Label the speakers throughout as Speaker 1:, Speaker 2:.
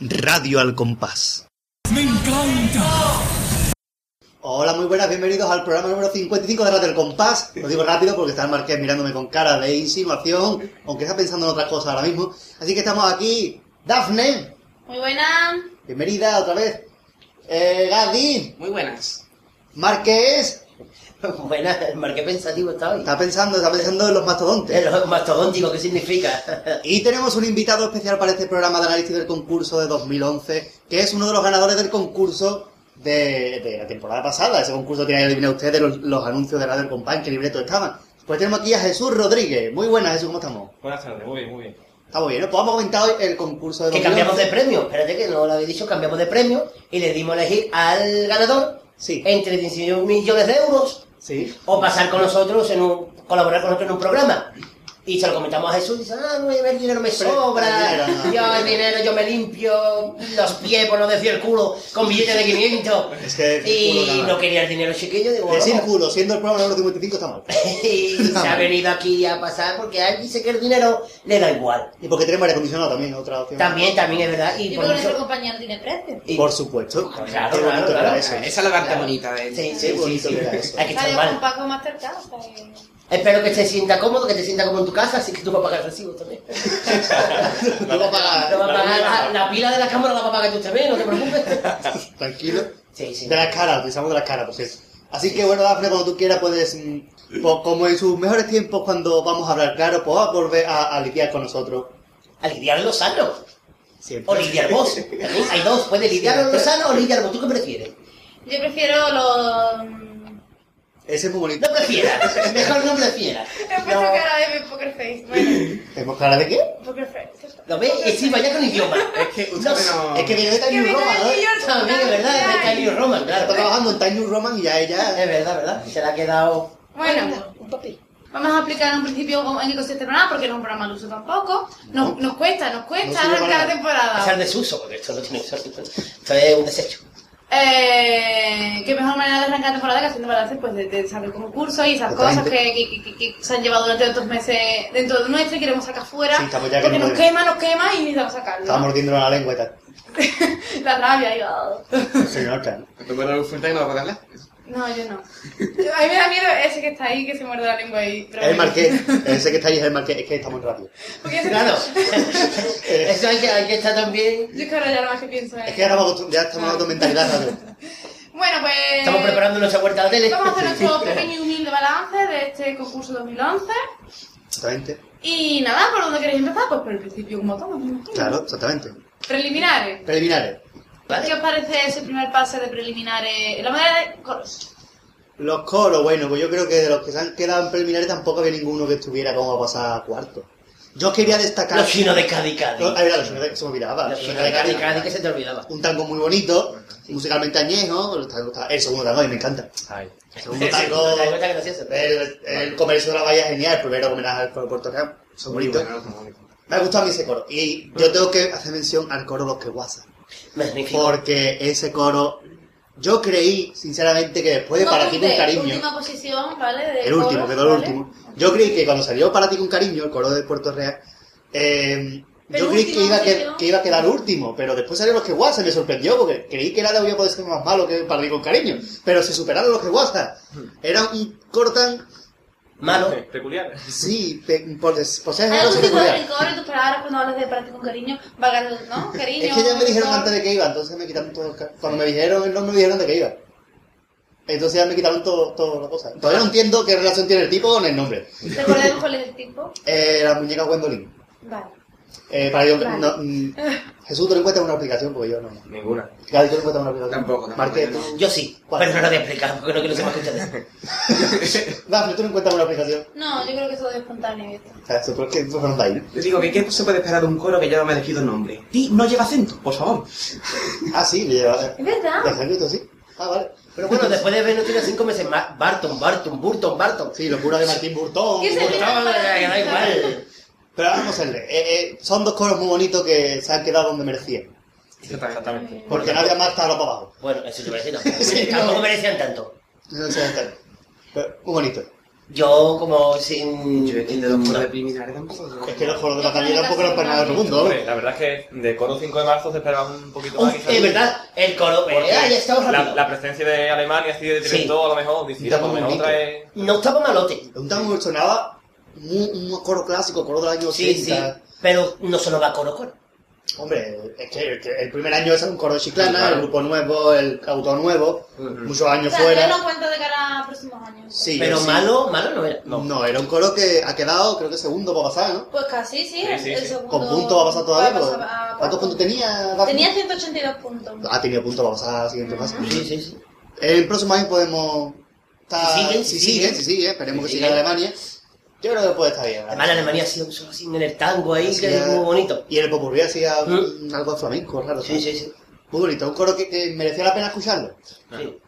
Speaker 1: Radio al Compás.
Speaker 2: ¡Me encanta!
Speaker 1: Hola, muy buenas, bienvenidos al programa número 55 de Radio al Compás. Lo digo rápido porque está el marqués mirándome con cara de insinuación, aunque está pensando en otra cosa ahora mismo. Así que estamos aquí. Dafne,
Speaker 3: Muy buena.
Speaker 1: bienvenida otra vez. Eh, Gadi,
Speaker 4: Muy buenas.
Speaker 1: Marqués.
Speaker 5: Buenas, Mar, qué pensativo está hoy.
Speaker 1: Está pensando, está pensando en los mastodontes.
Speaker 5: El mastodóntico, ¿qué significa?
Speaker 1: Y tenemos un invitado especial para este programa de análisis del concurso de 2011, que es uno de los ganadores del concurso de, de la temporada pasada. Ese concurso tiene que adivinar ustedes los, los anuncios de Radio Compañía, qué libreto estaban. Pues tenemos aquí a Jesús Rodríguez. Muy buenas, Jesús, ¿cómo estamos?
Speaker 6: Buenas tardes, muy bien, muy bien.
Speaker 1: Estamos bien, ¿no? Pues vamos a comentar hoy el concurso de
Speaker 5: que
Speaker 1: 2011.
Speaker 5: cambiamos de premio. Espérate que no lo habéis dicho, cambiamos de premio y le dimos a elegir al ganador
Speaker 1: Sí,
Speaker 5: entre 18 millones de euros
Speaker 1: sí.
Speaker 5: o pasar con nosotros en un, colaborar con nosotros en un programa. Y se lo comentamos a Jesús y dice, ah, no, el dinero me
Speaker 1: Pero-
Speaker 5: sobra,
Speaker 1: el dinero, no.
Speaker 5: yo el dinero, yo me limpio los pies, por no decir el culo, con billetes de 500.
Speaker 1: Es que el culo
Speaker 5: Y
Speaker 1: gana.
Speaker 5: no quería el dinero chiquillo, digo,
Speaker 1: Decir
Speaker 5: vamos.
Speaker 1: culo, siendo el programa número 55, está mal.
Speaker 5: y se ha venido aquí a pasar porque a él dice que el dinero le da igual.
Speaker 1: Y porque tenemos aire acondicionado también, otra opción.
Speaker 5: También, también es verdad. Y
Speaker 3: Y
Speaker 5: por
Speaker 3: porque nuestro
Speaker 5: mucho-
Speaker 3: compañero tiene precio.
Speaker 5: y-
Speaker 1: Por supuesto.
Speaker 5: Claro,
Speaker 1: Qué
Speaker 5: claro,
Speaker 1: bonito
Speaker 5: claro.
Speaker 1: era eso.
Speaker 4: Esa es la carta
Speaker 5: Claro.
Speaker 4: bonita de
Speaker 5: Sí,
Speaker 1: Qué
Speaker 5: sí, sí,
Speaker 1: ¿eh? bonito
Speaker 5: sí.
Speaker 1: que era eso.
Speaker 5: Hay que estar
Speaker 3: Salió con
Speaker 5: mal.
Speaker 3: Paco más cercano. o sea que-
Speaker 5: Espero que te sienta cómodo, que te sienta como en tu casa, así que tú vas a pagar el recibo también.
Speaker 1: No va a pagar.
Speaker 5: Te vas a pagar la, la pila de la cámara la vas a pagar tú también, no te preocupes.
Speaker 1: Tranquilo.
Speaker 5: Sí, sí.
Speaker 1: De las caras, pensamos de las caras, por cierto. Así que bueno, Dafne, cuando tú quieras, puedes, mm, po- como en sus mejores tiempos, cuando vamos a hablar claro, pues vas a volver a, a lidiar con nosotros.
Speaker 5: Al lidiar los sano.
Speaker 1: Siempre.
Speaker 5: O lidiar vos. También hay dos. Puedes lidiar los sano o lidiar vos. ¿Tú qué prefieres?
Speaker 3: Yo prefiero los...
Speaker 1: Ese es muy bonito.
Speaker 5: No prefieras. Mejor no prefieras.
Speaker 3: He puesto
Speaker 5: No.
Speaker 3: cara de mi poker face. Bueno,
Speaker 1: ¿Tenemos cara de qué?
Speaker 3: poker face.
Speaker 5: ¿Lo ves? Y encima ya con idioma.
Speaker 4: Es que usted
Speaker 5: No
Speaker 4: no,
Speaker 1: Es que viene de
Speaker 3: Que
Speaker 1: Tiny
Speaker 3: viene
Speaker 1: Roman,
Speaker 3: de
Speaker 1: ¿no?
Speaker 3: New York.
Speaker 5: También es verdad, es de Tiny Roman,
Speaker 1: Está
Speaker 5: claro.
Speaker 1: trabajando en Tiny Roman y ya ella...
Speaker 5: Es verdad, ¿verdad? Se le ha quedado...
Speaker 3: Bueno, vamos a explicar en un principio cómo- en qué consiste el programa, porque no es un programa al uso tampoco. Nos, nos cuesta, nos
Speaker 1: No sirve
Speaker 3: cuesta
Speaker 1: para
Speaker 3: arrancar
Speaker 1: nada.
Speaker 3: la temporada.
Speaker 5: Pasar desuso, porque esto no tiene uso. Esto es un desecho.
Speaker 3: Eh, qué mejor manera de arrancar temporada que haciendo balance pues, de, de saber concursos y esas cosas que,
Speaker 1: Totalmente.
Speaker 3: que- que- que- que se han llevado durante estos meses dentro de nuestro y queremos sacar fuera
Speaker 1: Sí, estamos ya que
Speaker 3: porque
Speaker 1: no
Speaker 3: nos
Speaker 1: podemos.
Speaker 3: quema, nos quema y necesitamos sacarlo.
Speaker 1: Estaba mordiendo la lengua y tal.
Speaker 3: La rabia, yo.
Speaker 1: Se nota, ¿no?
Speaker 4: ¿Te acuerdas de un fuerte que no va a pagarla?
Speaker 3: No, yo no. Yo- a mí me da miedo ese que está ahí, que se muerde la lengua ahí. pero
Speaker 1: Es el
Speaker 3: bueno.
Speaker 1: marqués. Ese que está ahí es el marqués. Es que estamos en radio.
Speaker 3: Porque ese-
Speaker 5: Claro. Eso hay que, hay que estar también...
Speaker 3: Yo es que ahora ya lo más que pienso es...
Speaker 1: Es que ahora vamos a- ya
Speaker 3: Ah.
Speaker 1: estamos en tu mentalidad radio.
Speaker 3: Bueno, pues...
Speaker 5: Estamos preparando nuestra vuelta a la
Speaker 1: este
Speaker 5: tele.
Speaker 3: Vamos a hacer nuestro pequeño y humilde balance de este concurso 2011.
Speaker 1: Exactamente.
Speaker 3: Y nada, ¿por dónde queréis empezar? Pues por el principio, como todo. ¿no?
Speaker 1: Claro, exactamente.
Speaker 3: Preliminares.
Speaker 1: Preliminares.
Speaker 3: ¿Qué os parece ese primer pase de preliminares? La manera de coros.
Speaker 1: Los coros, bueno, pues yo creo que de los que se han quedado en preliminares tampoco había ninguno que estuviera como a pasar a cuarto. Yo quería destacar.
Speaker 5: Los chinos de Cádiz, Cádiz.
Speaker 1: No, ah, mira, los chinos de- se me olvidaba.
Speaker 5: Los
Speaker 1: Los
Speaker 5: chinos
Speaker 1: chinos
Speaker 5: de Cádiz,
Speaker 1: de Cádiz.
Speaker 5: Cádiz, que se te olvidaba.
Speaker 1: Un tango muy bonito, musicalmente añejo. está- está- El segundo tango, a mí me encanta. El segundo tango.
Speaker 5: ¿Te das cuenta que gracioso?
Speaker 1: El, el comercio de la valla es genial. El primero homenaje al pueblo Puerto Rico. Son bonitos. Me ha gustado a mí ese coro. Y yo tengo que hacer mención al coro Los que guasa.
Speaker 5: Magnífico.
Speaker 1: Porque ese coro. Yo creí, sinceramente, que después de para ti con cariño.
Speaker 3: Última posición, ¿vale? De
Speaker 1: El último,
Speaker 3: coros,
Speaker 1: quedó el
Speaker 3: ¿vale?
Speaker 1: último. Yo creí que cuando salió para ti con cariño, el coro de Puerto Real, eh, yo creí que
Speaker 3: Penúltimo,
Speaker 1: iba, a que,
Speaker 3: creo.
Speaker 1: que iba a quedar último, pero después salieron los que guasa, me sorprendió, porque creí que nada podía poder ser más malo que para ti con cariño, pero se superaron los que guasa. Era un coro tan,
Speaker 5: Malo.
Speaker 6: Peculiar.
Speaker 1: sí, pe- por, des- por ser
Speaker 3: ¿Hay
Speaker 1: generoso
Speaker 3: algún
Speaker 1: que
Speaker 3: tipo de
Speaker 1: cuidar.
Speaker 3: rencor en tus palabras cuando hablas de para ti con cariño? Va ganando, ¿no? Cariño.
Speaker 1: Es que ya me dijeron
Speaker 3: rencor.
Speaker 1: antes de que iba, entonces me quitaron todo el ca- Cuando me dijeron el nombre, me dijeron de que iba. Entonces ya me quitaron todo, toda la cosa. Todavía no entiendo qué relación tiene el tipo con el nombre.
Speaker 3: Recordemos cuál es el tipo.
Speaker 1: Eh, la muñeca Gwendolyn.
Speaker 3: Vale.
Speaker 1: Eh, para yo,
Speaker 3: Vale.
Speaker 1: no, mm, Jesús, tú le encuentras una aplicación, porque yo no.
Speaker 6: Ninguna.
Speaker 1: Gaby, tú le encuentras una aplicación.
Speaker 4: Tampoco, tampoco,
Speaker 1: Marqués,
Speaker 4: yo
Speaker 1: tú.
Speaker 5: Yo sí,
Speaker 1: ¿Cuál?
Speaker 5: pero no lo voy a explicar porque no quiero ser más que ustedes.
Speaker 1: Dafne, tú no encuentras una aplicación.
Speaker 3: No, yo creo que eso es espontáneo. esto.
Speaker 1: O sea, eso, ¿por qué tú no ahí?
Speaker 4: Te digo que qué se puede esperar de un coro que ya no me ha elegido el nombre. Di, no lleva acento, por favor.
Speaker 1: Ah, sí, le lleva.
Speaker 3: Es
Speaker 1: De
Speaker 3: verdad.
Speaker 1: Jesucristo, sí. Ah, vale.
Speaker 5: Pero bueno, después de vernos tiene cinco meses más. Barton, Barton, Burton, Barton.
Speaker 1: Sí, locura de Martín Burtón.
Speaker 3: ¿Qué se
Speaker 1: Burtón.
Speaker 3: dice?
Speaker 5: Burton, eh, da igual.
Speaker 1: Pero vamos a ver, eh, eh, son dos coros muy bonitos que se han quedado donde merecían.
Speaker 6: Exactamente.
Speaker 1: Porque nadie más está lo para abajo.
Speaker 5: Bueno, eso te voy a decir.
Speaker 1: Sí,
Speaker 5: Tampoco
Speaker 1: no.
Speaker 5: merecían tanto.
Speaker 1: No sé, está bien. Pero muy bonito.
Speaker 5: Yo, como sin.
Speaker 4: Yo es que de los por de preliminar tampoco.
Speaker 1: Es que los foros de batalla tampoco lo esperaba todo el mundo.
Speaker 6: Hombre, la verdad es que de Coro 5 de marzo se esperaba un poquito más.
Speaker 5: Uf,
Speaker 6: quizás.
Speaker 5: Oh, es verdad, el coro.
Speaker 6: Porque
Speaker 5: eh, ahí estamos
Speaker 6: la,
Speaker 5: rápido.
Speaker 6: la presencia de Alemania así de
Speaker 5: Sí.
Speaker 6: directo, a lo mejor, dice,
Speaker 1: Dame
Speaker 6: a lo
Speaker 1: un
Speaker 6: mejor
Speaker 1: momentito.
Speaker 6: otra es...
Speaker 5: No estaba malote.
Speaker 1: Un tango que sonaba un, un coro clásico, coro del año
Speaker 5: Sí,
Speaker 1: 80.
Speaker 5: sí. Pero no se nos va coro coro.
Speaker 1: Hombre, es que, es que el primer año es un coro de chiclana,
Speaker 6: Claro.
Speaker 1: el grupo nuevo, el autor nuevo, muchos
Speaker 3: O
Speaker 1: años
Speaker 3: sea,
Speaker 1: fuera.
Speaker 3: yo no cuento de cara a próximos años.
Speaker 1: Sí,
Speaker 5: Pero
Speaker 1: sí.
Speaker 5: malo, malo no era.
Speaker 1: No. era un coro que ha quedado, creo que segundo para pasar, ¿no?
Speaker 3: Pues casi, sí.
Speaker 6: Sí,
Speaker 3: el-
Speaker 6: sí,
Speaker 3: el
Speaker 6: sí.
Speaker 3: segundo
Speaker 1: Con punto va a pasar todavía.
Speaker 3: va a
Speaker 1: pues,
Speaker 3: pasar a
Speaker 1: ¿Cuántos
Speaker 3: cuarto.
Speaker 1: puntos Ah. tenía? Daphne?
Speaker 3: Tenía 182 puntos.
Speaker 1: Ha tenido puntos para pasar a la siguiente fase.
Speaker 5: Sí, sí, sí.
Speaker 1: El próximo año podemos estar...
Speaker 5: Si siguen,
Speaker 1: si
Speaker 5: si
Speaker 1: siguen,
Speaker 5: siguen.
Speaker 1: si siguen, esperemos
Speaker 5: Si
Speaker 1: que siga
Speaker 5: siguen.
Speaker 1: Alemania. Yo creo que puede estar bien. ¿verdad?
Speaker 5: Además, la Alemania ha sido un solo sin en el tango ahí,
Speaker 1: Así
Speaker 5: que es
Speaker 1: es.
Speaker 5: muy bonito.
Speaker 1: Y en el popurrí hacía
Speaker 5: Mm.
Speaker 1: mm, algo de flamenco, raro.
Speaker 5: Sí,
Speaker 1: ¿sabes?
Speaker 5: sí, sí.
Speaker 1: Muy bonito, un coro que, que merecía la pena escucharlo.
Speaker 5: Sí.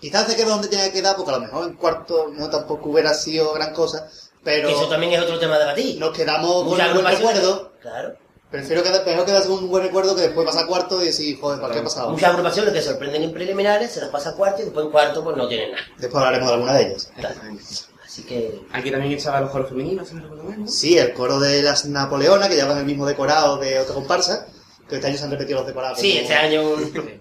Speaker 1: Quizás se quedó donde tenía que quedar, porque a lo mejor en cuarto no tampoco hubiera sido gran cosa, pero
Speaker 5: Que eso también es otro tema de batir.
Speaker 1: nos quedamos con
Speaker 5: Muchas
Speaker 1: un buen
Speaker 5: agrupaciones-
Speaker 1: recuerdo.
Speaker 5: Claro.
Speaker 1: Prefiero quedar, mejor quedarse con un buen recuerdo que después pasar a cuarto y decir, joder, ¿para qué he pasado?
Speaker 5: Muchas agrupaciones que sorprenden en preliminares, se las pasa a cuarto y después en cuarto pues no tienen nada.
Speaker 1: Después hablaremos de alguna de ellas.
Speaker 4: Exactamente.
Speaker 5: Así que...
Speaker 4: Aquí también estaba los coros femeninos, si no recuerdo mal, ¿no?
Speaker 1: Sí, el coro de las Napoleona, que llevan el mismo decorado de otra comparsa, que este año se han repetido los decorados.
Speaker 5: Sí, este año...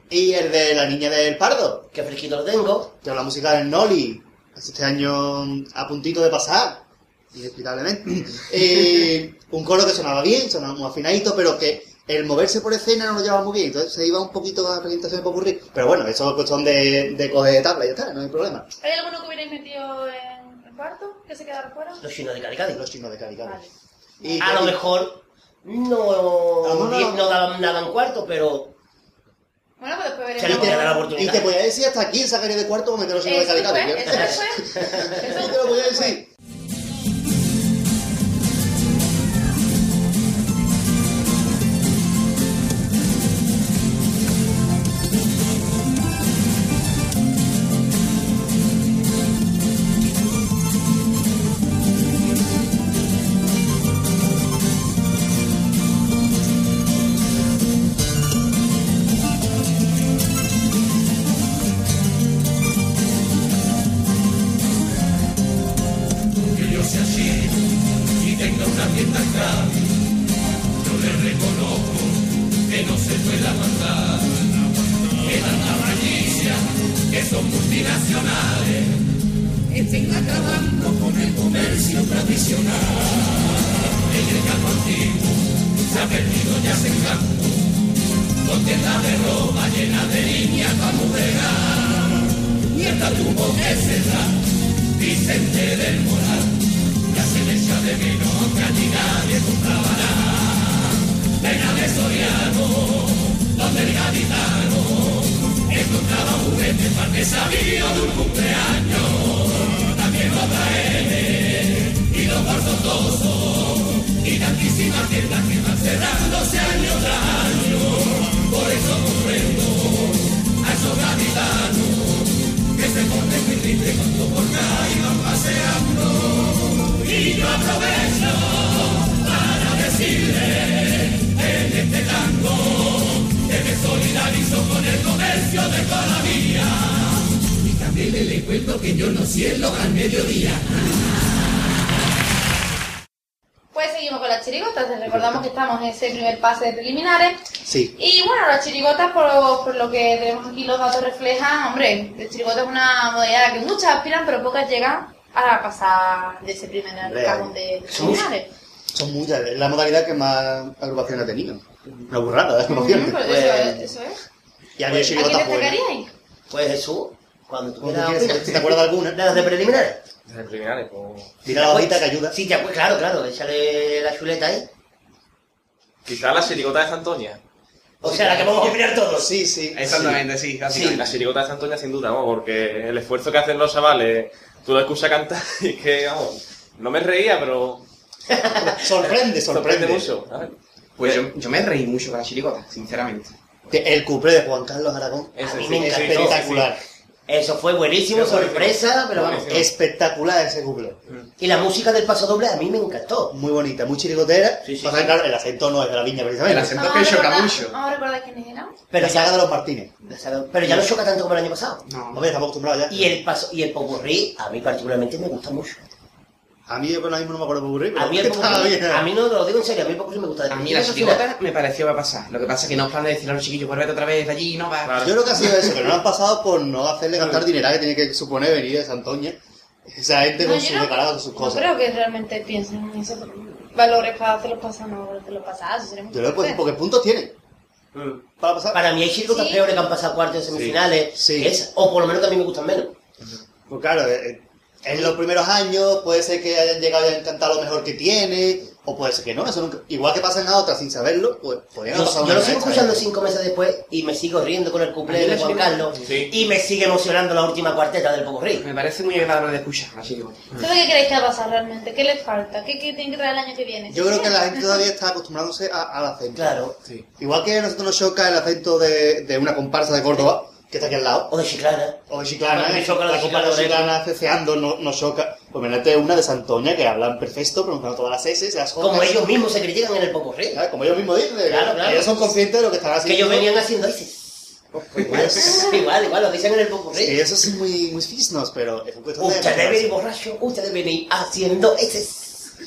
Speaker 1: Y el de la niña del Pardo,
Speaker 5: Qué fresquito lo tengo.
Speaker 1: que la música del Noli, este año a puntito de pasar, inexplicablemente. Eh, un coro que sonaba bien, sonaba muy afinadito, pero que el moverse por escena no lo llevaba muy bien, entonces se iba un poquito a la presentación de Popurrí. Pero bueno, eso es cuestión de, de coger tabla y ya está, no hay problema.
Speaker 3: ¿Hay alguno que hubierais metido en el cuarto? ¿Que se quedara fuera?
Speaker 5: Los chinos de Cali Cali.
Speaker 1: Los chinos de Cali, Cali.
Speaker 3: Vale.
Speaker 1: Y
Speaker 5: A Ah, lo mejor no,
Speaker 1: mejor no.
Speaker 5: no daban nada en cuarto, pero
Speaker 3: Bueno, pues después
Speaker 5: Se le
Speaker 3: veremos.
Speaker 5: podía dar la
Speaker 1: Y
Speaker 5: oportunidad.
Speaker 1: te podía decir hasta quién sacaría de cuarto o meter los chinos de
Speaker 3: Eso
Speaker 1: Cali, Cali.
Speaker 3: fue,
Speaker 1: ¿eh?
Speaker 3: eso fue.
Speaker 1: Eso
Speaker 3: Eso
Speaker 1: te lo voy a
Speaker 3: fue.
Speaker 1: decir.
Speaker 3: Pues seguimos con las chirigotas. Les recordamos que estamos en ese primer pase de preliminares.
Speaker 1: Sí.
Speaker 3: Y bueno, las chirigotas, por, por lo que tenemos aquí, los datos reflejan, hombre, la chirigota es una modalidad a la que muchas aspiran, pero pocas llegan a pasar de ese primer
Speaker 1: Hombre,
Speaker 3: escalón de preliminares.
Speaker 1: Son muchas, es la modalidad que más agrupación ha tenido. Una burrada de
Speaker 3: Ujú,
Speaker 1: agrupaciones.
Speaker 3: pues
Speaker 5: pues,
Speaker 3: eso es, eso es.
Speaker 1: Y había
Speaker 3: ¿A quién
Speaker 1: Pues, chirigotas buenas.
Speaker 3: destacaríais?
Speaker 5: pues Jesús, cuando tú
Speaker 1: Cuando
Speaker 5: quieras
Speaker 1: quieras,
Speaker 5: opinas.
Speaker 1: si te acuerdas de alguna.
Speaker 5: De las de preliminares.
Speaker 6: Desde preliminares, pues...
Speaker 1: Tira la hojita que ayuda.
Speaker 5: Sí, te acuerdas, claro, claro, échale la chuleta ahí.
Speaker 6: Quizás la chirigota de San Antonia.
Speaker 5: O sea, la que vamos a opinar todos.
Speaker 1: Sí, sí.
Speaker 6: Exactamente, sí, casi.
Speaker 5: Sí.
Speaker 6: La chirigota de San Antonia sin duda, vamos, porque el esfuerzo que hacen los chavales, tú lo escuchas cantar y es que, vamos, no me reía, pero
Speaker 1: Sorprende, sorprende.
Speaker 6: sorprende mucho. ¿sabes?
Speaker 4: Pues yo, yo me reí mucho con la chirigota, sinceramente.
Speaker 1: Que El cuplé de Juan Carlos Aragón.
Speaker 6: Ese,
Speaker 5: A mí
Speaker 6: sí,
Speaker 5: me encantó,
Speaker 6: ese, sí, sí, sí.
Speaker 1: Espectacular.
Speaker 5: Eso fue buenísimo,
Speaker 6: Qué buenísimo.
Speaker 5: sorpresa, pero vamos.
Speaker 6: Buenísimo.
Speaker 1: Espectacular ese cuplé.
Speaker 5: Y la música del paso doble a mí me encantó.
Speaker 1: Muy bonita, muy chirigotera.
Speaker 5: Sí, sí,
Speaker 1: Pasa que,
Speaker 5: sí.
Speaker 1: claro, el acento no es de la viña precisamente.
Speaker 4: El
Speaker 1: acento.
Speaker 4: acento-
Speaker 3: Vamos
Speaker 4: que
Speaker 3: a
Speaker 4: choca
Speaker 3: recordar-
Speaker 4: mucho.
Speaker 3: Vamos a recordar quiénes eran.
Speaker 1: Pero
Speaker 5: Pero
Speaker 1: la saga
Speaker 5: ya,
Speaker 1: de los Martínez.
Speaker 5: la saga- pero ya no choca tanto como el año pasado.
Speaker 4: No.
Speaker 1: Hombre, estamos acostumbrados ya.
Speaker 5: Y el paso y el popurrí a mí particularmente me gusta mucho.
Speaker 1: A mí, bueno, ahí mismo no me acuerdo por burrito.
Speaker 5: A mí, el
Speaker 1: estaba bien.
Speaker 5: a mí no lo digo en serio, a mí el concurso me gusta.
Speaker 4: A mí la
Speaker 5: Eso sí,
Speaker 4: chirigota me pareció va a pasar. Lo que pasa es que no es plan de decirle a los chiquillos, vuélvete otra vez de allí, no va.
Speaker 6: Claro.
Speaker 1: Yo creo que ha sido eso, que no lo han pasado por no hacerle gastar dinero que tenía que suponer venir de Santoña. Esa gente
Speaker 3: No,
Speaker 1: con
Speaker 3: yo
Speaker 1: sus
Speaker 3: no-
Speaker 1: declarados, con sus
Speaker 3: No
Speaker 1: cosas.
Speaker 3: creo que realmente piensen en esos valores para hacer los pasados, no valores de los pasados. eso sería muy
Speaker 1: Yo lo he puesto
Speaker 3: fuerte.
Speaker 1: porque puntos tienen
Speaker 6: Mm.
Speaker 1: para pasar.
Speaker 5: Para mí hay chirigotas
Speaker 3: Sí.
Speaker 5: peores que han pasado cuartos de semifinales.
Speaker 1: Sí.
Speaker 5: que esa, o por lo menos que a mí me gustan menos.
Speaker 1: Pues claro, eh, eh, en los primeros años puede ser que hayan llegado y hayan cantado lo mejor que tiene, o puede ser que no. Eso nunca- igual que pasan a otras sin saberlo, pues podrían
Speaker 5: Yo,
Speaker 1: haber pasado
Speaker 5: yo lo
Speaker 1: una
Speaker 5: sigo
Speaker 1: vez,
Speaker 5: escuchando
Speaker 1: ¿sabes?
Speaker 5: cinco meses después y me sigo riendo con el
Speaker 4: A
Speaker 5: cumple
Speaker 4: mí
Speaker 5: de
Speaker 4: la
Speaker 5: Juan
Speaker 4: chirigota-
Speaker 5: Carlos.
Speaker 6: Sí.
Speaker 5: Y me sigue emocionando la última cuarteta del Poco Rí.
Speaker 4: Me parece muy agradable de escuchar, la chirigota.
Speaker 3: ¿Sabes qué creéis que va a pasar realmente? ¿Qué les falta? ¿Qué, qué tienen que traer el año que viene?
Speaker 1: Yo creo que la gente todavía está acostumbrándose a- al acento.
Speaker 5: Claro.
Speaker 4: Sí.
Speaker 1: Igual que a nosotros nos choca el acento de, de una comparsa de Córdoba, que está aquí al lado,
Speaker 5: O de Chiclana.
Speaker 1: o de Chiclana,
Speaker 5: Bueno, me choca la
Speaker 1: la
Speaker 5: de
Speaker 1: comparsa
Speaker 5: Chiclana,
Speaker 1: chiclana ceceando nos no choca. Pues imagínate una de Santoña que hablan perfecto, pronunciando todas las S, las Js.
Speaker 5: Como ellos mismos se critican en el Poco Rí.
Speaker 1: Claro, Como ellos mismos dicen,
Speaker 5: Claro, claro.
Speaker 1: ellos son conscientes de lo que están
Speaker 5: Que
Speaker 1: haciendo. Pues
Speaker 5: ellos venían haciendo ISIS. Igual, igual, igual, lo dicen en el Poco Rí.
Speaker 1: Sí, eso es muy, muy fisnos, pero es un cuestión de-
Speaker 5: Usted debe ir borracho, usted debe ir haciendo ese.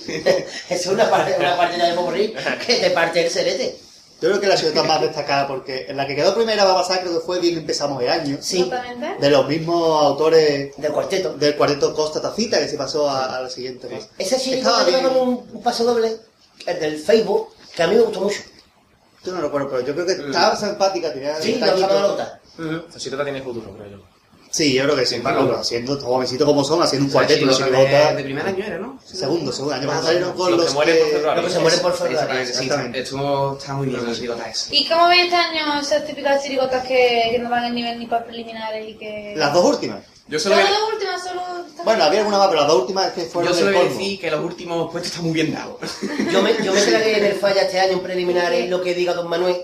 Speaker 5: es una parte, una parte de morir que te parte el celete.
Speaker 1: Yo creo que la ciudad más destacada, porque en la que quedó primera va a pasar, creo que fue bien empezamos el año.
Speaker 5: Sí,
Speaker 3: Exactamente.
Speaker 1: De los mismos autores
Speaker 5: del cuarteto.
Speaker 1: del cuarteto Costa Tacita, que se pasó a, a la siguiente. fase.
Speaker 5: Ese
Speaker 1: Estaba
Speaker 5: chico que
Speaker 1: bien.
Speaker 5: como un, un paso doble, el del Facebook, que a mí me gustó mucho.
Speaker 1: Yo no lo recuerdo, pero yo creo que estaba simpática, tenía
Speaker 5: Sí, la
Speaker 1: detallito.
Speaker 5: última nota.
Speaker 6: Esta chirigota tiene futuro, creo yo.
Speaker 1: Sí, yo creo que sí,
Speaker 6: Sí,
Speaker 1: Paco,
Speaker 6: claro.
Speaker 1: haciendo estos jovencitos como son, haciendo un
Speaker 4: La
Speaker 1: cuarteto, una
Speaker 4: chirigota de, de
Speaker 1: chirigota.
Speaker 4: primer año era, ¿no?
Speaker 1: Segundo, segundo año. Vamos a
Speaker 4: Los
Speaker 1: salir con los
Speaker 6: que mueren por febrero.
Speaker 5: Los que se mueren por febrero.
Speaker 4: Exactamente, sí,
Speaker 1: Exactamente.
Speaker 4: estuvo, está muy bien la chirigota esa.
Speaker 3: ¿Y cómo veis este año esas típicas chirigotas que, que no dan el nivel ni para preliminares y que...
Speaker 1: Las dos últimas.
Speaker 6: Yo
Speaker 3: Solo
Speaker 6: solo
Speaker 3: las
Speaker 6: que-
Speaker 3: dos últimas, solo...
Speaker 1: Bueno, había alguna más, pero las dos últimas es que
Speaker 4: Yo
Speaker 1: fueron
Speaker 4: solo
Speaker 1: el
Speaker 4: voy a
Speaker 1: colmo.
Speaker 4: decir que los últimos puestos están muy bien dados.
Speaker 5: Yo me, yo me tragué en el falla este año en preliminares lo que diga don Manuel.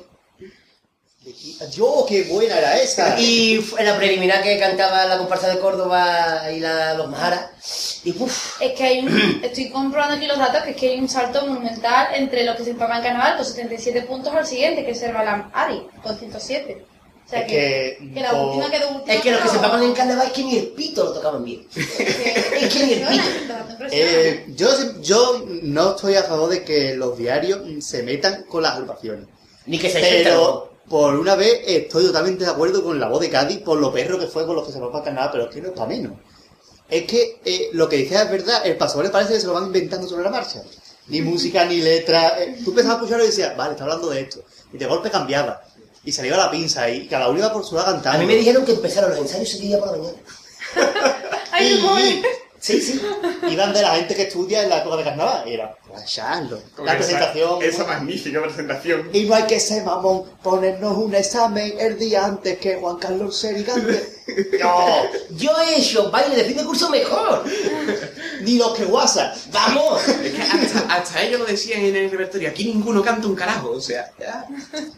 Speaker 1: Yo, qué buena era esa.
Speaker 5: Y fue la preliminar que cantaba la comparsa de Córdoba y la Los Majaras. Y uff,
Speaker 3: Es que hay un... Estoy comprobando aquí los datos, que es que hay un salto monumental entre lo que se empapa en carnaval con 77 puntos al siguiente, que es el Balam Ari, con 107. O sea
Speaker 1: Es
Speaker 3: que,
Speaker 1: que-
Speaker 3: que la
Speaker 1: o-
Speaker 3: última quedó última.
Speaker 5: es que los que
Speaker 3: pero-
Speaker 5: se empapan en carnaval es que ni el pito lo tocaban bien.
Speaker 3: Es
Speaker 5: que ni el
Speaker 3: impresiona,
Speaker 5: pito.
Speaker 3: dato impresionante.
Speaker 1: Eh, yo, se- yo no estoy a favor de que los diarios mm, se metan con las agrupaciones.
Speaker 5: Ni que se sienta loco.
Speaker 1: Pero por una vez estoy totalmente de acuerdo con la voz de Cádiz por lo perro que fue con los que se nos va a Canadá, pero es que no es para menos. Es que eh, lo que dices es verdad, el pasaporte parece que se lo van inventando sobre la marcha. Ni música, ni letra. eh, tú empezabas a escucharlo y decías, vale, está hablando de esto. Y de golpe cambiaba. Y se le iba la pinza y cada uno iba por su lado cantando.
Speaker 5: A mí me dijeron que empezaron los ensayos ese día por la mañana.
Speaker 3: Ay, qué pobre.
Speaker 5: Sí, sí.
Speaker 1: Iban de la gente que estudia en la época de carnaval. Y era, "Guayalo". La presentación.
Speaker 6: Esa magnífica presentación.
Speaker 1: Y no hay que ser mamón, ponernos un examen el día antes que Juan Carlos Serigante. No,
Speaker 5: Yo he hecho baile de fin de curso mejor.
Speaker 1: ni los que WhatsApp.
Speaker 5: ¡Vamos!
Speaker 4: Es que hasta, hasta ellos lo decían en el repertorio, aquí ninguno canta un carajo, o sea, ya.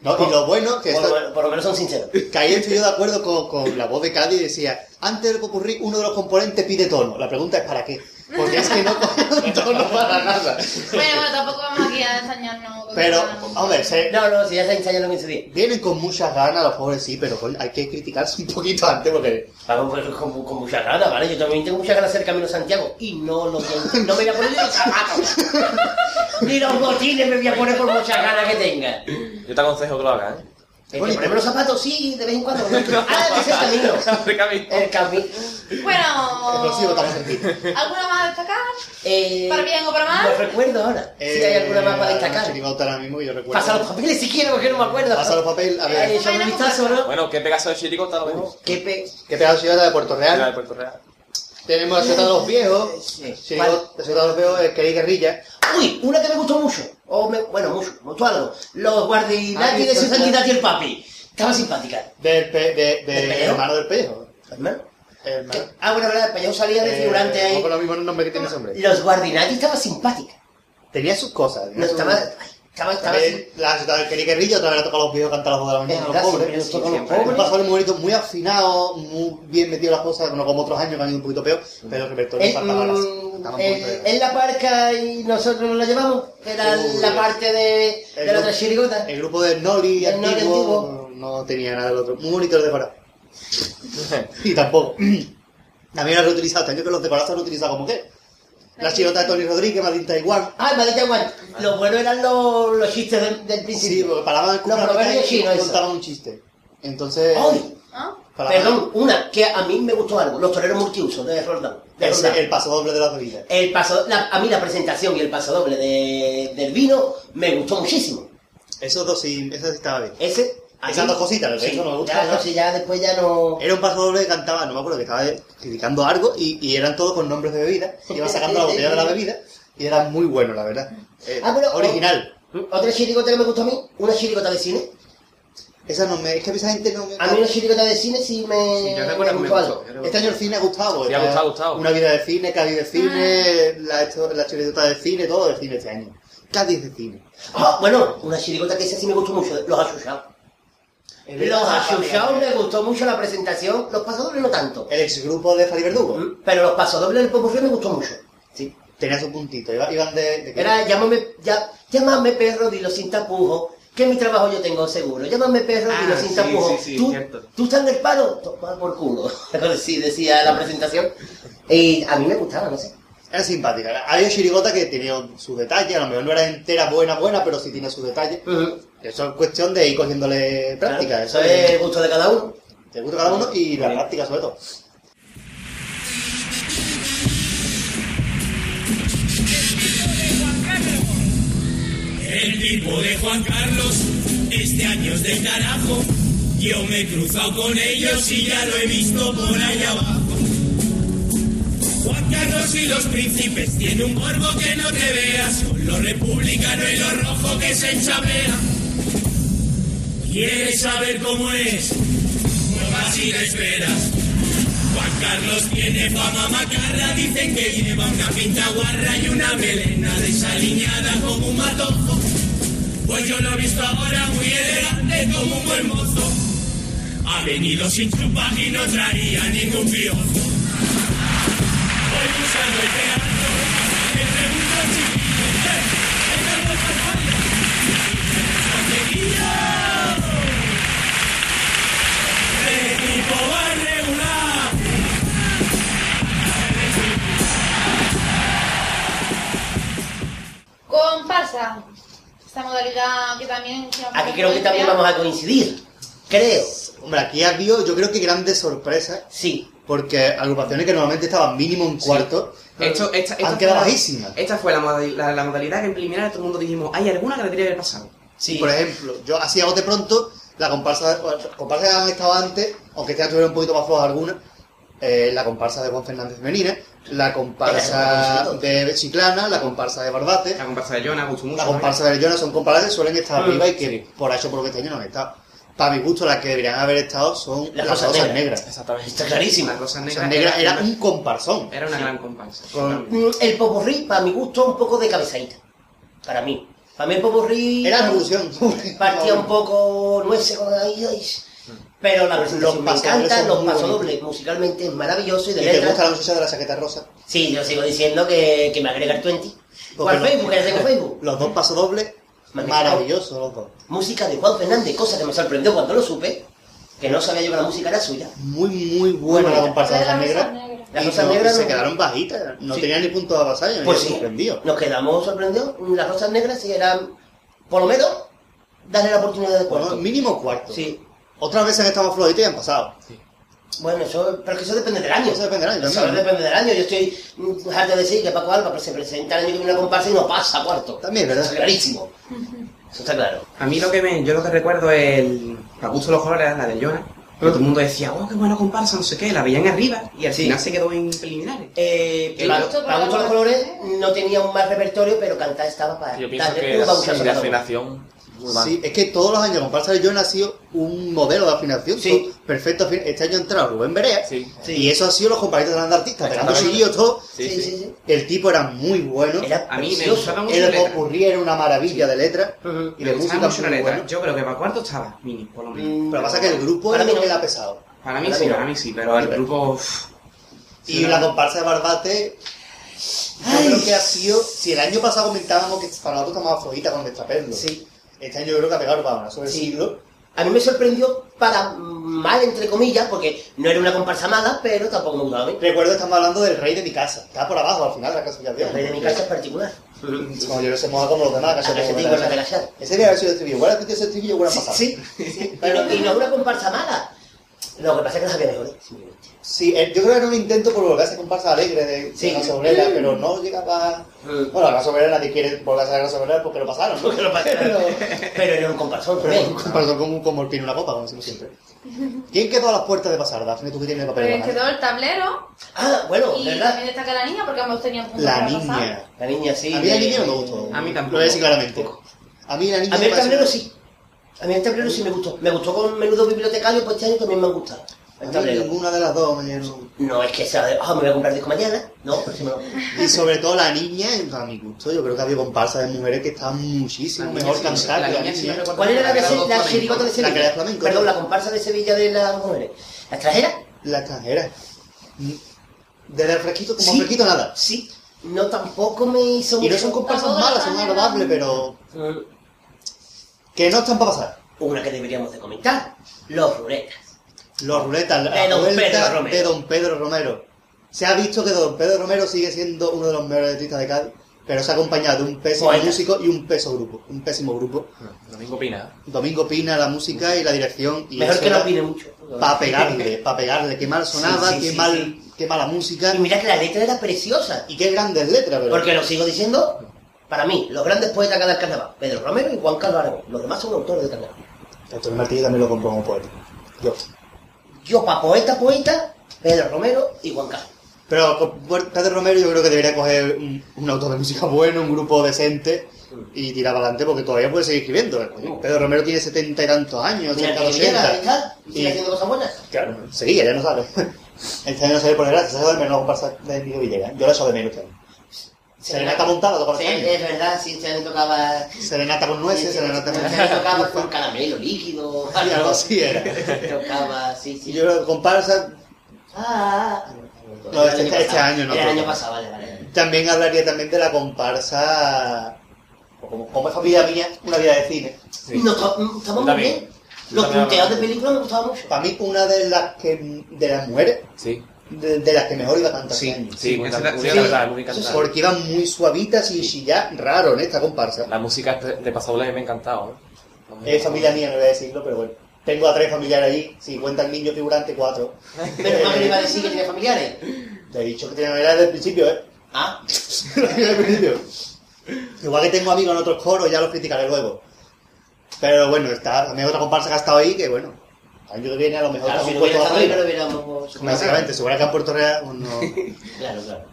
Speaker 1: No, y lo bueno, que,
Speaker 5: Por, lo
Speaker 1: esto,
Speaker 5: men- por lo menos son sinceros.
Speaker 1: que ahí estoy yo de acuerdo con, con la voz de Cádiz, decía, antes del popurrí uno de los componentes pide tono. La pregunta es ¿para qué? Porque es que no cogieron tono para nada.
Speaker 3: Bueno, bueno, tampoco vamos aquí a ensañarnos. con
Speaker 1: Pero,
Speaker 3: nada.
Speaker 1: hombre, se-
Speaker 5: No, no, si ya se ensayan los 15 días.
Speaker 1: vienen con muchas ganas, los pobres sí, pero coño, hay que criticarse un poquito antes porque...
Speaker 5: Vamos, pues, con, con mucha gana, ¿vale? Yo también tengo mucha gana de hacer Camino a Santiago. Y no, lo tengo- no me voy a poner ni los zapatos. ni los botines me voy a poner por mucha gana que tenga.
Speaker 6: Yo te aconsejo que lo hagas, ¿eh?
Speaker 5: Este, ponerme los zapatos, sí, de vez en cuando. Ah, que es el camino.
Speaker 6: Abre camino.
Speaker 5: El camino.
Speaker 1: Explosivo, estamos
Speaker 3: Bueno,
Speaker 1: cerquita.
Speaker 3: ¿alguna más a destacar?
Speaker 5: Eh,
Speaker 3: ¿Para bien o para mal?
Speaker 5: Lo recuerdo ahora. si hay alguna más para destacar.
Speaker 1: Eh, ahora mismo yo recuerdo...
Speaker 5: Pasa los papeles si quiero, porque no me acuerdo.
Speaker 1: Pasa los papeles, a ver.
Speaker 5: Eh, echa un vistazo, ¿no?
Speaker 6: Bueno, qué pegazo de chirigota lo vemos.
Speaker 5: Qué pe...
Speaker 1: ¿Qué pedazo de ciudad de Puerto
Speaker 6: Mira, de
Speaker 1: Real?
Speaker 6: Puerto Real.
Speaker 1: Tenemos la ciudad de los viejos.
Speaker 5: Sí.
Speaker 1: Sí, digo, La ciudad de los viejos es que hay guerrilla.
Speaker 5: Uy, una que me gustó mucho. O me- Bueno, mucho, me gustó algo. Los guardinati
Speaker 1: Ah,
Speaker 5: de su
Speaker 1: entonces-
Speaker 5: santidad y el papi. Estaba simpática.
Speaker 1: Del pe- de, de,
Speaker 5: ¿Del pellejo?
Speaker 1: hermano del pellejo.
Speaker 5: Hermano.
Speaker 1: Hermano.
Speaker 5: ¿Qué? Ah, bueno, verdad, el payaso salía de figurante
Speaker 1: Eh,
Speaker 5: ahí.
Speaker 1: no con los mismos nombres que tiene ese hombre.
Speaker 5: Los guardinati estaba simpática.
Speaker 1: Tenía sus cosas. tenía
Speaker 5: No,
Speaker 1: sus-
Speaker 5: estaba... ay, Estaba... Estaba...
Speaker 1: También
Speaker 5: así.
Speaker 1: Mm. la ciudad del Kelly Guerrilla, otra vez le toca a los viejos cantar a las dos de la mañana.
Speaker 5: Eh,
Speaker 1: a
Speaker 5: gracias,
Speaker 1: pobres.
Speaker 5: me gustó
Speaker 1: Sí,
Speaker 5: con los
Speaker 1: siempre.
Speaker 5: pobres.
Speaker 1: Un paso muy bonito, muy afinado, muy bien metido en las cosas, no como otros años que han ido un poquito peor, pero el repertorio
Speaker 5: Eh,
Speaker 1: faltaba las-
Speaker 5: mm,
Speaker 1: faltaba un
Speaker 5: el-
Speaker 1: poquito de-
Speaker 5: en la parca y nosotros nos la llevamos, que era
Speaker 1: Uy.
Speaker 5: la parte de, de
Speaker 1: El
Speaker 5: la
Speaker 1: grupo-
Speaker 5: otra chirigota.
Speaker 1: El grupo de Noli
Speaker 5: El Noli
Speaker 1: antiguo no tenía nada del otro. Muy bonito el decorado. y tampoco. También lo han reutilizado. Este año que los decorados se han utilizado como qué. La chirota de Tony Rodríguez, Madinta igual.
Speaker 5: Ah, me da igual. Lo bueno eran los, los chistes del, del
Speaker 1: Sí,
Speaker 5: principio.
Speaker 1: porque paraban el
Speaker 5: Los
Speaker 1: curro
Speaker 5: proverbios
Speaker 1: y
Speaker 5: chinos, eso.
Speaker 1: contaban un chiste. Entonces...
Speaker 5: Ay,
Speaker 3: ¿Ah?
Speaker 1: paraban-
Speaker 5: Perdón, una que a mí me gustó algo, los toreros multiuso de Roldán. de
Speaker 1: Ese,
Speaker 5: Roldán.
Speaker 1: el paso doble de las bebidas.
Speaker 5: El paso, la- a mí la presentación y el paso doble de- del vino me gustó muchísimo.
Speaker 1: Esos dos sí, eso sí estaba bien.
Speaker 5: Ese, a
Speaker 1: Esas
Speaker 5: mí-
Speaker 1: dos cositas, el
Speaker 5: sí,
Speaker 1: resto no me gusta,
Speaker 5: Ya,
Speaker 1: ¿no?
Speaker 5: entonces ya después ya no.
Speaker 1: Era un paso doble que cantaba, no me acuerdo, que estaba criticando algo y, y eran todos con nombres de bebidas. Iba sacando la botella de la bebida y era muy bueno, la verdad. Eh,
Speaker 5: Ah, pero-
Speaker 1: original.
Speaker 5: Otra chiricota que me gustó a mí, una chiricota de cine.
Speaker 1: Esa no me... Es que esa gente no me...
Speaker 5: A mí una chiricota de cine sí me.
Speaker 4: Sí, yo recuerdo que me
Speaker 5: algo.
Speaker 4: gustó, yo recuerdo.
Speaker 1: Este año el cine ha gustado.
Speaker 6: Sí, ha
Speaker 1: está
Speaker 6: gustado, ha gustado.
Speaker 1: Una vida de cine, Cádiz de cine, la, esto- la chuleta de cine, todo de cine este año. Cádiz de cine.
Speaker 5: Ah, bueno, una chiricota que esa sí me gustó mucho, los achuchados. Los
Speaker 1: ah,
Speaker 5: achuchados me gustó mucho la presentación, los pasodobles no tanto.
Speaker 1: El exgrupo de Fali Verdugo.
Speaker 5: Mm, Pero los pasodobles del Popurrí me gustó mucho. Sí.
Speaker 1: Tenía su puntito. iba- Iban de... de-
Speaker 5: Era llámame, ya, llámame perro, dilo sin tapujos, que mi trabajo yo tengo seguro. Llámame perro,
Speaker 4: Ah,
Speaker 5: dilo sin
Speaker 4: sí,
Speaker 5: tapujos.
Speaker 4: sí, sí,
Speaker 5: tú,
Speaker 4: cierto.
Speaker 5: tú estás en el palo, toma por culo. sí, decía la presentación. Y a mí me gustaba, no sé.
Speaker 1: Era simpática. Había chirigota que tenía sus detalles. A lo mejor no era entera buena, buena, pero sí tenía sus detalles. Eso es cuestión de ir cogiéndole práctica.
Speaker 5: Claro, eso es gusto de cada uno.
Speaker 1: Te gusta cada uno y la práctica sobre todo.
Speaker 2: El tipo de Juan Carlos, este año es del carajo. Yo me he cruzado con ellos y ya lo he visto por allá abajo. Juan Carlos y los príncipes tiene un morbo que no te veas, con lo republicano y lo rojo que se chabea. ¿Quieres saber cómo es? No vas y te esperas. Juan Carlos tiene fama macarra, dicen que lleva una pinta guarra y una melena desaliñada como un matojo. Pues yo lo he visto ahora muy elegante como un buen mozo. Ha venido sin chupa y no traía ningún piojo. Voy buscando el teatro, me pregunto al chiquillo, ¿qué? ¿Qué tal los alfaldes? ¡Chiquillo! El equipo va regular.
Speaker 3: Comparsa. Esta modalidad que también...
Speaker 5: Aquí creo que también vamos a coincidir. Creo.
Speaker 1: Hombre, aquí ha habido, yo creo que grandes sorpresas.
Speaker 5: Sí.
Speaker 1: Porque agrupaciones que normalmente estaban mínimo un cuarto
Speaker 4: Esto, esta, esta
Speaker 1: han quedado
Speaker 4: fue la- eh,
Speaker 1: bajísimas.
Speaker 4: Esta fue la, moda- la- la modalidad que en preliminar todo el mundo dijimos, hay alguna que la tiene que haber pasado.
Speaker 5: Sí.
Speaker 1: Por ejemplo, yo así a bote pronto, la comparsa, comparsa que han estado antes, aunque este año tuvieron un poquito más floja alguna, eh, la comparsa de Juan Fernández Femenina, la
Speaker 5: Era
Speaker 1: comparsa
Speaker 5: eso,
Speaker 1: de Chiclana, la comparsa de Barbate,
Speaker 4: La comparsa de Jonah gustó mucho.
Speaker 1: la
Speaker 4: también.
Speaker 1: comparsa de Jonas son comparables que suelen estar
Speaker 4: Mm,
Speaker 1: arriba y que por eso por lo que este año no han estado. Para mi gusto, las que deberían haber estado son las,
Speaker 5: Las
Speaker 1: cosas,
Speaker 5: Rosas
Speaker 1: negras.
Speaker 5: Negras.
Speaker 4: Exactamente.
Speaker 5: Está clarísima.
Speaker 4: La Rosa
Speaker 1: Las
Speaker 4: Negra,
Speaker 1: Rosas negras
Speaker 4: era,
Speaker 1: era un comparsón.
Speaker 4: era una gran comparsa.
Speaker 1: Con-
Speaker 5: Mm, El popurrí, para mi gusto, un poco de cabezadita. Para mí. Para mí el popurrí...
Speaker 1: Era revolución.
Speaker 5: Partía un poco nueces con ahí, ay. Pero la
Speaker 1: Pues Los
Speaker 5: presentación me
Speaker 1: pasodobles
Speaker 5: encanta,
Speaker 1: son
Speaker 5: los
Speaker 1: muy
Speaker 5: pasodobles. Musicalmente es maravilloso y
Speaker 1: ¿Y
Speaker 5: de
Speaker 1: te gusta
Speaker 5: letra...
Speaker 1: la muchacha de la Pues chaqueta rosa?
Speaker 5: Sí, yo sigo diciendo que, que me agrega el 20. O
Speaker 1: Porque
Speaker 5: al
Speaker 1: no.
Speaker 5: Facebook, que ya tengo Facebook.
Speaker 1: Los dos pasodobles,
Speaker 5: Magnífico.
Speaker 1: maravillosos los dos.
Speaker 5: Música de Juan Fernández, cosa que me sorprendió cuando lo supe. Que no sabía yo que la música era suya.
Speaker 1: Muy, muy buena
Speaker 5: Muy
Speaker 1: la
Speaker 5: bonita.
Speaker 1: comparsa de
Speaker 3: Era
Speaker 1: las
Speaker 3: la Rosa
Speaker 1: negras.
Speaker 3: Negra.
Speaker 5: Las
Speaker 1: Y
Speaker 5: Rosas
Speaker 1: no,
Speaker 5: Negras
Speaker 1: se
Speaker 5: no-
Speaker 1: quedaron bajitas, no
Speaker 4: Sí.
Speaker 1: tenían ni punto de pasaje, me
Speaker 5: Pues
Speaker 1: había
Speaker 5: sí,
Speaker 1: sorprendido.
Speaker 5: nos quedamos sorprendidos. Las rosas negras sí eran, por lo menos, darle la oportunidad de
Speaker 1: Bueno,
Speaker 5: cuarto.
Speaker 1: mínimo cuarto.
Speaker 5: Sí.
Speaker 1: Otras veces han estado flojitas y han pasado.
Speaker 5: Bueno, eso, pero que eso depende del año.
Speaker 1: Eso depende del año
Speaker 5: Eso
Speaker 1: también, ¿no?
Speaker 5: depende del año. Yo estoy mm, harto de decir que Paco Alba se presenta el año que viene a comparsa y no pasa a cuarto.
Speaker 1: También,
Speaker 5: Eso
Speaker 1: ¿verdad?
Speaker 5: está clarísimo. Eso está claro.
Speaker 4: A mí lo que me, yo lo que recuerdo es el, a gusto de los colores, la de Jonah. Todo el mundo decía, oh, qué buena comparsa, no sé qué, la veían arriba y al
Speaker 5: Sí.
Speaker 4: final se quedó en preliminares.
Speaker 5: Eh,
Speaker 4: Que
Speaker 5: para
Speaker 4: yo-
Speaker 5: para gustos los colores no tenía un mal repertorio, pero cantar estaba para
Speaker 6: Yo pienso
Speaker 5: darle
Speaker 6: que
Speaker 5: un
Speaker 6: la
Speaker 5: babuchazo a cada uno.
Speaker 6: afinación muy mal.
Speaker 1: Sí, es que todos los años la comparsa de John ha sido un modelo de afinación.
Speaker 5: Sí.
Speaker 1: son Perfecto. afin- Este año ha entrado Rubén Berea.
Speaker 6: Sí.
Speaker 5: Sí.
Speaker 1: Y eso ha sido los compañeros de artistas, pegando
Speaker 6: Exactamente.
Speaker 1: chillos todo.
Speaker 6: Sí,
Speaker 5: Sí, sí,
Speaker 6: sí.
Speaker 5: sí.
Speaker 1: El tipo era muy bueno.
Speaker 5: Era
Speaker 4: A mí me
Speaker 5: precioso.
Speaker 4: gustaba mucho la
Speaker 1: El
Speaker 4: letra.
Speaker 1: popurrí era una maravilla de letra.
Speaker 5: Ujú.
Speaker 1: Y
Speaker 4: me
Speaker 1: de
Speaker 4: gustaba
Speaker 1: música
Speaker 4: mucho la
Speaker 1: muy
Speaker 4: letra.
Speaker 1: bueno.
Speaker 4: Yo creo que para cuarto estaba, mínimo, por lo menos.
Speaker 5: Mm,
Speaker 1: Pero lo que pasa es que el grupo
Speaker 5: Para
Speaker 1: era
Speaker 5: mí
Speaker 1: lo
Speaker 5: no.
Speaker 1: que le ha pesado.
Speaker 4: Para mí
Speaker 5: Para
Speaker 4: sí,
Speaker 5: mí no.
Speaker 4: para mí sí, pero el
Speaker 1: Vale.
Speaker 4: grupo... uff,
Speaker 1: Y
Speaker 4: Sí,
Speaker 1: la
Speaker 4: no.
Speaker 1: comparsa de Barbate, yo creo que ha sido. Si el año pasado comentábamos que para nosotros estaba flojita con Destaperlo,
Speaker 5: Sí.
Speaker 1: este año yo creo que ha pegado para una sobre
Speaker 5: Sí.
Speaker 1: siglo.
Speaker 5: A mí me sorprendió para mal, entre comillas, porque no era una comparsa mala, pero tampoco me gustaba a mí.
Speaker 1: Recuerdo que estamos hablando del rey de mi casa. Está por abajo al final de la
Speaker 5: El
Speaker 1: clasificación.
Speaker 5: rey de mi casa es particular.
Speaker 1: Como yo no se moja como los demás, la
Speaker 5: Ah,
Speaker 1: clasificación.
Speaker 5: que se digo, la de la Shar.
Speaker 1: Ese debe haber sido el estribillo. Igual ha metido ese estribillo, igual ha pasado.
Speaker 5: Sí, sí. Pero, y no es una comparsa mala. Lo que pasa es que no sabía mejor. simplemente.
Speaker 1: Sí, eh, yo creo que era un intento por volverse comparsa alegre de,
Speaker 5: Sí.
Speaker 1: de la sobrera, pero no llegaba. Bueno, la sobrera nadie quiere volverse a la sobrera porque lo pasaron. ¿no?
Speaker 5: Porque lo pasé, pero, pero era un comparsón.
Speaker 1: Pero
Speaker 5: también.
Speaker 1: un comparador como, como el pino y una copa, como decimos siempre. ¿Quién quedó a las puertas de pasar, Dafne? ¿Tú que tienes el papel? en
Speaker 3: Pues
Speaker 1: la
Speaker 3: quedó
Speaker 1: mano?
Speaker 3: el tablero
Speaker 5: Ah, bueno,
Speaker 3: y
Speaker 5: ¿verdad?
Speaker 3: también destaca la niña porque ambos tenían puntos
Speaker 1: La
Speaker 3: para pasar.
Speaker 1: niña.
Speaker 5: La niña sí.
Speaker 1: A mí la
Speaker 5: eh,
Speaker 1: niña no me gustó.
Speaker 4: A mí tampoco.
Speaker 1: Lo voy a decir claramente. A mí la niña
Speaker 5: A mí
Speaker 1: me
Speaker 5: el
Speaker 1: parece-
Speaker 5: tablero sí. A mí el tablero sí me gustó. Me gustó con menudo bibliotecario, pues este año también me han gustado.
Speaker 1: A
Speaker 5: El
Speaker 1: mí
Speaker 5: tablero.
Speaker 1: ninguna de las dos me llenó.
Speaker 5: No es que sea de, ah, me voy a comprar disco mañana. No, pero sí me lo.
Speaker 1: Y sobre todo la niña, a mi gusto, yo creo que había comparsas de mujeres que estaban muchísimo
Speaker 4: La niña
Speaker 1: mejor
Speaker 4: sí,
Speaker 1: cantar
Speaker 4: la
Speaker 1: que la
Speaker 4: niña sí me
Speaker 1: niña.
Speaker 4: recuerda-
Speaker 5: ¿Cuál era la, de, Se- la chirigota de
Speaker 1: La que
Speaker 5: Sevilla?
Speaker 1: era de flamenco,
Speaker 5: Perdón,
Speaker 1: ¿no?
Speaker 5: la comparsa de Sevilla de las mujeres. ¿La extranjera?
Speaker 1: La extranjera. Mm. Desde el fresquito, como
Speaker 5: Sí.
Speaker 1: fresquito nada.
Speaker 5: Sí. No, tampoco me hizo
Speaker 1: Y no
Speaker 5: mucho.
Speaker 1: son comparsas
Speaker 3: Tampoco la
Speaker 1: malas, son
Speaker 3: extranjera.
Speaker 1: agradables, pero... Que no están para pasar.
Speaker 5: Una que deberíamos de comentar. Los ruletas.
Speaker 1: Los ruletas, la
Speaker 5: De Don
Speaker 1: vuelta
Speaker 5: Pedro Romero.
Speaker 1: de Don Pedro Romero. Se ha visto que Don Pedro Romero sigue siendo uno de los mejores artistas de Cádiz, pero se ha acompañado de un pésimo
Speaker 5: Poeta.
Speaker 1: músico y un pésimo grupo. Un pésimo grupo.
Speaker 6: Ah, Domingo Pina.
Speaker 1: Domingo Pina, la música y la dirección. Y
Speaker 5: Mejor
Speaker 1: eso
Speaker 5: que no
Speaker 1: era
Speaker 5: opine mucho.
Speaker 1: Pa' pegarle, pa' pegarle. Qué mal sonaba,
Speaker 5: Sí, sí,
Speaker 1: qué,
Speaker 5: sí,
Speaker 1: mal,
Speaker 5: sí.
Speaker 1: qué mala música.
Speaker 5: Y mira que la letra era preciosa.
Speaker 1: Y qué grandes letras, pero...
Speaker 5: Porque lo sigo diciendo, para mí, los grandes poetas que ha dado el carnaval, Pedro Romero y Juan Carlos Aragón. Los demás son autores del carnaval.
Speaker 1: Antonio Martínez también lo compró como poeta. Yo.
Speaker 5: Yo, para poeta, poeta, Pedro Romero y Juan Carlos.
Speaker 1: Pero con Puer- Pedro Romero yo creo que debería coger un, un autor de música bueno, un grupo decente y tirar para adelante porque todavía puede seguir escribiendo. eh, coño. Pedro Romero tiene setenta y tantos años,
Speaker 5: Mira,
Speaker 1: setenta,
Speaker 5: que bien, ahí
Speaker 1: ochenta.
Speaker 5: está, y sigue
Speaker 1: Y-
Speaker 5: haciendo cosas buenas.
Speaker 1: Claro, seguía, ya no sale. Este año no sale por desgracia, sale del menor comparsa de Emilio Villegas. Yo la echo de menos este año. Serenata montada, tocaba
Speaker 5: Sí,
Speaker 1: este año.
Speaker 5: es verdad, sí, este año tocaba...
Speaker 1: Serenata con nueces, serenata
Speaker 5: Este año tocaba con caramelo líquido,
Speaker 1: Y algo así era.
Speaker 5: Tocaba, sí,
Speaker 1: Y
Speaker 5: sí.
Speaker 1: yo creo que comparsa
Speaker 5: Ah, ah.
Speaker 1: No, este- este año no
Speaker 5: Era el
Speaker 1: toca.
Speaker 5: año pasado, vale, vale.
Speaker 1: También hablaría también de la comparsa, o como, como es vida mía, una vida de cine.
Speaker 5: No, to- mm, estamos muy
Speaker 6: También.
Speaker 5: bien. Los
Speaker 6: También.
Speaker 5: punteos de películas me gustaban mucho.
Speaker 1: Para mí, una de las que de las mujeres,
Speaker 6: Sí.
Speaker 1: de, de las que mejor iba a cantar.
Speaker 4: Sí.
Speaker 1: este año.
Speaker 6: Sí,
Speaker 4: Sí,
Speaker 6: muy
Speaker 4: esa
Speaker 6: can-
Speaker 4: es la-
Speaker 6: muy
Speaker 4: sí,
Speaker 6: cantada, muy cantada.
Speaker 1: Porque iban muy suavitas y chillar raro en esta comparsa.
Speaker 6: La música de Pasadoble me ha encantado. ¿eh?
Speaker 1: Es familia mía, no voy a decirlo, pero bueno. Tengo a tres familiares ahí, si cuentan niños figurante, cuatro.
Speaker 5: Menos mal que le iba a decir que tenía familiares.
Speaker 1: Te he dicho que tenía era desde el principio, ¿eh?
Speaker 5: Ah,
Speaker 1: Desde el principio. Igual que tengo amigos en otros coros, ya los criticaré luego. Pero bueno, está también otra comparsa que ha estado ahí, que bueno, año que viene a lo mejor
Speaker 5: claro,
Speaker 1: está
Speaker 5: si
Speaker 1: un
Speaker 5: no hubiera
Speaker 1: puesto más
Speaker 5: estado ahí no
Speaker 1: arriba.
Speaker 5: lo hubiéramos...
Speaker 1: Básicamente, seguro que en Puerto Real uno...
Speaker 5: Claro, claro.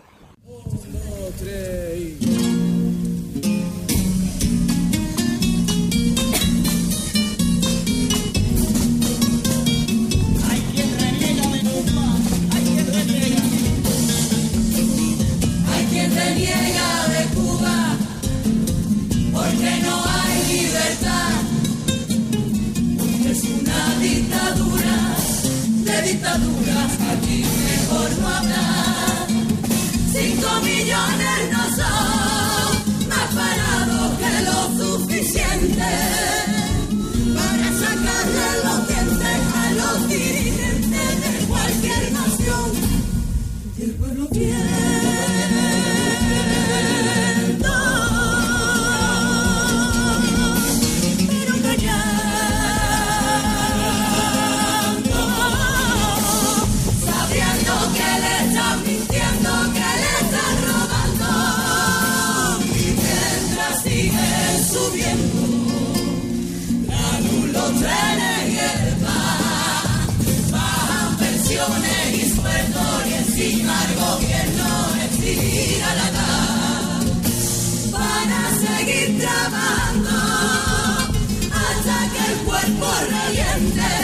Speaker 7: Hay quien reniega de Cuba, porque no hay libertad. Es una dictadura, de dictaduras aquí mejor no hablar. Cinco millones no son más parados que lo suficiente para sacarle los dientes a los dirigentes de cualquier nación. Y el pueblo viento, pero callando, sabiendo que le están mintiendo, que le están robando, y mientras siguen subiendo la luz, los trenes y el pan, bajan pensiones y sueldos y encima el gobierno estira la edad para seguir trabajando hasta que el cuerpo reviente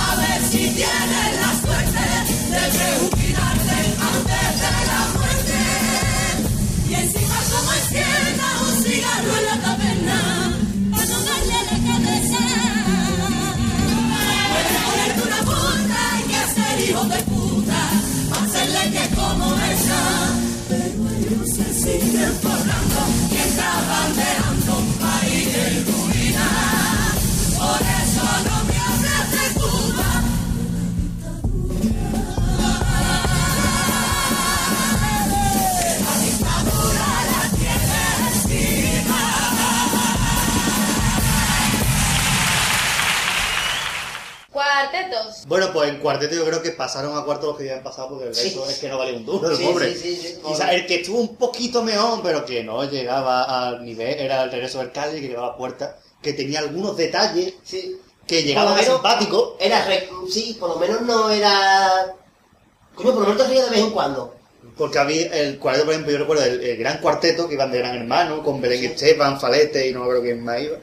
Speaker 7: a ver si tienes la suerte de prejubilarte antes de la muerte y encima como encienda un cigarro en la taberna para no darle la cabeza Puedes ponerte una punta y que ser hijo de puta. Va a ser
Speaker 3: Cuartetos.
Speaker 1: Bueno, pues en cuarteto yo creo que pasaron a cuarto los que ya han pasado porque el resto es que no vale un duro, el
Speaker 5: Sí,
Speaker 1: pobre.
Speaker 5: sí, sí, sí,
Speaker 1: Quizá
Speaker 5: pobre.
Speaker 1: el que estuvo un poquito mejor, pero que no llegaba al nivel, era el regreso del Cali que llevaba a puerta, que tenía algunos detalles
Speaker 5: Sí.
Speaker 1: que llegaban a
Speaker 5: menos-
Speaker 1: simpático.
Speaker 5: Era re- Sí, por lo menos no era... Coño, por lo menos te ríes de vez en cuando.
Speaker 1: Porque había el cuarteto, por ejemplo, yo recuerdo el, el gran cuarteto que iban de Gran Hermano, con Belén Esteban, Falete y no me acuerdo quién más iba.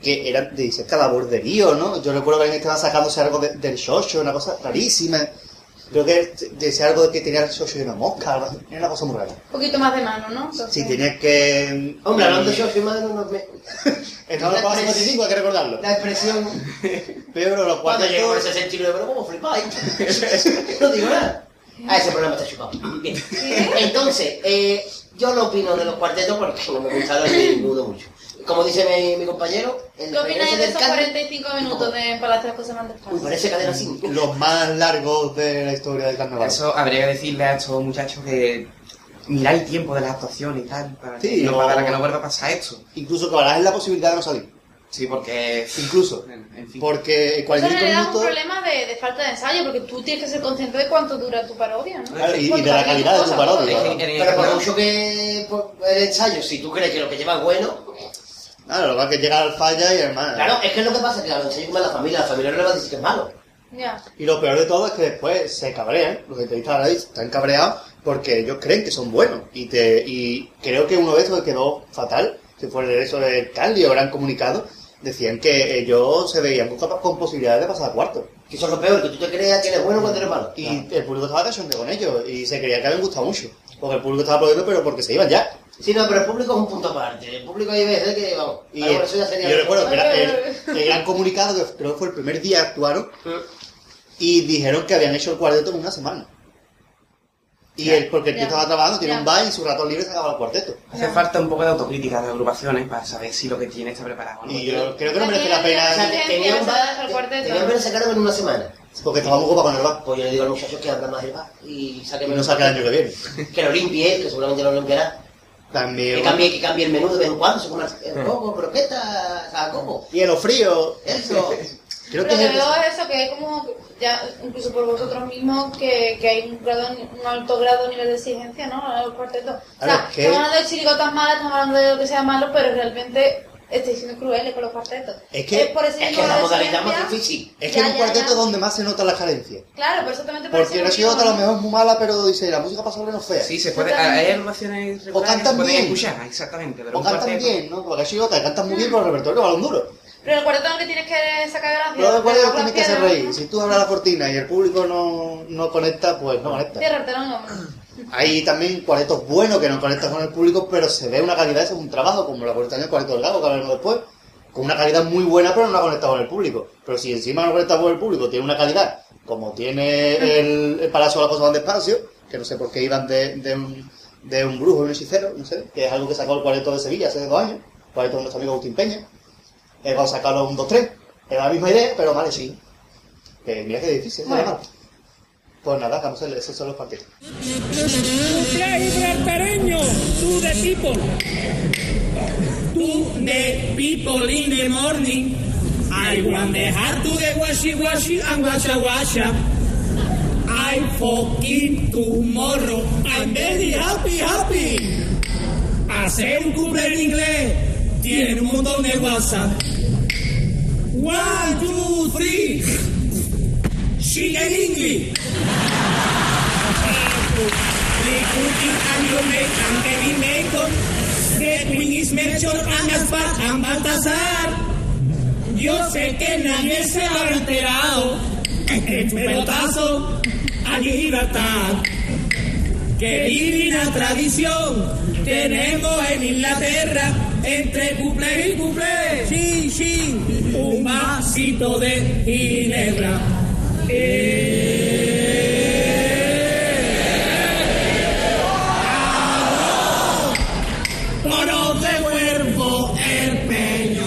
Speaker 1: Que era de cierta laborderío, ¿no? Yo recuerdo que Belén Esteban sacándose algo de- del shosho, una cosa rarísima. Creo que decía algo de que tenía el shosho de una mosca, algo así. era una cosa muy rara.
Speaker 3: Un poquito más de mano, ¿no? Entonces-
Speaker 1: Si tenías que. mm,
Speaker 5: Hombre, hablando yo, soy madre, no me...
Speaker 1: En todos los pavos 55 hay que recordarlo.
Speaker 5: La expresión...
Speaker 1: Pero los
Speaker 5: Cuando
Speaker 1: cuartetos.
Speaker 5: llego con ese sentido de broma, como flipáis. no digo nada. Ah, ese problema está chupado. Bien. Entonces, eh, yo no opino de los cuartetos porque no me gustaron ninguno mucho. Como dice mi, mi compañero, el
Speaker 3: ¿Qué opináis
Speaker 5: regreso
Speaker 3: de
Speaker 5: del
Speaker 3: esos
Speaker 5: Cádiz-
Speaker 3: 45 minutos de Palacio de José Manuel
Speaker 5: Uy, parece cadena 5.
Speaker 1: Los más largos de la historia del carnaval.
Speaker 4: Eso habría que decirle a estos muchachos que mirar el tiempo de las actuaciones y tal, para,
Speaker 1: Sí,
Speaker 4: que, no,
Speaker 1: o-
Speaker 4: para que no vuelva a pasar esto.
Speaker 1: Incluso que barajes la posibilidad de no salir.
Speaker 4: Sí, porque...
Speaker 1: Incluso.
Speaker 4: En, en fin.
Speaker 1: Porque
Speaker 3: Eso en
Speaker 1: 45
Speaker 3: realidad es un
Speaker 1: minutos.
Speaker 3: problema de, de falta de ensayo, porque tú tienes que ser consciente de cuánto dura tu parodia, ¿no?
Speaker 1: Claro, y- y de la calidad de tu parodia,
Speaker 4: Es que
Speaker 1: claro.
Speaker 4: en el
Speaker 5: Pero por
Speaker 4: carnaval-
Speaker 5: mucho que por el ensayo, si tú crees que lo que lleva es bueno,
Speaker 1: Claro, lo que pasa es ¿eh? que llega al falla y hermano.
Speaker 5: claro, es que es lo que pasa, que a los ensayos que va la familia, la familia no le va a decir que es malo.
Speaker 3: Ya.
Speaker 1: Y lo peor de todo es que después se cabrean, los entrevistas ahora están cabreados porque ellos creen que son buenos. Y te y creo que uno de esos que quedó fatal, que fue el de eso de Candy, ahora han comunicado, decían que ellos se veían con, capa- con posibilidades de pasar a cuarto.
Speaker 5: Que eso es lo peor, que tú te creas que eres bueno cuando eres malo.
Speaker 1: Y el público estaba cachondeo con ellos y se creía que habían gustado mucho. Porque el público estaba aplaudiendo, pero porque se iban ya.
Speaker 5: Sí, no, pero el público es un punto aparte. El público hay veces que, vamos,
Speaker 1: Y
Speaker 5: ah, bueno, eso ya sería...
Speaker 1: yo recuerdo que era
Speaker 3: Ay,
Speaker 1: el,
Speaker 3: ay,
Speaker 1: el gran comunicado, que creo que fue el primer día que actuaron, y dijeron que habían hecho el cuarteto en una semana. Y él, porque el tío
Speaker 3: Ya.
Speaker 1: estaba trabajando, tiene
Speaker 3: Ya.
Speaker 1: un bar y en su rato libre sacaba el cuarteto.
Speaker 4: Hace falta un poco de autocrítica de las agrupaciones para saber si lo que tiene está preparado. o no.
Speaker 1: Y yo creo que no merece la
Speaker 5: O
Speaker 1: pena,
Speaker 5: sea,
Speaker 3: Gente,
Speaker 5: tenía un
Speaker 3: se va a
Speaker 5: bar,
Speaker 3: dejar cuarteto.
Speaker 5: tenía un bar sacaron en una semana.
Speaker 1: porque estaba muy copa con el bar.
Speaker 5: Pues yo le digo al muchacho que abra más el bar y saque
Speaker 1: Y
Speaker 5: menos
Speaker 1: no saca el año que viene.
Speaker 5: Que lo limpie, que seguramente lo limpiará.
Speaker 1: También.
Speaker 5: Que Ah. cambie, que cambie el menú de vez en cuando, según el- el coco, croqueta, a coco.
Speaker 1: Y en lo frío.
Speaker 5: Eso.
Speaker 1: Creo que
Speaker 3: Pero que
Speaker 1: es
Speaker 3: veo es eso, que es como, ya, incluso por vosotros mismos, que, que hay un, grado, un alto grado de nivel de exigencia, ¿no? A los cuartetos. O
Speaker 1: Claro, es
Speaker 3: sea,
Speaker 1: que-
Speaker 3: estamos hablando de chirigotas malas, estamos hablando de lo que sea malo, pero realmente estáis siendo crueles con los cuartetos.
Speaker 1: Es que-
Speaker 3: por ese
Speaker 5: Es
Speaker 3: mismo
Speaker 5: que es la
Speaker 3: grado de
Speaker 5: modalidad más
Speaker 3: exigencia.
Speaker 5: difícil.
Speaker 1: Es que
Speaker 3: Ya,
Speaker 1: es un
Speaker 3: ya,
Speaker 1: cuarteto
Speaker 3: ya.
Speaker 1: donde más se nota la carencia.
Speaker 3: Claro, pero exactamente por
Speaker 1: Porque
Speaker 3: eso
Speaker 1: la
Speaker 3: mismo,
Speaker 1: chigota a lo
Speaker 3: ¿no?
Speaker 1: mejor es muy mala, pero dice, la música pasable no es fea.
Speaker 4: Sí, se puede, hay agrupaciones regulares que se
Speaker 1: cantan
Speaker 4: pueden
Speaker 1: bien.
Speaker 4: escuchar, exactamente. Pero
Speaker 1: O
Speaker 4: un
Speaker 1: cantan
Speaker 4: cuarteto-
Speaker 1: bien, ¿no? Porque hay chigotas que cantan muy bien, pero el repertorio va a un duro.
Speaker 3: Pero el cuarteto aunque tienes que sacar gracia.
Speaker 1: Pero de acuerdo,
Speaker 3: sacar
Speaker 1: tienes que
Speaker 3: gracia,
Speaker 1: hacer
Speaker 3: ¿no?
Speaker 1: reír. Si tú hablas la cortina y el público no, no conecta, pues no conecta.
Speaker 3: Cierra el telón, hombre.
Speaker 1: Hay también cuartetos buenos que no conectan con el público, pero se ve una calidad, eso es un trabajo, como la cuarteta del cuarteto del Gago, que hablaremos después, con una calidad muy buena, pero no ha conectado con el público. Pero si encima no conecta con el público, tiene una calidad, como tiene el, el Palacio de las Cosas Van Despacio, que no sé por qué iban de, de un, de un brujo, un hechicero, no sé, que es algo que sacó el cuarteto de Sevilla hace dos años, el cuarteto de nuestro amigo Agustín Peña, él va a sacarlo un 2-3, era la misma idea, pero mal sí. Que mira que difícil, ¿no?
Speaker 3: Bueno.
Speaker 1: Pues nada, vamos a ver, esos son los partidos.
Speaker 2: Ultra gibraltareño, tú de people. Tú de people in the morning. I want the heart to the washi washi and washa washa. I fucking tomorrow. I'm very happy, happy. Hacer un cumple en inglés tiene un montón de WhatsApp. One, two, three. She can English. The cooking and you make and baby makeup. The queen is Melchor and Gaspar and Baltasar. Yo sé que nadie se habrá enterado el pelotazo a Gibraltar. Qué divina tradición tenemos en Inglaterra entre cumple y cumple. Sí, sí, un vasito de ginebra. Eh. Oro de cuerpo empeño.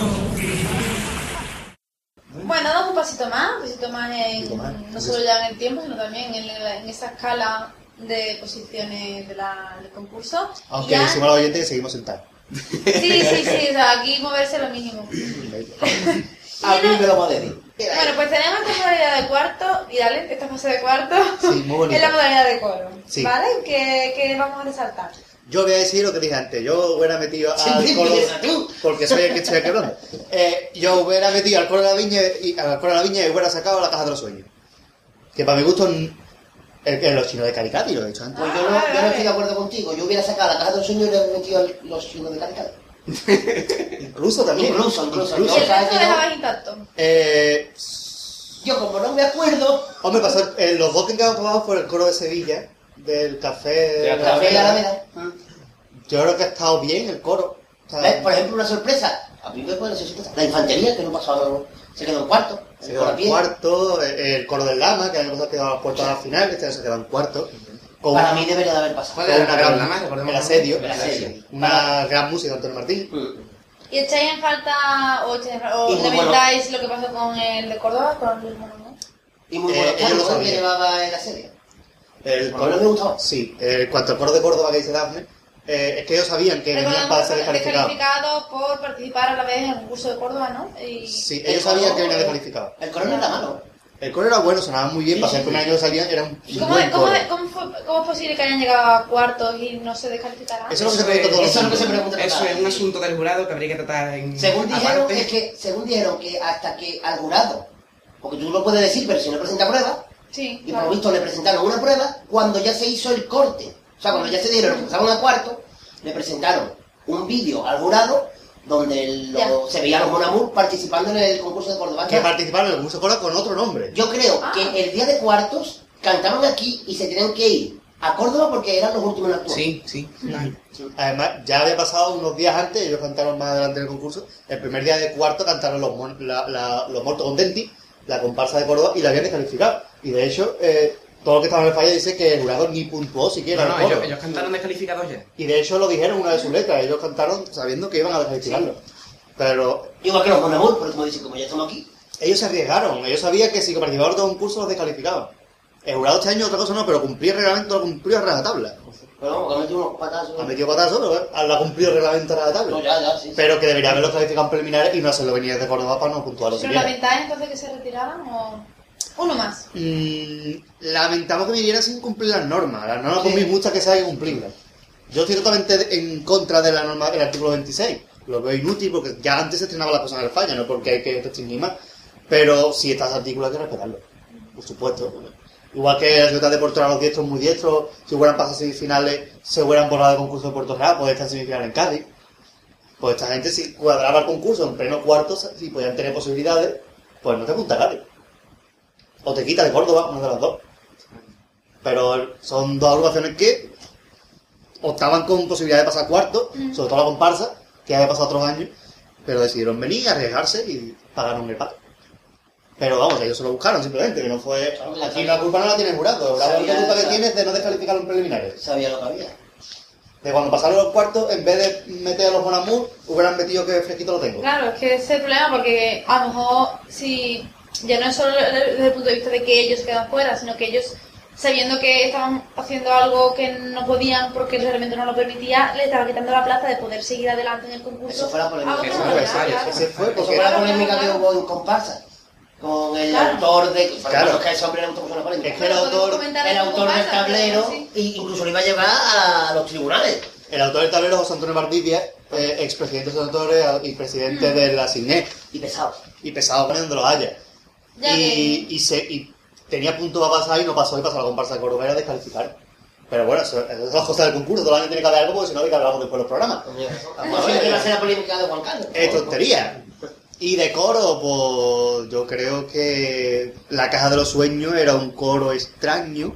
Speaker 3: Bueno, damos un pasito más, un pasito más
Speaker 1: poquito más.
Speaker 3: en, no solo ya en el tiempo, sino también en, la- en esa escala de posiciones de la- del concurso.
Speaker 1: Aunque
Speaker 3: Y ya-
Speaker 1: decimos a los oyentes que seguimos sentados.
Speaker 3: Sí, sí, sí, o sea, aquí moverse lo mínimo.
Speaker 1: Venga.
Speaker 3: Y
Speaker 5: A mí
Speaker 3: no-
Speaker 5: me lo va a decir.
Speaker 3: Bueno, pues tenemos que por cuarto, Vidal, esta fase de cuarto,
Speaker 1: Sí, muy bonito.
Speaker 3: es la modalidad de coro.
Speaker 1: Sí.
Speaker 3: ¿Vale? ¿Qué, qué vamos a resaltar?
Speaker 1: Yo voy a decir lo que dije antes. Yo hubiera metido al
Speaker 5: Siempre
Speaker 1: coro.
Speaker 5: empieza tú.
Speaker 1: Porque soy el que estoy aquí hablando. Eh, yo hubiera metido al coro de la viña y, al coro de la viña y hubiera sacado la caja de los sueños. Que para mi gusto n- el, el- los chinos de Caricati, lo he dicho antes.
Speaker 5: Pues yo no, yo no estoy de acuerdo contigo. Yo hubiera sacado la caja de los sueños y le hubiera metido el- los chinos de Caricati.
Speaker 1: Incluso también.
Speaker 5: Ah. Incluso, incluso.
Speaker 3: Y
Speaker 5: No,
Speaker 3: el
Speaker 5: sabes
Speaker 3: resto
Speaker 5: que no.
Speaker 3: dejabas intacto.
Speaker 1: Eh,
Speaker 5: Yo como no me acuerdo,
Speaker 1: hombre, pasó el- eh, los dos que han quedado probados por el coro de Sevilla, del café. de
Speaker 6: Ya está.
Speaker 1: la
Speaker 5: café
Speaker 1: Vega.
Speaker 5: de eh, la Alameda.
Speaker 1: Yo creo que ha estado bien el coro. O sea,
Speaker 5: ¿Ves? Por ejemplo, una sorpresa. A mí me puede ser sorpresa. La infantería, que no pasó, se quedó en cuarto.
Speaker 1: Se quedó en
Speaker 5: Puntapié.
Speaker 1: cuarto, eh, el coro del Lama, que el año pasado quedaba puerto a la final, este año se quedó en cuarto. Con
Speaker 5: Para mí debería de haber pasado.
Speaker 4: Juega el
Speaker 1: una
Speaker 4: Coro del
Speaker 1: gran-
Speaker 4: Lama, recordemos.
Speaker 1: el asedio,
Speaker 5: El asedio.
Speaker 1: una gran música de Antonio Martín.
Speaker 3: ¿Y echáis en falta o, echáis en falta- o
Speaker 5: Y muy bueno.
Speaker 3: lamentáis lo que pasó con el de Córdoba? Con el,
Speaker 5: Y muy
Speaker 1: Eh,
Speaker 5: bueno.
Speaker 1: ellos lo
Speaker 5: Claro, que
Speaker 1: sabían.
Speaker 5: llevaba en la serie.
Speaker 1: El
Speaker 5: Bueno, me gustaba.
Speaker 1: sí, eh, en cuanto al coro de Córdoba que dice Dafne, eh, es que ellos sabían que venían para ser descalificados.
Speaker 3: descalificado por participar a la vez en el concurso de Córdoba, ¿no? Y...
Speaker 1: Sí, ellos sabían que venían descalificados.
Speaker 5: El corona era malo.
Speaker 1: El coro era bueno, sonaba muy bien,
Speaker 5: Sí,
Speaker 1: para ser
Speaker 5: sí,
Speaker 1: el primer
Speaker 5: sí.
Speaker 1: año que salían era un
Speaker 3: ¿Y ¿Cómo,
Speaker 1: buen
Speaker 3: cómo-
Speaker 1: coro.
Speaker 3: cómo fue- cómo es posible que hayan llegado a cuartos y no se descalificaran?
Speaker 1: Eso es lo que se pregunta todo
Speaker 5: Eso es lo que se
Speaker 1: el mundo.
Speaker 5: pregunta.
Speaker 4: Eso es un asunto del jurado que habría que tratar en.
Speaker 5: Según dijeron,
Speaker 4: aparte.
Speaker 5: es que, según dijeron que hasta que al jurado, porque tú lo puedes decir, pero si no presenta prueba,
Speaker 3: Sí,
Speaker 5: y por
Speaker 3: claro.
Speaker 5: lo visto le presentaron una prueba cuando ya se hizo el corte. O sea, cuando ya se dieron, que pasaron a cuarto, le presentaron un vídeo al jurado donde lo-
Speaker 3: Ya.
Speaker 5: se veía a los Monamur participando en el concurso de Córdoba.
Speaker 1: Que participaron en el concurso de coro con otro nombre.
Speaker 5: Yo creo
Speaker 3: Ah.
Speaker 5: que el día de cuartos cantaron aquí y se tenían que ir a Córdoba porque eran los últimos en actuar.
Speaker 4: Sí, sí. Ay.
Speaker 1: Además, ya había pasado unos días antes, ellos cantaron más adelante en el concurso. El primer día de cuarto cantaron los, mon- la- la- los Mortos con Denti, la comparsa de Córdoba, y la habían descalificado. Y de hecho, eh, todo lo que estaba en el fallo dice que el jurado ni puntuó siquiera.
Speaker 4: No, no,
Speaker 1: el coro.
Speaker 4: ellos, ellos cantaron descalificados ya.
Speaker 1: Y de hecho lo dijeron en una de sus letras, ellos cantaron sabiendo que iban a descalificarlo. Pero
Speaker 5: Igual que los Monamur, pero como dicen, como ya estamos aquí,
Speaker 1: ellos se arriesgaron, ellos sabían que si participaban de un concurso los descalificaban. El jurado este año otra cosa no, pero cumplí el reglamento, lo cumplió a rajatabla.
Speaker 5: pero vamos, que han metido unos patazos.
Speaker 1: Ha metido patazo, pero eh, la cumplió el reglamento a rajatabla.
Speaker 5: No, ya, ya, sí. sí.
Speaker 1: Pero que debería haberlo calificado en preliminares y no hacerlo venir de Córdoba para no puntuar lo que
Speaker 3: ¿Pero
Speaker 1: quiera.
Speaker 3: lamentáis entonces que se retiraran o...? Uno más.
Speaker 1: Mm, lamentamos que vinieran sin cumplir las normas. Las normas
Speaker 5: Sí.
Speaker 1: por mí muchas que se hayan cumplido. Yo estoy totalmente en contra de la norma del artículo 26. Lo veo inútil porque ya antes se estrenaba la cosa en el falla, no porque hay que restringir más. Pero si estás artículo hay que respetarlo. Por supuesto. Igual que la ciudad de Puerto Real, los diestros muy diestros, si hubieran pasado semifinales, se hubieran borrado el concurso de Puerto Real, pues estar en semifinal en Cádiz. Pues esta gente si cuadraba el concurso en pleno cuarto, si podían tener posibilidades, pues no te apunta a Cádiz. O te quita de Córdoba, una de las dos. Pero son dos agrupaciones que optaban con posibilidad de pasar cuarto, sobre todo la comparsa, que había pasado otros años, pero decidieron venir, arriesgarse y pagaron el pato. Pero vamos, ellos se lo buscaron simplemente, que no fue.
Speaker 5: Claro, claro.
Speaker 1: Aquí la culpa no la tiene el jurado, la única
Speaker 5: Sabía
Speaker 1: culpa que
Speaker 5: esa.
Speaker 1: tiene es de no descalificar los preliminares.
Speaker 5: Sabía lo que había.
Speaker 1: De cuando pasaron los cuartos, en vez de meter a los Bonamur, hubieran metido que fresquito lo tengo.
Speaker 3: Claro, es que ese es el problema porque a lo mejor si ya no es solo desde el punto de vista de que ellos quedan fuera, sino que ellos sabiendo que estaban haciendo algo que no podían porque realmente no lo permitía, le estaba quitando la plaza de poder seguir adelante en el concurso.
Speaker 5: Eso fue la polémica,
Speaker 3: A otro
Speaker 4: eso
Speaker 3: lugar,
Speaker 4: fue necesario,
Speaker 3: claro.
Speaker 4: eso
Speaker 1: Se fue
Speaker 5: Eso
Speaker 1: porque.
Speaker 5: fue la
Speaker 3: Claro,
Speaker 5: polémica
Speaker 3: claro,
Speaker 5: que
Speaker 3: claro.
Speaker 5: hubo en comparsa. Con el
Speaker 3: Claro.
Speaker 5: autor de.
Speaker 1: Claro.
Speaker 5: Claro. Que ese hombre era autor de una polémica.
Speaker 1: Es que el
Speaker 3: Bueno, podemos
Speaker 1: autor-
Speaker 3: comentar
Speaker 5: el
Speaker 3: algo
Speaker 5: autor
Speaker 3: más,
Speaker 5: del tablero
Speaker 3: sí.
Speaker 5: e incluso lo iba a llevar a los tribunales.
Speaker 1: El autor del tablero, José Antonio Martínez, eh, expresidente de San Antonio y presidente de la CINE,
Speaker 5: Y pesado.
Speaker 1: y pesado con donde lo haya.
Speaker 3: Ya
Speaker 1: Y, y se, y tenía punto a pasar y no pasó, y pasó la comparsa de Córdoba y la descalificaron. Pero bueno, eso, esas son las cosas del concurso, todo el año tiene que haber algo, porque si no, hay que hablamos después de los programas.
Speaker 5: Como siempre va a ser la polémica de Juan Carlos.
Speaker 1: ¿eh? Es tontería. Y de coro, pues yo creo que La Caja de los Sueños era un coro extraño,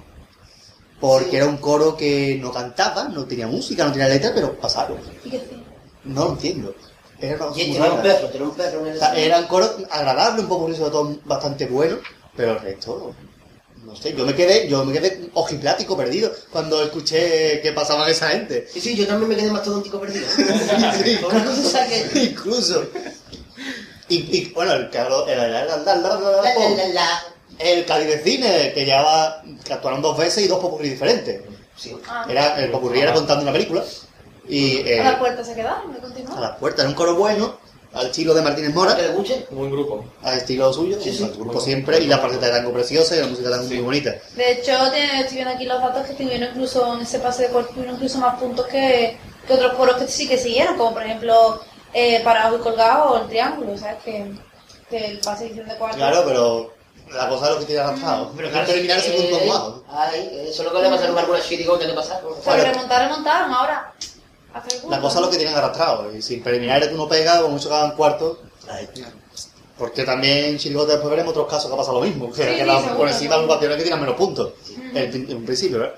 Speaker 1: porque
Speaker 5: Sí.
Speaker 1: era un coro que no cantaba, no tenía música, no tenía letra, pero pasaron.
Speaker 3: ¿Y qué hacía?
Speaker 1: No lo entiendo. Era una cosa
Speaker 5: Y él
Speaker 1: muy
Speaker 5: tenía un
Speaker 1: rara.
Speaker 5: perro, tenía un perro en
Speaker 1: O
Speaker 5: el.
Speaker 1: sea, era un coro agradable, un poco sobre todo bastante bueno, pero el resto, no sé, yo me quedé, yo me quedé ojiplático perdido cuando escuché que pasaban esa gente.
Speaker 5: Sí, sí, yo también me quedé mastodóntico perdido. Por una cosa que.
Speaker 1: Incluso. Y, y, bueno, el caro- el, el, el,
Speaker 5: La, la,
Speaker 1: el,
Speaker 5: la, la.
Speaker 1: el Cádiz de Cine, que llevaba, que actuaron dos veces y dos popurrí diferentes.
Speaker 5: Sí.
Speaker 3: Ah,
Speaker 1: Era, el popurrí era contando una película y...
Speaker 3: a
Speaker 1: eh,
Speaker 3: la puerta se quedaron, me continuó.
Speaker 1: a las puertas. Era un coro bueno, al estilo de Martínez Mora,
Speaker 5: ¿Que le guste?
Speaker 8: Un buen grupo.
Speaker 1: al estilo suyo,
Speaker 5: Sí, sí.
Speaker 1: al grupo siempre, y la parte de tango preciosa y la música de tango
Speaker 8: Sí.
Speaker 1: muy bonita.
Speaker 3: De hecho, tiene- estoy viendo aquí los datos que tuvieron incluso en ese pase de corte, tuvieron incluso más puntos que, que otros coros que sí que siguieron, como por ejemplo eh, Parado y Colgado o El Triángulo, ¿sabes? Que, que el pase de edición de cuarto.
Speaker 1: Claro, pero la cosa es lo que tiene adaptado. Pero claro, terminar ese punto
Speaker 5: Eh,
Speaker 1: guapo.
Speaker 5: Ay, eso es lo que le pasa a Marco Lachi, digo, ¿qué le pasa?
Speaker 3: Pero
Speaker 1: Claro.
Speaker 3: remontar, remontaron ahora. Hasta el punto.
Speaker 1: La cosa es lo que tienen arrastrado. Y si preliminares tú no pegas, por mucho que hagan cuarto. Porque también en Chirigote después veremos otros casos que pasa lo mismo. Que,
Speaker 3: Sí,
Speaker 1: que
Speaker 3: sí,
Speaker 1: la-
Speaker 3: seguro,
Speaker 1: por encima de
Speaker 3: seguro.
Speaker 1: los campeones que tiran menos puntos. En, prin- en un principio, ¿verdad?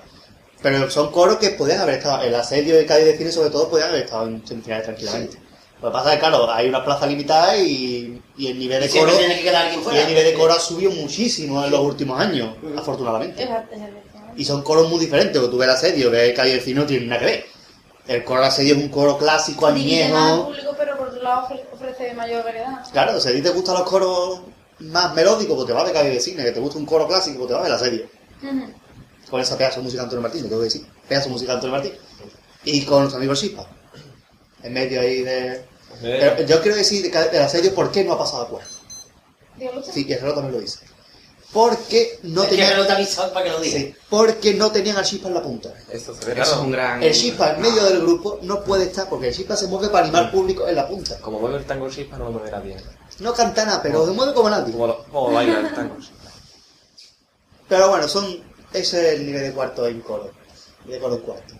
Speaker 1: Pero son coros que podían haber estado. El asedio de Cádiz de Cine, sobre todo, podían haber estado en semifinales tranquilamente. Lo que pasa es que, claro, hay una plaza limitada y, y el nivel de
Speaker 5: Siempre
Speaker 1: coro.
Speaker 5: tiene que quedar alguien
Speaker 1: Y
Speaker 5: fuera.
Speaker 1: el nivel de coro ha subido muchísimo en los últimos años,
Speaker 5: Ujú.
Speaker 1: afortunadamente.
Speaker 3: Es arte, es arte.
Speaker 1: Y son coros muy diferentes, que tú ves el asedio, que el calle del Cine no tiene nada que ver. El coro del asedio es un coro clásico,
Speaker 3: Divide más al
Speaker 1: añejo.
Speaker 3: público, pero por otro lado ofre- ofrece mayor variedad.
Speaker 1: Claro, si a ti te gustan los coros más melódicos, pues te va a ver calle de cine. Que te gusta un coro clásico, pues te va a ver el asedio.
Speaker 3: Ujú.
Speaker 1: Con esa pedazo de música de Antonio Martín, lo tengo que decir. Pedazo de música de Antonio Martín. Y con nuestro amigo el Chispa. En medio ahí de... Pero yo quiero decir de ca- del asedio por qué no ha pasado a cuarto.
Speaker 3: Dígalo usted.
Speaker 1: Sí, y el reloj también lo dice. Porque no
Speaker 5: Es que
Speaker 1: tenían...
Speaker 5: no te avisan para que lo diga.
Speaker 1: sí, porque no tenían al Chispa en la punta.
Speaker 8: Eso se ve
Speaker 4: Eso es
Speaker 8: claro.
Speaker 4: un gran...
Speaker 1: El chispa en medio del grupo no puede estar porque el chispa se mueve para animar público en la punta.
Speaker 8: Como mueve el tango el chispa, no lo mueve nadie.
Speaker 1: No canta nada, pero se mueve como nadie.
Speaker 8: Como, lo- como baila el tango el chispa.
Speaker 1: Pero bueno, son ese es el nivel de cuarto en coro. De coro en cuarto.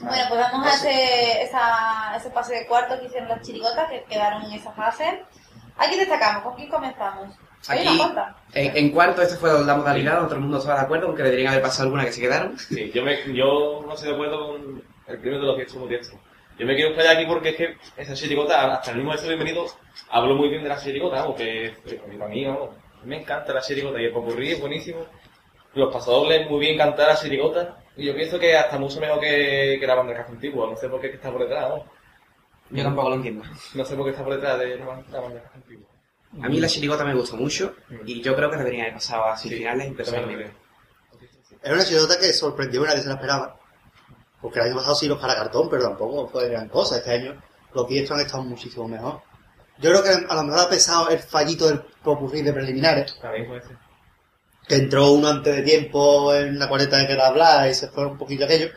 Speaker 3: Bueno, pues vamos a ese, esa- ese pase de cuarto que hicieron las chirigotas que quedaron en esa fase. Aquí destacamos, ¿con quién comenzamos? Hay
Speaker 4: Aquí,
Speaker 3: una cuarta.
Speaker 4: en, en cuarto, esta fue la modalidad, donde todo el mundo estaba de acuerdo, aunque deberían haber pasado alguna que se quedaron.
Speaker 8: Sí, yo, me, yo no estoy de acuerdo con el primero de los que estuvo diestro. Yo me quiero callar aquí porque es que esa chirigota, hasta el mismo ese bienvenido, habló muy bien de la chirigota, porque a mí vamos, me encanta la chirigota y el popurrí es buenísimo. Los pasodobles muy bien cantar la chirigota y yo pienso que hasta mucho mejor que, que la banda de Café Antigua, no sé por qué es que está por detrás, vamos.
Speaker 4: Yo tampoco lo entiendo.
Speaker 8: no sé por qué está por detrás de la, ban- la banda de Café Antigua.
Speaker 4: A mí la chirigota me gusta mucho y yo creo que deberían haber pasado a semifinales personalmente.
Speaker 1: Era una ciudad que sorprendió, nadie se la esperaba. Porque el año pasado sí los para cartón, pero tampoco fue gran cosa. Este año los diestros han estado muchísimo mejor. Yo creo que a lo mejor ha pesado el fallito del popurrí de preliminares.
Speaker 8: También puede ser.
Speaker 1: que entró uno antes de tiempo en la cuarenta de que era hablar y se fue un poquillo aquello.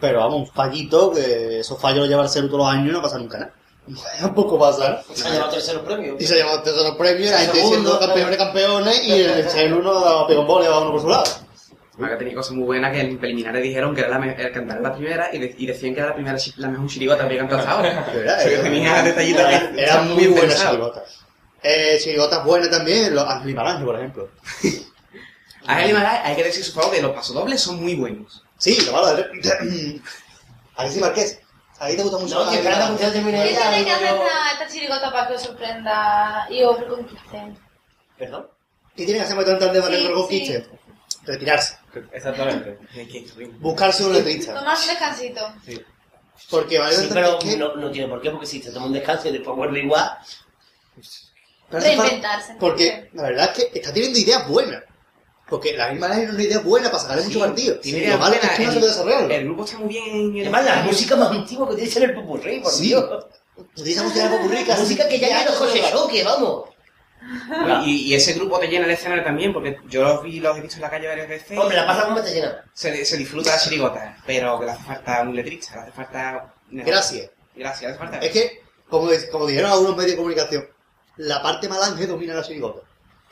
Speaker 1: Pero vamos, un fallito, que esos fallos los lleva el CERU todos los años y no pasa nunca nada. Tampoco pasa.
Speaker 5: Se ha llevado terceros premios.
Speaker 1: Y se llama terceros premios, la gente
Speaker 5: Segundo,
Speaker 1: diciendo campeones, campeones, y el CERU no daba pegón bola, daba uno por su lado.
Speaker 4: Porque tenía cosas muy buenas que en preliminares dijeron que era la, me- el cantar la primera y, de- y decían que era la primera chi- la mejor chirigota que habían cantado.
Speaker 1: De verdad,
Speaker 4: Sí,
Speaker 1: era-
Speaker 4: tenía detallitos
Speaker 1: era-
Speaker 4: ahí,
Speaker 1: Eran muy
Speaker 4: bien
Speaker 1: buenas
Speaker 4: pensados.
Speaker 1: chirigotas. Eh, chirigotas buenas también, los Ángel y Marange, por ejemplo.
Speaker 4: A Ángel y Magal hay que decir su favor que los pasodobles son muy bunos.
Speaker 1: Sí, lo malo de... Alexis Marqués, a ti te gusta mucho.
Speaker 5: No, estoy esperando que usted termine
Speaker 3: Yo tenéis que
Speaker 5: ella.
Speaker 3: hacer
Speaker 5: digo yo-
Speaker 3: esta, esta chirigota para que os sorprenda y os reconquisten.
Speaker 5: ¿Perdón?
Speaker 1: ¿Qué tiene que hacer para entrar de
Speaker 3: Sí,
Speaker 1: Valen Reconquiste?
Speaker 3: sí.
Speaker 1: Retirarse.
Speaker 6: Exactamente.
Speaker 4: Es que es horrible.
Speaker 1: Buscarse un letrista.
Speaker 3: Tomad un descansito.
Speaker 1: Porque Valen
Speaker 5: Sí, pero
Speaker 1: Reconquiste
Speaker 5: no, no tiene por qué, porque si te toma un descanso y después vuelve igual,
Speaker 1: Pero hace falta-
Speaker 3: Reinventarse,
Speaker 1: Porque
Speaker 3: entonces.
Speaker 1: la verdad es que está teniendo ideas buenas. Porque la misma es una idea buena para sacarle mucho partido.
Speaker 4: Tiene
Speaker 1: lo
Speaker 4: ideas
Speaker 1: malo es que
Speaker 4: buenas,
Speaker 1: tú no se
Speaker 4: el-
Speaker 1: puede desarrollar.
Speaker 4: El grupo está muy bien. el-
Speaker 5: Además, la música más antigua que tiene que ser el popurrí, por
Speaker 1: Sí.
Speaker 5: Dios.
Speaker 1: Utiliza música de popurrí,
Speaker 5: La
Speaker 1: casi-
Speaker 5: música que ya
Speaker 1: ya
Speaker 5: hay en los
Speaker 1: no se
Speaker 5: coches
Speaker 1: va.
Speaker 5: choque, vamos.
Speaker 4: Y, y ese grupo te llena el escenario también, porque yo los vi, los he visto en la calle varias veces.
Speaker 5: Hombre, la pasa como te llena.
Speaker 4: se, se disfruta la chirigota, pero que le hace falta un letrista, le hace falta.
Speaker 1: Gracias.
Speaker 4: Gracias, le hace falta.
Speaker 1: Es que, como, como dijeron algunos medios de comunicación, la parte malange domina la chirigota.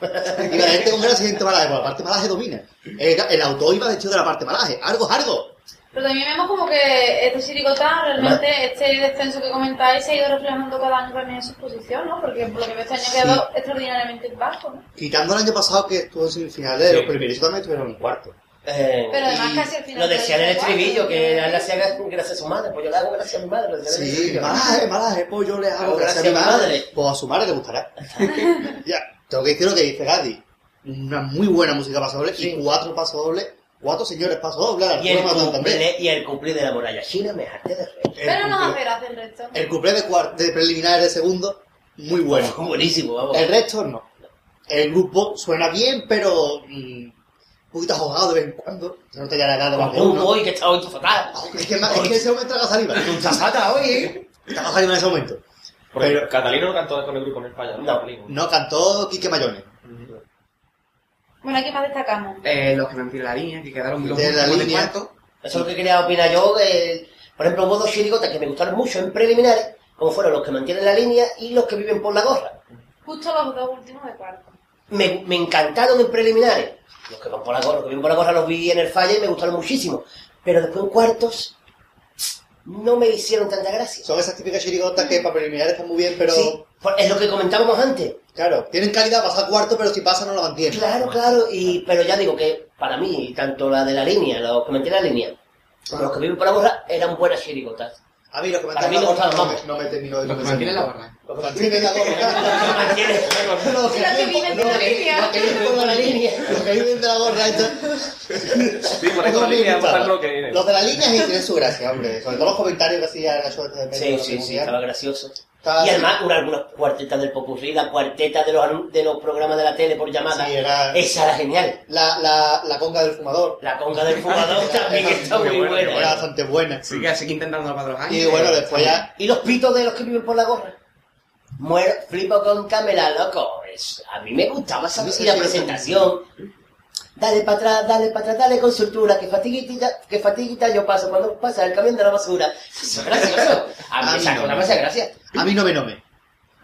Speaker 1: Y la gente con gracia y gente malaje, pues la parte malaje domina. El, el autor iba vestido de la parte malaje. Algo, algo.
Speaker 3: Pero también vemos como que esta chirigota, realmente, este descenso que comentáis se ha ido reflejando cada año también en su exposición, ¿no? Porque por lo que veo este año ha quedado extraordinariamente bajo, ¿no?
Speaker 1: Quitando el año pasado que estuvo en semifinales,
Speaker 6: Sí.
Speaker 1: los primeros también estuvieron en cuarto.
Speaker 5: Eh,
Speaker 3: Pero además
Speaker 5: y
Speaker 3: casi al final
Speaker 5: Lo
Speaker 3: te
Speaker 5: decía en el
Speaker 3: dice,
Speaker 5: estribillo,
Speaker 3: "Guau".
Speaker 5: que él hacía gracias a su madre, pues yo le hago gracias a mi madre. Lo decía en el
Speaker 1: Sí,
Speaker 5: estribillo.
Speaker 1: malaje, malaje, pues yo le hago
Speaker 5: Ahora
Speaker 1: gracias a
Speaker 5: sí,
Speaker 1: mi madre.
Speaker 5: madre.
Speaker 1: Pues a su madre le gustará. ya, tengo que decir lo que dice Gadi. Una muy buena música paso doble
Speaker 5: Sí.
Speaker 1: y cuatro paso doble, cuatro señores paso doble.
Speaker 5: Y
Speaker 1: Arturo
Speaker 5: el,
Speaker 1: Matón también.
Speaker 5: cumple, y el cumple de la muralla china me harté de reír.
Speaker 1: El
Speaker 3: Pero nos
Speaker 1: cumple-
Speaker 3: hace gracia el resto.
Speaker 1: El cuplé de, cuar- de preliminares de segundo, muy bueno.
Speaker 5: Fue buenísimo, vamos.
Speaker 1: El resto no. El grupo suena bien, pero mm, un poquito ahogado de vez en cuando. Se nota ya la edad de más de
Speaker 5: Como un
Speaker 1: uno.
Speaker 5: hoy que está hoy tú fatal.
Speaker 1: Es que, es que ese momento traga saliva.
Speaker 5: Estás fatal hoy, ¿eh?
Speaker 1: Traga saliva en ese momento.
Speaker 6: Porque
Speaker 1: Pero-
Speaker 6: Catalina no cantó con el grupo en España, ¿no?
Speaker 5: No.
Speaker 6: Catalina.
Speaker 1: No, cantó Quique Mayones.
Speaker 3: Bueno, aquí más destacamos.
Speaker 4: Eh, los que me han tirado la línea, que quedaron los
Speaker 1: De la
Speaker 4: últimos
Speaker 1: línea.
Speaker 4: cuarto.
Speaker 5: Eso es lo que quería opinar yo. eh, por ejemplo, hubo dos chirigotas que me gustaron mucho en preliminares, como fueron los que mantienen la línea y los que viven por la gorra.
Speaker 3: Justo los dos últimos de cuarto.
Speaker 5: Me, me encantaron en preliminares. Los que van por la gorra, los que viven por la gorra los vi en el falle y me gustaron muchísimo. Pero después en cuartos no me hicieron tanta gracia.
Speaker 1: Son esas típicas chirigotas que para preliminares están muy bien, pero
Speaker 5: Sí, por- es lo que comentábamos antes.
Speaker 1: claro, tienen calidad, pasa cuarto, pero si pasa no lo mantienen.
Speaker 5: Claro, claro, y, pero ya digo que para mí, tanto la de la línea, los que mantienen la línea, como los que viven por la gorra, eran buenas chirigotas.
Speaker 1: A mí los que me
Speaker 5: Para
Speaker 1: han
Speaker 5: mí no
Speaker 1: dado
Speaker 5: gustan,
Speaker 1: no, me-
Speaker 5: vamos.
Speaker 1: no me terminó de
Speaker 4: Los que
Speaker 1: convencer.
Speaker 4: mantienen la gorra.
Speaker 1: Los que mantienen la gorra. Los
Speaker 3: Los que viven de la línea.
Speaker 1: los que viven por la línea. Los que viven de la gorra. esto-
Speaker 6: Sí, por eso la
Speaker 1: Los
Speaker 6: línea,
Speaker 1: invitados.
Speaker 6: por lo que viene.
Speaker 1: Los de la línea sí tienen su gracia, hombre. Sobre todo los comentarios que hacía Nacho desde el medio de
Speaker 5: Sí,
Speaker 1: la
Speaker 5: sí, sí,
Speaker 1: comunidad.
Speaker 5: estaba gracioso.
Speaker 1: Estaba-
Speaker 5: Y además, una, algunas cuartetas del Popurrí, la cuarteta de los, anu- de los programas de la tele por llamada.
Speaker 1: Sí, era-
Speaker 5: Esa era genial.
Speaker 1: la, la, la conga del fumador.
Speaker 5: La conga del fumador
Speaker 1: Era-
Speaker 5: también
Speaker 1: era
Speaker 5: está muy buena.
Speaker 1: Era bastante buena.
Speaker 4: Así que seguí intentando para los años.
Speaker 1: Mm. Y bueno, después ya...
Speaker 5: Y los pitos de los que viven por la gorra. Muero, flipo con Camela, loco. Es- a mí me gustaba esa
Speaker 1: Sí, sí,
Speaker 5: y la
Speaker 1: sí.
Speaker 5: presentación. Dale para atrás, dale para atrás, dale con soltura, que fatiguita, que fatiguita yo paso cuando pasa el camión de la basura. Eso es gracioso. A
Speaker 1: A
Speaker 5: mí
Speaker 1: mí
Speaker 5: esa
Speaker 1: Ah, no.
Speaker 5: cosa me hace gracia.
Speaker 1: A mí no me nome.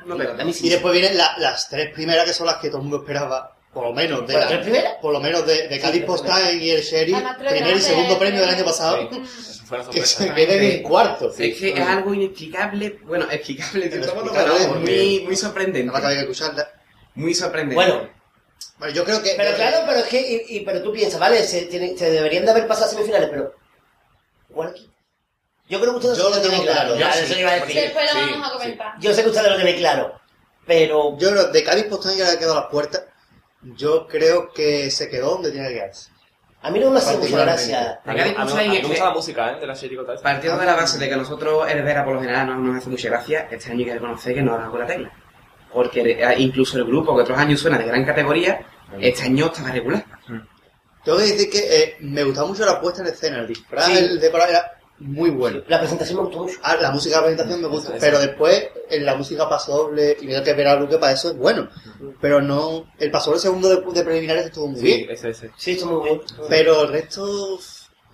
Speaker 4: No pegó.
Speaker 5: A mí sí.
Speaker 1: Y después vienen la- las tres primeras que son las que todo el mundo esperaba, por lo menos de
Speaker 5: ¿Las
Speaker 1: la-
Speaker 5: tres primeras?
Speaker 1: por lo menos de, de Cádiz
Speaker 5: Sí,
Speaker 1: Postal y el Sherry,
Speaker 3: Las tres
Speaker 1: primer y
Speaker 3: grandes,
Speaker 1: segundo
Speaker 3: eh,
Speaker 1: premio del
Speaker 3: eh.
Speaker 1: año pasado,
Speaker 6: Sí, eso fue una
Speaker 1: que
Speaker 6: sorpresa.
Speaker 1: se vienen en cuarto.
Speaker 4: Es que es algo inexplicable, bueno, explicable, de todo modo,
Speaker 1: Inexplicable,
Speaker 4: pero vamos,
Speaker 1: porque-
Speaker 4: muy, muy
Speaker 1: No me acabé
Speaker 4: sorprendente.
Speaker 1: de escucharla.
Speaker 4: Muy sorprendente.
Speaker 5: Bueno,
Speaker 1: Bueno, yo creo que...
Speaker 5: Pero claro, pero es que, y, y- pero tú piensas, ¿vale? Se, tiene- se deberían de haber pasado a semifinales, pero. Igual aquí. Yo creo que ustedes
Speaker 1: Yo lo tengo claro,
Speaker 5: ya,
Speaker 1: yo
Speaker 5: eso
Speaker 1: sí.
Speaker 5: iba a decir.
Speaker 3: Después lo
Speaker 6: sí,
Speaker 3: vamos a
Speaker 6: sí.
Speaker 3: comentar.
Speaker 5: Yo sé que ustedes lo tienen claro, pero.
Speaker 1: Yo creo que de Cádiz Postal ya le ha quedado a las puertas. Yo creo que se quedó donde tiene que quedarse.
Speaker 5: A mí no me hace mucha
Speaker 1: Particularmente.
Speaker 5: gracia.
Speaker 6: A mí- a mí- a mí me gusta la música, ¿eh? De la serie esa.
Speaker 4: Partiendo de la base de que a nosotros Heredera por lo general no nos hace mucha gracia, este año hay que reconocer que no da con la tecla. Porque eh, incluso el grupo que otros años suena de gran categoría, este año estaba regular.
Speaker 1: Tengo que decir que eh, me gustaba mucho la puesta en escena, el disfraz,
Speaker 5: Sí.
Speaker 1: el decorado era muy bueno.
Speaker 5: La presentación me gustó mucho.
Speaker 1: Ah, la música de presentación me gusta,
Speaker 6: Esa, esa.
Speaker 1: pero después en la música pasoble, y mira que ver algo que para eso es bueno, pero no, el pasoble segundo de, de preliminares estuvo muy
Speaker 6: Sí,
Speaker 1: bien,
Speaker 6: ese, ese.
Speaker 5: Sí, estuvo muy bien.
Speaker 1: pero el resto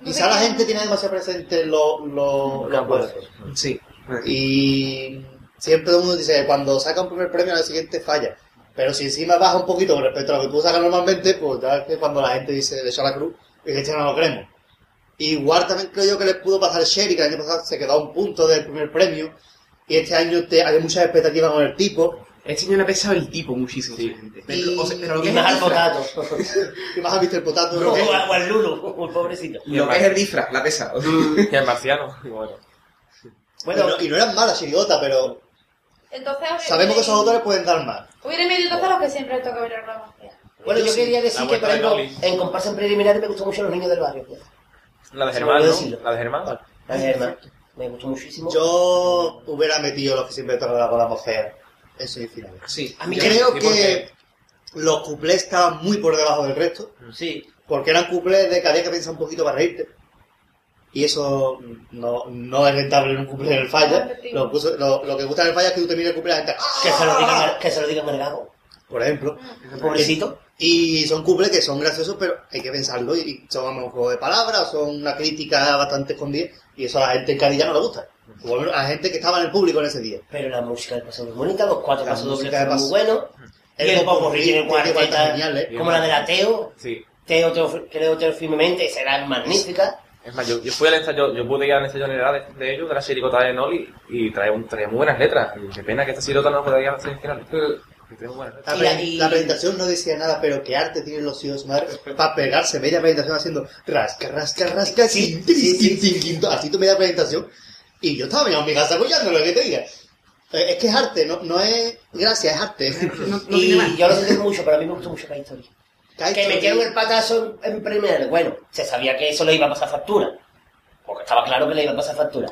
Speaker 1: Quizá la gente tiene demasiado presente lo, lo, los jueces.
Speaker 4: Sí.
Speaker 1: Y siempre todo el mundo dice, cuando saca un primer premio, al siguiente falla. Pero si encima baja un poquito con respecto a lo que tú sacas normalmente, pues ya es que cuando la gente dice, le echa la cruz, y este no lo creemos. Igual también creo yo que les pudo pasar Sherry, que el año pasado se quedó a un punto del primer premio, y este año te, había muchas expectativas con el tipo,
Speaker 4: Este año le ha pesado el tipo muchísimo. gente. Pero, o sea, pero lo que
Speaker 5: Y
Speaker 4: es
Speaker 5: más
Speaker 4: el
Speaker 5: al
Speaker 4: disfraz,
Speaker 5: potato.
Speaker 1: y más a Mr. Potato, ¿eh? ¿no?
Speaker 5: O a- o al Lulu, o al pobrecito.
Speaker 4: lo que es el disfraz, la ha pesado.
Speaker 6: Y al marciano. Y bueno.
Speaker 1: Bueno,
Speaker 5: Bueno,
Speaker 1: y no, y no eran malas, chirigota, pero
Speaker 3: Entonces, eh,
Speaker 1: sabemos que esos autores pues. pueden dar más.
Speaker 3: Hubiera medido entonces los que siempre le toca ver la magia.
Speaker 5: bueno, yo quería decir
Speaker 6: La
Speaker 5: que, por
Speaker 6: vuelta
Speaker 5: ejemplo,
Speaker 6: de
Speaker 5: en comparsa en preliminares me gustó mucho los niños del barrio. pues.
Speaker 6: La de
Speaker 5: Se me
Speaker 6: Germán,
Speaker 5: olvidó
Speaker 6: ¿no?
Speaker 5: decirlo.
Speaker 6: La de Germán.
Speaker 5: La verdad, me gustó muchísimo.
Speaker 1: Yo hubiera metido los que siempre tocan la cola mojea en semifinales.
Speaker 4: Sí.
Speaker 5: A mí
Speaker 4: Yo-
Speaker 1: Creo
Speaker 4: ¿y por
Speaker 1: que
Speaker 4: qué?
Speaker 1: los cuplés estaban muy por debajo del resto,
Speaker 5: Sí,
Speaker 1: porque eran cuplés de que había que pensar un poquito para reírte. Y eso no, no es rentable en un cuplé en el falla. Lo, puso- lo- lo que gusta en el falla es que tú te mires el cuplé y la gente, ¡ah!
Speaker 5: que se lo digan al- que se lo digan al gago.
Speaker 1: por ejemplo.
Speaker 5: Mm. Pobrecito.
Speaker 1: Y son cuplés que son graciosos, pero hay que pensarlo. Y son un juego de palabras, son una crítica bastante escondida. Y eso a la gente en Cádiz ya no le gusta. O a la gente que estaba en el público en ese día.
Speaker 5: Pero la música del paso muy bonita, los cuatro
Speaker 1: La
Speaker 5: pasos dobles
Speaker 1: música del
Speaker 5: fueron muy buenos. Y
Speaker 1: El
Speaker 5: el
Speaker 1: popurrí
Speaker 5: popurrí tiene
Speaker 1: tiene cuartetas
Speaker 5: cuarteta,
Speaker 1: geniales.
Speaker 5: como la del ateo.
Speaker 6: Sí.
Speaker 5: Teo, teo, creo teo firmemente, serán magníficas.
Speaker 6: Es más, yo, yo fui al ensayo, yo pude ir al ensayo general de, de ellos, de la chiricota de Noli, y trae, un, trae muy buenas letras. Y qué pena que esta chiricota no pueda ir al ensayo general. Que trae muy buenas
Speaker 1: La,
Speaker 6: letras.
Speaker 5: Y
Speaker 1: pre-
Speaker 5: la- y-
Speaker 1: la presentación no decía nada, pero qué arte tienen los hijos de su madre para pegarse media presentación haciendo rasca, rasca, rasca, sin, tin, tin, tin, tin, tin. así tu media presentación. Y yo estaba mirando en mi casa apoyando lo que te diga. Eh, Es que es arte, no, no es gracia, es arte.
Speaker 4: No, no
Speaker 5: y
Speaker 4: tiene más.
Speaker 5: yo lo sentí mucho, pero a mí me gustó mucho la historia.
Speaker 1: Cae
Speaker 5: Que
Speaker 1: todo
Speaker 5: metieron
Speaker 1: bien.
Speaker 5: el patazo en, en primera. Bueno, se sabía que eso le iba a pasar factura. Porque estaba claro que le iba a pasar factura.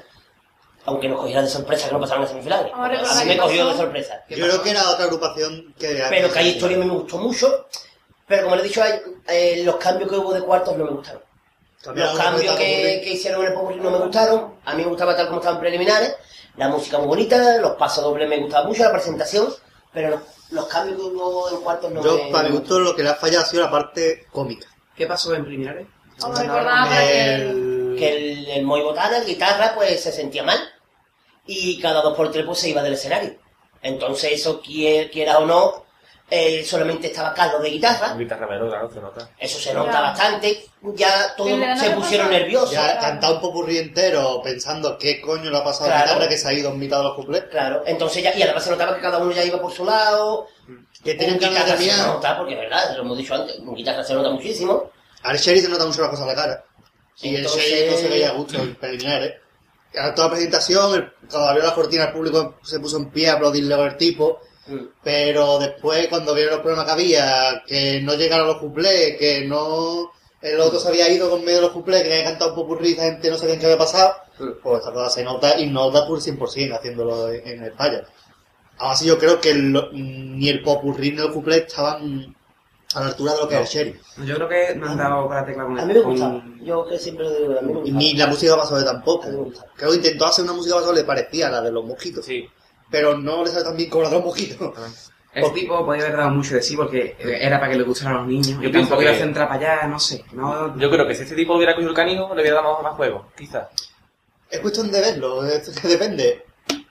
Speaker 5: Aunque nos cogieran de sorpresa que no pasaron las semifinales.
Speaker 3: Ahora,
Speaker 5: a
Speaker 3: pero
Speaker 5: mí
Speaker 3: ¿qué
Speaker 5: me cogió
Speaker 3: pasó?
Speaker 5: de sorpresa.
Speaker 1: Yo creo que era otra agrupación que... era-
Speaker 5: Pero que hay historia a mí me gustó mucho. Pero como le he dicho, hay- eh, los cambios que hubo de cuartos no me gustaron.
Speaker 1: Cambiaron
Speaker 5: Los
Speaker 1: una
Speaker 5: cambios
Speaker 1: vuelta a
Speaker 5: que,
Speaker 1: popurrí.
Speaker 5: que hicieron en el popurrí no me gustaron. A mí me gustaba tal como estaban preliminares. La música muy bonita, los pasos dobles me gustaba mucho, la presentación. Pero los, los cambios que hubo en cuartos no me
Speaker 1: Yo, para mi gusto, lo que le ha fallado ha sido la parte cómica.
Speaker 4: ¿Qué pasó en preliminares?
Speaker 3: Os recordaba para que...
Speaker 1: El-
Speaker 5: Ah, que el, el Moy Botana, el guitarra, pues se sentía mal. Y cada dos por tres pues, se iba del escenario. Entonces eso, quie- quiera o no, eh, solamente estaba Carlos de guitarra.
Speaker 6: Guitarra menor, claro, se nota.
Speaker 5: Eso se nota
Speaker 3: Claro.
Speaker 5: bastante. Ya todos
Speaker 3: Que le dan
Speaker 5: se
Speaker 3: la
Speaker 5: pusieron
Speaker 3: razón.
Speaker 5: nerviosos.
Speaker 1: Ya cantar un popurrí entero pensando qué coño le ha pasado a la
Speaker 5: Claro.
Speaker 1: guitarra que se ha ido en mitad de los cuplés.
Speaker 5: Claro, entonces ya, y además se notaba que cada uno ya iba por su lado.
Speaker 1: Que tienen
Speaker 5: Un
Speaker 1: ganas de
Speaker 5: guitarra se
Speaker 1: mirar.
Speaker 5: nota, porque es verdad, lo hemos dicho antes, un guitarra se nota muchísimo.
Speaker 1: Al Sherry se nota mucho las cosas a la cara. Y
Speaker 5: Entonces-
Speaker 1: el Sherry no se veía a gusto en preliminares. A toda la presentación, el- cuando abrió la cortina, el público se puso en pie a aplaudirle al tipo.
Speaker 5: Mm.
Speaker 1: Pero después, cuando vieron los problemas que había, que no llegaron los cuplés, que no. El otro se había ido con medio de los cuplés, que había cantado un popurrí, la gente no sabía qué había pasado. Pues esta cosa se nota y nota por 100% haciéndolo en en España. Aún así, yo creo que el- ni el popurrí ni el cuplé estaban a la altura de lo que era el Sherry.
Speaker 4: Yo creo que me han dado con la tecla con
Speaker 5: A mí me
Speaker 4: con-
Speaker 5: gustaba, yo que siempre lo digo, a mí me
Speaker 1: Y
Speaker 5: gustaba.
Speaker 1: ni la música basole tampoco.
Speaker 5: A mí me gusta.
Speaker 1: Creo que intentó hacer una música basole, le parecía a la de los mosquitos.
Speaker 6: Sí.
Speaker 1: Pero no le sale tan bien como la de los mosquitos.
Speaker 4: Ese tipo podía haber dado mucho de sí porque eh, era para que le gustara a los niños.
Speaker 6: Yo
Speaker 4: Yo
Speaker 6: pienso
Speaker 4: tampoco
Speaker 6: que-
Speaker 4: iba a centrar para allá, no sé. No,
Speaker 6: Yo creo que si este tipo hubiera cogido el canino, le hubiera dado más, más juego, quizás.
Speaker 1: Es cuestión de verlo, es que depende.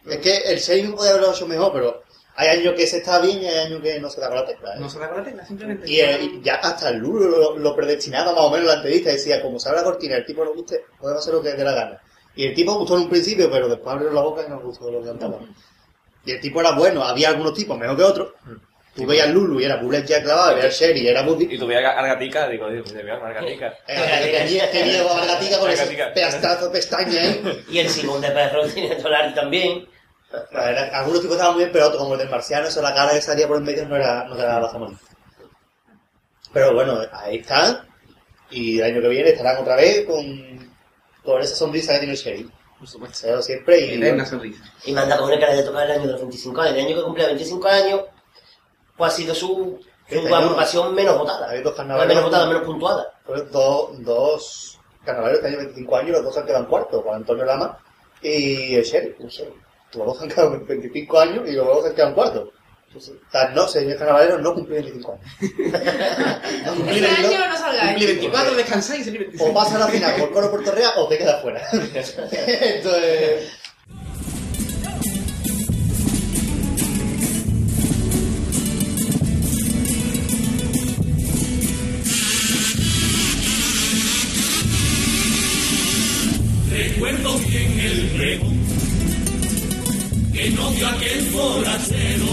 Speaker 1: Es que el Sherry podía haberlo hecho mejor, pero hay años que se está bien y hay años que no se da con la tecla. ¿eh?
Speaker 4: no se da con la tecla, simplemente.
Speaker 1: Y, eh, y ya hasta el Lulo lo, lo predestinaba más o menos la entrevista. Decía, como se abre la cortina, el tipo no guste, podemos hacer lo que dé la gana. Y el tipo gustó en un principio, pero después abrió la boca y no gustó lo que cantaba. Y el tipo era bueno, había algunos tipos mejor que otros. Tú veías al Lulu y era Bullet ya clavado, y veías al Sherry y era Buddy.
Speaker 6: Y tuviera a Argatica, digo, Dios mío, Argatica.
Speaker 1: Eh, que miedo- que miedo a la gatica con
Speaker 6: La
Speaker 1: ese
Speaker 6: gatica.
Speaker 1: pedazo de pestaña, ¿eh?
Speaker 5: Y el Simón de Perro tiene dólar también.
Speaker 1: La verdad, algunos tipos estaban muy bien, pero otros, como el del marciano, eso la cara que salía por en medio no era, no era la famosa. Pero bueno, ahí están. Y el año que viene estarán otra vez con, con esa sonrisa que tiene el Sherry.
Speaker 4: Por
Speaker 5: Pues,
Speaker 4: supuesto.
Speaker 1: Se ve siempre y.
Speaker 4: Era una sonrisa.
Speaker 5: Y me han dado con una cara de tocar el año de los 25 años. El año que cumplía 25 años, pues ha sido su,
Speaker 1: Qué
Speaker 5: su
Speaker 1: pena.
Speaker 5: agrupación menos votada.
Speaker 1: Había dos
Speaker 5: No,
Speaker 1: carnavales.
Speaker 5: menos votada, menos puntuada.
Speaker 1: fueron dos, dos carnavales que año 25 años, los dos han quedado en cuarto, con Antonio Lama y el Sherry.
Speaker 5: No sé.
Speaker 1: Los dos han quedado en 25 años y los dos han quedado en cuarto. Tan no, señor Carnavalero, no cumplí 25 años. No cumplí
Speaker 3: Este
Speaker 1: 22,
Speaker 3: año no salgáis.
Speaker 1: cumplí 24.
Speaker 4: descansáis y salí 25.
Speaker 1: O vas a la final por Coro Puerto Real o te quedas fuera. Entonces,
Speaker 2: Recuerdo bien el remo que no dio aquel forastero.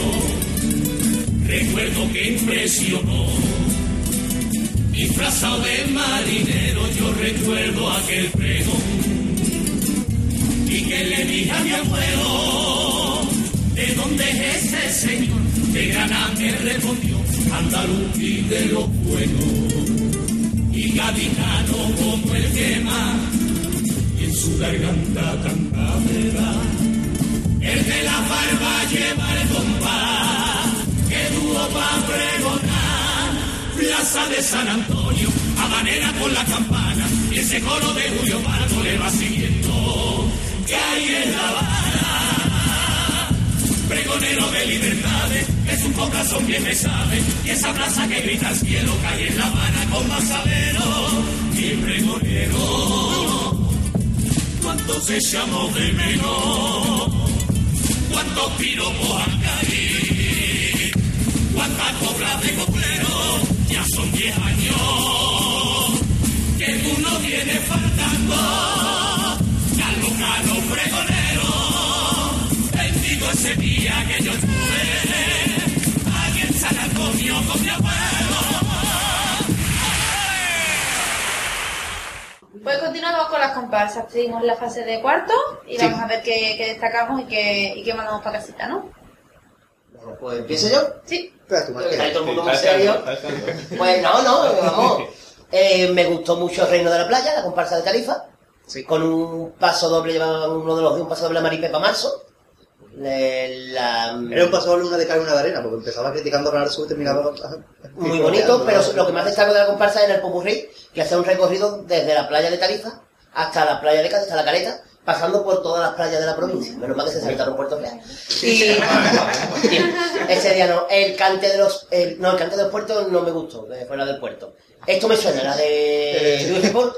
Speaker 2: Recuerdo que impresionó, disfrazado de marinero. Yo recuerdo aquel remo y que le dije a mi abuelo: ¿De dónde es ese señor? De Granada me respondió, andaluz y de los buenos, y gaditano como el que más y en su garganta tan cabrera. El de la barba lleva el compás que duro pa' pregonar. Plaza de San Antonio, habanera con la campana y ese coro de Julio Pardo le va siguiendo. Que hay en La Habana, pregonero de libertades, es un corazón bien me sabe y esa plaza que grita al cielo cae en La Habana con masabero y pregonero cuánto se llamó de menos, cuántos piropos han caído, cuántas cobras de coplero, ya son 10 años, que tú no vienes faltando, ya lo caro pregonero, bendigo ese día que yo estuve, aquí en San Antonio con mi abuelo.
Speaker 3: Pues continuamos con las comparsas. Seguimos la fase de cuarto y
Speaker 1: Sí.
Speaker 3: vamos a ver qué, qué destacamos y qué, y qué mandamos para casita, ¿no?
Speaker 5: Bueno, pues empiezo yo.
Speaker 3: Sí.
Speaker 1: espera tú,
Speaker 5: Está ahí
Speaker 1: Marqués.
Speaker 5: todo el mundo muy
Speaker 6: Está
Speaker 5: serio.
Speaker 6: echando, está echando.
Speaker 5: Pues no, no, vamos. Eh, me gustó mucho el Reino de la Playa, la comparsa de Califa. Con un paso doble, llevaba uno de los de un paso doble a Maripepa Marzo. Le- la-
Speaker 1: Era un paso doble, una de cal y una de arena, porque empezaba criticando a Real Sur y terminaba.
Speaker 5: muy bonito, pero lo que más destaco de la comparsa era el Popurrí, que hace un recorrido desde la playa de Tarifa hasta la playa de Cádiz, hasta la Caleta, pasando por todas las playas de la provincia. Menos mal que se saltaron Puerto Real. Y ese día no, el cante de los, el- no, el cante de los puertos no me gustó, eh, fue la del puerto. Esto me suena, la de
Speaker 1: Eh,
Speaker 5: Luis Ripoll.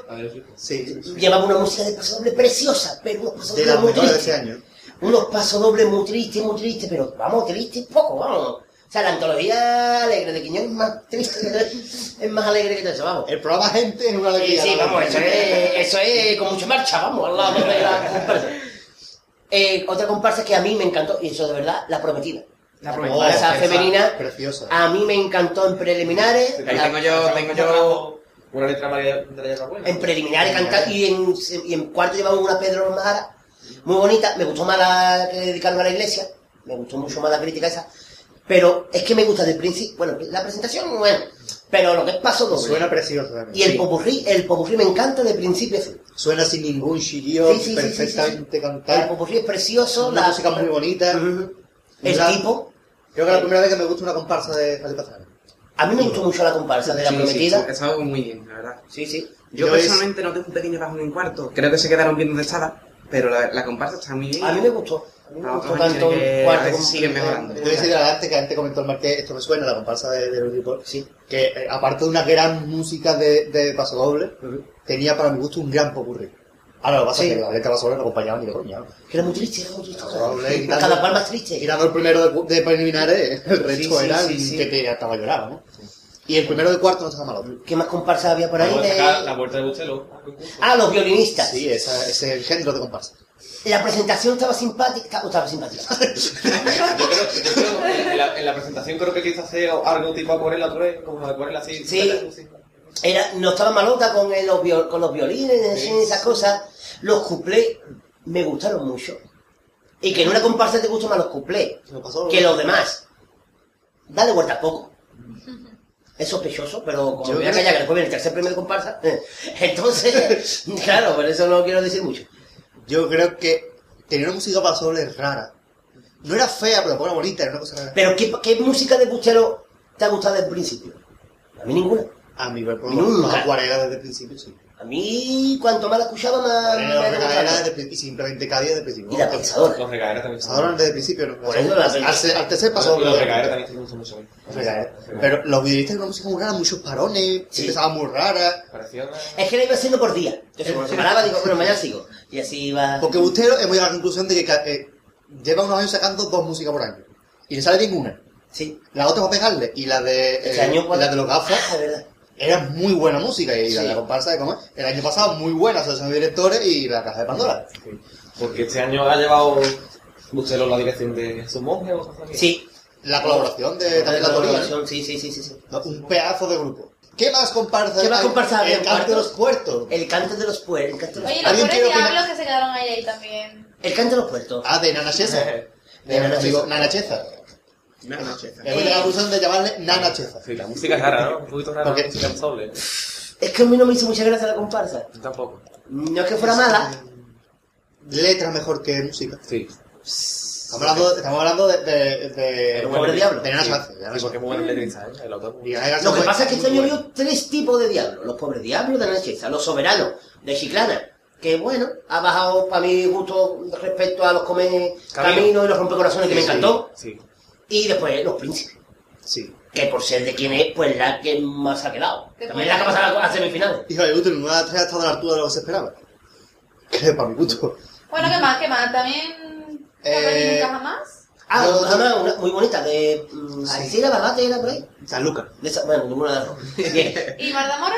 Speaker 1: Sí,
Speaker 5: Llevaba una música de paso doble preciosa, pero unos pasos
Speaker 1: de
Speaker 5: dobles
Speaker 1: las
Speaker 5: muy
Speaker 1: mejores de
Speaker 5: tristes.
Speaker 1: ese año.
Speaker 5: Unos pasos dobles muy tristes, muy tristes, pero vamos, tristes poco, vamos. O sea, la antología alegre de Quiñón es más triste, que todo eso, es más alegre que todo eso, vamos.
Speaker 1: El programa Gente es una
Speaker 5: Sí,
Speaker 1: alegría.
Speaker 5: sí,
Speaker 1: ¿no?
Speaker 5: vamos, eso es, eso es con mucha marcha, vamos, al lado de la comparsa. Eh, otra comparsa que a mí me encantó, y eso de verdad, La Prometida.
Speaker 4: La
Speaker 1: Oh,
Speaker 4: prometida.
Speaker 5: Comparsa
Speaker 1: esa
Speaker 5: femenina. Ah,
Speaker 1: Preciosa.
Speaker 5: A mí me encantó en preliminares.
Speaker 4: Ahí
Speaker 5: la-
Speaker 4: tengo yo, tengo yo.
Speaker 6: Una letra María de la Yerba Buena.
Speaker 5: En preliminares canta- y en, y en cuarto llevamos una Pedro Romara, muy bonita. Me gustó más la que dedicaron a la iglesia, me gustó mucho más la crítica esa. Pero es que me gusta del principio, bueno, la presentación, bueno, pero lo que pasó no
Speaker 1: Oh, Suena preciosa también.
Speaker 5: Y el
Speaker 1: Sí.
Speaker 5: popurrí, el popurrí me encanta de principio a fin.
Speaker 1: Suena sin ningún chirío,
Speaker 5: Sí, sí, sí, sí, sí, sí.
Speaker 1: perfectamente
Speaker 5: El
Speaker 1: cantado.
Speaker 5: popurrí es precioso,
Speaker 1: Una
Speaker 5: la
Speaker 1: música muy bonita.
Speaker 5: Ujú. El
Speaker 1: Una-
Speaker 5: tipo.
Speaker 1: Creo que es la primera vez que me gusta una comparsa de Felipe Aznar.
Speaker 5: A mí me gustó mucho la comparsa de la
Speaker 4: Sí, sí,
Speaker 5: prometida.
Speaker 4: Eso muy bien, la verdad.
Speaker 5: Sí, sí.
Speaker 4: Yo,
Speaker 1: Yo es-
Speaker 4: personalmente no tengo un pequeño bajón en cuarto. Creo que se quedaron bien donde estaba, pero la, la comparsa está muy bien.
Speaker 5: A mí me gustó. A mí me
Speaker 4: Ah,
Speaker 5: gustó
Speaker 4: otros
Speaker 5: tanto
Speaker 4: años que
Speaker 5: el
Speaker 4: a
Speaker 5: cuarto
Speaker 4: veces
Speaker 5: como-
Speaker 4: siguen mejorando.
Speaker 1: Te voy a decir adelante que antes comentó el Marqués, esto me suena, la comparsa de, de Euripol,
Speaker 5: Sí.
Speaker 1: que eh, aparte de una gran música de, de paso doble, tenía para mi gusto un gran popurrí. Ahora lo que pasa
Speaker 5: Sí.
Speaker 1: es que la letra paso doble no acompañaba ni de coña. ¿no?
Speaker 5: Que era muy triste, era muy triste.
Speaker 1: Doble, quitando-
Speaker 5: Cada palma es triste.
Speaker 1: Tirando el primero de, de preliminares, el resto
Speaker 4: sí,
Speaker 1: era
Speaker 4: sí,
Speaker 1: un
Speaker 4: sí.
Speaker 1: que te estaba llorando. ¿no? Y el primero de cuarto no estaba malo.
Speaker 5: ¿Qué más comparsa había por ahí?
Speaker 6: Vamos a
Speaker 5: de-
Speaker 6: sacar La vuelta de Bustelo.
Speaker 5: Ah, los violinistas.
Speaker 1: Sí, esa, ese es el género de comparsa.
Speaker 5: La presentación estaba simpática. o estaba simpática.
Speaker 6: Yo creo, yo creo que en, la, en la presentación creo que quiso hacer algo tipo acuarela otra vez, como acuarela así.
Speaker 5: Sí. Era, no estaba malota con, el- los, viol- con los violines,
Speaker 6: Sí.
Speaker 5: esas cosas. Los cuplés me gustaron mucho. Y que en una comparsa te gustan más los cuplés
Speaker 1: Lo pasó-
Speaker 5: que los demás. Dale vuelta poco. Es sospechoso, pero como
Speaker 1: Yo
Speaker 5: me voy a
Speaker 1: creo-
Speaker 5: callar que después viene el tercer premio de comparsa, entonces, claro, por eso no quiero decir mucho.
Speaker 1: Yo creo que tenía una música para doble rara. No era fea, pero era bonita, era una cosa rara.
Speaker 5: Pero, ¿qué, qué música de Bustelo te ha gustado desde el principio? A mí ninguna.
Speaker 1: A mi ver, por
Speaker 5: Nunca.
Speaker 1: los acuarelas desde el principio, sí.
Speaker 5: A mí, cuanto más la escuchaba, más
Speaker 1: Los
Speaker 5: me
Speaker 1: recaderas
Speaker 5: gustaba.
Speaker 1: desde el principio, y simplemente Cádiz desde el principio.
Speaker 5: Y la pensadora.
Speaker 6: Los recaderas también son-
Speaker 1: Ahora desde el principio, ¿no?
Speaker 5: Por eso la peli-
Speaker 1: al, se- al tercer paso.
Speaker 6: Los los recaderas también son mucho mucho.
Speaker 1: Los recaderas. Pero los videolistas eran una música muy rara, muchos parones,
Speaker 5: Sí.
Speaker 1: empezaban muy raras.
Speaker 6: Parecía una...
Speaker 5: Es que la iba haciendo por día. Entonces, cuando se paraba, digo, bueno, mañana sigo. Y así iba.
Speaker 1: Porque Bustero hemos llegado a la conclusión de que ca- eh, lleva unos años sacando dos músicas por año. Y le sale bien una.
Speaker 5: Sí.
Speaker 1: La otra va a pegarle. Y la de, eh,
Speaker 5: Este año, ¿cuál?
Speaker 1: la de los gafas
Speaker 5: Ah, de verdad.
Speaker 1: era muy buena música. Y la de la
Speaker 5: Sí.
Speaker 1: comparsa de comer. El año pasado muy buena, Asociación de Directores y la Caja de Pandora.
Speaker 6: Porque este año ha llevado Bustelo la dirección de su monje o algo así.
Speaker 5: Sí.
Speaker 1: La colaboración de también Eh, la Torilla. ¿no?
Speaker 5: Sí, sí, sí, sí, sí.
Speaker 1: No, Un pedazo de grupo. ¿Qué más comparsa?
Speaker 5: ¿Qué más
Speaker 1: hay?
Speaker 5: comparsa había
Speaker 1: El
Speaker 5: en
Speaker 1: canto de los
Speaker 5: cuartos?
Speaker 1: puertos.
Speaker 5: El canto de los puertos. El canto de los,
Speaker 3: Oye,
Speaker 1: ¿Alguien
Speaker 3: los pobres
Speaker 1: quiere opinar?
Speaker 3: diablos que se quedaron ahí, ahí también.
Speaker 5: el canto de los puertos.
Speaker 1: Ah, de Nana Cheza. De
Speaker 5: De Nana Eh.
Speaker 1: nuestro amigo
Speaker 5: Cheza.
Speaker 1: Nana Cheza.
Speaker 4: No, no, chef.
Speaker 1: Hemos llegado a la conclusión de llamarle Nana Cheza.
Speaker 6: Sí, la música es rara, ¿no? Un poquito rara
Speaker 1: Porque-
Speaker 6: la música del sol, ¿eh?
Speaker 5: Es que a mí no me hizo mucha gracia la comparsa.
Speaker 6: Yo Tampoco.
Speaker 5: No es que
Speaker 1: Pues,
Speaker 5: fuera
Speaker 1: eh,
Speaker 5: mala.
Speaker 1: Letra mejor que música.
Speaker 6: Sí.
Speaker 1: Estamos hablando, estamos hablando de... de, de
Speaker 5: El pobre diablo.
Speaker 1: De Nana
Speaker 6: Sí.
Speaker 1: Cheza. Ya no
Speaker 6: Sí,
Speaker 1: sé.
Speaker 6: porque es muy buena letrista, ¿eh? El autor.
Speaker 1: Y pues, Nana Cheza
Speaker 5: Lo que
Speaker 1: fue
Speaker 5: pasa es que este año
Speaker 1: muy
Speaker 5: vio tres tipos de diablos. Los pobres diablos de la Nacheza, los soberanos de Chiclana. Que bueno, ha bajado para mi gusto respecto a los come
Speaker 6: Camino.
Speaker 5: camino y los rompecorazones que me encantó.
Speaker 6: Sí.
Speaker 5: Y después los príncipes.
Speaker 1: bueno. Sí.
Speaker 5: Que por ser de quien es, pues la que más ha quedado. También la que ha pasado a semifinales.
Speaker 1: Hijo de puta, ninguna de las tres ha estado a la altura de lo que se esperaba. Que para mi gusto.
Speaker 3: Bueno, ¿qué más? ¿Qué más? ¿También
Speaker 1: Eh,
Speaker 3: nunca jamás?
Speaker 5: Ah,
Speaker 1: Yo-
Speaker 5: una, una- una muy bonita, de mm, Arcila Bagate era por ahí.
Speaker 1: San Lucas.
Speaker 5: De esa- bueno, ninguna de las dos. Bien. Eh,
Speaker 3: ¿Y Mardamora?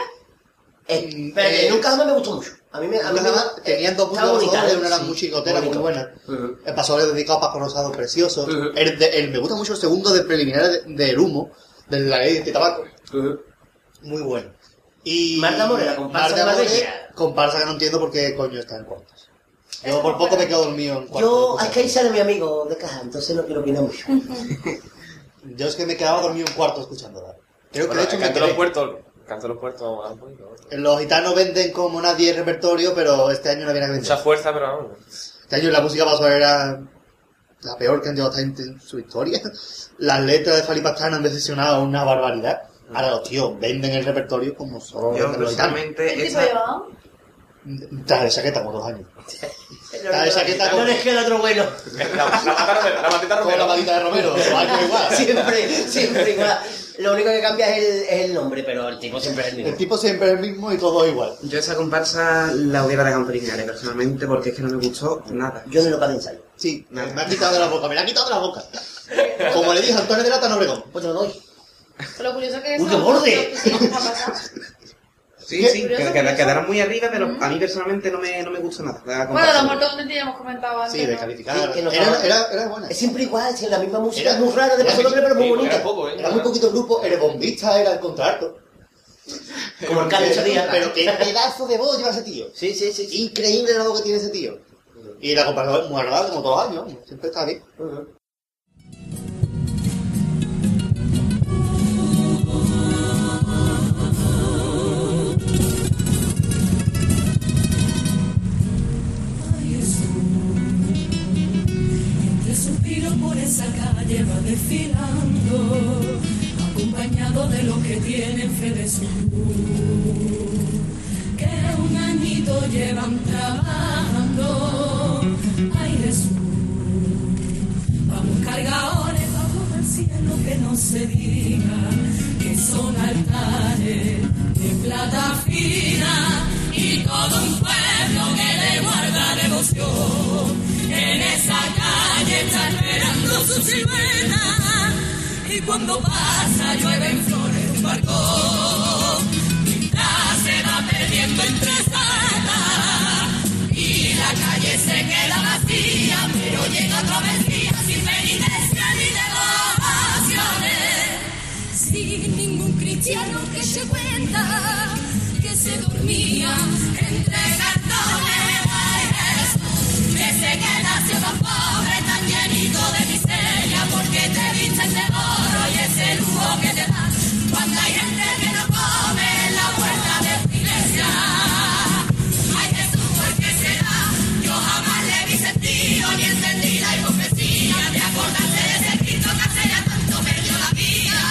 Speaker 5: pero
Speaker 1: Eh,
Speaker 5: nunca jamás me gustó mucho. A mí me. A mí
Speaker 1: Nunca jamás
Speaker 5: me-
Speaker 1: tenían dos
Speaker 5: estaba
Speaker 1: puntos de
Speaker 5: bonita, ¿eh?
Speaker 1: ojos, ¿eh? una era
Speaker 5: sí,
Speaker 1: muy chicotera, muy
Speaker 5: bonito.
Speaker 1: buena.
Speaker 5: Ujú.
Speaker 1: El paso es dedicado a Paco Rosado, precioso.
Speaker 5: Ujú.
Speaker 1: el, de- el- me gusta mucho el segundo de preliminares de- del humo, de la ley de tabaco.
Speaker 5: Ujú.
Speaker 1: Muy bueno. Y
Speaker 5: Marta Morera, comparsa
Speaker 1: Marta
Speaker 5: de
Speaker 1: Morera,
Speaker 5: Marbella.
Speaker 1: comparsa que no entiendo por qué coño está en cuartos. Yo por poco me quedo dormido en cuartos.
Speaker 5: Yo,
Speaker 1: escucha.
Speaker 5: es que ahí sale mi amigo de caja, entonces no quiero opinar mucho.
Speaker 1: Yo es que me quedaba dormido en cuartos escuchándola. Creo que
Speaker 6: Bueno,
Speaker 1: de hecho
Speaker 6: el
Speaker 1: me
Speaker 6: canto de los
Speaker 1: quedé.
Speaker 6: puertos. el canto de los puertos. ah, un poquito, ¿no?
Speaker 1: Los gitanos venden como nadie el repertorio, pero este año no viene a vender.
Speaker 6: Mucha fuerza, pero vamos.
Speaker 1: Este año la música paso era la peor que han llevado hasta en en su historia. Las letras de Fali Pastrana han decepcionado una barbaridad.
Speaker 6: Mm.
Speaker 1: Ahora los tíos venden el repertorio como solo
Speaker 4: Yo,
Speaker 1: venden los gitanos.
Speaker 3: ¿Qué
Speaker 4: personalmente,
Speaker 3: tipo
Speaker 4: esta-
Speaker 3: llevaba?
Speaker 1: Trae de chaqueta como dos años. Trae de chaqueta
Speaker 5: No
Speaker 1: con,
Speaker 5: les queda otro bueno.
Speaker 6: La, la mata Romero, la matita
Speaker 1: con la
Speaker 6: Romero.
Speaker 1: patita de Romero. Los años igual.
Speaker 5: Siempre, siempre igual. Lo único que cambia es el, es el nombre, pero el tipo siempre es el
Speaker 1: El
Speaker 5: mismo.
Speaker 1: tipo siempre es el mismo y todo es igual.
Speaker 4: yo esa comparsa la hubiera dejado en preliminares eh, personalmente porque es que no me gustó nada.
Speaker 5: Yo no lo cabe ensayo.
Speaker 1: Sí, me me ha quitado de la boca, me la ha quitado de la boca. Como le dije a Antonio de Lata, no bregón.
Speaker 5: Pues te lo doy.
Speaker 3: Lo curioso que es.
Speaker 5: Uy, qué borde.
Speaker 4: Sí, sí,
Speaker 3: Curioso,
Speaker 4: que- que
Speaker 3: curioso.
Speaker 4: quedaron muy arriba, pero
Speaker 5: Mm.
Speaker 4: a mí personalmente no me, no me gustó nada. la
Speaker 3: Bueno,
Speaker 4: comparsa.
Speaker 3: los muertos contentos ya hemos comentado antes.
Speaker 1: Sí,
Speaker 3: ¿no?
Speaker 1: descalificada.
Speaker 5: Sí, que nos
Speaker 1: Era,
Speaker 5: hablaba.
Speaker 1: era, era buena.
Speaker 5: Es siempre igual, es la misma música,
Speaker 1: Era-
Speaker 5: es muy rara, de
Speaker 1: era
Speaker 5: paso nombre, pero muy
Speaker 6: Sí, era
Speaker 5: bonita.
Speaker 6: poco, ¿eh?
Speaker 1: Era muy poquito el grupo, el bombista era el contrato.
Speaker 5: Como el Cádiz Díaz.
Speaker 1: Pero qué pedazo de voz lleva ese tío.
Speaker 5: Sí, sí, sí. sí.
Speaker 1: Increíble la voz que tiene ese tío. Y la comparación es muy agradable, como todos los años. Siempre está bien.
Speaker 5: Ujú.
Speaker 7: Entre suspiros por esa calle va desfilando, acompañado de los que tienen fe de su luz, que un añito llevan trabajando. Ay Jesús, vamos cargadores, vamos al cielo que no se diga que son altares de plata fina y todo un pueblo que le guarda devoción. En esa calle está esperando su silueta y cuando pasa llueven flores de un barco. Quizás se va perdiendo entre satas y la calle se queda vacía, pero llega otra vecina sin penitencia ni devociones sin ningún cristiano que se cuenta que se dormía entre cartones. Ay, Jesús, que se queda siendo pobre, tan llenito de miseria, porque te vistes de oro y ese lujo que te da. Cuando hay gente que no come en la puerta de tu iglesia. Ay, Jesús, ¿por qué será? Yo jamás le vi sentido ni entendí la hipocresía de acordarse de ese Cristo que hace ya tanto perdió la vida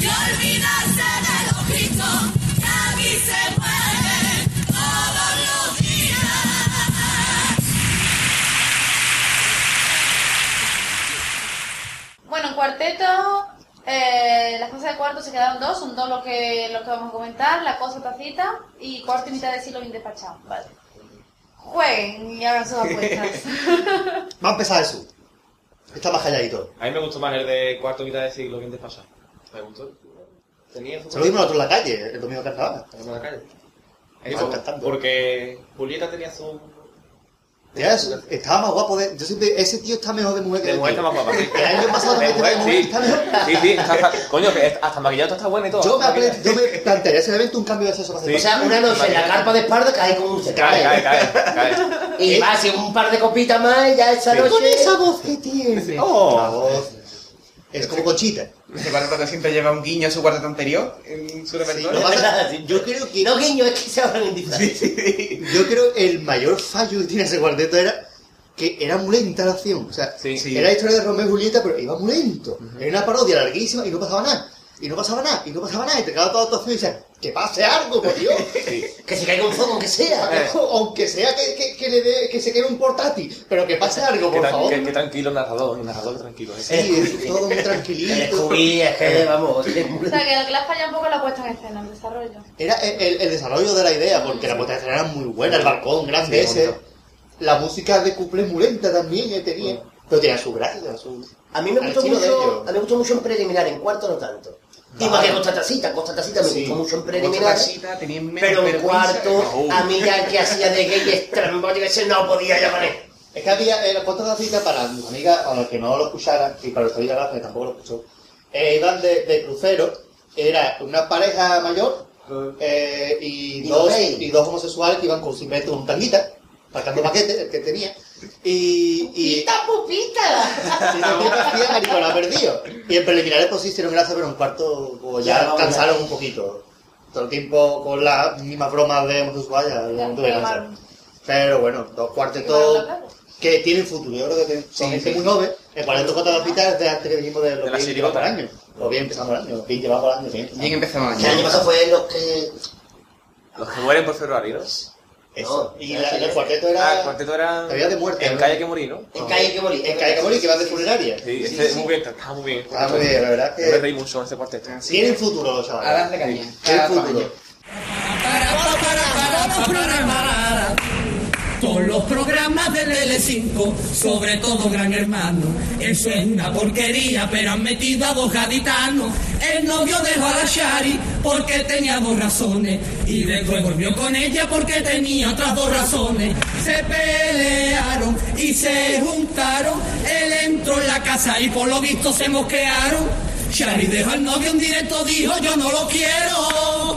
Speaker 7: y olvidarse de los Cristo que aquí se mueve
Speaker 3: cuartetos, eh, las cosas de cuarto se quedaron dos, son dos los que, los que vamos a comentar, la cosa tacita y cuarto y mitad de siglo bien despachado. Vale. Jueguen y hagan sus apuestas.
Speaker 1: Va a empezar eso. Está más calladito.
Speaker 8: A mí me gustó más el de cuarto mitad de siglo, bien despachado. Me gustó. Tenía su
Speaker 1: Se lo dimos nosotros en la calle, el domingo que andaba.
Speaker 8: en la calle.
Speaker 1: Estaban cantando.
Speaker 8: porque Julieta tenía su...
Speaker 1: Tía, eso, estaba más guapo de... Yo siempre... Ese tío está mejor de mujer que
Speaker 8: De
Speaker 1: de
Speaker 8: mujer está más guapa.
Speaker 1: El año pasado
Speaker 8: De
Speaker 1: también estaba de
Speaker 8: mujer,
Speaker 1: mujer,
Speaker 8: sí.
Speaker 1: está mejor.
Speaker 8: Sí, sí, está- está- coño, que hasta maquillado está bueno y todo.
Speaker 1: Yo me,
Speaker 8: Maquillado.
Speaker 1: apre- yo me plantearía seriamente un cambio de sexo para hacer
Speaker 8: Sí.
Speaker 5: O sea, una noche en la carpa de Esparta cae como un
Speaker 8: Cae, cae,
Speaker 5: cetrale.
Speaker 8: cae, cae.
Speaker 5: Y va así un par de copitas más y ya esa
Speaker 8: Sí.
Speaker 5: noche...
Speaker 1: Con esa voz que tiene.
Speaker 4: Oh.
Speaker 1: La voz. Es como Conchita.
Speaker 4: Ese cuarteto siempre lleva un guiño a su cuarteto anterior en su
Speaker 1: Lo que
Speaker 4: repertorio.
Speaker 5: Sí.
Speaker 1: pasa- yo creo
Speaker 5: Y
Speaker 1: que
Speaker 5: no guiño, es que se abren en disfraz.
Speaker 1: yo creo el mayor fallo que tiene ese cuarteto era que era muy lenta la acción. O sea,
Speaker 8: Sí, sí.
Speaker 1: era la historia de Romeo y Julieta, pero iba muy lento. Era una parodia larguísima y no pasaba nada. Y no pasaba nada, y no pasaba nada, y te quedaba toda la actuación y decías, que pase algo, por Dios.
Speaker 5: Que se caiga un fuego, aunque sea.
Speaker 8: Eh.
Speaker 1: Aunque sea que, que, que le dé- que se quede un portátil, pero que pase algo,
Speaker 8: Qué,
Speaker 1: por
Speaker 8: tan-
Speaker 1: favor.
Speaker 8: qué- qué tranquilo el narrador, el narrador tranquilo. ¿eh?
Speaker 1: Sí, todo muy
Speaker 5: El
Speaker 1: tranquilito.
Speaker 5: Scooby, es que vamos...
Speaker 3: o sea, que lo que le ha fallado un poco es la puesta en escena, el desarrollo.
Speaker 1: Era el, el- el desarrollo de la idea, porque la puesta de escena era muy buena, el balcón grande
Speaker 8: Sí,
Speaker 1: ese.
Speaker 8: bonito.
Speaker 1: La música de cuplé muy lenta también eh, tenía. Pero tenía su gracia, su...
Speaker 5: A mí me
Speaker 1: Al
Speaker 5: gustó
Speaker 1: estilo de
Speaker 5: mucho,
Speaker 1: ellos.
Speaker 5: a mí me gustó mucho en preliminar, en cuarto no tanto. Digo
Speaker 1: Vale.
Speaker 5: que Costa Tacita, Costa eh. Tacita me
Speaker 1: Sí.
Speaker 5: gustó mucho en
Speaker 4: Otra
Speaker 5: preliminar.
Speaker 4: cita, tenía menos
Speaker 5: Pero en
Speaker 4: vergüenza.
Speaker 5: cuarto,
Speaker 4: No.
Speaker 5: a mí ya que hacía de gay estrambótico, ese no podía llamar
Speaker 1: Es que había, eh, la puesta de cita para mis amigas, para los que no lo escucharan, y para los que que tampoco lo escuchó, eh, iban de, de crucero, era una pareja mayor eh, y,
Speaker 5: Y
Speaker 1: dos,
Speaker 5: los gays.
Speaker 1: y dos homosexuales que iban con simplemente un tanguita, sacando paquete, el que tenía, y... y
Speaker 3: ¡Pupita, pupita!
Speaker 1: Sí, ese tipo hacía maricola perdido. Y en preliminares pues sí hicieron gracia, pero en cuarto pues, ya
Speaker 5: Ya, vamos,
Speaker 1: cansaron un poquito. Todo el tiempo con las mismas bromas de homosexual ya llegó un momento de
Speaker 3: Ya,
Speaker 1: cansar.
Speaker 3: quemaron.
Speaker 1: Pero bueno, dos
Speaker 3: Quemaron
Speaker 1: cuartetos
Speaker 3: la cara.
Speaker 1: que tienen futuro. Yo creo que tienen- son
Speaker 4: Sí,
Speaker 1: gente
Speaker 4: sí.
Speaker 1: muy joven. El cuarteto contra las pitas es de antes que dijimos de los
Speaker 8: De la
Speaker 1: que llevamos
Speaker 8: chirigota.
Speaker 1: el año. Los bien empezamos el año, los bien llevamos el año. bien empezamos.
Speaker 4: Bien empezamos
Speaker 5: El año
Speaker 4: año.
Speaker 5: pasado fue los que.
Speaker 8: Los que mueren por febrero, ¿no?
Speaker 1: Eso.
Speaker 5: No,
Speaker 1: Y
Speaker 5: ya
Speaker 1: la-
Speaker 5: sí,
Speaker 1: el
Speaker 5: ya.
Speaker 1: cuarteto
Speaker 8: Ah, el
Speaker 1: era...
Speaker 8: cuarteto era...
Speaker 1: Había de muerte,
Speaker 8: En
Speaker 1: ¿no?
Speaker 8: calle que morí, ¿no?
Speaker 5: En calle que morí.
Speaker 1: El calle que morí, que va de funeraria.
Speaker 8: Sí,
Speaker 5: Sí,
Speaker 8: ese es
Speaker 5: sí.
Speaker 8: muy bien, está muy bien.
Speaker 1: Ah, muy bien, la verdad
Speaker 8: Yo me
Speaker 1: que...
Speaker 8: reí mucho con ese cuarteto.
Speaker 1: Tienen futuro los
Speaker 4: A
Speaker 1: chavales.
Speaker 4: darle caña.
Speaker 1: Tienen
Speaker 4: Cada dos
Speaker 1: futuro.
Speaker 4: años.
Speaker 2: Todos los programas, todos los programas de Tele5, sobre todo Gran Hermano. Eso es una porquería, pero han metido a dos gaditanos. El novio dejó a la Shari porque tenía dos razones. Y después volvió con ella porque tenía otras dos razones. Se pelearon y se juntaron. Él entró en la casa y por lo visto se mosquearon. Shari dejó al novio en directo, dijo yo no lo quiero.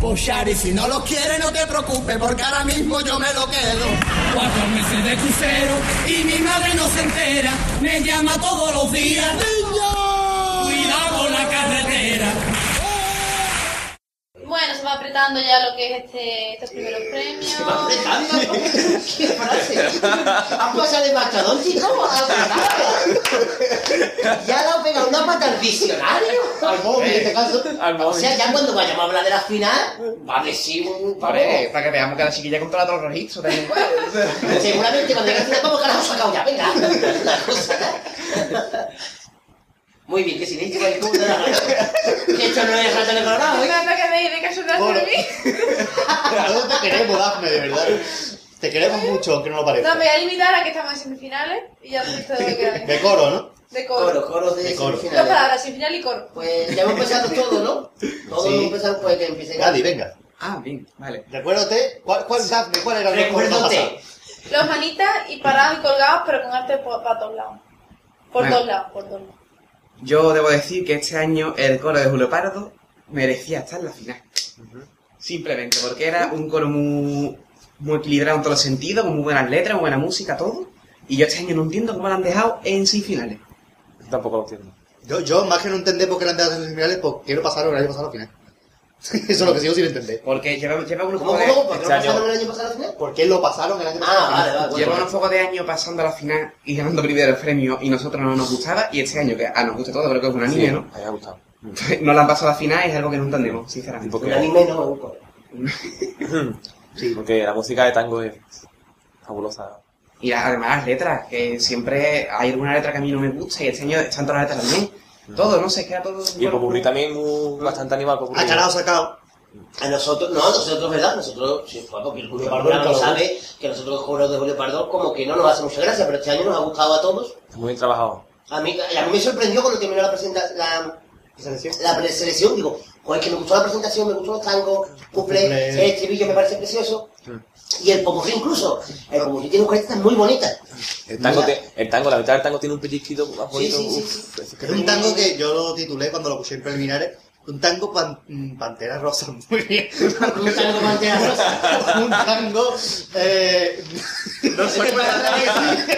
Speaker 2: Pues Shari, si no lo quieres no te preocupes porque ahora mismo yo me lo quedo. Cuatro meses de crucero y mi madre no se entera, me llama todos los días. ¡Niño! Cuidado con la carretera.
Speaker 3: Bueno, se va apretando ya lo que es este, estos primeros premios.
Speaker 5: Se va apretando. ¿Qué frase? ¿Has pasado de Macadón, chico? ¿Has apretado? ¿Ya le has pegado una pata al diccionario?
Speaker 1: Al móvil,
Speaker 5: Eh.
Speaker 1: en este caso.
Speaker 8: Al
Speaker 5: O
Speaker 8: móvil.
Speaker 5: sea, ya cuando vayamos a hablar de la final, va a decir un
Speaker 4: Hombre,
Speaker 5: papel.
Speaker 4: para que veamos que la chiquilla controla todos los registros también.
Speaker 5: Seguramente cuando llegue al final, vamos, carajo, sacado ya, venga. La cosa, ¿no? Muy bien, que si le dices culo de la radio, que esto no es rato de colorado, ¿eh?
Speaker 3: Espérate que me- me cae un brazo
Speaker 1: Bueno.
Speaker 3: en mí.
Speaker 1: Nosotros te queremos, Dafne, de verdad. Te queremos mucho, aunque no lo parezca.
Speaker 3: No, me voy a limitar a que estamos en semifinales y ya has visto de
Speaker 1: De
Speaker 3: qué
Speaker 1: coro, ¿no?
Speaker 3: De coro.
Speaker 5: Coro, coro de
Speaker 1: De coro.
Speaker 3: Dos
Speaker 5: semifinales.
Speaker 3: palabras, semifinal y coro.
Speaker 5: Pues ya hemos empezado todo, ¿no? Todos
Speaker 1: Sí.
Speaker 5: hemos empezado, pues que empiece
Speaker 1: Gadi, venga.
Speaker 4: Ah, bien, vale.
Speaker 1: Recuérdate, ¿cuál, cuál, Dafne, cuál era el mejor
Speaker 5: Recuérdate.
Speaker 3: Los manitas y parados y colgados, pero con arte por, para todos lados. Por
Speaker 4: Bueno.
Speaker 3: todos lados, por todos lados.
Speaker 4: Yo debo decir que este año el coro de Julio Pardo merecía estar en la final. Simplemente porque era un coro muy, muy equilibrado en todos los sentidos, con muy buenas letras, muy buena música, todo. Y yo este año no entiendo cómo lo han dejado en semifinales.
Speaker 8: Tampoco lo entiendo.
Speaker 1: Yo, yo, más que no entender por qué le han dejado en semifinales, pues quiero pasar el año pasado al final. Eso es lo que sigo sin entender.
Speaker 4: Porque lleva, lleva unos
Speaker 5: ¿Cómo,
Speaker 4: pocos de,
Speaker 5: cómo? ¿Por qué no
Speaker 8: Este año-
Speaker 5: pasaron el año pasado al final?
Speaker 1: ¿Por qué lo pasaron el año pasado?
Speaker 5: Ah, vale, vale.
Speaker 4: lleva
Speaker 5: bueno.
Speaker 4: unos pocos de años pasando a la final y ganando primeros premios y nosotros no nos gustaba. Y este año, que a nos gusta todo, creo que es una niña, ¿no?
Speaker 8: Me ha gustado.
Speaker 4: no la han pasado a la final y es algo que no entendemos, sinceramente.
Speaker 8: Tipo
Speaker 5: Un
Speaker 8: que-
Speaker 5: anime no, un coro.
Speaker 1: Sí.
Speaker 8: Porque la música de tango es fabulosa.
Speaker 4: Y la- además las letras, que siempre hay alguna letra que a mí no me gusta y este año están todas las letras también. Todo, no sé, queda todo...
Speaker 8: Mm. Y el popurrí también muy, bastante animado. el popurrí.
Speaker 1: Ah, Ha calado sacado.
Speaker 5: A nosotros, no, nosotros, ¿verdad? Nosotros, si fue porque el Julio Pardo ya lo sabe, que nosotros los cobros de Julio Pardo como que no nos hace mucha gracia, pero este año nos ha gustado a todos.
Speaker 8: Muy bien trabajado.
Speaker 5: A mí, y a mí me sorprendió cuando terminó la presentación, la, la preselección, digo, joder, que me gustó la presentación, me gustó los tangos, cuplé,
Speaker 1: Cuplé.
Speaker 5: el estribillo me parece precioso. Y el popurrí incluso, el popurrí tiene unas muy bonitas.
Speaker 8: El tango,
Speaker 5: Mira.
Speaker 8: te- el tango, la mitad del tango tiene un pellizquito más bonito.
Speaker 5: sí, sí,
Speaker 8: uf, es que-
Speaker 1: Es un tango que yo lo titulé cuando lo puse en preliminares. Un tango pan- mm, pantera rosa, muy bien.
Speaker 5: Un tango Pantera Rosa.
Speaker 1: un tango. Eh, no sé qué palabra decir.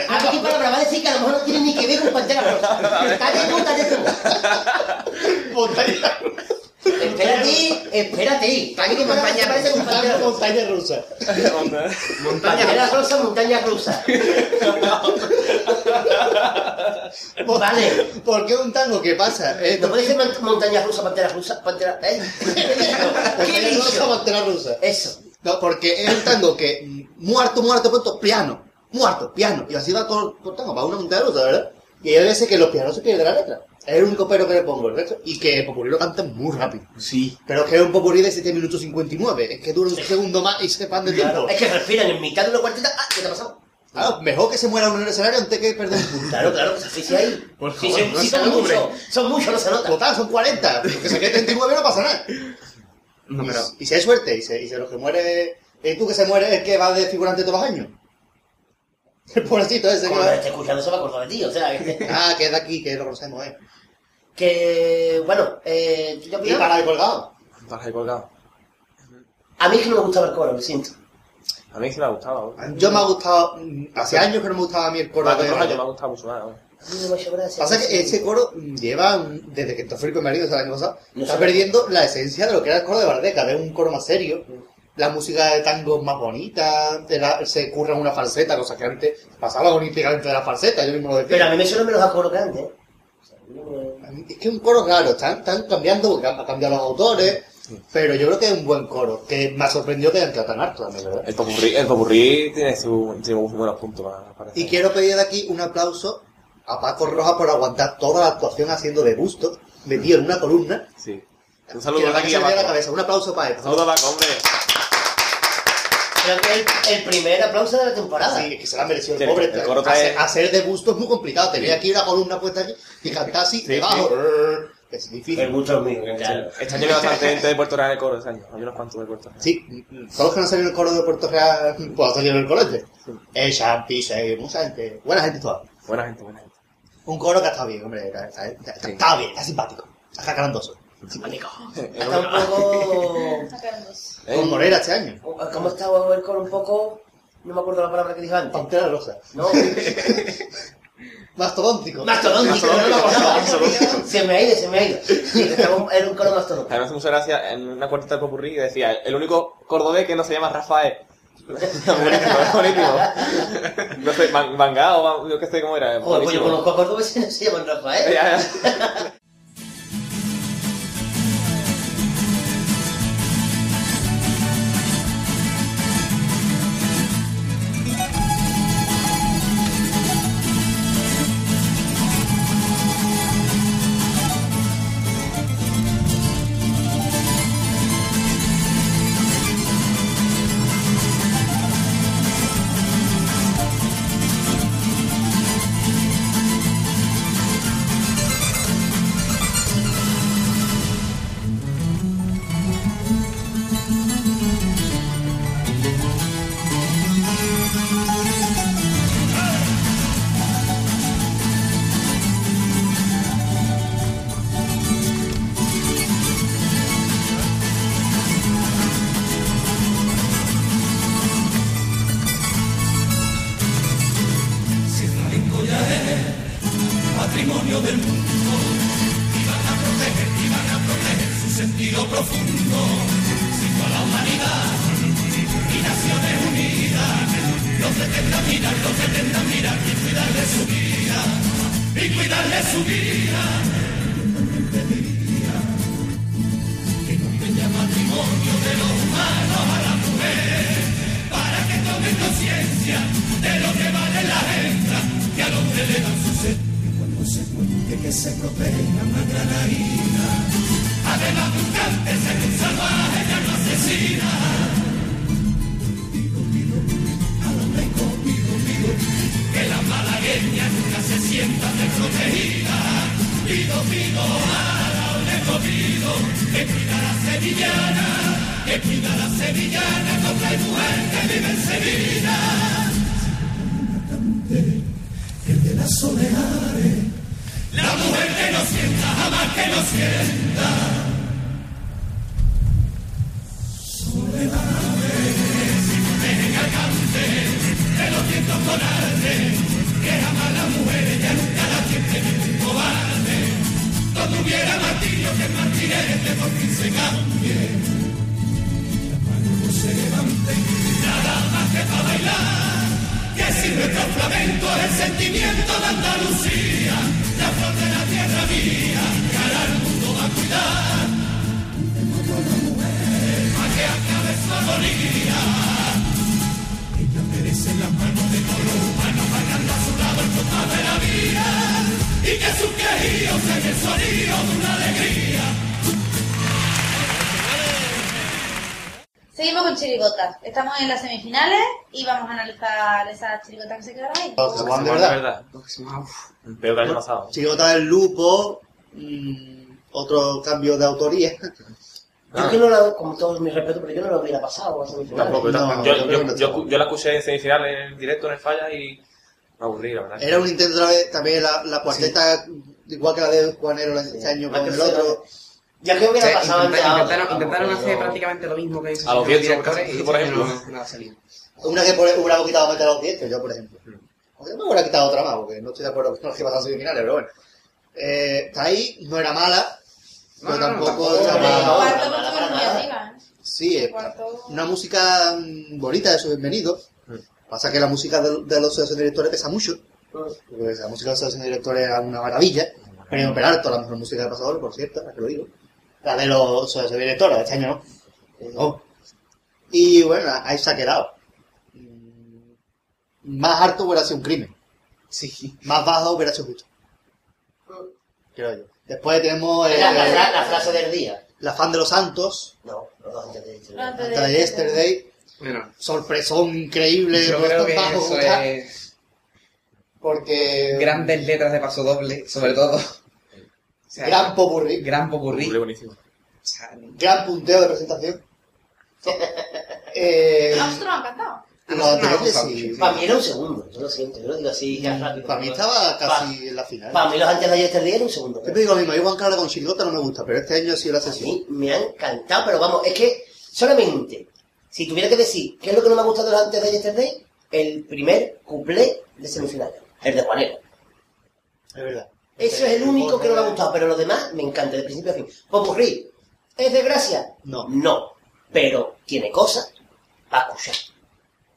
Speaker 5: A mí qué palabra va a decir que a lo mejor no tiene ni que ver con Pantera Rosa. Cállate tú, cállate tú.
Speaker 1: Montaña,
Speaker 5: Espérate, espérate. Para mí que montaña parece con
Speaker 1: un
Speaker 5: Pantera
Speaker 1: tango
Speaker 5: Rosa.
Speaker 1: montaña rusa.
Speaker 5: Pantera Rosa, montaña rusa. Vale.
Speaker 1: ¿Por qué un tango? ¿Qué pasa? Eh,
Speaker 5: ¿No puede ser man- montaña rusa, pantera rusa, pantera... ¿Eh? ¿Qué he
Speaker 1: Montaña rusa,
Speaker 5: dicho?
Speaker 1: pantera rusa.
Speaker 5: Eso.
Speaker 1: No, porque es un tango que mm, muerto, muerto, pronto, piano, muerto, piano. Y así va todo el tango, va una montaña rusa, ¿verdad? Y hay veces que los pianos se pierden la letra. Es el único pero que le pongo, el resto. Y que el popurrí lo canta muy rápido.
Speaker 4: Sí.
Speaker 1: Pero es que es un popurrí de 7 minutos 59. Es que dura un segundo más y se pan de tiempo.
Speaker 5: Es que respiran en mitad de una cuarteta. Ah, ¿qué te ha pasado?
Speaker 1: Claro, mejor que se muera uno en el escenario antes que perder un punto.
Speaker 5: Claro, claro, que se asfixia ahí.
Speaker 4: Por
Speaker 5: Sí,
Speaker 4: favor,
Speaker 5: sí,
Speaker 4: no
Speaker 5: sí,
Speaker 4: se
Speaker 5: son
Speaker 4: alumbren.
Speaker 5: muchos, son muchos, no se nota.
Speaker 1: Total, son 40. Que se quede 39 no pasa nada.
Speaker 4: No,
Speaker 1: Y-
Speaker 4: pero...
Speaker 1: Y, si hay suerte, y se, y se los que muere. ¿Y tú que se muere es que va de figurante todos los años? El pobrecito ese que
Speaker 5: Cuando
Speaker 1: va.
Speaker 5: esté escuchando se va a acordar de ti, o sea... que-
Speaker 1: Ah, que es de aquí, que lo conocemos, eh.
Speaker 5: Que, bueno, eh, ¿tú
Speaker 1: Y
Speaker 5: qué opinas?
Speaker 1: para de colgado.
Speaker 8: Para ahí colgado.
Speaker 5: A mí es que no me gustaba el coro, lo siento.
Speaker 8: A mí sí me ha gustado. ¿eh?
Speaker 1: Yo me ha gustado. mm, Hace años que no me gustaba a mí el coro
Speaker 8: Para
Speaker 1: de.
Speaker 5: pues,
Speaker 8: otros años me ha gustado mucho más. ¿eh?
Speaker 5: A mí no me ha hecho gracia.
Speaker 1: Pasa que ese coro mm, lleva, mm, desde que Tofrico Felipe marido el año pasado,
Speaker 5: No
Speaker 1: está
Speaker 5: sé.
Speaker 1: perdiendo la esencia de lo que era el coro de Bardeca, de un coro más serio. La música de tango es más bonita, de la- se curra una falseta, cosa que antes pasaba olímpicamente de la falseta, yo mismo lo decía.
Speaker 5: Pero a mí me suena menos a coro que antes. ¿eh? O sea, a mí no me-
Speaker 1: Es que es un coro raro, están, están cambiando, porque han han cambiado los autores, pero yo creo que es un buen coro, que me ha sorprendido que hayan quedado tan harto también, ¿verdad?
Speaker 8: El popurrí, el popurrí tiene, su, tiene muy buenos puntos. me parece.
Speaker 1: Y quiero pedir de aquí un aplauso a Paco Roja por aguantar toda la actuación haciendo de busto, metido en una columna.
Speaker 8: Sí. Un
Speaker 1: que
Speaker 8: saludo
Speaker 1: la
Speaker 8: de
Speaker 1: que
Speaker 8: aquí
Speaker 1: se
Speaker 8: a
Speaker 1: le vea la
Speaker 8: Paco.
Speaker 1: cabeza. Un aplauso para él.
Speaker 8: Un saludo a Paco, hombre.
Speaker 5: Creo que es el, el primer aplauso de la temporada.
Speaker 1: Sí, que se la ha merecido el
Speaker 8: Tiene-
Speaker 1: pobre.
Speaker 8: el coro trae-
Speaker 1: Hacer, hacer de busto es muy complicado. Tener aquí una columna puesta aquí y cantar así debajo. Es
Speaker 5: El
Speaker 1: difícil.
Speaker 5: gusto es mío, claro.
Speaker 8: Este año hay bastante gente de Puerto Real en el coro. Este año hay unos cuantos de Puerto Real.
Speaker 1: Sí, todos los que no han salido en el coro de Puerto Real, pues han salido en el coro este. El Champi, sí, mucha gente. Buena gente toda.
Speaker 8: Buena gente, buena gente.
Speaker 1: Un coro que ha estado bien, hombre. Está, está- está- está- está bien, está simpático. Está carandoso.
Speaker 5: Simpático. Está un poco...
Speaker 3: Sacaron dos.
Speaker 8: Eh,
Speaker 1: Con Morera este año.
Speaker 5: ¿Cómo estaba el coro un poco? No me acuerdo la palabra que dijo antes.
Speaker 1: Pantera rosa.
Speaker 5: No.
Speaker 1: Mastodóntico.
Speaker 5: Mastodóntico, no lo acordaba. Se me ha ido, se me ha ido. Sí, estaba un- Era un coro mastodóntico.
Speaker 8: A mí me hace mucha gracia en una cuarteta de popurrí que decía el único cordobés que no se llama Rafael. buenísimo, buenísimo. No sé, man- mangá o man- yo qué sé cómo era.
Speaker 5: Joder, pues yo
Speaker 8: buenísimo.
Speaker 5: conozco a cordobeses que no se llaman Rafael.
Speaker 8: Ya, ya.
Speaker 2: Si el flamenco ya es patrimonio del mundo, iban a proteger, iban a proteger su sentido profundo. Sin toda la humanidad y Naciones Unidas, los detendrán mirar, los detendrán mirar y cuidarle su vida, y cuidarle su vida. Te diría que no haya matrimonio de los humanos a la mujer, para que tomen conciencia de lo que vale que se proteja Magdalena. Además de un cante, ser un salvaje ya no asesina. Pido, pido, a lo meco, pido, pido, que la malagueña nunca se sienta desprotegida. Pido, pido, a lo meco, pido, que cuida a la sevillana, que cuida a la sevillana contra el mujer que vive en Sevilla. Que de las soleares la mujer que no sienta, jamás que no sienta. Soledades, si protegen al cante, de los vientos con arte, que jamás las mujeres ya nunca la siente ningún cobarde. Donde hubiera martirio que el martirete por fin se cambie. La mano no se levante, nada más que para bailar. Que si nuestro flamenco es el sentimiento de Andalucía, la flor de la tierra mía, que ahora el mundo va a cuidar. Para que acabe su agonía. Ella merece las manos de todo humano, bailando a su lado el compás de la vida. Y que sus quejíos sean el sonido de una alegría.
Speaker 3: Seguimos con chirigotas. Estamos en las semifinales y vamos a analizar esas chirigotas que se quedaron ahí.
Speaker 1: Los que se van de verdad.
Speaker 8: Peor que el año pasado.
Speaker 1: Chirigota del Lupo, mm, otro cambio de autoría.
Speaker 5: Yo que no la, con todo mi respeto, pero yo no lo hubiera pasado a semifinales.
Speaker 8: Tampoco,
Speaker 1: No,
Speaker 8: tampoco.
Speaker 1: yo
Speaker 8: Yo,
Speaker 1: creo que
Speaker 8: yo,
Speaker 1: no
Speaker 8: yo,
Speaker 1: tampoco.
Speaker 8: yo la escuché en semifinales en directo en el falla y me aburrí, la verdad.
Speaker 1: Era un intento otra vez, también la, la cuarteta, igual que la de Juanero este año
Speaker 5: La
Speaker 1: con el
Speaker 5: tercera.
Speaker 1: otro.
Speaker 5: Ya que hubiera
Speaker 4: Sí,
Speaker 5: pasado
Speaker 4: intenta-
Speaker 5: antes ahora.
Speaker 4: intentaron, intentaron
Speaker 8: pero-
Speaker 4: hacer prácticamente lo mismo que hizo
Speaker 8: A los
Speaker 4: los
Speaker 8: diez,
Speaker 4: directores y
Speaker 8: por
Speaker 4: dicen que
Speaker 8: ejemplo.
Speaker 4: no, no va a salir.
Speaker 1: Una que por, hubiera quitado meter los dientes, yo por ejemplo. Aunque no me hubiera quitado otra más, porque no estoy de acuerdo con los que pasan semifinales, pero bueno. Eh, está ahí, no era mala,
Speaker 4: No,
Speaker 1: pero
Speaker 4: no, no,
Speaker 1: tampoco
Speaker 4: tampoco.
Speaker 1: era mala.
Speaker 5: No,
Speaker 3: Cuarto
Speaker 5: nada,
Speaker 3: porque fueron muy
Speaker 5: nada.
Speaker 3: arriba, ¿eh?
Speaker 1: Sí, eh,
Speaker 3: Cuarto-
Speaker 1: una música mm, bonita de sus bienvenidos.
Speaker 5: Mm.
Speaker 1: Pasa que la música de, de los asociación de directores pesa mucho. Porque la música de los asociación de directores es una maravilla. Premio Peralto, la mejor música de pasador, por cierto, para que lo digo. La de los asociación de directores, este año no. Eh, no. Y bueno, ahí se ha quedado. Mm, Más harto hubiera sido un crimen.
Speaker 4: Sí.
Speaker 1: Más bajo hubiera sido justo. Creo yo. Después tenemos eh,
Speaker 5: La, la fra- la frase del día.
Speaker 1: la fan de los santos,
Speaker 5: No, los dos antes de decir
Speaker 3: Los
Speaker 5: nada.
Speaker 3: antes
Speaker 1: hasta Yesterday.
Speaker 4: Bueno,
Speaker 1: sorpresón increíble
Speaker 4: yo
Speaker 1: por
Speaker 4: creo
Speaker 1: estos
Speaker 4: que
Speaker 1: bajos,
Speaker 4: eso
Speaker 1: ¿verdad?
Speaker 4: es
Speaker 1: porque
Speaker 4: grandes letras de paso doble, sobre todo. O sea,
Speaker 1: gran popurrí,
Speaker 4: gran
Speaker 8: Aburrí
Speaker 4: popurrí. O
Speaker 8: buenísimo.
Speaker 4: sea,
Speaker 1: gran punteo de presentación eh,
Speaker 3: A nosotros nos ha encantado.
Speaker 1: los anteriores
Speaker 4: Ah,
Speaker 1: sí.
Speaker 4: sí.
Speaker 5: Para mí era un segundo, yo lo siento, yo lo digo así ya rápido.
Speaker 1: para mí estaba casi en la final
Speaker 5: Para mí los antes de ayer este era un segundo.
Speaker 1: siempre digo lo mismo yo Juan Carlos con Chirigota no me gusta pero este año ha sido la
Speaker 5: A
Speaker 1: sesión
Speaker 5: mí me ha encantado, pero vamos, es que solamente, si tuviera que decir qué es lo que no me ha gustado de los antes de Yesterday, el primer cuplé de semifinales, el de Juanero.
Speaker 1: es verdad
Speaker 5: Eso es el único que no me ha gustado, pero lo demás me encanta, de principio a fin. Popurrí, ¿es de gracia?
Speaker 1: No.
Speaker 5: No, pero tiene cosas para escuchar.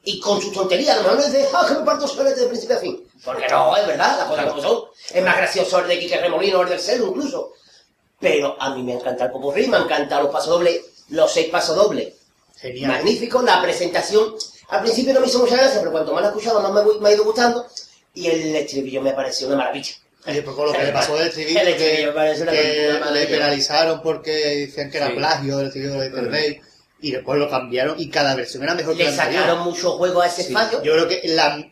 Speaker 5: Y con su tontería, a lo mejor no es de, ah, que me parto soles de principio a fin. Porque no, es verdad, las cosas como son. Es más gracioso el de Quique Remolino, el del Celu incluso. Pero a mí me encanta el popurrí, me encanta los pasodobles, los seis pasodobles.
Speaker 1: genial
Speaker 5: Magnífico, la presentación. Al principio no me hizo mucha gracia, pero cuanto más la he escuchado, más me, me ha ido gustando. Y el estribillo me pareció una maravilla.
Speaker 1: Y por pues lo que le pasó del estribillo,
Speaker 5: El
Speaker 1: que,
Speaker 5: estribillo me parece una
Speaker 1: que
Speaker 5: locura, madre
Speaker 1: le
Speaker 5: mía.
Speaker 1: penalizaron porque decían que era
Speaker 8: Sí.
Speaker 1: plagio del estribillo de Yesterday y después lo cambiaron y cada versión era mejor que
Speaker 5: Mm. Le
Speaker 1: la anterior
Speaker 5: sacaron mucho juego a ese fallo.
Speaker 1: Yo creo que la,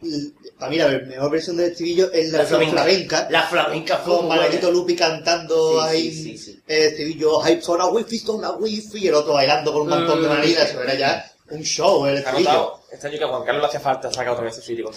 Speaker 1: para mí la mejor versión del estribillo es la, versión flamenca,
Speaker 5: La flamenca fue
Speaker 1: con
Speaker 5: muy buena.
Speaker 1: Maletito Lupi cantando
Speaker 5: Sí,
Speaker 1: ahí
Speaker 5: sí, sí, sí.
Speaker 1: el estribillo, hay zona wifi, zona wifi, y el otro bailando con un montón
Speaker 5: Mm.
Speaker 1: de manidas, eso era ya un show el
Speaker 8: Está
Speaker 1: estribillo.
Speaker 8: anotado. Este año que a Juan Carlos le hacía falta sacar otra vez su sitio.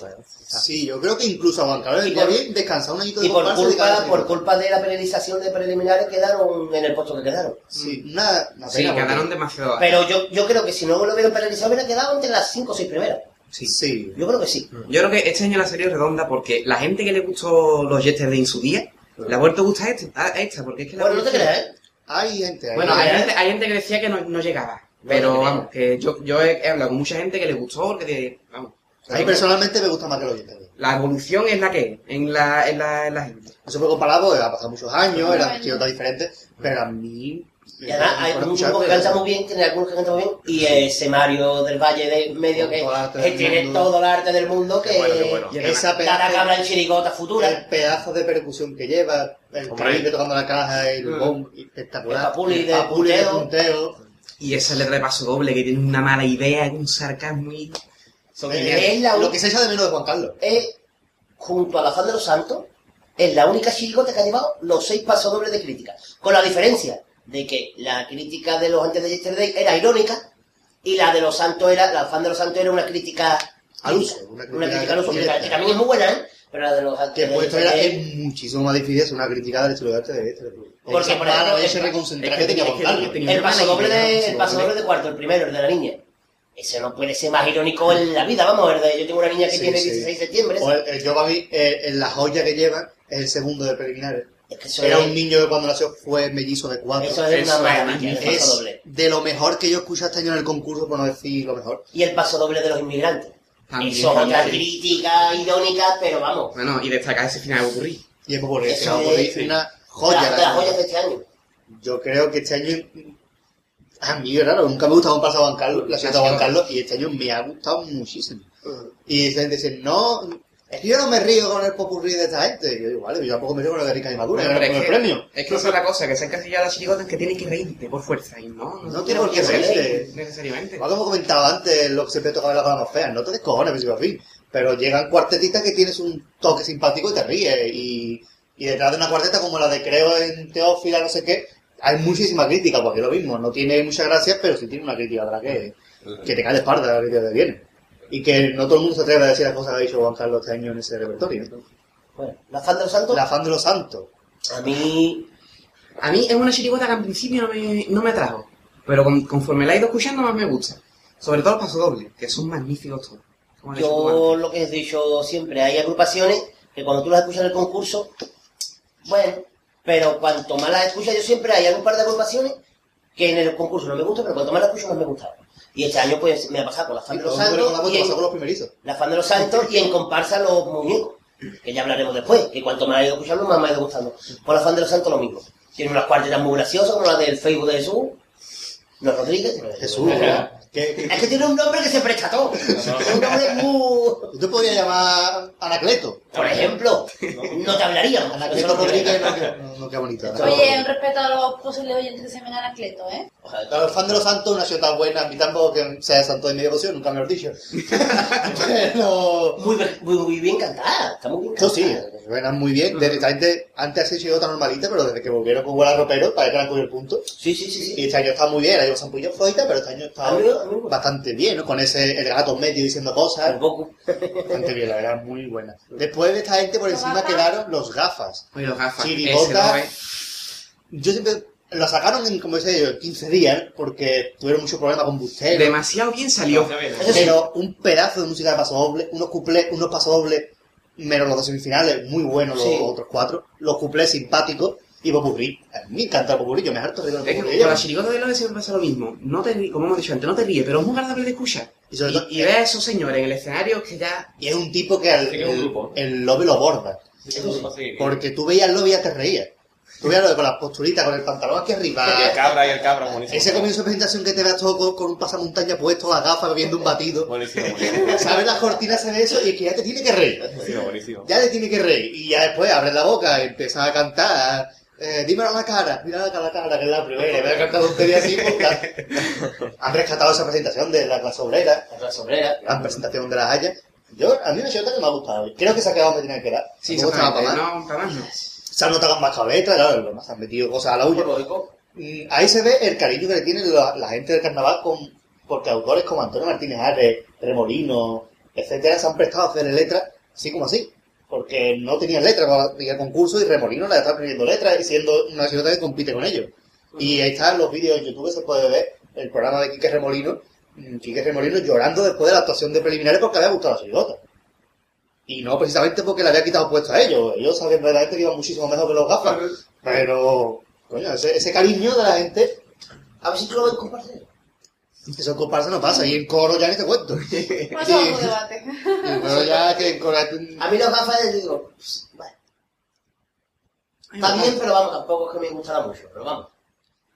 Speaker 1: Sí, yo creo que incluso a Juan Carlos le iría
Speaker 5: por-
Speaker 1: bien descansar un añito de
Speaker 5: Y por
Speaker 1: comparsa de
Speaker 5: culpa,
Speaker 1: cada
Speaker 5: por
Speaker 1: vez.
Speaker 5: culpa de la penalización de preliminares quedaron en el puesto que quedaron.
Speaker 1: Sí, una, una
Speaker 4: Sí,
Speaker 1: pena,
Speaker 4: quedaron
Speaker 1: porque-
Speaker 4: demasiado bajos.
Speaker 5: Pero yo, yo creo que si no lo hubieran penalizado, hubiera quedado entre las 5 o 6 primeras.
Speaker 1: Sí.
Speaker 5: Yo creo que sí.
Speaker 4: Yo creo que este año la serie es redonda porque la gente que le gustó los Yesterday en su día, le ha vuelto a gustar este- a esta, porque es que la
Speaker 5: Bueno, no te creas, ¿eh?
Speaker 1: Hay gente ahí.
Speaker 4: Bueno,
Speaker 5: Ahí
Speaker 4: hay
Speaker 5: está.
Speaker 4: gente, hay gente que decía que no, no llegaba.
Speaker 5: Bueno,
Speaker 4: Pero
Speaker 5: que
Speaker 4: vamos, que yo, yo he, he hablado con mucha gente que le gustó porque de- vamos,
Speaker 1: a mí personalmente me gusta más que los oyentes.
Speaker 4: la evolución es la que es en la, en la, en la gente.
Speaker 1: No se puede comparar porque ha pasado muchos años,
Speaker 3: Bueno.
Speaker 1: eran chicos diferentes, pero a mí
Speaker 5: Y además hay un grupo que canta muy bien, tiene algunos que cantan muy bien, y ese Mario del Valle de Medio que,
Speaker 1: Todo el arte
Speaker 5: que
Speaker 1: del
Speaker 5: tiene
Speaker 1: mundo.
Speaker 5: todo el arte del mundo que
Speaker 9: Qué bueno, qué bueno.
Speaker 1: Y esa
Speaker 5: dará
Speaker 1: pedazo-
Speaker 5: cabra en chirigota
Speaker 1: El
Speaker 5: futura.
Speaker 1: pedazo de percusión que lleva, el
Speaker 9: Hombre.
Speaker 1: calibre tocando la caja, el bong, espectacular.
Speaker 5: El papuli de
Speaker 1: El papuli de
Speaker 5: punteo.
Speaker 1: punteo.
Speaker 4: Y esa letra de paso doble que tiene una mala idea, un sarcasmo y...
Speaker 5: Son
Speaker 1: Eh,
Speaker 5: geniales. Es la
Speaker 1: lo
Speaker 5: u-
Speaker 1: que se echa de menos de Juan Carlos.
Speaker 5: Es, junto a la fan de los santos, es la única chirigota que ha llevado los seis pasos dobles de crítica. Con la diferencia de que la crítica de los antes de Yesterday era irónica y la de los santos era, la fan de los santos era una crítica
Speaker 1: Al uso,
Speaker 5: Una crítica, al uso, que,
Speaker 1: directa.
Speaker 5: que también es muy buena, ¿eh? Pero la de los antes
Speaker 1: Que
Speaker 5: de
Speaker 1: puesto era
Speaker 5: Yesterday-
Speaker 1: es muchísimo más difícil hacer una crítica del estilo de arte de este. Porque,
Speaker 5: Porque, por ejemplo, el-
Speaker 1: ese reconcentrado que
Speaker 4: es que-
Speaker 1: tenía
Speaker 4: es
Speaker 1: Juan
Speaker 4: que-
Speaker 1: Carlos.
Speaker 4: tenía-
Speaker 5: El paso doble de, el paso doble de cuarto, el primero, el de la niña. Eso no puede ser más irónico en la vida, vamos, el de yo tengo una niña que
Speaker 1: Sí,
Speaker 5: tiene
Speaker 1: sí.
Speaker 5: 16 de septiembre.
Speaker 1: O el, el Giovanni, eh, en la joya que lleva, es el segundo de preliminares.
Speaker 5: es que eso
Speaker 1: Era
Speaker 5: es,
Speaker 1: un niño que cuando nació fue mellizo de cuatro.
Speaker 5: eso es
Speaker 4: eso
Speaker 5: una
Speaker 4: es
Speaker 5: maravilla, el
Speaker 1: Es
Speaker 5: paso doble.
Speaker 1: de lo mejor que yo escuché este año en el concurso, por no decir lo mejor.
Speaker 5: Y el paso doble de los inmigrantes.
Speaker 4: También,
Speaker 5: eso es otra
Speaker 4: también.
Speaker 5: crítica irónica, pero vamos,
Speaker 4: Bueno, y destacar ese final ocurrí.
Speaker 1: Y es porque
Speaker 5: Eso
Speaker 1: era
Speaker 5: es-
Speaker 1: una
Speaker 5: la-
Speaker 1: joya.
Speaker 5: de las joyas de este año.
Speaker 1: Yo creo que este año. A mí, claro, nunca me ha gustado un paso a Juan Carlos, la ciudad de Juan Carlos, y este año me ha gustado muchísimo. Y esa gente dice, no, es que yo no me río con el popurrí de esta gente. Y yo digo, vale, yo tampoco me río con la de Rica de Madura,
Speaker 4: Bueno,
Speaker 1: con
Speaker 4: pero
Speaker 1: el
Speaker 4: es que-
Speaker 1: premio.
Speaker 4: Es que esa es la cosa, que se han casillado las chirigotas que tienen que reírte por fuerza. Y no,
Speaker 1: No tiene por qué reírte.
Speaker 4: Necesariamente.
Speaker 1: Igual Como comentaba antes, lo que siempre tocaba las palabras feas, no te descojones, principio a fin. Pero llegan cuartetistas que tienes un toque simpático y te ríes. Y, y detrás de una cuarteta como la de Creo en Teófila, no sé qué, hay muchísima crítica, porque es lo mismo, no tiene muchas gracias, pero sí tiene una crítica atrás que, que te cae de espalda la crítica que viene. Y que no todo el mundo se atreve a decir las cosas que ha dicho Juan Carlos este año en ese repertorio.
Speaker 5: Bueno, la fan de los santos,
Speaker 1: La fan de los santos.
Speaker 5: a mí
Speaker 4: A mí es una chirigota que al principio no me, no me atrajo, pero con- conforme la he ido escuchando más me gusta. Sobre todo el paso doble, que son magníficos todos. Como le he dicho
Speaker 5: Yo lo que he dicho siempre, hay agrupaciones que cuando tú las escuchas en el concurso, bueno, pero cuanto más las escuchas, yo siempre hay algún par de agrupaciones que en el concurso no me gustan, pero cuanto más las escucho más me gustaban. Y este año pues me ha pasado con la fan de los
Speaker 1: Con la
Speaker 5: santos
Speaker 1: voz
Speaker 5: y
Speaker 1: te
Speaker 5: en,
Speaker 1: pasó con los primerizos.
Speaker 5: la fan de los santos y en comparsa los muñecos, que ya hablaremos después, que cuanto más he ido escuchando, más me ha ido gustando. Con la fan de los santos lo mismo. Tiene unas cuartetas muy graciosas, como la del Facebook de Jesús, no Rodríguez,
Speaker 1: Jesús, ¿verdad? ¿Qué- qué-
Speaker 5: Es que tiene un nombre que se presta a todo. Es un nombre muy...
Speaker 1: Yo podría llamar Anacleto.
Speaker 5: Por ejemplo, no te hablaríamos.
Speaker 1: Anacleto Rodríguez, no, qué- no, qué bonito. Anacleto
Speaker 3: Oye, un
Speaker 1: Rodríguez.
Speaker 3: respeto a los posibles oyentes que se llaman Anacleto, ¿eh?
Speaker 1: Los fan de los santos, una ciudad buena, a mí tampoco que sea santo de mi devoción, nunca me lo he dicho. Pero...
Speaker 5: Muy, bien- muy, muy bien cantada, está muy bien
Speaker 1: Eso
Speaker 5: cantada.
Speaker 1: sí, suenan muy bien. Desde, esta gente, antes así llegó tan normalita, pero desde que volvieron con Guarda Ropero, para que han cogido el punto.
Speaker 5: Sí, sí, sí.
Speaker 1: Y
Speaker 5: sí.
Speaker 1: este año está muy bien, el año San Puyo Floita, pero este año está
Speaker 5: A mí- a mí me gusta.
Speaker 1: bastante bien, ¿no? Con ese el gato en medio diciendo cosas.
Speaker 5: Tampoco.
Speaker 1: Bastante bien, la verdad, muy buena. Después de esta gente, por encima quedaron los gafas.
Speaker 4: antes. Oye, los gafas,
Speaker 1: Chirigota.
Speaker 4: ese doble.
Speaker 1: Yo siempre la sacaron en, como decía yo, 15 días, porque tuvieron muchos problemas con Bustero.
Speaker 4: Demasiado bien salió.
Speaker 5: Eso sí.
Speaker 1: Pero un pedazo de música de paso doble, unos cuplés, unos paso doble, menos los dos semifinales, muy buenos los
Speaker 5: Sí.
Speaker 1: otros cuatro, los cuplés simpáticos y Popurrí. A mí me encanta el Popurrí, yo me harto de
Speaker 4: Es que
Speaker 1: Popurrí.
Speaker 4: con la chirigota de Lola siempre pasa lo mismo. No te ríes, como hemos dicho antes, no te ríes, pero es muy agradable de escuchar.
Speaker 1: Y sobre todo-
Speaker 4: Y, y ve a esos señores en el escenario que ya...
Speaker 1: Y es un tipo que al,
Speaker 6: Sí, que es un
Speaker 1: el,
Speaker 6: grupo.
Speaker 1: el Lobe lo borda.
Speaker 6: Porque
Speaker 1: Porque tú veías al Lobe y ya te reías. Tú veías al Lobe con las posturitas, con el pantalón aquí arriba.
Speaker 8: Y el cabra, y el cabra, buenísimo.
Speaker 1: Ah. Ese comienzo de presentación que te veas todo con, con un pasamontaña puesto, las gafas, bebiendo un batido.
Speaker 8: Buenísimo, buenísimo.
Speaker 1: ¿Sabes las cortinas de eso? Y es que ya te tiene que reír.
Speaker 8: Buenísimo, buenísimo.
Speaker 1: Ya le tiene que reír. Y ya después abre la boca y empieza a cantar. Eh, dímelo a la cara, mira a la cara, que es la primera. Y me ha cantado tontería así, puta. Han rescatado esa presentación de la clase obrera,
Speaker 5: La clase obrera.
Speaker 1: la presentación de las hayas. Yo, a mí me chota que me ha gustado. Creo que se ha quedado donde tenía que quedar.
Speaker 4: Sí,
Speaker 1: Tampoco estaba para
Speaker 4: exactamente,
Speaker 1: más.
Speaker 4: no, para más no.
Speaker 1: Se han notado más cabezas, claro, lo más han metido cosas a la
Speaker 5: Muy
Speaker 1: uña.
Speaker 5: lógico.
Speaker 1: Mm, Ahí se ve el cariño que le tiene la, la gente del carnaval con, porque autores como Antonio Martínez Ares, Remolino, etcétera, se han prestado a hacerle letras así como así. Porque no tenían letras para ir al concurso y Remolino la está aprendiendo letras y siendo una ciudad que compite con ellos. Y ahí están los vídeos en YouTube, se puede ver el programa de Quique Remolino, mm, Quique Remolino llorando después de la actuación de preliminares porque había gustado la ciudad. Y no precisamente porque le había quitado puesto a ellos. Ellos sabían verdaderamente que iban muchísimo mejor que los gafas. Pero, coño, ese, ese cariño de la gente,
Speaker 5: A ver si tú lo ves compartir.
Speaker 1: eso en comparsa no pasa. Y en coro ya ni te cuento.
Speaker 3: Bueno, eso es otro debate.
Speaker 1: En coro ya que en coro...
Speaker 5: A mí los gafas yo digo, "Pss, vale. Está bien, pero vamos, tampoco es que me gustara mucho, pero vamos.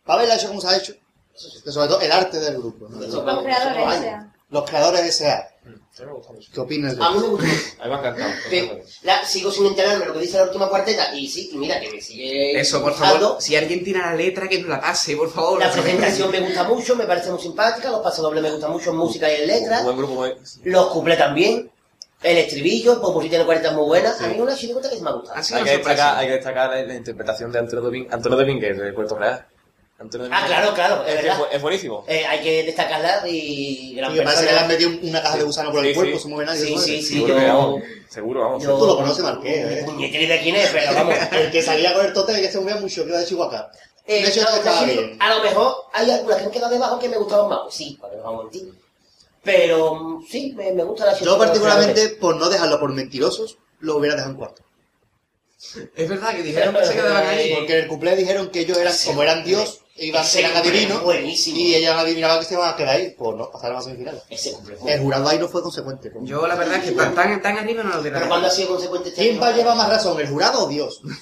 Speaker 1: Pavel ha hecho como se ha hecho. Sobre todo el arte del grupo. ¿no?
Speaker 5: Eso,
Speaker 3: Los
Speaker 5: vamos, eso,
Speaker 3: creadores,
Speaker 5: vale.
Speaker 3: sean.
Speaker 1: Los creadores de S.A.
Speaker 6: mí Mm, me gusta mucho.
Speaker 1: ¿Qué opinas de
Speaker 5: A mí
Speaker 1: eso?
Speaker 5: me gusta.
Speaker 6: A mí me ha encantado.
Speaker 5: Te- la- sigo sin enterarme lo que dice la última cuarteta y sí, mira que me sigue
Speaker 4: Eso, por
Speaker 5: gustando.
Speaker 4: favor, si alguien tiene la letra, que nos la pase, por favor.
Speaker 5: La presentación me gusta mucho, me parece muy simpática, los pasodobles me gustan mucho en música y en letras,
Speaker 8: Un buen grupo, eh. muy-
Speaker 5: los cuplés también, el estribillo, Popurrí tiene cuartetas muy buenas, a mí una chirigota que se me ha gustado.
Speaker 4: Ha sido
Speaker 8: Hay
Speaker 4: una
Speaker 8: que destacar,
Speaker 4: sorpresa.
Speaker 8: hay que destacar la, la interpretación de Antonio Domín- Antonio Domínguez de Puerto Real. Antonio
Speaker 5: Ah,
Speaker 8: Domínguez-
Speaker 5: claro, claro, es
Speaker 8: Es, que es
Speaker 5: verdad.
Speaker 8: bu- es buenísimo.
Speaker 5: Eh, hay que destacarla y gran
Speaker 1: Y me parece que le han
Speaker 5: persona.
Speaker 1: metido una caja de gusano por el
Speaker 8: Sí,
Speaker 1: cuerpo,
Speaker 8: sí.
Speaker 1: se mueve nadie.
Speaker 5: Sí,
Speaker 1: ¿no?
Speaker 5: sí, sí,
Speaker 8: seguro, que
Speaker 5: yo...
Speaker 8: vamos, seguro, vamos.
Speaker 5: yo-
Speaker 1: Tú lo conoces, Marqués, ¿eh?
Speaker 5: Ni de quién es, pero vamos.
Speaker 1: El que salía con el tote de que se movía mucho, que era de Chihuahua.
Speaker 5: Eh,
Speaker 1: de hecho,
Speaker 5: no,
Speaker 1: esto estaba
Speaker 5: sí,
Speaker 1: bien.
Speaker 5: A lo mejor hay algunas que han quedado debajo que me gustaban más. Pues sí, para que no vamos a mentir. Pero mm, sí, me, me gusta la
Speaker 1: Yo particularmente, por no dejarlo por mentirosos, lo hubiera dejado en cuarto.
Speaker 4: Es verdad que dijeron que se quedaban ahí.
Speaker 1: Porque en el cumple dijeron que ellos eran,
Speaker 5: Sí,
Speaker 1: como eran dios,
Speaker 5: hombre.
Speaker 1: iban,
Speaker 5: Ese
Speaker 1: eran
Speaker 5: cumple
Speaker 1: adivinos,
Speaker 5: es buenísimo.
Speaker 1: y ellos adivinaban que se iban a quedar ahí, pues no, pasaron a semifinales.
Speaker 5: Ese cumple fue.
Speaker 1: El jurado ahí no fue consecuente. pues.
Speaker 4: Yo, la verdad, es que tan, tan, tan arriba no lo hubiera
Speaker 5: Pero cuando ha sido consecuente este
Speaker 1: ¿Quién va a
Speaker 5: año?
Speaker 1: llevar más razón, el jurado o Dios?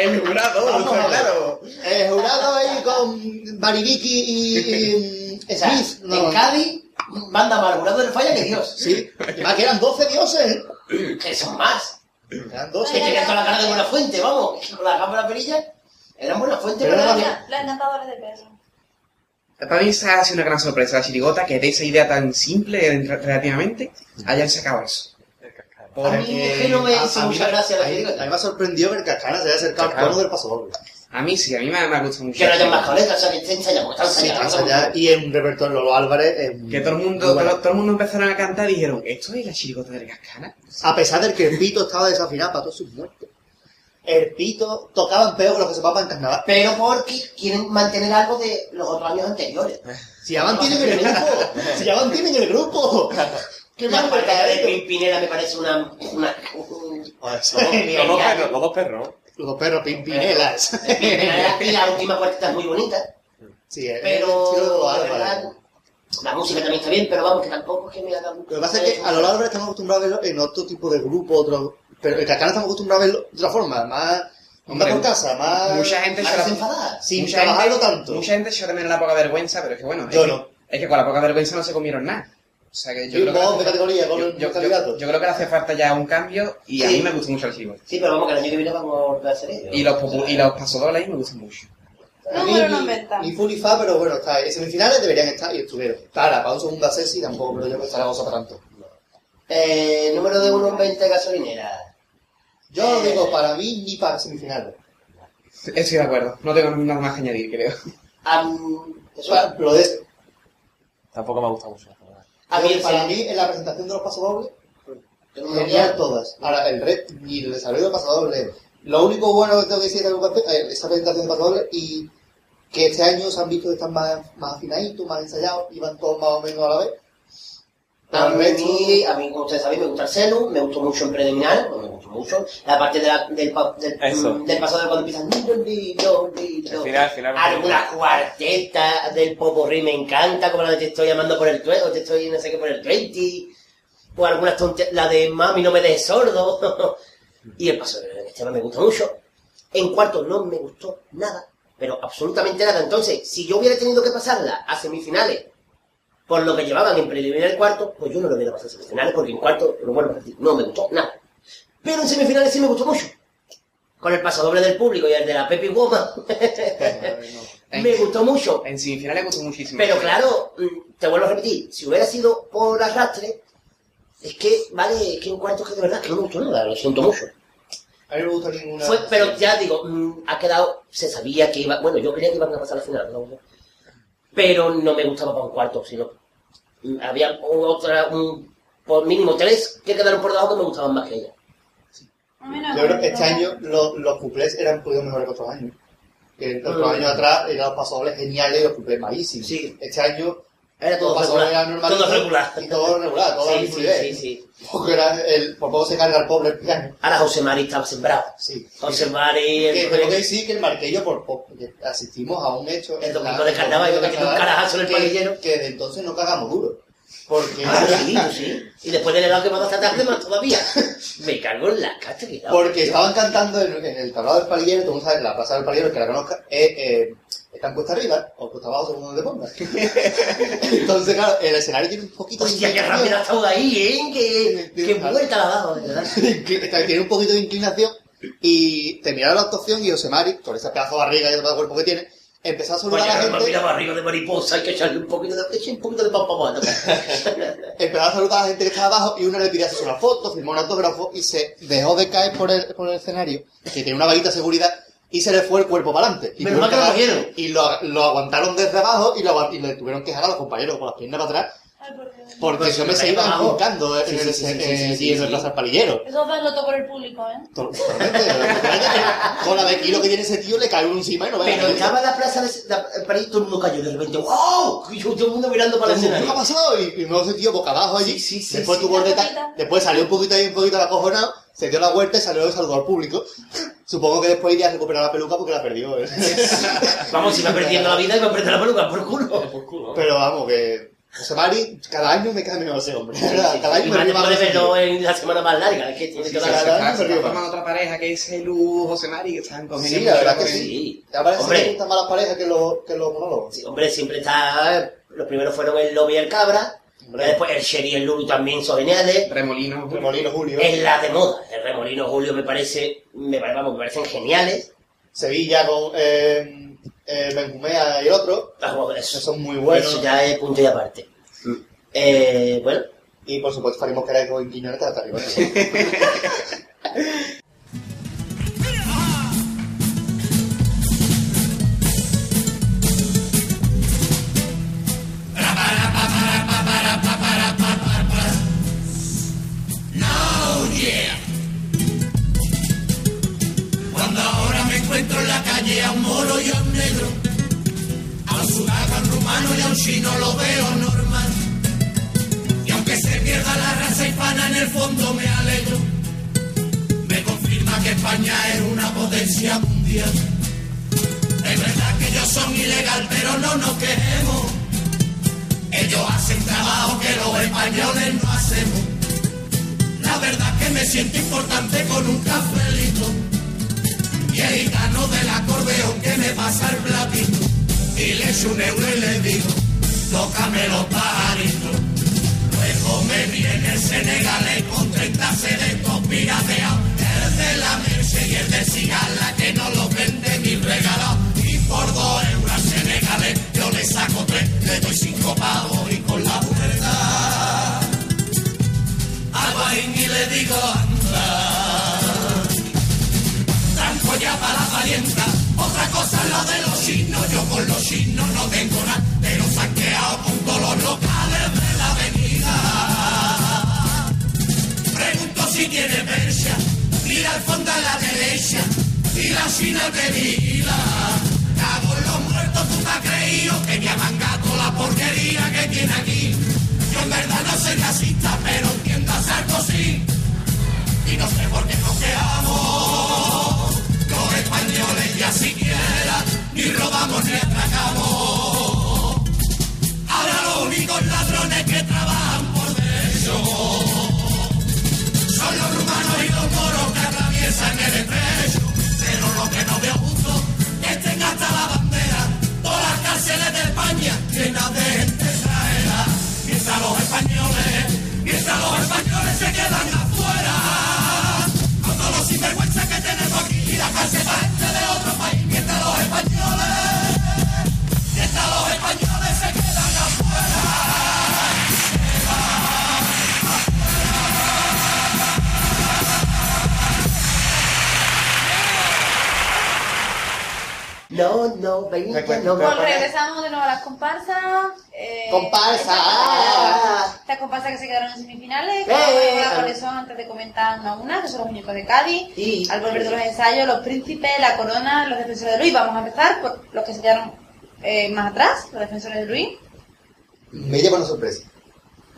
Speaker 4: El jurado,
Speaker 1: Vamos a ver.
Speaker 4: claro.
Speaker 1: El jurado ahí con Baribiki y mm,
Speaker 5: O sea,
Speaker 1: Smith. no.
Speaker 5: en Cádiz manda más el jurado del falla que Dios.
Speaker 1: Sí, más que eran 12 dioses. ¿eh?
Speaker 5: Que son más.
Speaker 1: Eran
Speaker 5: Es que
Speaker 1: 12.
Speaker 5: tienen toda la cara de buena fuente, vamos. Con la gama de la perilla, eran buena fuente,
Speaker 1: Pero no
Speaker 5: pero era
Speaker 1: había-
Speaker 5: bien.
Speaker 3: Los encantadores de perro.
Speaker 4: Para mí se ha sido una gran sorpresa la chirigota que de esa idea tan simple en- relativamente hayan sacado eso.
Speaker 5: A mí es que no me
Speaker 1: Ah, A-
Speaker 5: hizo
Speaker 1: a mí
Speaker 5: mucha
Speaker 1: me-
Speaker 5: gracia la
Speaker 1: a mí- A mí
Speaker 5: película.
Speaker 1: me sorprendió que el Cascana se haya acercado al
Speaker 4: Cascana.
Speaker 1: cono del paso doble.
Speaker 4: A mí sí, a mí me, me ha gustado mucho.
Speaker 5: Que no hayan más colegas, o sea, que estén ensayados, están
Speaker 1: Sí,
Speaker 5: ensayados.
Speaker 1: pasa ya. Y en repertorio Lolo Álvarez. em,
Speaker 4: Que todo el mundo,
Speaker 1: muy bueno.
Speaker 4: todo, todo el mundo empezaron a cantar y dijeron, ¿esto es la chirigota del Cascana?
Speaker 1: A pesar del que el pito estaba desafinado para todos sus muertos. El pito tocaban peor que los que se papan en carnaval.
Speaker 5: Pero porque quieren mantener algo de los otros años anteriores.
Speaker 1: Si ya mantienen el grupo. Si ya mantienen el grupo. Qué
Speaker 5: La
Speaker 1: mal
Speaker 5: partida de
Speaker 1: mercadito.
Speaker 5: Pimpinela me parece una. una
Speaker 8: Los dos perros, los dos perros. ¿no?
Speaker 1: Oh, Los perros pimpinelas.
Speaker 5: Pimpinela y la última cuarteta es muy bonita.
Speaker 1: Sí, eh, el
Speaker 5: Pero.
Speaker 1: estilo de Lolo
Speaker 5: la
Speaker 1: Álvarez.
Speaker 5: verdad, La música también está bien, pero vamos, que tampoco es que me haga.
Speaker 1: Lo que pasa es que a lo largo estamos acostumbrados a verlo en otro tipo de grupo, otro... pero el Cascana estamos acostumbrados a verlo de otra forma, más... Hombre,
Speaker 4: Hombre,
Speaker 1: por casa, más...
Speaker 4: mucha gente
Speaker 5: Ahora
Speaker 4: se la-
Speaker 5: se enfada.
Speaker 1: Sin
Speaker 4: mucha
Speaker 1: trabajarlo
Speaker 4: gente-
Speaker 1: tanto.
Speaker 4: Mucha gente echó también la poca vergüenza, pero es que bueno.
Speaker 1: Yo
Speaker 4: es que-
Speaker 1: no.
Speaker 4: es que con la poca vergüenza no se comieron nada. O sea que yo
Speaker 1: Sí,
Speaker 4: creo que.
Speaker 1: vamos
Speaker 4: hace
Speaker 1: de categoría, con
Speaker 4: yo,
Speaker 1: los
Speaker 4: yo-
Speaker 1: candidatos.
Speaker 4: yo- yo creo que le hace falta ya un cambio y a
Speaker 5: Sí.
Speaker 4: mí me gustó mucho el chirigota.
Speaker 5: Sí, pero vamos, que el año que viene vamos a volver a hacer ello.
Speaker 4: Y los, popu- y los pasodobles ahí me gustan mucho.
Speaker 3: No
Speaker 1: Ni-
Speaker 3: fueron
Speaker 1: ni-
Speaker 3: 90.
Speaker 1: Ni full y fa, pero bueno, está, en semifinales deberían estar y estuvieron. Para, para un segundo acceso y tampoco creo yo que está la cosa para tanto.
Speaker 5: Eh, número de 1 en 20 gasolinera.
Speaker 1: Yo lo digo para mí ni para semifinales.
Speaker 4: Estoy de acuerdo. No tengo nada más que añadir, creo.
Speaker 5: Am- ¿te
Speaker 1: Eso es
Speaker 5: suena?
Speaker 1: lo de...
Speaker 8: Tampoco me ha gustado mucho. la verdad.
Speaker 5: A mí el
Speaker 1: para
Speaker 5: sí.
Speaker 1: mí, en la presentación de los pasodobles,
Speaker 5: Yo no me
Speaker 1: genial
Speaker 5: acuerdo.
Speaker 1: todas. Ahora, el red y el desarrollo de pasodobles. Lo único bueno que tengo que decir es esa presentación de pasodobles y que este año se han visto que están más, más afinaditos, más ensayados, y van todos más o menos a la vez. Pero
Speaker 5: A
Speaker 1: el
Speaker 5: mí,
Speaker 1: resto-
Speaker 5: a mí, como ustedes saben, me gusta el celu, me gustó mucho en preliminar, me gustó mucho. La parte de la- del, pa- del,
Speaker 8: Eso.
Speaker 5: mm, del pasado de cuando empiezan... "Ni, ni, ni, ni,
Speaker 8: Al
Speaker 5: ni".
Speaker 8: final, al final.
Speaker 5: Alguna cuarteta del poporri me encanta, como la de te estoy llamando por el 20, o te estoy no sé qué por el 20, o algunas tonterías, la de mami no me dejes sordo. y el paso de Esteban me gusta mucho. En cuarto no me gustó nada, pero absolutamente nada. Entonces, si yo hubiera tenido que pasarla a semifinales por lo que llevaban en preliminar el cuarto, pues yo no lo hubiera pasado a semifinales, porque en cuarto, lo vuelvo a repetir, no me gustó nada. Pero en semifinales sí me gustó mucho. Con el pasodoble del público y el de la Pepi Goma,
Speaker 1: Eh,
Speaker 5: me gustó mucho.
Speaker 4: En semifinal le gustó muchísimo.
Speaker 5: Pero claro, mm, te vuelvo a repetir, si hubiera sido por arrastre, es que, vale, es que un cuarto que de verdad que no me gustó nada, lo siento mucho.
Speaker 1: A mí no me gusta ninguna.
Speaker 5: Fue, pero ya digo, mm, ha quedado, se sabía que iba, bueno, yo creía que iban a pasar la final, ¿no? pero no me gustaba para un cuarto, sino mm, había un- otra, un, por mínimo tres que quedaron por debajo que me gustaban más que ella.
Speaker 3: A mí no
Speaker 1: Yo
Speaker 3: me
Speaker 1: creo que
Speaker 3: gustó.
Speaker 1: este año lo- los cuplés eran un poquito mejores que otros años. Que los
Speaker 5: Mm.
Speaker 1: otros años atrás eran los pasodobles geniales y los cuplés malísimos.
Speaker 5: Sí.
Speaker 1: Este año
Speaker 5: Era todo
Speaker 1: los pasodobles
Speaker 5: regular,
Speaker 1: eran normalitos
Speaker 5: todo regular.
Speaker 1: y todo regular, todo
Speaker 5: Sí,
Speaker 1: en
Speaker 5: sí,
Speaker 1: fluidez.
Speaker 5: sí, sí.
Speaker 1: Porque era el, por poco se carga el pobre piano.
Speaker 5: Ahora José Mari estaba sembrado.
Speaker 1: Sí.
Speaker 5: José Mari,
Speaker 1: Que
Speaker 5: el,
Speaker 1: tengo que decir que el marquello por poco, que asistimos a un hecho.
Speaker 5: El
Speaker 1: en
Speaker 5: domingo
Speaker 1: la-
Speaker 5: de carnaval,
Speaker 1: el
Speaker 5: que metió un carajazo en el
Speaker 1: que-
Speaker 5: palillero.
Speaker 1: Que de entonces no cagamos duro. Porque.
Speaker 5: Ah, sí, sí. Y después del helado que me ha dado esta tarde más todavía. Me cago en la cata que he dado.
Speaker 1: Porque estaban cantando en, en el tablado del palillero, tú sabes, la plaza del palillero, el que la conozca, eh, eh, están cuesta arriba o cuesta abajo según donde pongas. Entonces, claro, el escenario tiene un poquito
Speaker 5: Hostia, qué rápido ha estado ahí, ¿eh? Qué, qué vuelta la ha dado, de ¿verdad?
Speaker 1: inclinación. tiene un poquito de inclinación y te miraba la actuación y Osemari, con ese pedazo de barriga y ese pedazo de cuerpo que tiene, empezó a saludar a la
Speaker 5: Vaya, me
Speaker 1: gente.
Speaker 5: mira barriga de mariposa, hay que echarle un poquito de leche y un poquito de pan
Speaker 1: Empezaba a saludar a la gente que estaba abajo y una le pidió hacerse una foto, firmó un autógrafo y se dejó de caer por el, por el escenario, que tiene una varita de seguridad, y se le fue el cuerpo para adelante. Y tuvieron
Speaker 5: Menos mal que lo
Speaker 1: agarrar- Y lo, lo aguantaron desde abajo y, lo, aguant- y le tuvieron que jalar a los compañeros con las piernas para atrás,
Speaker 3: Ay, por Dios.
Speaker 1: porque
Speaker 5: Pues
Speaker 1: ese hombre
Speaker 5: se
Speaker 1: se
Speaker 5: cayó
Speaker 1: iba
Speaker 5: abajo.
Speaker 1: buscando
Speaker 5: Sí,
Speaker 1: en el
Speaker 5: sí, sí, sí, sí, sí,
Speaker 1: y en el
Speaker 5: sí.
Speaker 1: Plaza del Palillero.
Speaker 3: Eso da loto por el público, ¿eh?
Speaker 1: Totalmente, totalmente. Con la de kilo que tiene ese tío le cae uno encima y no ve
Speaker 5: Pero estaba en la plaza de la- en París, todo el mundo cayó de repente. ¡Wow! Y yo- Todo el mundo mirando para el
Speaker 1: ¿Qué ha
Speaker 5: escenario.
Speaker 1: pasado? Y, y luego ese tío boca abajo allí.
Speaker 5: Sí, sí, sí,
Speaker 1: después
Speaker 5: sí.
Speaker 1: tuvo
Speaker 3: La
Speaker 1: deta-
Speaker 3: patita.
Speaker 1: Después salió un poquito ahí, un poquito acojonado. Se dio la vuelta y salió y saludó al público. Supongo que después iría a recuperar la peluca porque la perdió. ¿eh?
Speaker 5: Vamos, iba perdiendo la vida y iba perdiendo la peluca, por culo.
Speaker 6: Por culo, ¿no?
Speaker 1: Pero vamos, que. José Mari, cada año me cae mejor ese hombre.
Speaker 5: Sí,
Speaker 1: ¿verdad?
Speaker 5: sí,
Speaker 1: Cada
Speaker 5: sí.
Speaker 1: año
Speaker 5: Y
Speaker 1: me
Speaker 5: más
Speaker 1: río más
Speaker 5: después de
Speaker 1: de ese
Speaker 5: verlo
Speaker 1: tío.
Speaker 5: en la semana más larga, es que tiene
Speaker 1: Sí,
Speaker 5: toda
Speaker 1: sí,
Speaker 5: la
Speaker 1: sí,
Speaker 5: cara.
Speaker 1: sí.
Speaker 4: Ah, se está formando otra pareja que es Helu José Mari, que están comiendo.
Speaker 1: Sí, la verdad que
Speaker 5: Sí.
Speaker 1: sí. Ya parece
Speaker 5: Hombre.
Speaker 1: que gustan más las parejas que los, que los monólogos.
Speaker 5: Sí, hombre, siempre está. Los primeros fueron el Lobo y el Cabra.
Speaker 1: Hombre.
Speaker 5: Después el Sherry y el Lulu también son geniales.
Speaker 4: Remolino.
Speaker 1: Remolino Julio,
Speaker 5: Es la de moda. El Remolino Julio me parece. Me, pare- vamos, me parecen geniales.
Speaker 1: Sevilla con eh, eh, Benjumea y el otro.
Speaker 5: Vamos,
Speaker 1: Esos
Speaker 5: eso,
Speaker 1: son muy buenos.
Speaker 5: eso ya es punto y aparte. Eh, bueno,
Speaker 1: Y por supuesto, Farimos que era con Quiñoneta hasta arriba.
Speaker 2: Cuando ahora me encuentro en la calle a un moro y a un negro, a un sudafán rumano y a un chino lo veo normal. Y aunque se pierda la raza hispana, en el fondo me alegro. Me confirma que España es una potencia mundial. Es verdad que ellos son ilegal, pero no nos quejemos. Ellos hacen trabajo que los españoles no hacemos. La verdad que me siento importante con un cafelito y el gitano del acordeón que me pasa el platito y le echo un euro y le digo tócame los pajaritos luego me viene el senegalés con 30 sedentos pirateados el de la merce y el de cigala que no lo vende ni regalado y por dos euros al senegalés yo le saco tres le doy cinco pavos y con la puerta hago ahí y le digo anda Tranco ya para la parienta. Otra cosa es la de los signos, yo con los signos no tengo nada, pero saqueado con todos los locales de la avenida. Pregunto si tiene persia, mira al fondo a la derecha, y la china te vigila. Cago en los muertos, tú te has creído que me han gato la porquería que tiene aquí. Yo en verdad no soy racista, pero entiendo a Sarkozy, y no sé por qué nos quedamos. Los españoles ya siquiera ni robamos ni atracamos. Ahora los únicos ladrones que trabajan por derecho son los rumanos y los moros que atraviesan el estrecho. Pero lo que no veo justo es que estén hasta la bandera todas las cárceles de España llenas de gente extranjera. Mientras los españoles, mientras los españoles se quedan afuera con todos los sinvergüenzas que tenemos aquí y la cárcel va gente de otro país mientras los españoles mientras los españoles se quedan afuera
Speaker 5: no, no, venga,
Speaker 1: Recuerda-
Speaker 5: no,
Speaker 3: Pues
Speaker 5: va
Speaker 3: regresamos de nuevo a las comparsas. eh,
Speaker 1: ¡Comparsa!
Speaker 3: Estas comparsas que se quedaron en semifinales, que
Speaker 5: ¡Eh!
Speaker 3: vamos a recordar cuáles son antes de comentar una a una, que son los muñecos de Cádiz,
Speaker 5: Y-
Speaker 3: al volver de los ensayos, los príncipes, la corona, los defensores de Luis. Vamos a empezar por los que se quedaron eh, más atrás, los defensores de Luis.
Speaker 1: Me lleva una sorpresa.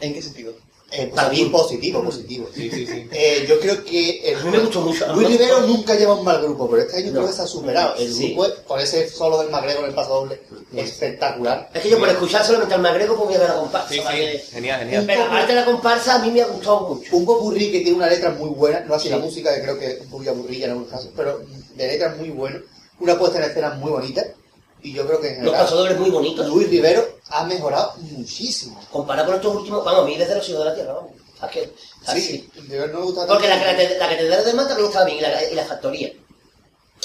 Speaker 4: ¿En qué sentido?
Speaker 1: Eh, pues,
Speaker 5: También.
Speaker 1: a mí positivo, positivo.
Speaker 6: Sí, sí, sí.
Speaker 1: Eh, yo creo que el
Speaker 5: A mí me gustó mucho.
Speaker 1: Luis Rivero nunca lleva un mal grupo, pero este año creo que se ha superado. El
Speaker 5: Sí.
Speaker 1: grupo, con ese solo del Magrego en el paso doble, espectacular.
Speaker 5: Es que yo por escuchar solamente al magrego pues voy a ver la comparsa.
Speaker 6: Sí,
Speaker 5: ¿vale?
Speaker 6: sí. Genial, genial.
Speaker 5: Pero aparte de la comparsa a mí me ha gustado mucho.
Speaker 1: Un popurrí que tiene una letra muy buena, no así
Speaker 5: Sí.
Speaker 1: la música, que creo que es un poquillo aburrida en algunos casos, pero de letra muy bueno. Una puesta en escena muy bonita. Y yo creo que en
Speaker 5: Los
Speaker 1: general,
Speaker 5: pasadores muy bonitos.
Speaker 1: Luis Rivero ha mejorado muchísimo.
Speaker 5: Comparado con estos últimos, vamos, a mí desde los hijos de la tierra, vamos. Es que- así.
Speaker 1: Sí, Rivero no me gusta tanto.
Speaker 5: Ah, Porque la, catedral- la catedral del mar también estaba bien, y la, y la factoría.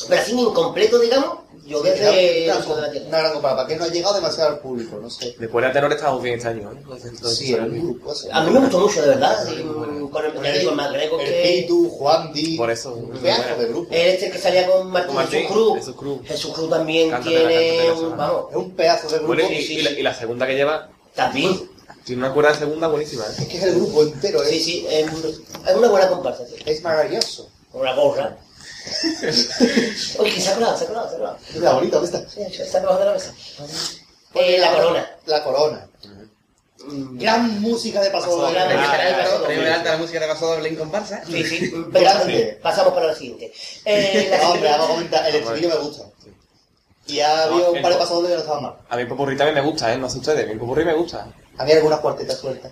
Speaker 5: Pero así incompleto, digamos, yo
Speaker 1: Sí,
Speaker 5: desde
Speaker 1: era
Speaker 5: los
Speaker 1: una
Speaker 5: hijos de la
Speaker 1: gran-
Speaker 5: tierra.
Speaker 1: Una gran comparada, para que no ha llegado demasiado al público, no sé.
Speaker 8: Después del terror estamos bien este año, ¿eh? Entonces,
Speaker 1: Sí, el grupo. ese.
Speaker 5: A mí me gustó mucho, de verdad, sí, con el,
Speaker 1: El-
Speaker 5: con más greco
Speaker 1: el
Speaker 5: que...
Speaker 1: Pitu, Juan Di.
Speaker 8: Por eso.
Speaker 1: Un pedazo de grupo.
Speaker 5: El este que salía con Martín,
Speaker 8: Con Martín,
Speaker 5: Jesús Cruz.
Speaker 8: Jesús Cruz.
Speaker 5: Jesús Cruz también
Speaker 8: Cántame la
Speaker 5: tiene...
Speaker 8: canción de la
Speaker 5: un-
Speaker 8: semana.
Speaker 5: Vamos,
Speaker 1: Es un pedazo de grupo.
Speaker 8: Bueno, y, y la, y la segunda que lleva
Speaker 5: también.
Speaker 8: tiene una cuerda de segunda buenísima, ¿eh?
Speaker 1: Es que es el grupo entero, es,
Speaker 5: Sí, sí, es, es una buena comparsa, sí.
Speaker 1: es maravilloso.
Speaker 5: Con una gorra. Oye, que se ha colado, se ha colado, se ha colado.
Speaker 1: Es la bonita, ¿dónde está?
Speaker 5: Sí, Está debajo de la mesa. Eh, la corona.
Speaker 1: La corona. Gran música de Paso
Speaker 5: Paso
Speaker 1: Doble.
Speaker 5: Doble.
Speaker 1: Ah,
Speaker 5: General,
Speaker 1: claro.
Speaker 5: Paso
Speaker 4: Premio
Speaker 5: Doble.
Speaker 4: de alta la música de Paso Doble en comparsa.
Speaker 5: Sí, sí.
Speaker 1: Grande.
Speaker 5: Pero pasamos para la siguiente. Eh, la
Speaker 1: No, hombre, vamos a
Speaker 5: siguiente.
Speaker 1: comentar. El estribillo me gusta. Y ha habido un par de Paso Doble que no estaban mal.
Speaker 8: A mí el popurrí también me gusta, ¿eh? No sé ustedes, a mí el popurrí me gusta.
Speaker 1: Había algunas cuartetas sueltas.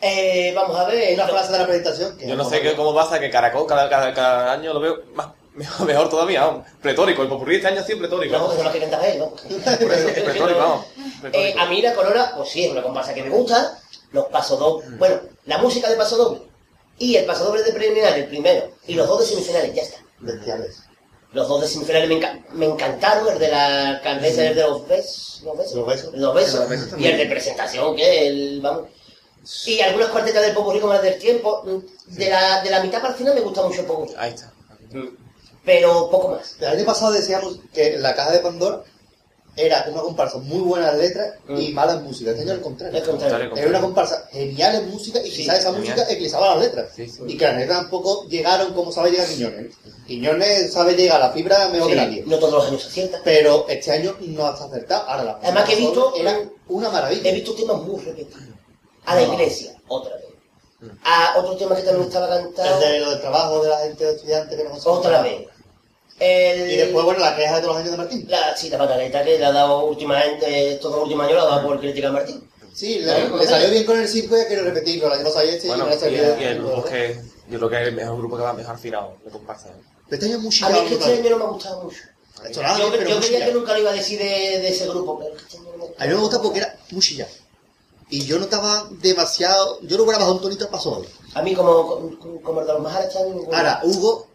Speaker 5: Eh, vamos a ver.
Speaker 1: Una
Speaker 5: lo-
Speaker 1: frase de la presentación que...
Speaker 8: Yo no sé qué- cómo pasa que Caracol cada, cada, cada año lo veo más, mejor, mejor todavía, vamos. Pretórico, el popurrí este año sí es pretórico.
Speaker 5: No, eso no lo que cantaba él, ¿no?
Speaker 8: Por eso, es pretórico, vamos.
Speaker 5: Eh,
Speaker 8: Pretórico.
Speaker 5: a mí la corona, pues sí, es una comparsa que me gusta. Los pasodobles.
Speaker 8: Mm.
Speaker 5: Bueno, la música de pasodoble. Y el pasodoble de preliminar, el primero. Y los dos de semifinales, ya está.
Speaker 1: Bestiales.
Speaker 5: Los dos de semifinales me, enca- me encantaron, el de la alcaldesa y el de los besos. ¿Los besos?
Speaker 1: Los besos.
Speaker 5: Los besos.
Speaker 4: Los besos
Speaker 5: y el
Speaker 4: también.
Speaker 5: de presentación, que el. Vamos. Y algunas cuartetas del popurrí como las del tiempo. mm, De la, de la mitad para el final me gusta mucho el popurrí.
Speaker 8: Ahí está. Mm.
Speaker 5: Pero poco más.
Speaker 1: El año pasado decíamos que la caja de Pandora era una comparsa muy buenas letras
Speaker 8: Mm.
Speaker 1: y malas músicas. Este año al contrario.
Speaker 5: Es contrario.
Speaker 1: Era una comparsa genial en música y quizás esa
Speaker 8: genial.
Speaker 1: música eclipsaba las letras.
Speaker 8: Sí, sí.
Speaker 1: Y que las letras tampoco llegaron como sabe llegar Quiñones. Quiñones sabe llegar a la fibra mejor
Speaker 5: Sí,
Speaker 1: que nadie.
Speaker 5: no todos los años se acierta.
Speaker 1: Pero este año no está acertado. Ahora la
Speaker 5: Además que he visto-
Speaker 1: Era una maravilla.
Speaker 5: He visto temas muy repetidos. A la
Speaker 1: No.
Speaker 5: iglesia, otra vez. A otro tema que también estaba cantado,
Speaker 1: Mm. El de lo del trabajo de la gente de estudiantes que no consigue
Speaker 5: otra
Speaker 1: trabajo.
Speaker 5: vez. El...
Speaker 1: Y después, bueno, la queja de todos los años de Martín.
Speaker 5: La, sí, la pataleta que le ha dado últimamente, estos dos últimos años, la ha dado por crítica a Martín.
Speaker 1: Sí, le, le salió bien con el circo y ya quiero repetirlo. El año pasado este y
Speaker 8: Bueno,
Speaker 1: me ha
Speaker 8: y
Speaker 1: salido.
Speaker 8: el, y el grupo es que yo creo que es el mejor grupo que va mejor afinado, me comparsa. ¿eh?
Speaker 1: Este año es muy
Speaker 5: A mí
Speaker 1: chillado,
Speaker 5: es que este
Speaker 1: brutal.
Speaker 5: año no me ha gustado mucho.
Speaker 1: Esto nada,
Speaker 5: yo
Speaker 1: pero
Speaker 5: yo
Speaker 1: muy
Speaker 5: creía que
Speaker 1: chillado.
Speaker 5: nunca lo iba a decir de, de ese grupo, pero es que este año no me ha
Speaker 1: A mí me gusta porque era muy chillado. Y yo notaba demasiado. Yo no hubiera bajado un tonito al paso doble.
Speaker 5: A mí, como, como, como el de los Mahara, este año... ninguno.
Speaker 1: Ahora, Hugo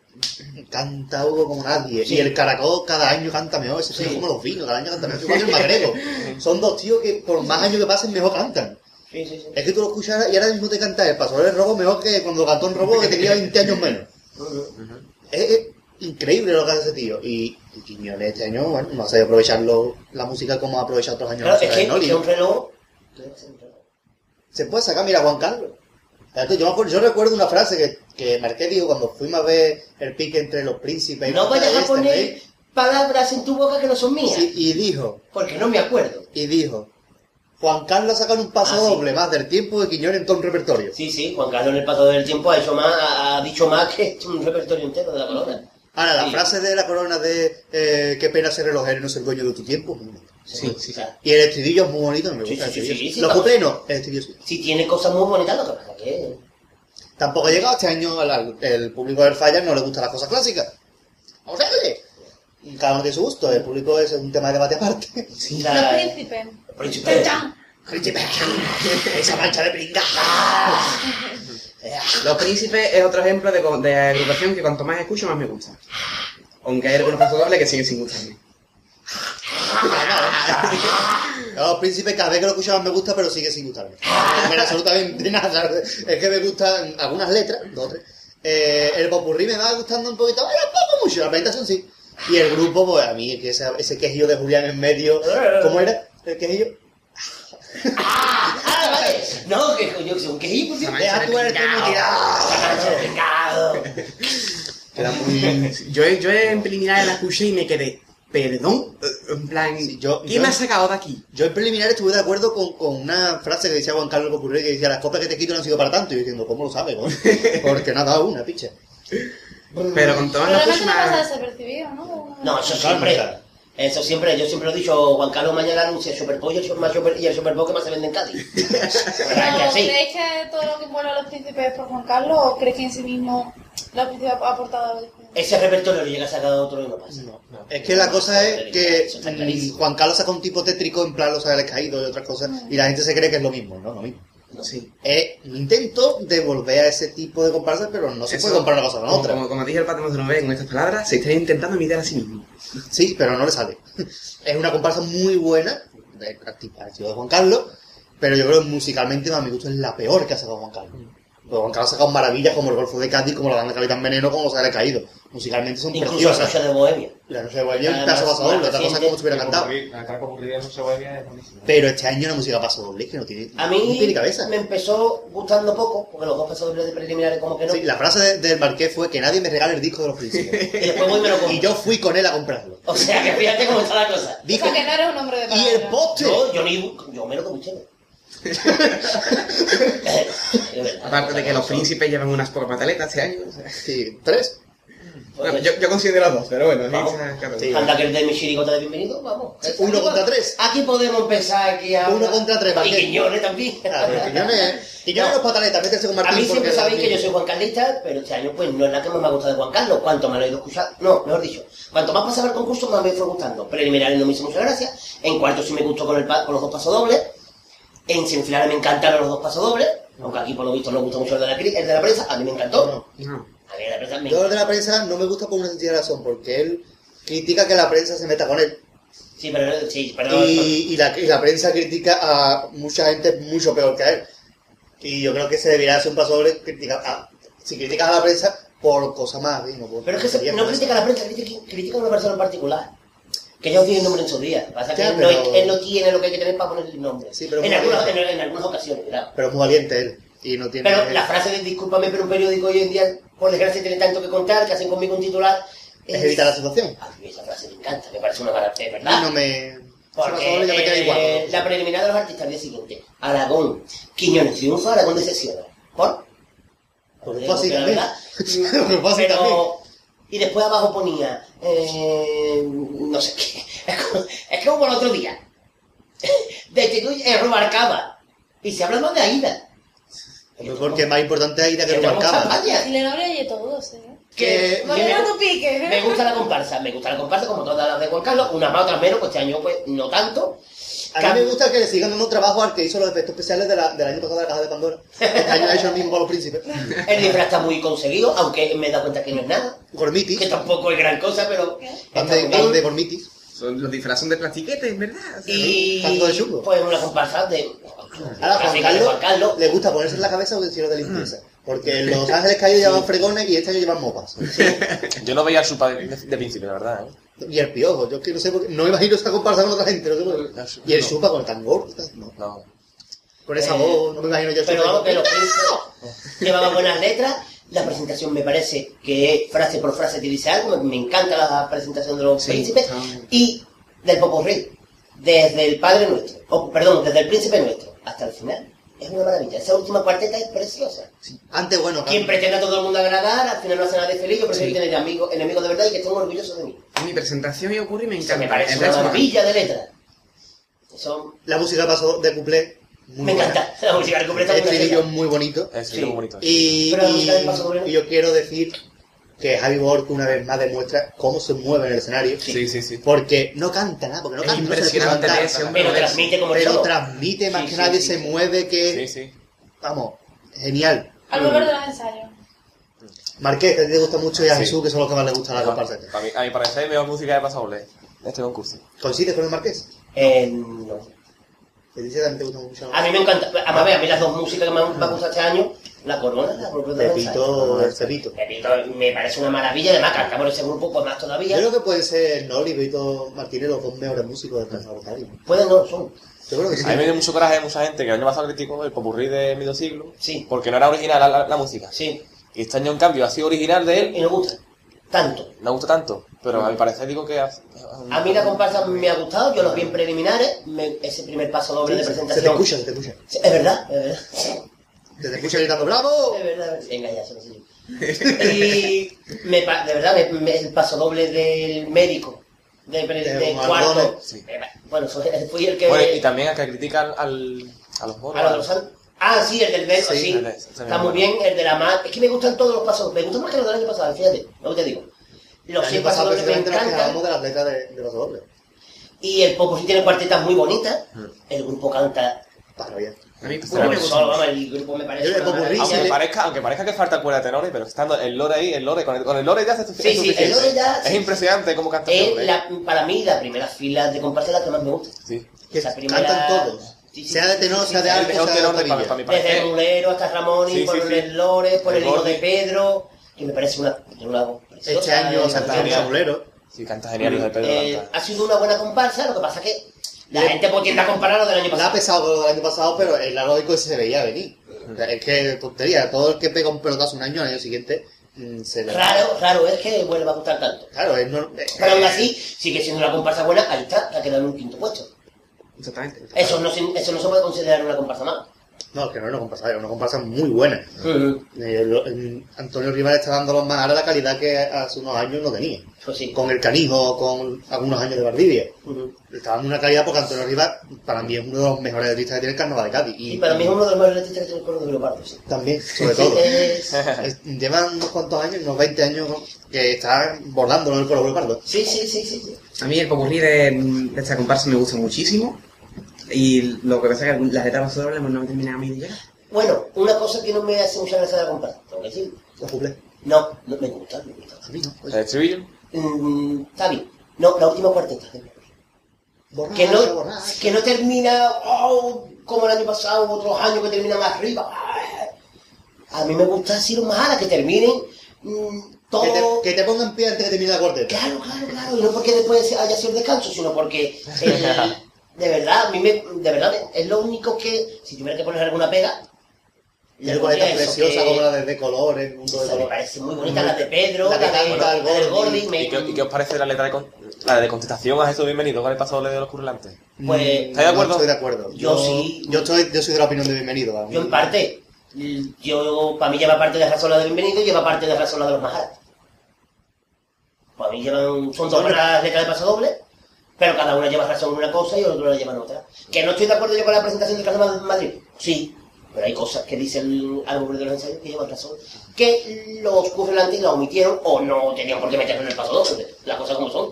Speaker 1: canta Hugo como nadie.
Speaker 5: Sí.
Speaker 1: Y el Caracol cada año canta mejor. Ese tío
Speaker 5: Sí.
Speaker 1: es como los vinos, cada año canta mejor. Igual que el Magrego. Son dos tíos que por más años que pasen mejor cantan.
Speaker 5: Sí, sí, sí.
Speaker 1: Es que tú lo escuchas y ahora mismo te canta el paso del robo mejor que cuando cantó en robo que tenía 20 años menos. Es, es increíble lo que hace ese tío. Y, y Quiñones este año, bueno, no ha sabido aprovecharlo, la música como ha aprovechado otros años.
Speaker 5: Claro,
Speaker 1: la
Speaker 5: es
Speaker 1: música
Speaker 5: que
Speaker 1: de Noli,
Speaker 5: es un
Speaker 1: ¿no?
Speaker 5: reloj... ¿Qué va a ser un reloj?
Speaker 1: Se puede sacar, mira, Juan Carlos. Fíjate, Yo, me acuerdo- yo recuerdo una frase que, que Marqués dijo cuando fuimos a ver el pique entre los príncipes. y
Speaker 5: No
Speaker 1: Marta
Speaker 5: vayas a
Speaker 1: Este,
Speaker 5: poner palabras en tu boca que no son mías,
Speaker 1: Sí, y dijo,
Speaker 5: porque no me acuerdo.
Speaker 1: y dijo, Juan Carlos ha sacado un paso
Speaker 5: Ah, sí.
Speaker 1: doble más del tiempo de Quiñones en todo un repertorio.
Speaker 5: Sí, sí, Juan Carlos en el paso del tiempo ha, hecho más, ha ha dicho más que un repertorio entero de la corona.
Speaker 1: Ahora, la
Speaker 5: Sí.
Speaker 1: frase de la corona de eh, qué pena ser relojero y no ser dueño de tu tiempo. muy bonito.
Speaker 5: Sí, sí, sí.
Speaker 1: Y el estribillo es muy bonito, me
Speaker 5: Sí,
Speaker 1: gusta.
Speaker 5: sí,
Speaker 1: el
Speaker 5: sí,
Speaker 1: estribillo.
Speaker 5: sí, sí,
Speaker 1: Los
Speaker 5: sí.
Speaker 1: cuplés no, el estribillo sí.
Speaker 5: tiene cosas muy bonitas, lo que pasa que...
Speaker 1: Tampoco ha llegado este año, al- el público del Falla no le gusta las cosas clásicas. ¡Vamos a verle! Cada uno tiene su gusto, el público es un tema de debate aparte.
Speaker 3: Los
Speaker 5: la-
Speaker 3: príncipes.
Speaker 5: el príncipe.
Speaker 3: Chan,
Speaker 1: Príncipe, ¡Esa mancha de pringa!
Speaker 4: Los Príncipes es otro ejemplo de, co- de agrupación que cuanto más escucho, más me gusta. Aunque hay algunos pasos dobles que siguen sin gustarme.
Speaker 1: No, príncipe, cada vez que lo escucho más me gusta, pero sigue sin gustarme. Pero absolutamente nada. Es que me gustan algunas letras, dos o tres. Eh, el popurrí me va gustando un poquito, pero poco mucho, la presentación sí. Y el grupo, pues a mí, que ese, ese quejillo de Julián en medio, ¿cómo era? El quejillo.
Speaker 5: ¡Ah, vale! No, que yo que sé, que sí, por cierto.
Speaker 1: Deja tú el tema tirado.
Speaker 5: Pecado.
Speaker 4: Queda muy- yo, yo en preliminar la escuché y me quedé, perdón, eh, en plan,
Speaker 1: Sí, yo-
Speaker 4: ¿qué
Speaker 1: yo-
Speaker 4: me ha sacado de aquí?
Speaker 1: Yo en preliminar estuve de acuerdo con, con una frase que decía Juan Carlos Popurrí, que decía, las copas que te quito no han sido para tanto. Y yo diciendo, ¿cómo lo sabes? coño? Porque no ha dado una, picha. Mm.
Speaker 4: Pero cuanto más lo
Speaker 3: Probablemente
Speaker 4: escucho,
Speaker 3: no pasa
Speaker 4: más...
Speaker 3: desapercibido, ¿no?
Speaker 5: No, eso
Speaker 1: Calma,
Speaker 5: siempre.
Speaker 1: calma.
Speaker 5: Eso siempre, yo siempre lo he dicho, Juan Carlos mañana anuncia el Super Bowl y el Super- Super- y el Super Bowl que más se vende en Cádiz. Pero es que
Speaker 3: Pero,
Speaker 5: así.
Speaker 3: ¿Creéis que todo lo que envuelve a los príncipes es por Juan Carlos o crees que en sí mismo la principal aportada
Speaker 5: Eh,
Speaker 3: del juego.
Speaker 5: Ese repertorio lo llega sacado otro y no pasa.
Speaker 1: No, Es que la cosa es que
Speaker 5: Eso está
Speaker 1: mm,
Speaker 5: clarísimo.
Speaker 1: Juan Carlos saca un tipo tétrico en plan los ángeles caídos y otras cosas y la gente se cree que es lo mismo, no, lo mismo.
Speaker 4: Sí.
Speaker 1: Es un intento de volver a ese tipo de comparsa, pero no se
Speaker 4: Eso-
Speaker 1: puede comparar una cosa con
Speaker 4: como-
Speaker 1: otra.
Speaker 4: Como, como dije el Patemos de Nové con estas palabras, se está intentando imitar a sí mismo.
Speaker 1: Sí, pero no le sale. Es una comparsa muy buena, de actividad de Juan Carlos, pero yo creo que musicalmente, a mi gusto, es la peor que ha sacado Juan Carlos. Porque Juan Carlos ha sacado maravillas como el Golfo de Cádiz, como la banda Capitán Veneno, como los ha caído. Musicalmente son
Speaker 5: Incluso la
Speaker 1: preciosas.
Speaker 5: noche de Bohemia.
Speaker 1: La noche de Guayán, un
Speaker 5: Además,
Speaker 1: paso paso doble,
Speaker 5: más
Speaker 1: otra cosa es como si hubiera cantado.
Speaker 6: La cara aburrida no se vuelve es buenísima.
Speaker 1: Pero este año la música paso doble, es que no tiene,
Speaker 5: A
Speaker 1: no
Speaker 5: mí
Speaker 1: tiene cabeza.
Speaker 5: me empezó gustando poco, porque los dos pasadores de preliminares como que no.
Speaker 1: Sí, la frase de- del Marqués fue que nadie me regale el disco de los príncipes.
Speaker 5: Y después voy y me lo compro.
Speaker 1: y yo fui con él a comprarlo.
Speaker 5: O sea, que fíjate cómo está la cosa.
Speaker 3: O
Speaker 1: Dijo,
Speaker 3: sea, que no eres un hombre de
Speaker 1: y el
Speaker 3: palabra.
Speaker 1: postre.
Speaker 5: Yo, yo, ni, yo me lo comí chelo. De verdad.
Speaker 4: Aparte de que los príncipes llevan unas pocas pataletas este año. o sea.
Speaker 1: Sí, tres.
Speaker 4: Bueno, yo, yo considero dos, pero bueno,
Speaker 5: Pues Vamos.
Speaker 4: sí, esa- cada uno.
Speaker 1: Sí.
Speaker 5: Anda que el de mi chirigota de bienvenido, vamos.
Speaker 1: Uno
Speaker 5: Aquí
Speaker 1: contra
Speaker 5: po-
Speaker 1: tres.
Speaker 5: Aquí podemos empezar aquí a...
Speaker 1: Uno contra tres, ¿para
Speaker 5: Y
Speaker 1: qué?
Speaker 5: Quiñones también.
Speaker 1: Claro, pero Quiñones, Quiñones
Speaker 5: No.
Speaker 1: los pataletas, métese con
Speaker 5: A
Speaker 1: Martín.
Speaker 5: mí siempre
Speaker 1: porque-
Speaker 5: sabéis que yo soy Juan Carlista, pero este año pues no es la que más me ha gustado de Juan Carlos. Cuanto más lo he ido escuchando, no, mejor dicho, cuanto más pasaba el concurso, más me fue gustando. Preliminares no me hizo mucha gracia. En cuarto sí me gustó con, el, pa- con los dos pasodobles. En semifinales me encantaron los dos pasodobles. Aunque aquí por lo visto no gusta mucho el de la, cri- el de la prensa, a mí me encantó.
Speaker 1: No.
Speaker 4: No.
Speaker 5: A mí el de la prensa me
Speaker 1: Yo de la prensa no me gusta por una sencilla razón, porque él critica que la prensa se meta con él.
Speaker 5: Sí, pero, sí, pero
Speaker 1: Y, y la, y la prensa critica a mucha gente mucho peor que a él. Y yo creo que se debería hacer un paso doble criticar a- si criticas a la prensa por cosas más, ¿sí? no por-
Speaker 5: Pero es que se- no critica a la prensa, critica, critica a una persona en particular. Que yo di el nombre en su día. Pasa que
Speaker 1: Ya,
Speaker 5: él,
Speaker 1: pero-
Speaker 5: no, él no tiene lo que hay que tener para poner el nombre.
Speaker 1: Sí, pero-
Speaker 5: en, algunas, en, en algunas ocasiones, claro.
Speaker 1: Pero es muy valiente él. Y no tiene.
Speaker 5: Pero la frase de discúlpame, pero un periódico hoy en día, por desgracia, tiene tanto que contar, que hacen conmigo un titular.
Speaker 1: es evitar la situación.
Speaker 5: A mí esa frase me encanta, me parece una barata,
Speaker 1: A
Speaker 5: ¿verdad?
Speaker 1: mí no me. ese paso
Speaker 5: Porque
Speaker 1: doble ya me queda igual.
Speaker 5: eh,
Speaker 1: ¿no?
Speaker 5: la preliminar de los artistas al día siguiente, Aragón, Quiñones triunfa, Aragón decepciona. ¿Por?
Speaker 1: Por
Speaker 5: Porque
Speaker 1: un fácil
Speaker 5: la
Speaker 1: también.
Speaker 5: verdad,
Speaker 1: Por un fácil también.
Speaker 5: pero... Y después abajo ponía, eh, no sé qué, es como, es como el otro día. Destituye, eh, Rubalcaba. Y se habla más de Aida.
Speaker 1: Hombre, Porque es más importante ahí de que
Speaker 5: Estamos
Speaker 1: Rubalcaba.
Speaker 5: campaña.
Speaker 3: Y le nombre y todos, ¿eh?
Speaker 1: Que-
Speaker 5: Que-
Speaker 3: Porque no tu pique,
Speaker 5: Me
Speaker 3: ¿eh?
Speaker 5: gusta la comparsa, me gusta la comparsa como todas las de Juan Carlos, unas más, otras menos, pues este año pues no tanto.
Speaker 1: A mí me gusta que le sigan dando trabajo al que hizo los efectos especiales de la- del año pasado de la caja de Pandora. Este año ha hecho el mismo para los príncipes.
Speaker 5: El disfraz está muy conseguido, aunque me he dado cuenta que no es nada, que
Speaker 1: Gormitis.
Speaker 5: tampoco es gran cosa, pero
Speaker 3: ¿Qué?
Speaker 1: Van
Speaker 5: está
Speaker 1: de,
Speaker 5: muy
Speaker 1: van de
Speaker 5: bien.
Speaker 1: Gormitis.
Speaker 4: Son los disfraces de plastiquetes, ¿verdad? O sea,
Speaker 5: Y
Speaker 1: Tanto de chungo.
Speaker 5: pues una comparsa de
Speaker 1: Ahora, Juan
Speaker 5: clásica de
Speaker 1: Carlos
Speaker 5: Juan Carlos. Mm.
Speaker 1: le gusta ponerse en la cabeza un cielo de limpieza. Porque los ángeles caídos llevan fregones y este año llevan mopas.
Speaker 8: Yo no veía al Supa de, de príncipe, la verdad. ¿eh?
Speaker 1: Y el piojo, yo es que no sé por qué. No me imagino esa comparsa con otra gente. No sé por qué.
Speaker 8: No,
Speaker 1: Y el
Speaker 8: no.
Speaker 1: chupa con el tan gordo. tan- no.
Speaker 8: No.
Speaker 1: Con esa
Speaker 5: Eh,
Speaker 1: voz, no me imagino yo el
Speaker 5: Pero
Speaker 1: Supa
Speaker 5: vamos, que
Speaker 1: con-
Speaker 5: los príncipes llevaban buenas letras. La presentación me parece que frase por frase te dice algo. Me encanta la presentación de los
Speaker 4: Sí,
Speaker 5: príncipes.
Speaker 4: está bien.
Speaker 5: Y del Popurrí. Desde el Padre Nuestro. O, perdón, desde el Príncipe Nuestro hasta el final. Es una maravilla. Esa última cuarteta es preciosa.
Speaker 1: Antes, bueno,
Speaker 5: Quien pretenda a todo el mundo agradar, al final no hace nada de feliz. Yo prefiero
Speaker 4: Sí.
Speaker 5: tener amigos, enemigos de verdad y que estén orgullosos de mí.
Speaker 4: Mi presentación y ocurre y me
Speaker 5: O sea,
Speaker 4: encanta.
Speaker 5: me parece
Speaker 4: El
Speaker 5: una
Speaker 4: resto no.
Speaker 5: maravilla de letra. Eso
Speaker 1: la música pasó de cuplé. muy
Speaker 5: me
Speaker 1: buena.
Speaker 5: encanta. La música del completo
Speaker 1: El
Speaker 5: es una
Speaker 1: estribillo
Speaker 5: belleza.
Speaker 1: muy bonito.
Speaker 8: Es
Speaker 5: Sí.
Speaker 8: muy bonito.
Speaker 1: Y,
Speaker 5: Pero la
Speaker 1: y-
Speaker 5: música del paso doble.
Speaker 1: y yo quiero decir que Javi Borco una vez más demuestra cómo se mueve en el escenario.
Speaker 8: Sí, sí, sí.
Speaker 1: Porque no canta nada, porque no
Speaker 4: Es
Speaker 1: canta. no se le puede
Speaker 4: impresionante
Speaker 1: cantar,
Speaker 4: ver ese hombre.
Speaker 5: Pero transmite como el
Speaker 1: pero
Speaker 5: solo.
Speaker 1: transmite más
Speaker 5: Sí,
Speaker 1: que
Speaker 5: sí,
Speaker 1: nadie,
Speaker 5: sí,
Speaker 1: se
Speaker 5: sí.
Speaker 1: mueve que...
Speaker 8: Sí, sí.
Speaker 1: Vamos, genial.
Speaker 3: Al volver de los ensayos.
Speaker 1: Marqués, que a ti te gusta mucho y a
Speaker 8: Sí.
Speaker 1: Jesús, que son los que más les gusta la comparsa.
Speaker 8: A mí, a mi parecer, mejor música de Pasadoble. Este concurso.
Speaker 1: ¿Coincides con el Marqués?
Speaker 5: Eh, no.
Speaker 1: Que dice que a ti te gusta mucho.
Speaker 5: A mí me encanta, además, ve, a mí las dos músicas que me han me han gustado este año, la corona, la corona de
Speaker 1: Pepito, el Pepito.
Speaker 5: Pepito me parece una maravilla, además canta por ese grupo, pues más
Speaker 1: Yo
Speaker 5: todavía.
Speaker 1: creo que puede ser Noli y Vito Martínez los dos mejores músicos de Plaza Rotario.
Speaker 5: Pueden no, son.
Speaker 1: Yo creo que sí.
Speaker 8: A mí me dio mucho coraje mucha gente que el año pasado criticó el popurrí de medio siglo.
Speaker 5: Sí.
Speaker 8: Porque no era original la, la- la música.
Speaker 5: Sí,
Speaker 8: Y este año, en cambio, ha sido original de él.
Speaker 5: y nos gusta. Tanto.
Speaker 8: No gusta tanto. Pero a mi parecer, digo que. hace-
Speaker 5: A mí la comparsa me ha gustado, yo los vi en preliminares, me- ese primer paso doble de
Speaker 1: Sí, se te
Speaker 5: presentación.
Speaker 1: escucha, se te escucha.
Speaker 5: Sí, Es verdad, es verdad.
Speaker 1: Se te escucha gritando, ¡bravo!
Speaker 5: De verdad, venga ya, se lo enseño. Y me, pa- de verdad, me- me- el paso doble del médico, de, de-
Speaker 1: De
Speaker 5: del
Speaker 1: Mardones,
Speaker 5: cuarto.
Speaker 8: sí.
Speaker 5: Eh, Bueno, fue- fui el que...
Speaker 8: Pues, Bueno, y también a que critican al, a los
Speaker 5: A los
Speaker 8: moros.
Speaker 5: de los Santos. Ah, sí, el del verso,
Speaker 1: Sí,
Speaker 5: sí.
Speaker 8: el de- ese
Speaker 5: Está
Speaker 8: también
Speaker 5: muy
Speaker 8: es
Speaker 5: bien, el de la mano. Es que me gustan todos los pasos. Me gustan más que los del año pasado, fíjate, lo que te digo. Los
Speaker 1: El año
Speaker 5: 100
Speaker 1: pasado
Speaker 5: pasos dobles me
Speaker 1: precisamente nos
Speaker 5: encantan.
Speaker 1: quejábamos de las letras de, de los dobles.
Speaker 5: Y el Poposí tiene cuartetas muy bonitas. El grupo canta.
Speaker 1: Para bien.
Speaker 4: A mí
Speaker 5: Bueno,
Speaker 4: Este me
Speaker 5: el
Speaker 4: gusta
Speaker 5: solo,
Speaker 4: mucho.
Speaker 5: vamos, el grupo me parece.
Speaker 1: El
Speaker 5: una
Speaker 1: popurrí,
Speaker 5: maravilla.
Speaker 1: sí,
Speaker 8: Aunque
Speaker 1: le-
Speaker 8: parezca, aunque parezca que falta cuerda de tenores, pero estando el lore ahí, el lore, con el, con el lore ya se
Speaker 5: Sí, sí, el lore ya-
Speaker 8: Es
Speaker 5: sí,
Speaker 8: impresionante cómo canta este el
Speaker 5: Es
Speaker 8: lore.
Speaker 5: la- para mí la primera fila de comparsa es la que más me gusta.
Speaker 8: Sí.
Speaker 1: Que
Speaker 5: La primera-
Speaker 1: cantan todos.
Speaker 5: Sí, sí,
Speaker 1: sea de tenor,
Speaker 5: sí, sí,
Speaker 1: sea de
Speaker 5: sí.
Speaker 8: El
Speaker 1: alto,
Speaker 8: mejor
Speaker 1: sea de
Speaker 8: tenor de
Speaker 1: alta
Speaker 8: para, para mi
Speaker 5: Desde el
Speaker 8: parecer.
Speaker 5: Mulero hasta Ramón
Speaker 8: Sí, sí,
Speaker 5: por
Speaker 8: sí.
Speaker 5: el Lores, por
Speaker 8: El
Speaker 5: el hijo
Speaker 8: Gordi.
Speaker 5: de Pedro, que me parece una, una preciosa.
Speaker 1: Este año se
Speaker 8: Santa
Speaker 1: han
Speaker 8: María.
Speaker 1: un bolero.
Speaker 8: Sí, canta genial desde Pedro
Speaker 5: Eh,
Speaker 8: Landa.
Speaker 5: ha sido una buena comparsa, lo que pasa es que la
Speaker 1: Le-
Speaker 5: gente pues, tiende a comparar lo del
Speaker 1: La
Speaker 5: año
Speaker 1: ha
Speaker 5: pasado.
Speaker 1: pesado con lo del año pasado, pero el lógico se veía venir. O sea, Es que tontería, todo el que pega un pelotazo un año, al año siguiente mm, se le
Speaker 5: Raro, raro es que vuelva a gustar tanto.
Speaker 1: Claro, es eh, normal.
Speaker 5: Pero aún así, sigue siendo una comparsa buena, ahí está, ha quedado en un quinto puesto.
Speaker 4: Exactamente.
Speaker 5: Eso no, se- eso no se puede considerar una comparsa más.
Speaker 1: No, es que no es una comparsa, es una comparsa muy buena. Eh, lo- mm, Antonio Rival está dando los manares la calidad que hace unos años no tenía.
Speaker 5: Pues sí.
Speaker 1: Con el canijo, con algunos años de Valdivia.
Speaker 5: Ujú.
Speaker 1: Estaba en una calidad porque Antonio Rival, para mí, es uno de los mejores letristas que tiene el carnaval de Cádiz.
Speaker 5: Y para mí es uno de los mejores artistas que tiene el coro de Leopardo, sí. eh.
Speaker 1: También, sobre todo.
Speaker 5: Es-
Speaker 1: Es- Llevan unos cuantos años, unos 20 años, que está bordándolo en el coro Leopardo.
Speaker 5: Sí, sí, sí, sí. sí.
Speaker 4: A mí el popurrí de, de esta comparsa me gusta muchísimo. Y lo que pasa es que las letras pasadoras no me terminan a mí de llegar.
Speaker 5: Bueno, una cosa que no me hace mucha gracia de la comparsa, tengo que decir.
Speaker 1: Los cuplés.
Speaker 5: No, no me gusta, me gusta.
Speaker 1: A mí no.
Speaker 8: El estribillo.
Speaker 5: Mm, está bien. No, la última cuarteta.
Speaker 1: Borracha,
Speaker 5: Que Ah, no,
Speaker 1: borracha.
Speaker 5: que no termina oh, como el año pasado, otros años que terminan arriba. A mí me gusta así los más ala, que terminen mm,
Speaker 1: Que te,
Speaker 5: todo.
Speaker 1: que te pongan pie antes que termine la cuarteta.
Speaker 5: Claro, claro, claro. Y no porque después haya sido el descanso, sino porque el- de verdad, a mí me, de verdad es lo único que, si tuviera que poner alguna pega,
Speaker 1: Y el cuarteta
Speaker 5: pondría eso,
Speaker 1: preciosa
Speaker 5: que- Pues,
Speaker 1: como la de, de colores, el mundo
Speaker 5: o
Speaker 1: de
Speaker 5: sea, me
Speaker 1: colores.
Speaker 5: parece muy bonita la de Pedro,
Speaker 1: La
Speaker 5: la,
Speaker 1: que
Speaker 5: de,
Speaker 1: canta el
Speaker 5: la del
Speaker 1: Gordi.
Speaker 5: Gordi, me-
Speaker 8: ¿Y qué, y qué os parece la letra de, con- la de contestación a Jesús Bienvenido con el paso doble de los curlantes?
Speaker 5: pues,
Speaker 8: ¿Estáis de acuerdo?
Speaker 1: Mm, No estoy de acuerdo.
Speaker 5: Yo sí.
Speaker 1: Yo, estoy, yo soy de la opinión de bienvenido. a mí.
Speaker 5: Yo en parte, yo para mí lleva parte de Razola de Bienvenido y lleva parte de Razola de los Majaras. Para mí llevan, son dos
Speaker 1: Bueno.
Speaker 5: letras de paso doble, pero cada una lleva razón en una cosa y otra la lleva en otra. Que no estoy de acuerdo yo con la presentación del Carnaval de Madrid, sí, pero hay cosas que dice el álbum de los ensayos que llevan razón, que los currelantes la omitieron o no tenían por qué meterlo en el paso doble, las cosas como son.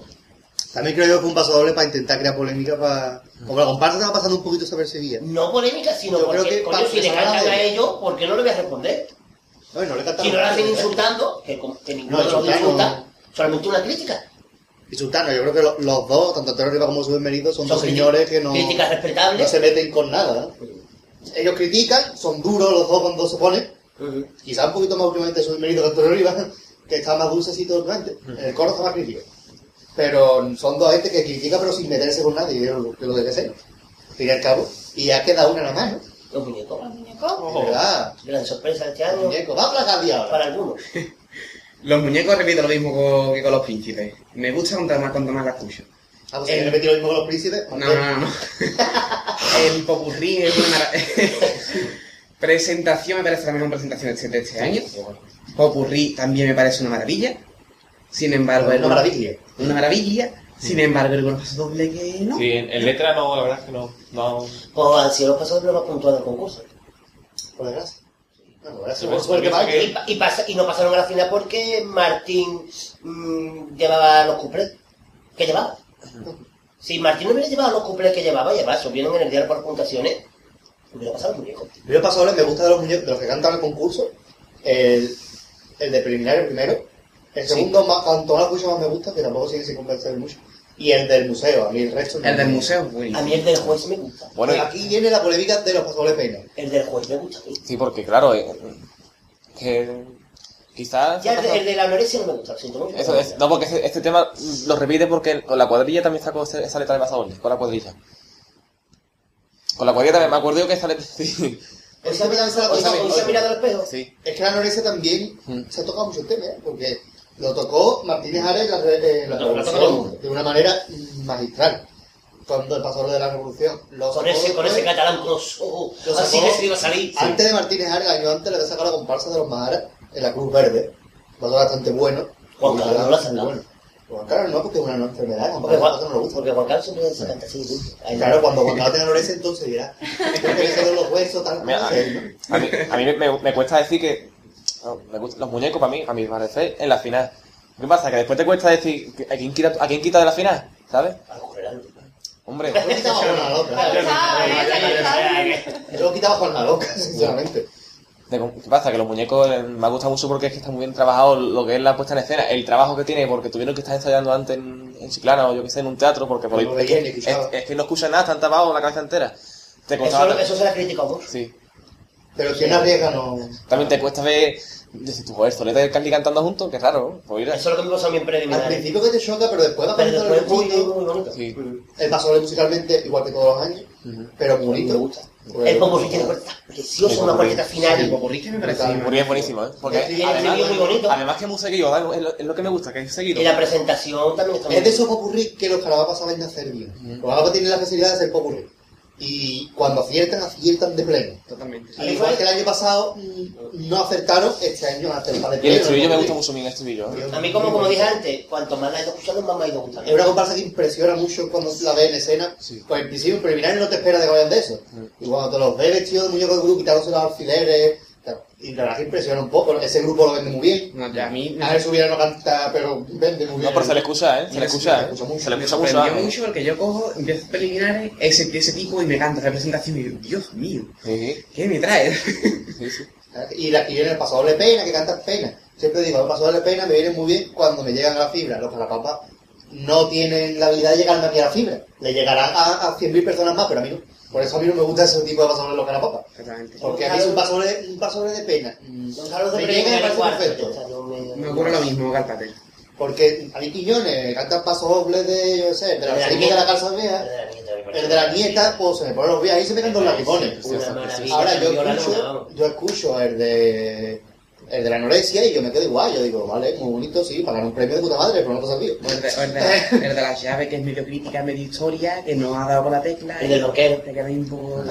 Speaker 1: También creo yo que fue un paso doble para intentar crear polémica para... Como la comparsa estaba pasando un poquito desapercibida.
Speaker 5: No polémica, sino
Speaker 1: Yo creo
Speaker 5: porque,
Speaker 1: que
Speaker 5: coño,
Speaker 1: para
Speaker 5: si le
Speaker 1: personas
Speaker 5: cantan
Speaker 1: de-
Speaker 5: a ellos, ¿por qué no le voy a responder?
Speaker 1: No, y no le cantaron.
Speaker 5: Si no la hacen
Speaker 1: ¿eh?
Speaker 5: insultando, que, con- que ninguno
Speaker 1: No,
Speaker 5: de los dos
Speaker 1: insultar
Speaker 5: insulta,
Speaker 1: no.
Speaker 5: solamente una crítica.
Speaker 1: Insultarnos. Yo creo que lo- los dos, tanto Antonio Riva como su bienvenido, son, dos
Speaker 5: críti-
Speaker 1: señores que no,
Speaker 5: Críticas
Speaker 1: no
Speaker 5: respetables.
Speaker 1: se meten con nada. Ellos critican, son duros los dos cuando se ponen.
Speaker 5: Ujú.
Speaker 1: Quizá un poquito más últimamente su bienvenido que Antonio Riva, que está más dulcecito últimamente.
Speaker 5: Mm.
Speaker 1: El coro está más crítico. Pero son dos gente que critica pero sin meterse con nadie, yo lo- que lo debe ser. Al fin y al cabo. Y ya queda una nada más, ¿no?
Speaker 5: Los muñecos.
Speaker 3: muñecos.
Speaker 1: De verdad.
Speaker 5: Gran sorpresa este año
Speaker 1: Muñeco, va a placar de ahora.
Speaker 5: para algunos.
Speaker 4: Los muñecos repito lo mismo co- que con los príncipes. Me gusta contar más cuanto más las pucho.
Speaker 1: Ah, pues ¿quieres repetir lo mismo con los príncipes.
Speaker 4: No, no, no, no. El popurrí es una mara- Presentación me parece la mejor presentación de este- de este año. Popurrí también me parece una maravilla. Sin embargo,
Speaker 1: Es
Speaker 4: el-
Speaker 1: una maravilla.
Speaker 4: Una maravilla. Sin embargo, el golpe doble que no.
Speaker 6: Sí, en, en letra no, la verdad es que no. no
Speaker 5: Pues han sido los pasos los más puntuados del concurso.
Speaker 1: Por desgracia. No, por desgracia.
Speaker 6: Yo
Speaker 1: Por el que
Speaker 6: pienso
Speaker 1: pues va.
Speaker 6: que-
Speaker 5: Y, pa- y pasa- y no pasaron a la final porque Martín mm, llevaba los cuplés que llevaba. Si Martín no hubiera llevado los cuplés que llevaba, llevaba, subieron en el diario por puntuaciones, hubiera pasado el muñeco.
Speaker 1: Yo he pasado, me gusta de los muñecos, de los que cantan el concurso, el, el de preliminario primero, el segundo, más, cuanto más escucho, más me gusta, que tampoco sigue sin convencer mucho, y el del museo, a mí el resto... no
Speaker 4: El del
Speaker 1: me-
Speaker 4: museo, bueno.
Speaker 5: A mí el del juez me gusta.
Speaker 8: Bueno,
Speaker 1: Pero
Speaker 8: y-
Speaker 1: aquí viene la polémica de los pasables peinados.
Speaker 5: El del juez me gusta a mí.
Speaker 8: sí, porque claro, eh, que quizás...
Speaker 5: Ya el de, el de la anorexia no me gusta, lo siento mucho.
Speaker 8: Eso es- no, porque este, este tema mm, lo repite porque con la cuadrilla también sacó ese- esa letra de pasadoble, con la cuadrilla. Con la cuadrilla también, me acuerdo yo que esa letra... Sí,
Speaker 1: Hoy se ha mirado esa-
Speaker 5: Hoy se- hoy se ha mirado al espejo.
Speaker 8: sí.
Speaker 1: Es que la anorexia también
Speaker 8: Mm.
Speaker 1: se ha tocado mucho el tema, ¿eh? porque lo tocó Martínez Ares en la, re- eh, la
Speaker 5: Lo tocó, lo
Speaker 1: revolución,
Speaker 5: tocó todo el mundo.
Speaker 1: de una manera magistral, cuando el pasador de la revolución. Lo
Speaker 5: Con
Speaker 1: sacó
Speaker 5: ese, con ese
Speaker 1: después.
Speaker 5: catalán cruzó.
Speaker 1: Lo
Speaker 5: Así
Speaker 1: sacó.
Speaker 5: que se iba a salir.
Speaker 1: Antes de Martínez Ares, el año antes le había sacado la comparsa de los Maharas en la Cruz Verde. Va bastante bueno.
Speaker 5: Juan Carlos
Speaker 1: Muy
Speaker 5: la sacó.
Speaker 1: Juan Carlos no, porque es una no- enfermedad. Juan
Speaker 5: Porque
Speaker 1: Carlos
Speaker 5: Juan,
Speaker 1: no le gusta.
Speaker 5: porque Juan Carlos siempre se canta así, punto. Ahí
Speaker 1: Claro,
Speaker 5: está.
Speaker 1: cuando Juan Carlos tenga anorexia, entonces dirá, yo que le los huesos, tal,
Speaker 8: Mira,
Speaker 1: no
Speaker 8: a
Speaker 1: sé, ¿no?
Speaker 8: mí, a mí, a mí me, me- me cuesta decir que no, me gustan los muñecos para mí, a mi parecer, en la final. ¿Qué pasa? Que después te cuesta decir que- a quién quita, a quién quita de la final, ¿sabes?
Speaker 5: Al currante.
Speaker 8: Hombre,
Speaker 1: Yo quitaba a Juana
Speaker 3: Me
Speaker 1: Loca.
Speaker 3: gustaba, ¿eh? Se acostaba.
Speaker 1: Yo quitaba a Juana Loca, sinceramente.
Speaker 8: te- ¿qué pasa? Que los muñecos eh, me ha gustado mucho porque es que está muy bien trabajado lo que es la puesta en escena, el trabajo que tiene, porque tuvieron que estar ensayando antes en, en Chiclana o yo que sé, en un teatro, porque por
Speaker 1: Lo
Speaker 8: es,
Speaker 1: veía y
Speaker 8: que,
Speaker 1: le
Speaker 8: es-
Speaker 5: Eh,
Speaker 1: escuchaba.
Speaker 8: es que no escuchan nada, están tapados la cabeza entera. Te costaba
Speaker 5: Eso,
Speaker 8: ta-
Speaker 5: eso se la critica a vos.
Speaker 8: Sí.
Speaker 1: Pero quien arriesga no...
Speaker 8: También te cuesta ver, dices tú, joder, Soleta y el Candy cantando juntos, qué raro, ¿no? Pues mira.
Speaker 5: Eso es lo que me pasó a mí en
Speaker 1: Al
Speaker 5: preliminar.
Speaker 1: principio que te choca, pero después va
Speaker 5: eh. Pero
Speaker 1: poniendo el
Speaker 5: después es muy,
Speaker 1: punto.
Speaker 5: muy bonito.
Speaker 8: Sí.
Speaker 5: Mm.
Speaker 1: El paso musicalmente, igual que todos los años, pero bonito.
Speaker 5: Me gusta. El popurrí tiene puertas precioso, una puerta final.
Speaker 4: El popurrí que me parece
Speaker 1: Totalmente.
Speaker 8: Muriel es buenísimo, ¿eh? Porque
Speaker 5: Sí, sí,
Speaker 8: además,
Speaker 5: sí, muy bonito.
Speaker 8: además que es muy seguido, ¿verdad? es lo, es lo que me gusta, que es seguido.
Speaker 5: Y la presentación también está muy
Speaker 1: Es de esos popurrí que los calabazas saben hacer bien. Los calabazas tienen la facilidad de hacer popurrí. Y cuando aciertan, aciertan de pleno.
Speaker 4: Totalmente.
Speaker 1: Al igual que el año pasado mm, no acertaron, este año van a acertar de
Speaker 8: Y el
Speaker 1: pleno.
Speaker 8: estribillo me
Speaker 1: popurrí.
Speaker 8: gusta mucho bien el estribillo. ¿eh?
Speaker 5: A mí, como, como dije antes, cuanto más la he ido escuchando, más me ha ido gustando.
Speaker 1: Es una comparsa que impresiona mucho cuando la ves en escena. Pues en principio, en preliminario no te esperas de que vayan de eso. Y cuando te los ves vestidos de muñeco de grupo, quitándose los alfileres. tal. Y la verdad que impresiona un poco. Ese grupo lo vende muy bien.
Speaker 4: No, ya a mí
Speaker 1: A ver, hubiera no canta, pero vende muy bien.
Speaker 8: No, pero se le escucha, ¿eh? Se le escucha, ¿eh?
Speaker 1: escucha mucho.
Speaker 8: Se le
Speaker 4: me
Speaker 8: escucha mucho.
Speaker 4: sorprendió
Speaker 8: ¿eh?
Speaker 4: mucho porque yo cojo, empiezo a preliminares ese, ese tipo y me canta representación y digo, Dios mío,
Speaker 8: Sí,
Speaker 4: ¿qué me trae?
Speaker 8: sí, sí.
Speaker 1: Y, la- y en el pasador de pena, que cantas pena. Siempre digo, el pasador de pena me viene muy bien cuando me llegan a la fibra. Los calapapas no tienen la habilidad de llegar a la fibra. Le llegarán a, a 100.000 personas más, pero a mí no. Por eso a mí no me gusta ese tipo de pasadores de los calapapas.
Speaker 4: Exactamente.
Speaker 1: Porque a mí es un pasador, un pasador de pena. Mm,
Speaker 5: Don Carlos de
Speaker 1: Me llega y me
Speaker 5: preliminar
Speaker 1: parece
Speaker 5: el cuarto.
Speaker 1: perfecto.
Speaker 5: ya está, yo
Speaker 4: Me ocurre lo mismo, cálpate.
Speaker 1: Porque a mí Quiñones canta paso doble de, yo qué sé, de la niña de la calza mía, el de la nieta, pues se me ponen los vías ahí se me caen los lagrimones.
Speaker 5: Una maravilla,
Speaker 1: Ahora yo
Speaker 5: viola luna,
Speaker 1: escucho,
Speaker 5: vamos.
Speaker 1: yo escucho el de el de la anorexia y yo me quedo igual, yo digo, vale, muy bonito, sí, para ganar un premio de puta madre, pero no pasa bien.
Speaker 4: O el de, o el de- el de la llave que es medio crítica, medio historia, que no ha dado con la tecla.
Speaker 5: El del rockero.
Speaker 4: Te quedas ahí un poco...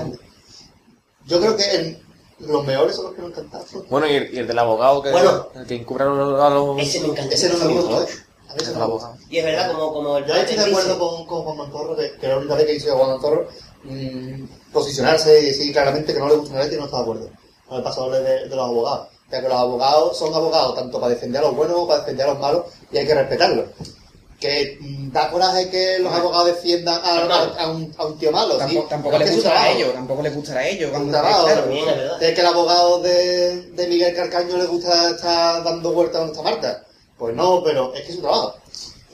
Speaker 1: Yo creo que el- los mejores son los que no han cantado.
Speaker 8: Bueno, y el, y el del abogado que,
Speaker 5: Bueno.
Speaker 8: el que encubra a los. a los-
Speaker 5: Ese me encanta.
Speaker 1: Ese no me gustó, ¿eh? A
Speaker 8: el
Speaker 1: veces
Speaker 8: del
Speaker 1: no me gusta.
Speaker 8: abogado.
Speaker 5: Y es verdad, como, como el
Speaker 1: Yo estoy de
Speaker 5: dice,
Speaker 1: acuerdo con, con Juan Mantorro, que, que la única vez que hizo a Juan Mantorro mm, posicionarse y decir claramente que no le gusta una ley y no está de acuerdo con el pasador de, de los abogados. O sea, que los abogados son abogados tanto para defender a los buenos como para defender a los malos y hay que respetarlos. Que mm, da coraje que los abogados defiendan a, a- a un, a un tío malo.
Speaker 4: Tampoco,
Speaker 1: sí,
Speaker 4: tampoco
Speaker 1: pero
Speaker 4: les
Speaker 1: es que es su
Speaker 4: gustará a
Speaker 1: trabajo.
Speaker 4: ellos, tampoco les gustará a ellos.
Speaker 1: Un
Speaker 4: cuando-
Speaker 1: trabajo.
Speaker 4: claro.
Speaker 5: bien, es verdad.
Speaker 1: Es que el abogado de, de Miguel Carcaño le gusta estar dando vueltas donde está Marta. Pues no, pero es que es su trabajo.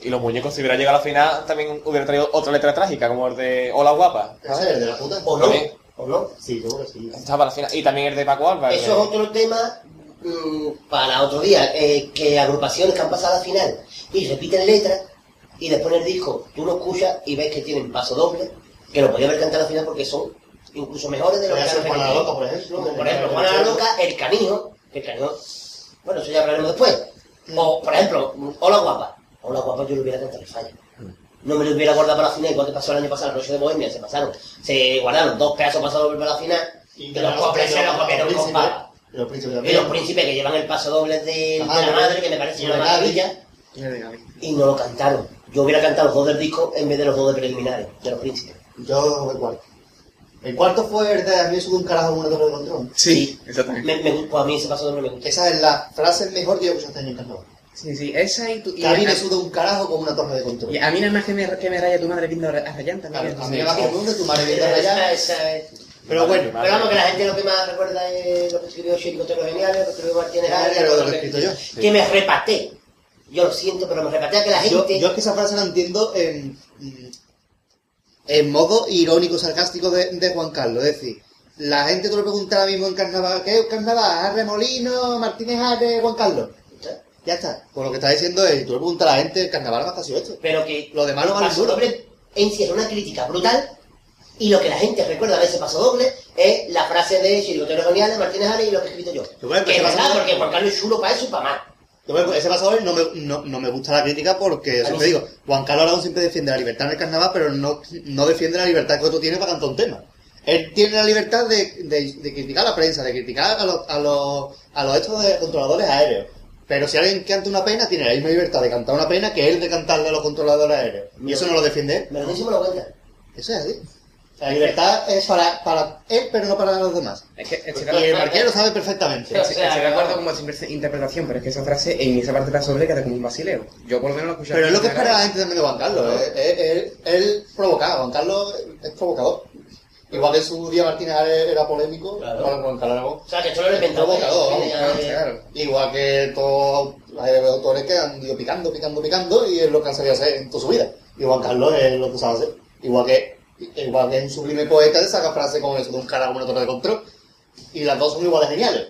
Speaker 8: Y los muñecos, si hubiera llegado a la final, también hubiera traído otra letra trágica, como el de Hola Guapa.
Speaker 1: Ese es el de la puta.
Speaker 5: O no,
Speaker 8: También.
Speaker 5: o no.
Speaker 1: Sí, yo creo que sí.
Speaker 8: Estaba la final. Y también el de Paco Álvarez.
Speaker 5: Eso es otro tema mm, para otro día. eh, que agrupaciones que han pasado a la final y repiten letras y después en el disco tú lo escuchas y ves que tienen paso doble, que lo podía haber cantado a la final porque son incluso mejores de lo que
Speaker 1: Podría ser
Speaker 5: han
Speaker 1: Juana la
Speaker 5: repetido.
Speaker 1: Loca, por ejemplo.
Speaker 5: Como, por ejemplo, Juana la Loca, El Canijo, que El Canijo, bueno, eso ya hablaremos después. O, por ejemplo, Hola Guapa. Hola Guapa yo lo hubiera cantado en falla. No me lo hubiera guardado para la final, igual que pasó el año pasado, la noche de Bohemia, se pasaron, se guardaron dos pedazos pasados para la final, y los copres se los comieron con papas.
Speaker 1: Y los príncipes
Speaker 5: Y
Speaker 1: también.
Speaker 5: los príncipes que llevan el paso doble de,
Speaker 1: Ajá,
Speaker 5: de la
Speaker 1: ¿no?
Speaker 5: madre, que me parece
Speaker 1: Y
Speaker 5: una
Speaker 1: la
Speaker 5: maravilla, y no lo cantaron. Yo hubiera cantado los dos del disco en vez de los dos de preliminares, de los príncipes.
Speaker 1: Yo el cuarto. El cuarto fue el de a mí me sube un carajo en una torre de control.
Speaker 4: Sí, exactamente.
Speaker 5: Me, me, pues a mí ese paso doble me gusta.
Speaker 1: Esa es la frase mejor que yo he escuchado este año en carnaval.
Speaker 4: Sí, sí, esa y tu... y
Speaker 1: Que a mí
Speaker 4: a-
Speaker 1: me sube un carajo como una torre de control.
Speaker 4: y a mí nada más que me, que me raya tu madre viendo a Rayan
Speaker 1: Claro,
Speaker 4: también.
Speaker 1: a mí me va como un de tu madre viendo
Speaker 5: Esa-
Speaker 1: allá.
Speaker 5: esa es-
Speaker 1: Pero bueno,
Speaker 5: Pero vamos, que la gente lo que más recuerda es lo que escribió Chico Toro Geniales, lo que escribió Martínez
Speaker 1: Ah,
Speaker 5: Arias,
Speaker 1: ya lo
Speaker 5: lo
Speaker 1: he
Speaker 5: que-
Speaker 1: escrito yo.
Speaker 5: Que me repaté. Yo lo siento, pero me repatea que la
Speaker 1: Yo,
Speaker 5: gente...
Speaker 1: yo es que esa frase la entiendo en, en modo irónico, sarcástico de, de Juan Carlos. Es decir, la gente te lo pregunta ahora mismo en carnaval. ¿Qué es carnaval? ¿Arre Molino, Martínez Arre, Juan Carlos? Ya está. Pues lo que está diciendo es, tú le preguntas a la gente, el carnaval más ha sido esto.
Speaker 5: Pero que
Speaker 1: Lo demás lo vale
Speaker 5: Paso
Speaker 1: duro.
Speaker 5: Doble encierra una crítica brutal y lo que la gente recuerda de ese paso doble es la frase de Chirigotero Genial, de Martínez Ale y lo que he escrito yo.
Speaker 1: Yo creo que
Speaker 5: que es
Speaker 1: ese paso
Speaker 5: verdad,
Speaker 1: doble-
Speaker 5: porque Juan Carlos es chulo para eso y para más.
Speaker 1: Yo me- ese pasador no me, no, no me gusta la crítica porque, siempre
Speaker 5: sí.
Speaker 1: digo, Juan Carlos Aragón siempre defiende la libertad en el carnaval, pero no, no defiende la libertad que otro tiene para cantar un tema. Él tiene la libertad de, de- de criticar a la prensa, de criticar a los, a los, a los estos de controladores aéreos, Pero si alguien canta una pena, tiene la misma libertad de cantar una pena que él de cantarle a los controladores aéreos. Y eso no lo defiende él.
Speaker 5: Me lo dice y me lo cuenta.
Speaker 1: Eso es así. La libertad es para, para él, pero no para los demás.
Speaker 4: Es que
Speaker 1: Y
Speaker 4: estoy de
Speaker 1: el
Speaker 4: acuerdo-
Speaker 1: marqués lo sabe perfectamente.
Speaker 5: Sí.
Speaker 4: estoy de acuerdo con vuestra inter- interpretación, pero es que esa frase en esa parte de la sobre queda como un basileo. Yo por lo menos lo escuché.
Speaker 1: Pero es lo que espera la gente también de Juan Carlos. ¿eh? Él, él- él provocaba. Juan Carlos es provocador. Igual que en su día Martínez era polémico,
Speaker 5: Claro.
Speaker 1: ahora Juan Carlos era
Speaker 5: O sea, que esto lo he inventado.
Speaker 1: Provocador,
Speaker 5: Viene ya de-
Speaker 4: Claro.
Speaker 1: Igual que todos los autores que han ido picando, picando, picando, y es lo que han sabido hacer en toda su vida. Y Juan Carlos es lo que sabe hacer. Igual que, igual que un sublime poeta él saca frases como eso de un cara como una torre de control. Y las dos son igual de geniales.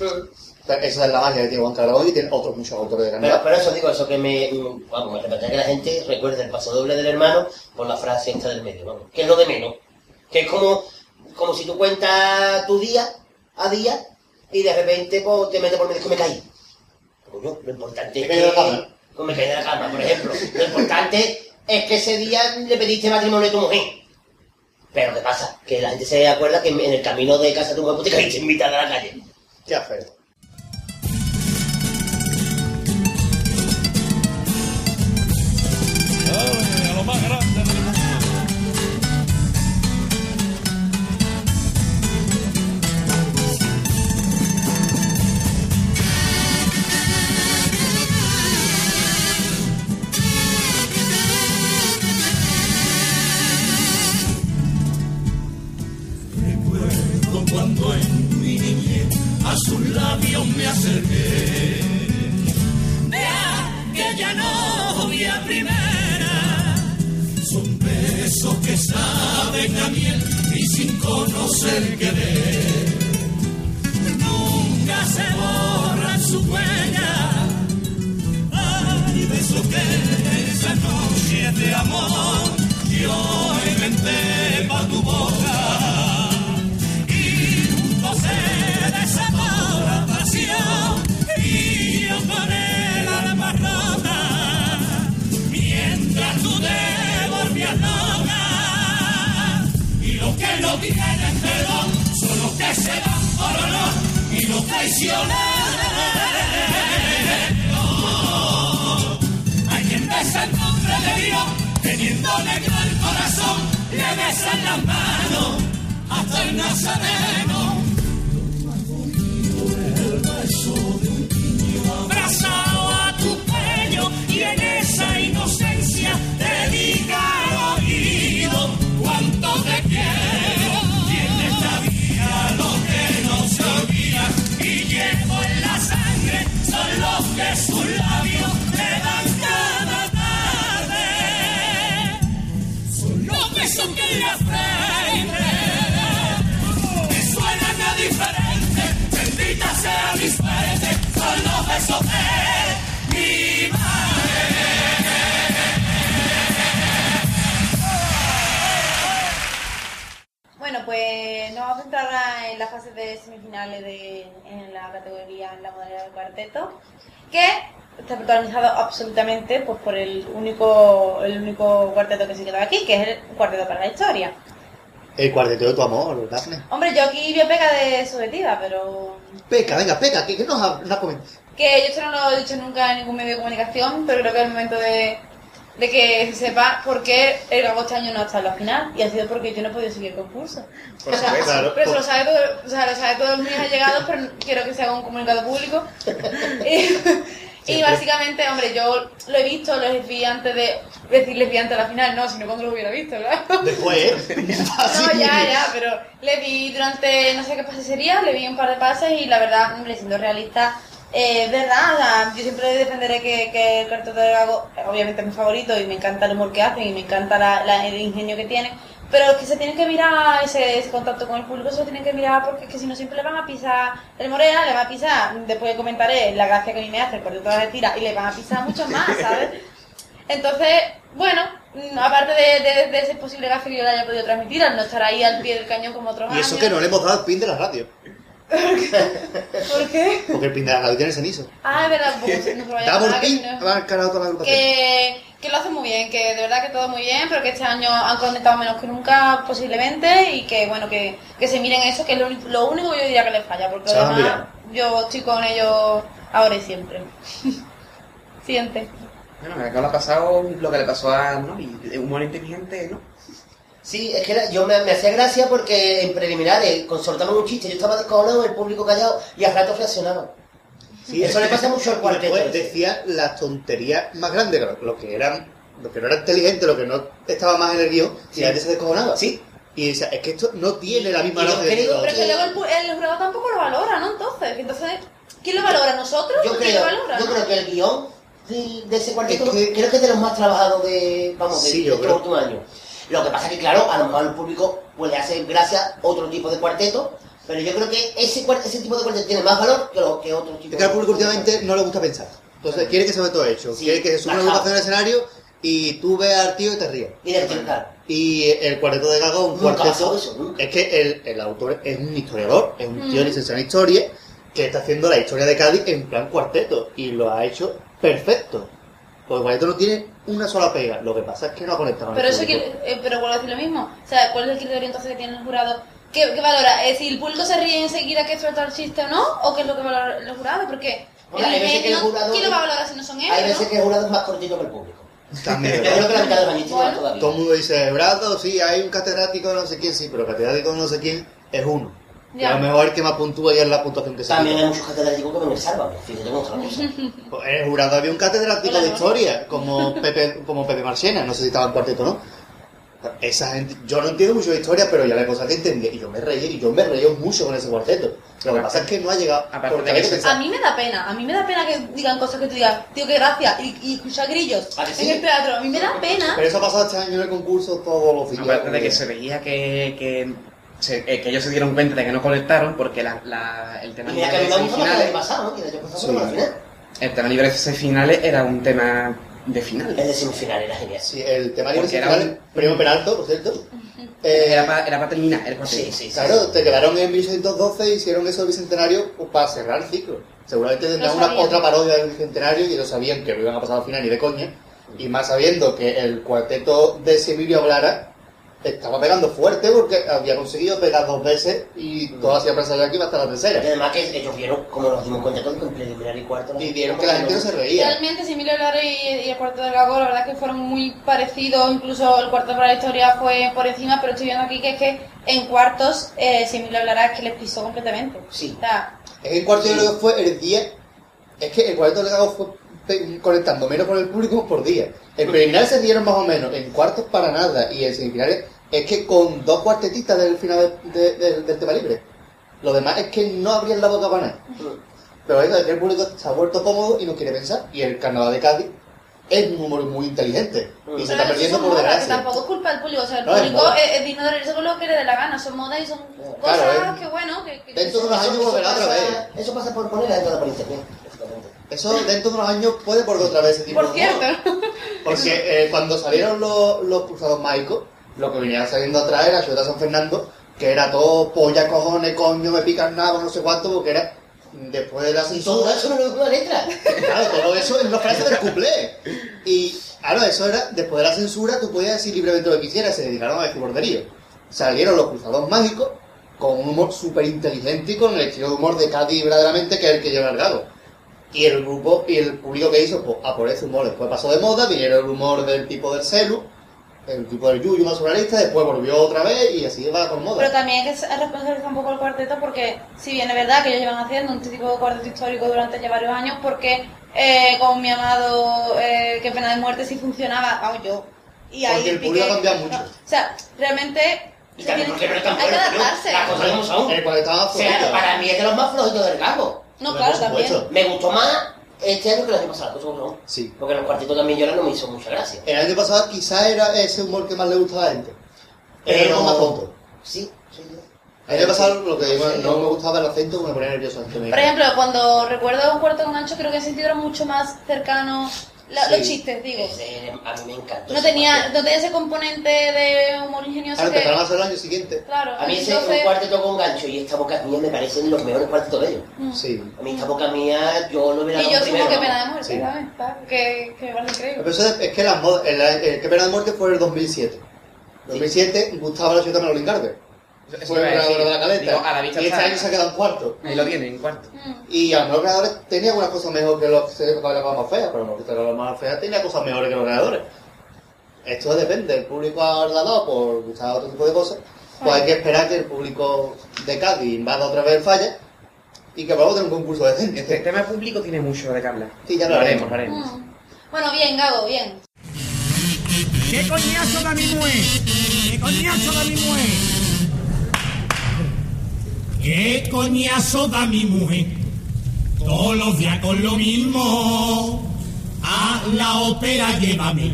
Speaker 1: O sea, Esa es la magia que tiene Juan Carlos y tiene otros muchos autores de
Speaker 5: Pero,
Speaker 1: granada.
Speaker 5: pero eso digo, eso que me. mm, Vamos, me encantaría que la gente recuerde el paso doble del hermano con la frase esta del medio, vamos, que es lo de menos. Que es como, como si tú cuentas tu día a día y de repente pues, te metes por medio que me caí. Coño, lo importante
Speaker 1: Me
Speaker 5: es
Speaker 1: caí
Speaker 5: que.
Speaker 1: de la cama.
Speaker 5: Pues me caí de la cama, por ejemplo. Lo importante es que ese día le pediste matrimonio a tu mujer. Pero ¿qué pasa? Que la gente se acuerda que en el camino de casa de tu mujer pues, te caíste en mitad de la calle.
Speaker 1: Qué feo.
Speaker 2: Ay, a lo más grande del mundo. Recuerdo cuando en mi niñez a sus labios me acerqué. De aquella novia primera, son besos que saben a miel y sin conocer que dé. Nunca se borra su huella. Ay, beso que esa noche de amor yo inventé pa' tu boca. Y juntos se desató la pasión y yo con el alma rota. Mientras tú te volvías loca. Y los que no tienen perdón son los que se van por honor y los traicionan. Hay quien besa el nombre de Dios, teniéndole el corazón, le besan las manos hasta el nazareno. abrazado a tu cuello y en esa inocencia te diga al oído cuánto te quiero. Y en esta vida lo que no se olvida y llevo en la sangre son los que sus labios le dan cada tarde. Son los besos que en la frente me suenan a diferente. Bendita sea mi suerte, son los besos de mi madre.
Speaker 3: Bueno, pues nos vamos a centrar ahora en la fase de semifinales de, en la categoría en la modalidad del cuarteto, que está protagonizado absolutamente pues, por el único, el único cuarteto que se quedó aquí, que es el cuarteto para la historia.
Speaker 1: El cuarteto de tu amor, Dafne.
Speaker 3: Hombre, yo aquí voy a pecar de subjetiva, pero...
Speaker 1: Peca, venga, peca, que, que nos ha, nos ha comentado.
Speaker 3: Que yo esto no lo he dicho nunca en ningún medio de comunicación, pero creo que es el momento de, de que se sepa por qué el Gabo este año no ha estado en la final, y ha sido porque yo no he podido seguir el concurso.
Speaker 4: Por
Speaker 3: O sea,
Speaker 4: supuesto.
Speaker 1: Claro,
Speaker 3: pero se
Speaker 1: por-
Speaker 3: lo sabe todo, o sea, lo sabe todos mis allegados, pero quiero que se haga un comunicado público. y, y básicamente, hombre, yo lo he visto, lo vi antes de decirles vi antes de la final, no, sino cuando lo hubiera visto, ¿verdad?
Speaker 1: Después, ¿eh?
Speaker 3: No, ya, ya, pero le vi durante, no sé qué pase sería, le vi un par de pases y la verdad, hombre, siendo realista, eh, es verdad, o sea, yo siempre defenderé que, que el cuarteto de Gago eh, obviamente es mi favorito y me encanta el humor que hacen y me encanta la- la- el ingenio que tienen, pero que se tienen que mirar ese, ese contacto con el público, se lo tienen que mirar porque es que si no siempre le van a pisar el Morena, le van a pisar, después comentaré la gracia que a mí me hace el cuarteto de tira y le van a pisar mucho más, ¿sabes? Entonces, bueno, mm, aparte de, de- de ese posible gafe que yo le haya podido transmitir, al no estar ahí al pie del cañón como otros
Speaker 1: Y eso
Speaker 3: años.
Speaker 1: que no le hemos dado el pin de la radio.
Speaker 3: ¿Por qué?
Speaker 1: Porque el pin de la radio tiene cenizo.
Speaker 3: Ah, es verdad, pues, no se lo vaya a
Speaker 1: Double
Speaker 3: pagar, que
Speaker 1: pin,
Speaker 3: si no-
Speaker 1: va a toda la agrupación.
Speaker 3: que, que lo hacen muy bien, que de verdad que todo muy bien, pero que este año han conectado menos que nunca posiblemente y que bueno, que, que se miren eso, que es lo, uni- lo único que yo diría que les falla, porque
Speaker 1: Se van a
Speaker 3: además yo estoy con ellos Ahora y siempre. Siguiente.
Speaker 4: Bueno, me acaba de pasado lo que le pasó a ¿no? y el humor inteligente, ¿no?
Speaker 5: Sí, es que la- yo me, me hacía gracia porque en preliminares consortaban un chiste, yo estaba descojonado, el público callado y al rato reaccionaban.
Speaker 1: Sí,
Speaker 5: Eso le pasa mucho al
Speaker 1: Y
Speaker 5: cuarteto.
Speaker 1: después decía las tonterías más grandes, lo, lo que eran, lo que no era inteligente, lo que no estaba más en el guión, y la gente se descojonaba.
Speaker 4: Sí.
Speaker 1: Y decía, es que esto no tiene la misma
Speaker 5: Y yo
Speaker 1: gracia de
Speaker 5: creo-
Speaker 1: todo.
Speaker 3: Pero que luego el, pu- el jurado tampoco lo valora, ¿no? Entonces, entonces ¿quién lo valora? ¿Nosotros?
Speaker 5: Yo
Speaker 3: ¿Quién
Speaker 5: creo,
Speaker 3: lo valora?
Speaker 5: yo
Speaker 3: no?
Speaker 5: creo que el guión de, de ese cuarteto
Speaker 1: Es que-
Speaker 5: creo que es de los más trabajados de, vamos, de,
Speaker 1: Sí,
Speaker 5: de
Speaker 1: yo
Speaker 5: estos
Speaker 1: creo.
Speaker 5: últimos años. Lo que pasa es que, claro, a lo mejor al público pues, le hace gracia otro tipo de cuarteto, pero yo creo que ese, cuar- ese tipo de cuarteto tiene más valor que, lo, que otro tipo
Speaker 1: Es que al
Speaker 5: de
Speaker 1: público últimamente no le gusta pensar. Entonces quiere que se vea todo hecho.
Speaker 5: Sí,
Speaker 1: quiere que se suba una
Speaker 5: bajado.
Speaker 1: educación al escenario y tú veas al tío y te ríes.
Speaker 5: Y del tío, claro.
Speaker 1: Y el cuarteto de Gago, un
Speaker 5: Nunca ha
Speaker 1: cuarteto.
Speaker 5: pasado eso, nunca.
Speaker 1: Es que el, el autor es un historiador, es un tío
Speaker 3: Mm.
Speaker 1: licenciado en historia, que está haciendo la historia de Cádiz en plan cuarteto. Y lo ha hecho perfecto. Porque el cuarteto no tiene una sola pega. Lo que pasa es que no ha conectado
Speaker 5: Ah,
Speaker 1: con
Speaker 3: Pero
Speaker 1: el
Speaker 3: eso
Speaker 1: público.
Speaker 3: quiere- eh, pero vuelvo a decir lo mismo. O sea, ¿cuál es el criterio entonces que tiene el jurado? ¿Qué, qué valora? Eh, si el público se ríe enseguida que suelta el chiste o no, o qué es lo que valora el jurado, porque
Speaker 5: Bueno, hay
Speaker 3: el
Speaker 5: veces que el
Speaker 3: ingenio-
Speaker 5: jurado-
Speaker 3: ¿quién lo va a valorar si no son ellos?
Speaker 5: Hay veces
Speaker 3: no?
Speaker 5: que el jurado es más cortito que el público.
Speaker 1: También,
Speaker 5: Yo
Speaker 1: ¿verdad?
Speaker 5: creo que la mitad de los años tiene más
Speaker 3: Bueno.
Speaker 5: todavía.
Speaker 1: Todo el mundo dice, Brado, sí, hay un catedrático no sé quién, sí, pero catedrático no sé quién es uno. Y a
Speaker 3: Ya.
Speaker 1: lo mejor el que más puntúa y es la puntuación que se
Speaker 5: También
Speaker 1: quita.
Speaker 5: hay muchos catedráticos que me lo salvan, fíjate cómo está la cosa.
Speaker 1: Pues En el jurado había un catedrático
Speaker 3: Hola,
Speaker 1: de
Speaker 3: ¿no?
Speaker 1: historia, como Pepe, como Pepe Marchena, no sé si estaba en cuarteto o no. Esa gente, yo no entiendo mucho de historia, pero ya la cosa que entendía, y yo me reí, y yo me reí mucho con ese cuarteto. Lo que pasa es que no ha llegado
Speaker 4: Aparte
Speaker 1: porque
Speaker 4: de
Speaker 1: había
Speaker 4: que
Speaker 1: que
Speaker 4: se-
Speaker 1: pensar.
Speaker 3: A mí me da pena, a mí me da pena que digan cosas que tú digas, tío, qué gracia, y, y escuchar grillos
Speaker 5: ¿A que sí?
Speaker 3: en el teatro. A mí me da pena.
Speaker 1: Pero eso ha pasado este año en el concurso todos los días.
Speaker 4: Aparte de que se veía que, que, se- eh, que ellos se dieron cuenta de que no conectaron porque la, la- el
Speaker 5: Y
Speaker 4: tema
Speaker 5: mira que a mí me
Speaker 4: de
Speaker 5: gusta más que el
Speaker 4: finales,
Speaker 5: pasado, ¿no? Mira, yo pasaba
Speaker 1: Sí.
Speaker 5: por la final.
Speaker 4: el tema libre de semifinales era un tema de final.
Speaker 5: El de semifinal era genial.
Speaker 1: Sí, el tema libre
Speaker 4: Porque era
Speaker 1: sexual,
Speaker 4: un-
Speaker 1: premio Peralto, por cierto. Eh,
Speaker 4: Era para terminar el partido.
Speaker 5: Sí, sí, sí.
Speaker 1: Claro, te quedaron en 1812 y hicieron eso del bicentenario pues, para cerrar el ciclo. Seguramente tendrán
Speaker 3: Lo
Speaker 1: una,
Speaker 3: sabían.
Speaker 1: otra parodia del bicentenario y ellos sabían que no iban a pasar al final ni de coña. Y más sabiendo que el cuarteto de si Emilio Blara estaba pegando fuerte porque había conseguido pegar dos veces y todo hacía pensar que iba hasta la
Speaker 5: Y
Speaker 1: tercera.
Speaker 5: además que ellos vieron, como nos dimos cuenta todo, que en preliminar y cuarto...
Speaker 1: Y vieron que la gente no se reía.
Speaker 3: Realmente, si Emilio Lara y, y el cuarto de Gago, la verdad es que fueron muy parecidos, incluso el cuarto para la historia fue por encima, pero estoy viendo aquí que es que en cuartos, eh, si Emilio Lara es que les pisó completamente.
Speaker 5: Sí.
Speaker 3: O sea,
Speaker 1: Es que el cuarto yo creo que fue el día. Es que el cuarto legado fue pe- conectando menos con el público por día. En preliminares se dieron más o menos, en cuartos para nada y en semifinales es que con dos cuartetistas del final de- de- del- del tema libre. Lo demás es que no abrían la boca para nada. Pero eso es que el público se ha vuelto cómodo y no quiere pensar. Y el carnaval de Cádiz es un humor muy inteligente y se
Speaker 3: pero
Speaker 1: está
Speaker 3: eso
Speaker 1: perdiendo
Speaker 3: son
Speaker 1: por
Speaker 3: modas, que
Speaker 1: desgracia.
Speaker 3: tampoco es culpa del público, o sea, el
Speaker 1: No, es
Speaker 3: público eh,
Speaker 1: moda.
Speaker 3: es, es digno de reírse con lo que le dé la gana, son modas y son
Speaker 5: Claro,
Speaker 3: cosas
Speaker 1: es-
Speaker 3: que bueno, que... que-
Speaker 1: eh. dentro de unos años volverá otra vez.
Speaker 5: Eso pasa por poner la entrada por internet, lógicamente.
Speaker 1: Eso dentro de unos años puede volver otra vez ese tipo de
Speaker 3: Por
Speaker 1: humor.
Speaker 3: cierto,
Speaker 1: Porque eh, cuando salieron los, los pulsados maicos, lo que venía saliendo atrás era Ciudad San Fernando, que era todo polla, cojones, coño, me pican nada, no sé cuánto, porque era después de la
Speaker 5: Y todo
Speaker 1: censura.
Speaker 5: eso no es una letra.
Speaker 1: Claro, todo eso en una frase del cuplé. Y claro, eso era, después de la censura, tú podías decir libremente lo que quisieras, se dedicaron a decir borderío. Salieron los cruzados mágicos con un humor súper inteligente y con el estilo de humor de Cádiz verdaderamente que es el que lleva el gago. Y el grupo y el público que hizo, pues a por ese humor. Después pasó de moda, vinieron el humor del tipo del celu, el tipo del yuyu más surrealista, después volvió otra vez y así va con
Speaker 3: pero
Speaker 1: moda.
Speaker 3: también hay que responsabilizar un poco al cuarteto porque, si bien es verdad que ellos llevan haciendo un tipo de cuarteto histórico durante ya varios años, porque eh, con mi amado, eh, que pena de muerte sí funcionaba, vamos yo. Y ahí
Speaker 1: Porque el
Speaker 3: piqué-
Speaker 1: público ha cambiado mucho.
Speaker 3: O sea, realmente...
Speaker 5: Y
Speaker 3: se
Speaker 5: también
Speaker 3: tiene-
Speaker 5: porque no es tan
Speaker 3: hay que
Speaker 5: bueno, ¿no?
Speaker 3: adaptarse.
Speaker 5: Las cosas como son.
Speaker 1: El cual estaba
Speaker 5: O sea,
Speaker 1: flojito.
Speaker 5: para mí es de los más flojitos del gago.
Speaker 3: No,
Speaker 1: Por
Speaker 3: claro,
Speaker 1: supuesto.
Speaker 3: también.
Speaker 5: Me gustó más este año que el año pasado, cosas como son.
Speaker 1: Sí.
Speaker 5: Porque en los cuartitos también yo ahora no me hizo mucha gracia.
Speaker 1: El año pasado quizá era ese humor que más le gustaba a la gente. Pero
Speaker 5: Pero-
Speaker 1: no más tonto.
Speaker 5: Sí, sí. sí.
Speaker 1: El año pasado lo que digo, no me gustaba el acento, me ponía nervioso. antes de-
Speaker 3: Por ejemplo, cuando recuerdo un cuarto con ancho, creo que el sentido era mucho más cercano la-
Speaker 1: Sí.
Speaker 3: los chistes, digo.
Speaker 5: Ese- A mí me encantó.
Speaker 3: No
Speaker 5: ese
Speaker 3: tenía,
Speaker 5: cuarteto.
Speaker 3: no tenía ese componente de humor ingenioso
Speaker 1: Claro,
Speaker 3: que...
Speaker 1: empezaron a hacer el año siguiente.
Speaker 3: Claro,
Speaker 5: A mí ese
Speaker 3: entonces-
Speaker 5: un cuarteto con gancho y esta boca mía me parecen los mejores cuartetos de ellos.
Speaker 3: Mm.
Speaker 1: Sí.
Speaker 5: A mí esta boca mía yo lo hubiera
Speaker 3: Y
Speaker 5: dado
Speaker 3: yo supongo
Speaker 5: primero,
Speaker 3: que
Speaker 5: ¿no?
Speaker 3: pena de muerte,
Speaker 1: Sí.
Speaker 3: ¿sabes? Pa, Que, que me parece
Speaker 1: Pero
Speaker 3: increíble.
Speaker 1: eso es, es que las modas, el, el, que pena de muerte fue el 2007. 2007 gustaba la ciudad de Carver.
Speaker 4: Eso
Speaker 1: Fue
Speaker 4: iba a
Speaker 1: el
Speaker 4: decir.
Speaker 1: ganador de la caleta.
Speaker 4: Digo, a la vista
Speaker 1: y este
Speaker 4: está.
Speaker 1: año se ha quedado en cuarto.
Speaker 4: Ahí lo tienen, en cuarto.
Speaker 3: Mm.
Speaker 1: Y a lo mejor los ganadores tenía algunas cosas mejor que los que hablaban más feas, pero no que hablaban más feas tenía cosas mejores que los ganadores. Esto depende, el público ha dado por gustar otro tipo de cosas, pues hay que esperar que el público de Cádiz invada otra vez el falla y que vamos a tener un concurso
Speaker 4: Este
Speaker 1: decente.
Speaker 4: tema público tiene mucho de qué hablar.
Speaker 1: Sí, ya lo haremos.
Speaker 4: lo haremos.
Speaker 3: Mm. Bueno, bien, Gago, bien.
Speaker 2: ¡Qué coñazo da mi mue! ¡Qué coñazo da mi mue! ¡Qué coñazo da mi mue! Todos los días con lo mismo. A la ópera llévame.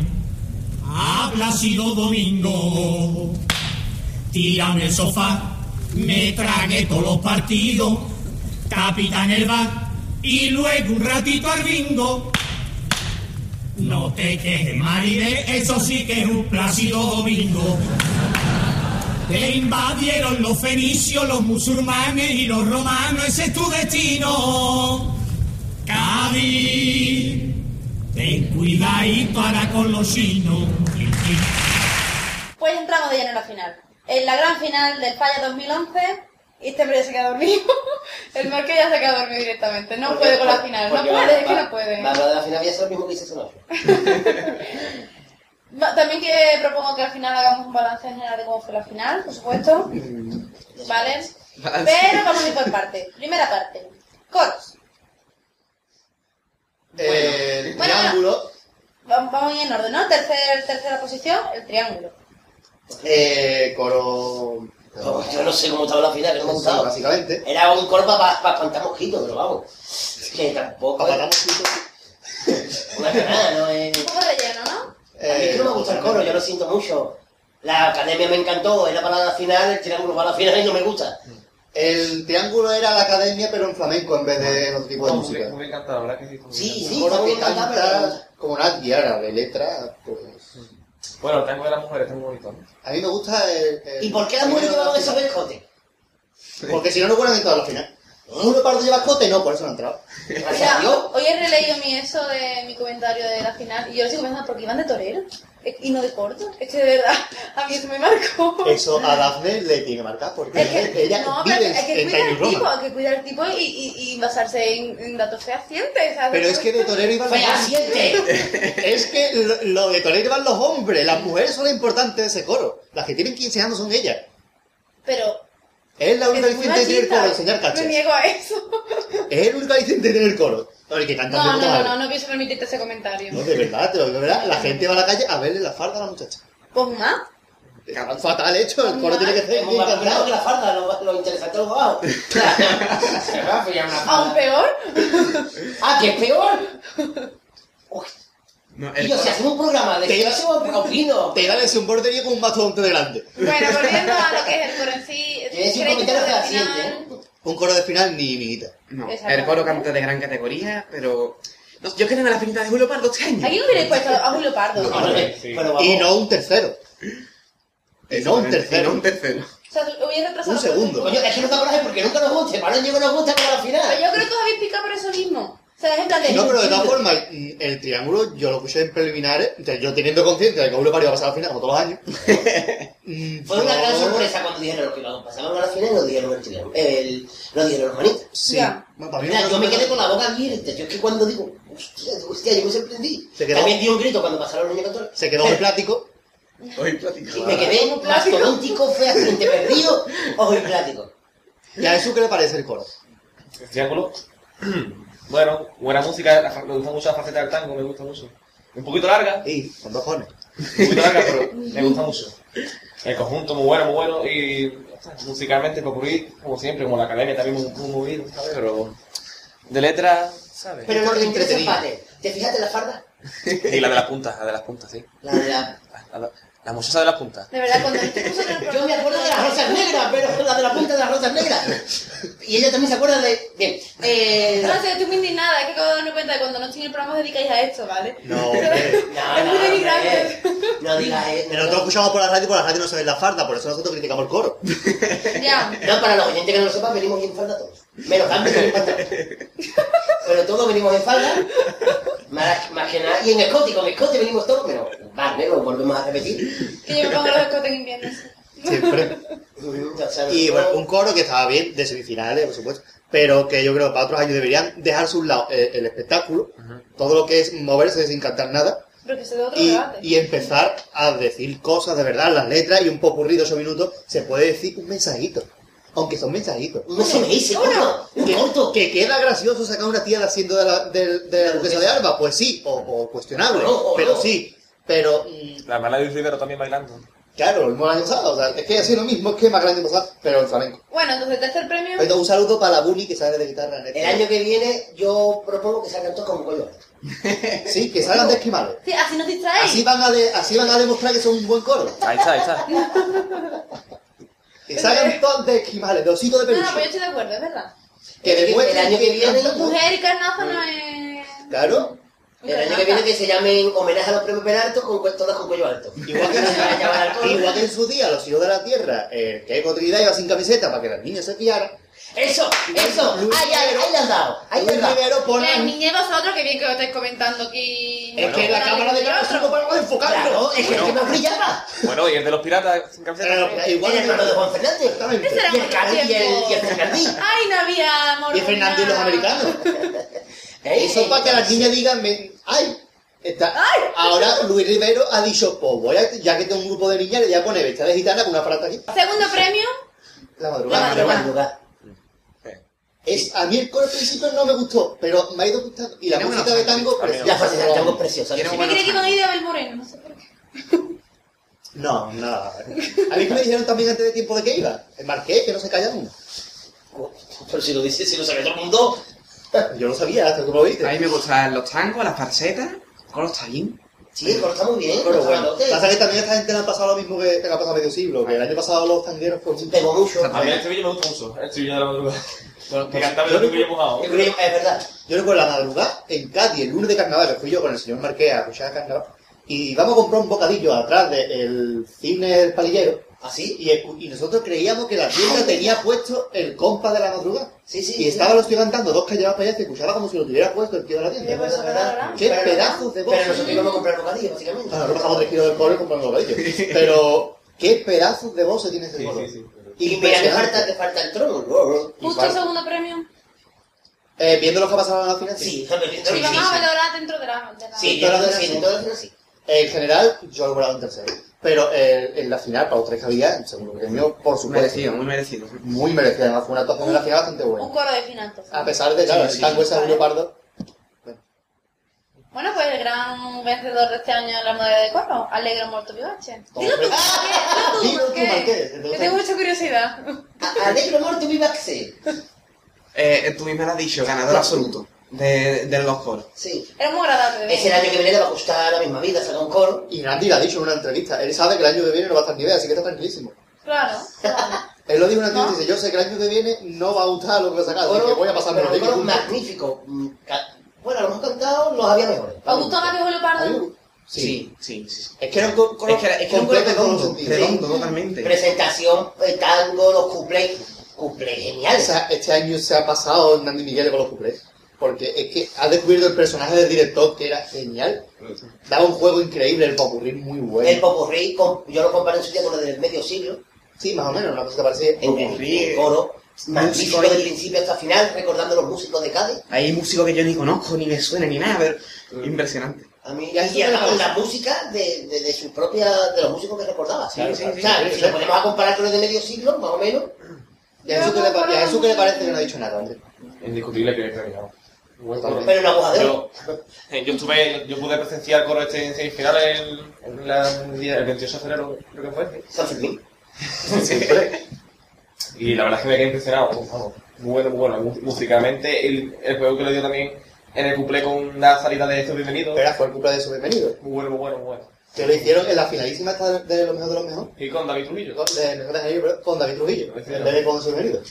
Speaker 2: A Plácido Domingo. Tírame el sofá. Me tragué todos los partidos. Capitán el bar. Y luego un ratito al bingo. No te quejes, Maride, eso sí que es un plácido domingo. Te invadieron los fenicios, los musulmanes y los romanos, ese es tu destino. Cádiz, ten cuidadito ahora con los chinos.
Speaker 3: Pues entramos de lleno en la final. En la gran final del Falla 2011, y este hombre ya se queda dormido. El Marqués ya se queda dormido directamente. No
Speaker 5: Porque-
Speaker 3: puede con la
Speaker 5: por-
Speaker 3: final. No
Speaker 5: porque
Speaker 3: puede,
Speaker 5: va-
Speaker 3: es que
Speaker 5: va-
Speaker 3: no puede.
Speaker 5: Va a hablar de la final y eso es lo mismo que hice esa noche.
Speaker 3: Va- También que propongo que al final hagamos un balance general de cómo fue la final, por supuesto. ¿Vale?
Speaker 4: Balance.
Speaker 3: Pero vamos a ir por parte. Primera parte. Coros.
Speaker 1: Eh, El
Speaker 3: Bueno,
Speaker 1: triángulo,
Speaker 3: Vam- Vamos a ir en orden, ¿no? Tercer, tercera posición, el triángulo.
Speaker 1: eh, coro...
Speaker 5: Oh, Yo- Yo no sé cómo estaba la final, que no me ha
Speaker 1: Sí,
Speaker 5: gustado.
Speaker 1: básicamente.
Speaker 5: Era un corpa para espantar mosquitos, pero vamos. Es que tampoco. es
Speaker 1: Apagamos juntos.
Speaker 5: Una canada, no es.
Speaker 3: Un poco relleno, ¿no?
Speaker 5: A mí es que no me gusta
Speaker 1: Eh,
Speaker 5: el coro, yo lo siento mucho. La academia me encantó, era para la final, el triángulo para la final y no me gusta.
Speaker 1: El triángulo era la academia, pero en flamenco en vez de en otro tipo de
Speaker 6: Muy
Speaker 1: música.
Speaker 6: bien, muy bien cantado, la verdad que sí. muy
Speaker 5: Sí,
Speaker 6: bien
Speaker 5: sí.
Speaker 1: Un coro que
Speaker 5: está muy bien cantado, pero-
Speaker 1: canta como nadie ahora, de letra, pues...
Speaker 6: cantado. Bueno, el tango de las mujeres está muy bonito, ¿no?
Speaker 1: A mí me gusta el... el-
Speaker 5: ¿Y por qué las mujeres
Speaker 1: el-
Speaker 5: llevaban esos escotes?
Speaker 1: Porque si no, no hubieran entrado a la final. Uno pardo lleva escote, no, por eso no han entrado.
Speaker 5: Gracias a
Speaker 3: Mira,
Speaker 5: Dios.
Speaker 3: hoy he releído mi eso de mi comentario de la final y yo lo sigo pensando porque iban de torero eh, y no de corto. Es que de verdad, a mí eso me marcó.
Speaker 1: Eso a Daphne le tiene marcada porque
Speaker 3: Es que,
Speaker 1: ella
Speaker 3: no, pero
Speaker 1: vive
Speaker 3: es que- es
Speaker 1: en
Speaker 3: que cuidar
Speaker 1: Tiny
Speaker 3: el tipo,
Speaker 1: Roma.
Speaker 3: hay que cuidar el tipo y, y, y basarse en, en datos fehacientes. ¿sabes?
Speaker 1: Pero es que de torero iban
Speaker 5: ¡Fehaciente!
Speaker 1: Es que lo, lo de torero iban los hombres, las mujeres son las importantes de ese coro. Las que tienen 15 años son ellas.
Speaker 3: Pero.
Speaker 1: Es la única
Speaker 3: es muy
Speaker 1: licencia de tener
Speaker 3: machista.
Speaker 1: coro, el señor
Speaker 3: Me
Speaker 1: Cacho.
Speaker 3: niego a eso.
Speaker 1: Es el único licencia de tener coro. No, el que canta
Speaker 3: No,
Speaker 1: de
Speaker 3: no,
Speaker 1: puta
Speaker 3: no,
Speaker 1: madre.
Speaker 3: no, no pienso permitirte ese comentario.
Speaker 1: No, de verdad, te lo digo de verdad. La gente va a la calle a verle la farda a la muchacha.
Speaker 3: Pues más.
Speaker 1: Está fatal hecho, el coro tiene que ser
Speaker 5: Es muy más complicado que
Speaker 1: encantado.
Speaker 5: la farda, lo, lo interesante es lo abajo. Se va a pillar una
Speaker 3: Aún
Speaker 5: farda.
Speaker 3: peor.
Speaker 5: ¡Ah, que es peor! Uy,
Speaker 4: No, el
Speaker 5: tío, si
Speaker 4: coro-
Speaker 5: hacemos un programa de
Speaker 1: Te-
Speaker 5: que opino.
Speaker 1: Te dan ese un borderío con un mastodonte de grande.
Speaker 3: Bueno, volviendo a lo que es el coro en sí.
Speaker 5: Es un
Speaker 3: ¿creéis que
Speaker 5: comentario
Speaker 3: fue la
Speaker 5: fehaciente,
Speaker 3: final?
Speaker 5: ¿eh?
Speaker 1: Un coro de final ni minita.
Speaker 4: no,
Speaker 3: Exactamente.
Speaker 4: el coro canta de gran categoría, pero. No, yo creo en la finita de Julio Pardo este año.
Speaker 3: ¿A quién hubierais puesto a Julio Pardo?
Speaker 5: ¿eh? No, no, no,
Speaker 6: Sí.
Speaker 5: Pero vamos.
Speaker 1: Y no un tercero. Y no un
Speaker 4: Exactamente, y no
Speaker 1: tercero.
Speaker 4: un tercero.
Speaker 3: O sea, hubiese retrasado.
Speaker 1: Un segundo.
Speaker 5: Coño, es que no te coraje porque nunca nos guste. Para yo que nos gusta para la
Speaker 3: Pero
Speaker 5: final.
Speaker 3: yo creo que os habéis picado por eso mismo. O sea, es en plan de.
Speaker 1: No, pero de todas formas, el, el triángulo yo lo escuché en preliminares, entonces yo teniendo conciencia de que Julio Pario va a pasar a la final como todos los años. mm,
Speaker 5: Fue una
Speaker 1: yo-
Speaker 5: gran sorpresa cuando dijeron que íbamos a pasar a la final y nos dijeron el chileno. El, nos dijeron los manitos.
Speaker 1: Sí.
Speaker 3: Ya.
Speaker 1: Bueno, para mí
Speaker 5: Mira,
Speaker 1: no-
Speaker 5: yo me quedé con la boca abierta. Yo es que cuando digo, hostia, hostia, yo me sorprendí.
Speaker 1: Se quedó-
Speaker 5: También di un grito cuando pasaron los niños cantores.
Speaker 1: Se quedó el plático.
Speaker 4: Hoy
Speaker 5: Y
Speaker 4: platicaba.
Speaker 5: me quedé
Speaker 3: Como plástico.
Speaker 5: mastodóntico, fehaciente, perdido, ojo y plático.
Speaker 1: ¿Y a Jesús qué le parece el coro?
Speaker 6: El triángulo. bueno, buena música, la fa- me gusta mucho la faceta del tango, me gusta mucho. Un poquito larga,
Speaker 1: Y con dos jones.
Speaker 6: un poquito larga, pero me gusta mucho. El conjunto muy bueno, muy bueno, y musicalmente ocurrir, como siempre, como la academia también muy, muy movido, ¿sabes? Pero de letra, ¿sabes?
Speaker 5: Pero lo que me interesa es
Speaker 1: Entretenido.
Speaker 5: empate. ¿Te fijaste en la farda?
Speaker 8: Y la de las puntas, la de las puntas, sí.
Speaker 5: La de la...
Speaker 8: La, la, la muchacha de las puntas.
Speaker 3: De verdad, cuando esto puso en el
Speaker 5: Yo me acuerdo de las rosas negras, pero la de la punta de las rosas negras. Y ella también se acuerda de... Bien. Eh...
Speaker 3: No sé, estoy muy indignada. Es que acabo de darme cuenta de cuando no estoy en el programa os dedicáis a esto, ¿vale?
Speaker 1: No, hombre.
Speaker 5: No,
Speaker 3: Es
Speaker 5: no,
Speaker 3: muy denigrante.
Speaker 5: hombre. no digas eh, no,
Speaker 1: Nosotros escuchamos por la radio y por la radio no se ve la farda, por eso nosotros criticamos el coro.
Speaker 3: Ya.
Speaker 5: No, para los oyentes que no lo sepan, venimos en falda todos. Menos Dante que en falda. Pero todos venimos en falda. Más, más que nada. Y en escote, y con escote venimos todos, pero vale, lo volvemos a repetir.
Speaker 3: Que yo me pongo los escotes en invierno. sí.
Speaker 1: Siempre. Y bueno, un coro que estaba bien, de semifinales, por supuesto, pero que yo creo que para otros años deberían dejar a su lado eh, el, espectáculo, todo lo que es moverse sin cantar nada,
Speaker 3: Pero que se dé otro
Speaker 1: y,
Speaker 3: debate.
Speaker 1: y empezar a decir cosas de verdad, las letras y un poco de esos minutos, se puede decir un mensajito, aunque son mensajitos.
Speaker 5: No se me dice, corto, un
Speaker 1: Que,
Speaker 5: corto.
Speaker 1: que queda gracioso sacar una tía haciendo de la, de, de la duquesa de Alba, pues sí, o, o cuestionable,
Speaker 5: No, o
Speaker 1: pero
Speaker 5: no.
Speaker 1: sí, pero mm,
Speaker 8: La hermana de Luis Rivero también bailando.
Speaker 1: claro, el mismo año pasado, o sea, es que ha sido lo mismo que más grande pasado, pero en flamenco.
Speaker 3: Bueno, entonces el tercer premio.
Speaker 1: Entonces, un saludo para la Buni que sabe de guitarra. neta.
Speaker 5: El año que viene yo propongo que salgan todos con cuello.
Speaker 1: Sí, que salgan de esquimales.
Speaker 3: Sí, así nos distraéis.
Speaker 1: Así van, a de- así van a demostrar que son un buen coro.
Speaker 8: Ahí está, ahí está.
Speaker 1: Que salgan todos de esquimales, de osito de
Speaker 3: no, no, pues yo
Speaker 1: peluche.
Speaker 3: estoy de acuerdo, es verdad.
Speaker 1: Que demuestren
Speaker 5: El año que viene-
Speaker 3: Mujer y carnaza no es.
Speaker 1: Claro.
Speaker 5: El año que viene que se llamen homenaje a los premios Peralto con cue- todas con cuello alto.
Speaker 1: Igual
Speaker 5: Se van a llamar al
Speaker 1: que,
Speaker 5: coro.
Speaker 1: igual que en su día, los hijos de la tierra, eh, que Cotrinidad iba sin camiseta para que las niñas se pillaran.
Speaker 5: Eso, eso.
Speaker 1: Luis
Speaker 5: Ahí, ahí, ahí le has dado. Ahí le
Speaker 1: Luis
Speaker 5: has dado.
Speaker 1: Rivero pone.
Speaker 3: Eh, niñez vosotros, que bien que lo estáis comentando aquí.
Speaker 1: Es que la cámara de cara no podemos enfocarlo.
Speaker 5: Claro, es que el que más brillaba.
Speaker 8: Bueno, y el de los piratas sin
Speaker 1: Claro,
Speaker 8: camiseta.
Speaker 1: igual
Speaker 5: Igual el
Speaker 1: que
Speaker 5: hermano de Juan Fernández.
Speaker 1: Exactamente.
Speaker 3: Ese era
Speaker 5: Y el Cali y el, y el Fernández.
Speaker 3: Ay, no había amor.
Speaker 1: Y Fernández y los americanos.
Speaker 5: ¿Eh?
Speaker 1: Eso para que las niñas digan, me- ay, está. Ahora Luis Rivero ha dicho, pues voy a, ya que tengo un grupo de niñas, le voy a poner vestida de gitana con una frase aquí.
Speaker 3: Segundo premio.
Speaker 1: La
Speaker 5: Va,
Speaker 1: madrugada.
Speaker 5: va, va, va.
Speaker 1: Es, a mí el coro al principio no me gustó, pero me ha ido gustando. Y la
Speaker 4: Tiene
Speaker 1: música de
Speaker 4: buenos
Speaker 1: tango,
Speaker 8: sonidos,
Speaker 1: preciosa.
Speaker 5: La frase de Tango es preciosa.
Speaker 4: Tiene
Speaker 5: sí.
Speaker 3: Me
Speaker 4: Bueno,
Speaker 3: quería que con Ida Abel Moreno, no sé por qué.
Speaker 1: No, no. A mí que me dijeron también antes de tiempo de que iba. El marqués, que no se calla uno.
Speaker 5: Pero si lo dice, si lo sabe todo el mundo.
Speaker 1: Yo lo sabía, hasta que lo viste.
Speaker 4: A mí me gustan los tangos, las farsetas, con los bien.
Speaker 5: Sí, el coro está muy bien.
Speaker 1: Pero
Speaker 5: está
Speaker 1: bueno,
Speaker 5: grandote.
Speaker 1: pasa que también a esta gente le ha pasado lo mismo que que le ha pasado a medio siglo, que el año pasado los tangueros pues, fue un
Speaker 5: Pegó mucho.
Speaker 6: A mí el Sevilla me gusta mucho, el Sevilla de la madrugada. Me
Speaker 1: pues,
Speaker 6: cantaba
Speaker 1: yo
Speaker 6: el
Speaker 1: no-
Speaker 6: Sevilla mojado.
Speaker 5: El Grillo- Es verdad.
Speaker 1: Yo recuerdo la madrugada en Cádiz, el lunes de carnaval, que fui yo con el señor Marqués a escuchar carnaval, y íbamos a comprar un bocadillo atrás del cine del palillero,
Speaker 5: ¿Así?
Speaker 1: y, escu- y nosotros creíamos que la tienda tenía puesto el compa de la madrugada.
Speaker 5: Sí, sí.
Speaker 1: Y estaban los tío cantando dos calladas para allá, se escuchaba como si lo tuviera puesto el tío de la
Speaker 5: Es
Speaker 1: tienda.
Speaker 5: verdad, es verdad.
Speaker 1: Qué
Speaker 5: Pero-
Speaker 1: pedazos de voz.
Speaker 5: Pero nosotros íbamos a comprar bocadillo, básicamente.
Speaker 1: Claro, nosotros pasamos tres kilos del coro y compramos un bocadillo. Pero, qué pedazos de voz se tiene ese
Speaker 6: Sí,
Speaker 1: coro.
Speaker 6: sí, sí.
Speaker 5: Y mira, te falta, te falta el trono.
Speaker 3: Justo
Speaker 1: Igual.
Speaker 3: segundo premio.
Speaker 1: Eh, viendo lo que ha pasado en la final, sí.
Speaker 5: Sí, Hamlet Lincoln,
Speaker 3: Y
Speaker 5: sí,
Speaker 3: vamos a
Speaker 5: sí.
Speaker 3: valorar dentro de la. de la-
Speaker 5: Sí, todas las sí, todas las sí.
Speaker 1: En general, yo lo he en tercero. Pero eh, en la final, para los tres que había, en segundo premio, por supuesto.
Speaker 4: Merecido, muy merecido.
Speaker 1: Muy merecida, además fue una actuación en la final bastante
Speaker 3: Un
Speaker 1: buena.
Speaker 3: coro de finanzas.
Speaker 1: A pesar de, claro,
Speaker 4: Sí,
Speaker 1: el
Speaker 4: sí.
Speaker 1: tango ese de
Speaker 3: Vale.
Speaker 1: Leopardo.
Speaker 3: Bueno, pues el gran vencedor de este año en la modalidad de coro, Alegro Morto Vivace. Dilo tú, ¿por qué?
Speaker 1: Dilo tú, Marqués, te
Speaker 3: Marqués. Que
Speaker 1: gusta.
Speaker 3: tengo mucha curiosidad.
Speaker 5: A- Alegro Morto Vivaxe.
Speaker 4: Eh, tú misma lo has dicho, ganador absoluto de, de los coros.
Speaker 5: Sí.
Speaker 3: Era muy agradable. ¿eh?
Speaker 5: Es el año que viene le va a gustar la misma vida, saca un coro.
Speaker 1: Y Nandi lo ha dicho en una entrevista. Él sabe que el año que viene no va a estar ni idea, así que está tranquilísimo.
Speaker 3: Claro. claro.
Speaker 1: Él lo dijo en una entrevista
Speaker 3: ¿No?
Speaker 1: dice, yo sé que el año que viene no va a gustar lo que va a sacar, Pues así que voy a pasar
Speaker 5: pero
Speaker 1: menos de
Speaker 5: un coro
Speaker 1: ello.
Speaker 5: magnífico. Mm, ca- Bueno, los hemos cantado, los había mejores.
Speaker 3: ¿Os gustó más que Julio Pardo?
Speaker 1: Adiós. Sí.
Speaker 4: sí, sí. sí.
Speaker 1: Es que era un coro
Speaker 4: Es que era, es que era un coro
Speaker 1: completo en todos los
Speaker 4: redondo,
Speaker 1: sentidos.
Speaker 4: redondo totalmente.
Speaker 5: Presentación, eh, tango, los cuplés. Cuplés
Speaker 1: O
Speaker 5: geniales.
Speaker 1: sea, este año se ha pasado Hernández Miguel con los cuplés. Porque es que ha descubierto el personaje del director que era genial. Daba un juego increíble, el popurrí muy
Speaker 5: El
Speaker 1: bueno.
Speaker 5: popurrí, con- yo lo comparé en su día con el del medio siglo.
Speaker 1: Sí, más o menos, una cosa que parecía.
Speaker 5: En el,
Speaker 4: Popurrí,
Speaker 5: el coro.
Speaker 1: eh,
Speaker 5: Magnífico
Speaker 4: músico y-
Speaker 5: del principio hasta final, recordando a los músicos de Cádiz.
Speaker 4: Hay músicos que yo ni conozco, ni me suena, ni nada,
Speaker 1: Mm.
Speaker 4: pero impresionante.
Speaker 5: A mí,
Speaker 1: Y a eso
Speaker 5: y
Speaker 1: me
Speaker 5: hasta con
Speaker 1: parece.
Speaker 5: la música de, de, de su propia, de los músicos que recordaba.
Speaker 4: Sí, sí, sí,
Speaker 5: o sea,
Speaker 1: sí,
Speaker 5: si
Speaker 1: sí.
Speaker 5: lo ponemos a comparar con el de medio siglo, más o menos,
Speaker 1: ¿Y a eso que le, pa- y a eso que le parece que no ha dicho nada, hombre?
Speaker 6: Indiscutible que es premiado.
Speaker 5: pero en agujadero.
Speaker 6: Yo, yo estuve, yo pude presenciar el coro este en semifinales el, el, la- el día- el 28 de febrero, creo que fue.
Speaker 5: San Fermín.
Speaker 6: Y la verdad es que me quedé impresionado. pues, vamos, muy bueno, muy bueno. Mú- Musicalmente, el, el juego que le dio también en el cumple con una salida de estos bienvenidos.
Speaker 1: Pero era fue el cumple de su bienvenido.
Speaker 6: Muy bueno, muy bueno, muy bueno.
Speaker 1: Que lo hicieron en la finalísima esta de lo mejor de lo mejor.
Speaker 6: Y con David Trujillo.
Speaker 1: Con, de mejor de Javier, pero con David Trujillo,
Speaker 6: Lo
Speaker 1: en
Speaker 6: hicieron.
Speaker 1: vez de con su bienvenido.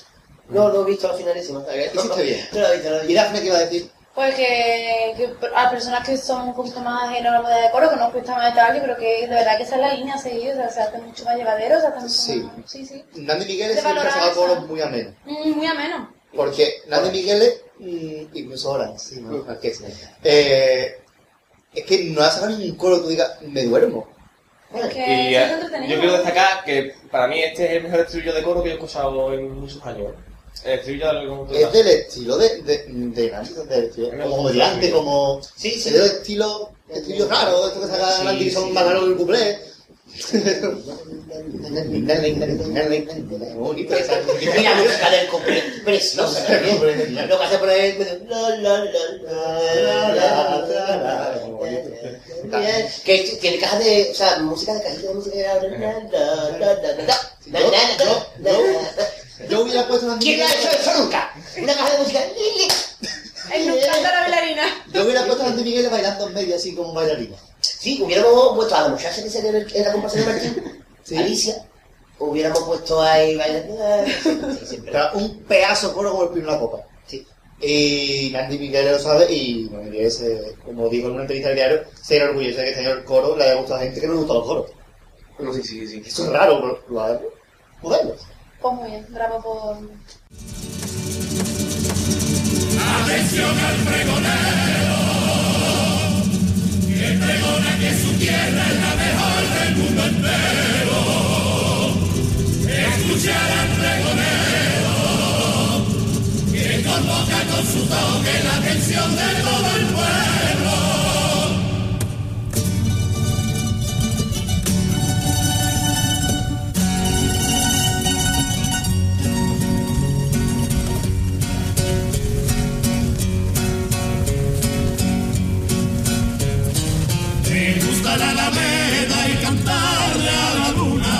Speaker 5: No, no he visto la finalísima.
Speaker 1: Hiciste bien.
Speaker 5: No la he visto, no la he
Speaker 1: Y
Speaker 5: visto.
Speaker 1: Dafne que iba a decir,
Speaker 3: Pues que, que a personas que son un poquito más ajenas a la modalidad de coro, que no os cuesta más y tal, yo creo que de verdad que esa es la línea a seguir, o sea, se hace mucho más llevadero, se hace mucho
Speaker 1: Sí.
Speaker 3: más... Sí, sí.
Speaker 1: Nandi Miguel
Speaker 3: Se
Speaker 1: siempre ha
Speaker 3: valoraba
Speaker 1: sacado
Speaker 3: esa.
Speaker 1: coros muy ameno.
Speaker 3: Mm, Muy ameno.
Speaker 1: Porque Nando Miguel, mm, incluso ahora, sí, ¿no? Marqués, eh, es que no ha sacado ningún coro que tú digas, me duermo.
Speaker 3: Es que
Speaker 8: Y
Speaker 3: es
Speaker 8: eh,
Speaker 3: entretenido.
Speaker 8: yo quiero destacar que para mí este es el mejor estribillo de coro que yo he escuchado en muchos
Speaker 6: ¿eh?
Speaker 8: años. El estribillo del conjunto
Speaker 1: Es del estilo de. de, de, de, de- de- como comediante, como.
Speaker 5: Sí, sí.
Speaker 1: Se ve estilo. Estilo raro, esto que saca
Speaker 4: Sí,
Speaker 1: Randy que
Speaker 4: sí.
Speaker 1: son más raros que el cuplé. Bonito esa.
Speaker 5: Y la música del cumple preciosa también. Lo que hace por ahí es la, la, la, la, la, la, la, la. que tiene cajas de, o sea, música de cajita de música de la, la, la, la, la, la. La, la, la, la, la.
Speaker 1: Yo hubiera puesto una
Speaker 5: ¿Quién ha hecho eso nunca? Una caja de música.
Speaker 3: Ay, no, canta la bailarina.
Speaker 1: Yo hubiera puesto a Randy Miguel bailando en medio así como bailarina.
Speaker 5: Sí, hubiéramos puesto a la muchacha que salió en el- en la comparsa de Martín, Alicia, hubiéramos puesto ahí bailando. Sí, siempre.
Speaker 1: Era un pedazo coro como el pino en la copa.
Speaker 5: Sí.
Speaker 1: Y Randy Miguel lo sabe y bueno, y ese, como dijo en una entrevista del diario, se era orgulloso de que este año el coro le haya gustado a gente que no le gustan los coros.
Speaker 4: No, sí, sí, sí.
Speaker 1: Eso es raro, pero lo ha moderno.
Speaker 3: Pues muy bien, bravo por.
Speaker 2: Atención al pregonero, que pregona que su tierra es la mejor del mundo entero. Escuchar al pregonero, que convoca con su toque la atención de todo el pueblo. Me gusta la alameda y cantarle a la luna.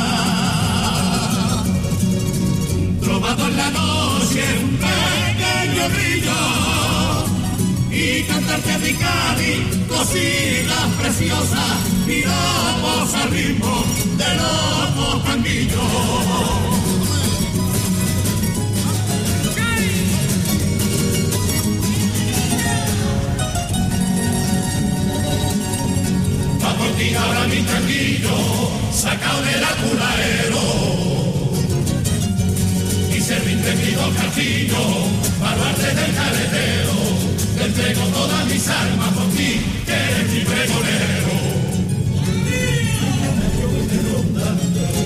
Speaker 2: Trovado en la noche un pequeño brillo y cantarte a mi Cádiz cositas preciosas, piropos al ritmo de los pandillos. Va por ti ahora mi tanguillo, sacado del aculaero. Y se rinde mi dos castillos, baluarte del caretero. Te entrego todas mis armas por ti, que eres mi pregonero.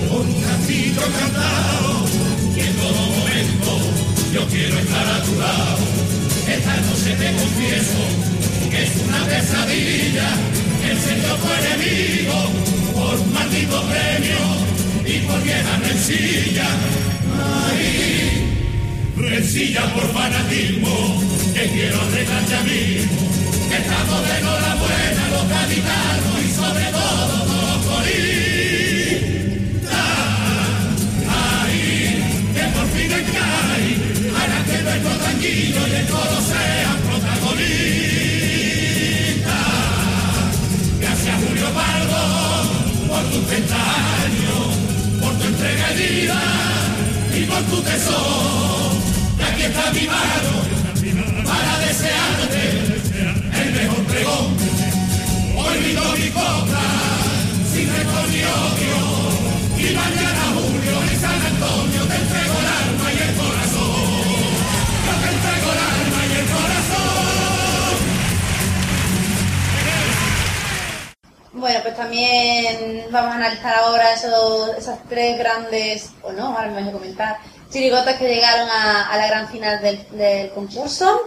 Speaker 2: Por un castillo encantado, que en todo momento yo quiero estar a tu lado. Esta noche te confieso que es una pesadilla. El señor fue enemigo por un maldito premio y por vieja rencilla. Ay, rencilla por fanatismo que quiero arreglar ya mismo. Estamos de enhorabuena los gaditanos y sobre todo los coristas. Ay, que por fin cae hará que nuestro tranquilo y el coro sean protagonistas. Gracias Julio Pardo por tus 30 años, por tu entrega y vida y por tu tesoro. Y aquí está mi mano para desearte el mejor pregón. Hoy vino mi copa sin rencor ni odio y mañana Julio en San Antonio te entrego el alma y el corazón. Yo te entrego el alma y el corazón.
Speaker 3: Bueno, pues también vamos a analizar ahora esos, esas tres grandes, o no, ahora me voy a comentar, chirigotas que llegaron a, a la gran final del, del concurso.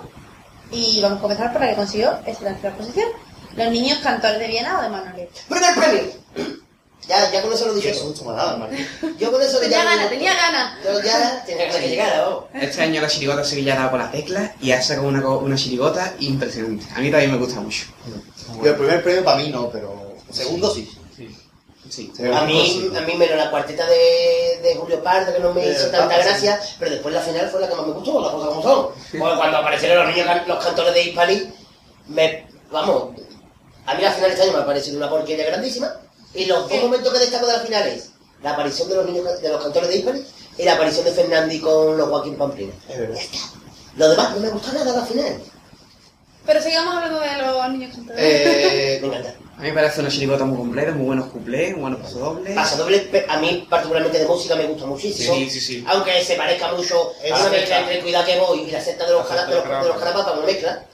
Speaker 3: Y vamos a comenzar por la que consiguió esa tercera posición. Los niños cantores de Viena o de Manolete.
Speaker 5: ¡Primer premio! Ya, ya con eso lo
Speaker 1: Yo
Speaker 5: dije.
Speaker 1: no gusta más nada, Martín.
Speaker 5: Yo con eso le
Speaker 3: Tenía
Speaker 5: llamo-
Speaker 3: ganas, tenía ganas.
Speaker 5: Yo ya tenía que llegar, vamos.
Speaker 4: Este año la chirigota sevillana ha dado con las teclas y ha sacado una, co- una chirigota impresionante. A mí también me gusta mucho.
Speaker 1: Y el primer premio para mí no, pero segundo sí.
Speaker 4: Sí.
Speaker 1: Segundo
Speaker 5: A mí,
Speaker 1: sí.
Speaker 5: a mí menos la cuarteta de, de Julio Pardo, que no me
Speaker 1: Eh,
Speaker 5: hizo tanta
Speaker 1: Pardo, sí.
Speaker 5: gracia, pero después la final fue la que más me gustó, las cosas como son. Porque cuando aparecieron los niños, can- los cantores de Hispali, me, vamos, a mí la final este año me ha parecido una porquería grandísima, y los dos momentos que destaco de la final es la aparición de los niños, can- de los cantores de Hispali, y la aparición de Fernández con los Joaquín Pamplina.
Speaker 1: Es verdad.
Speaker 5: Lo demás no me gustó nada la final.
Speaker 3: Pero sigamos hablando de los niños cantores.
Speaker 1: Eh,
Speaker 5: Me encanta.
Speaker 4: A mí me parece una chirigota muy completa, muy buenos cuplés, muy buenos pasodobles.
Speaker 5: Pasadoble, pe- a mí particularmente de música me gusta muchísimo.
Speaker 4: Sí, sí, sí.
Speaker 5: Aunque se parezca mucho
Speaker 1: Es
Speaker 5: a una
Speaker 1: la
Speaker 5: mezcla
Speaker 1: secta.
Speaker 5: entre Cuidado que voy y la secta de los,
Speaker 6: La
Speaker 5: jala-
Speaker 6: secta
Speaker 5: de los,
Speaker 6: de los
Speaker 5: de los
Speaker 6: jalapapas.
Speaker 5: jalapapas, una mezcla.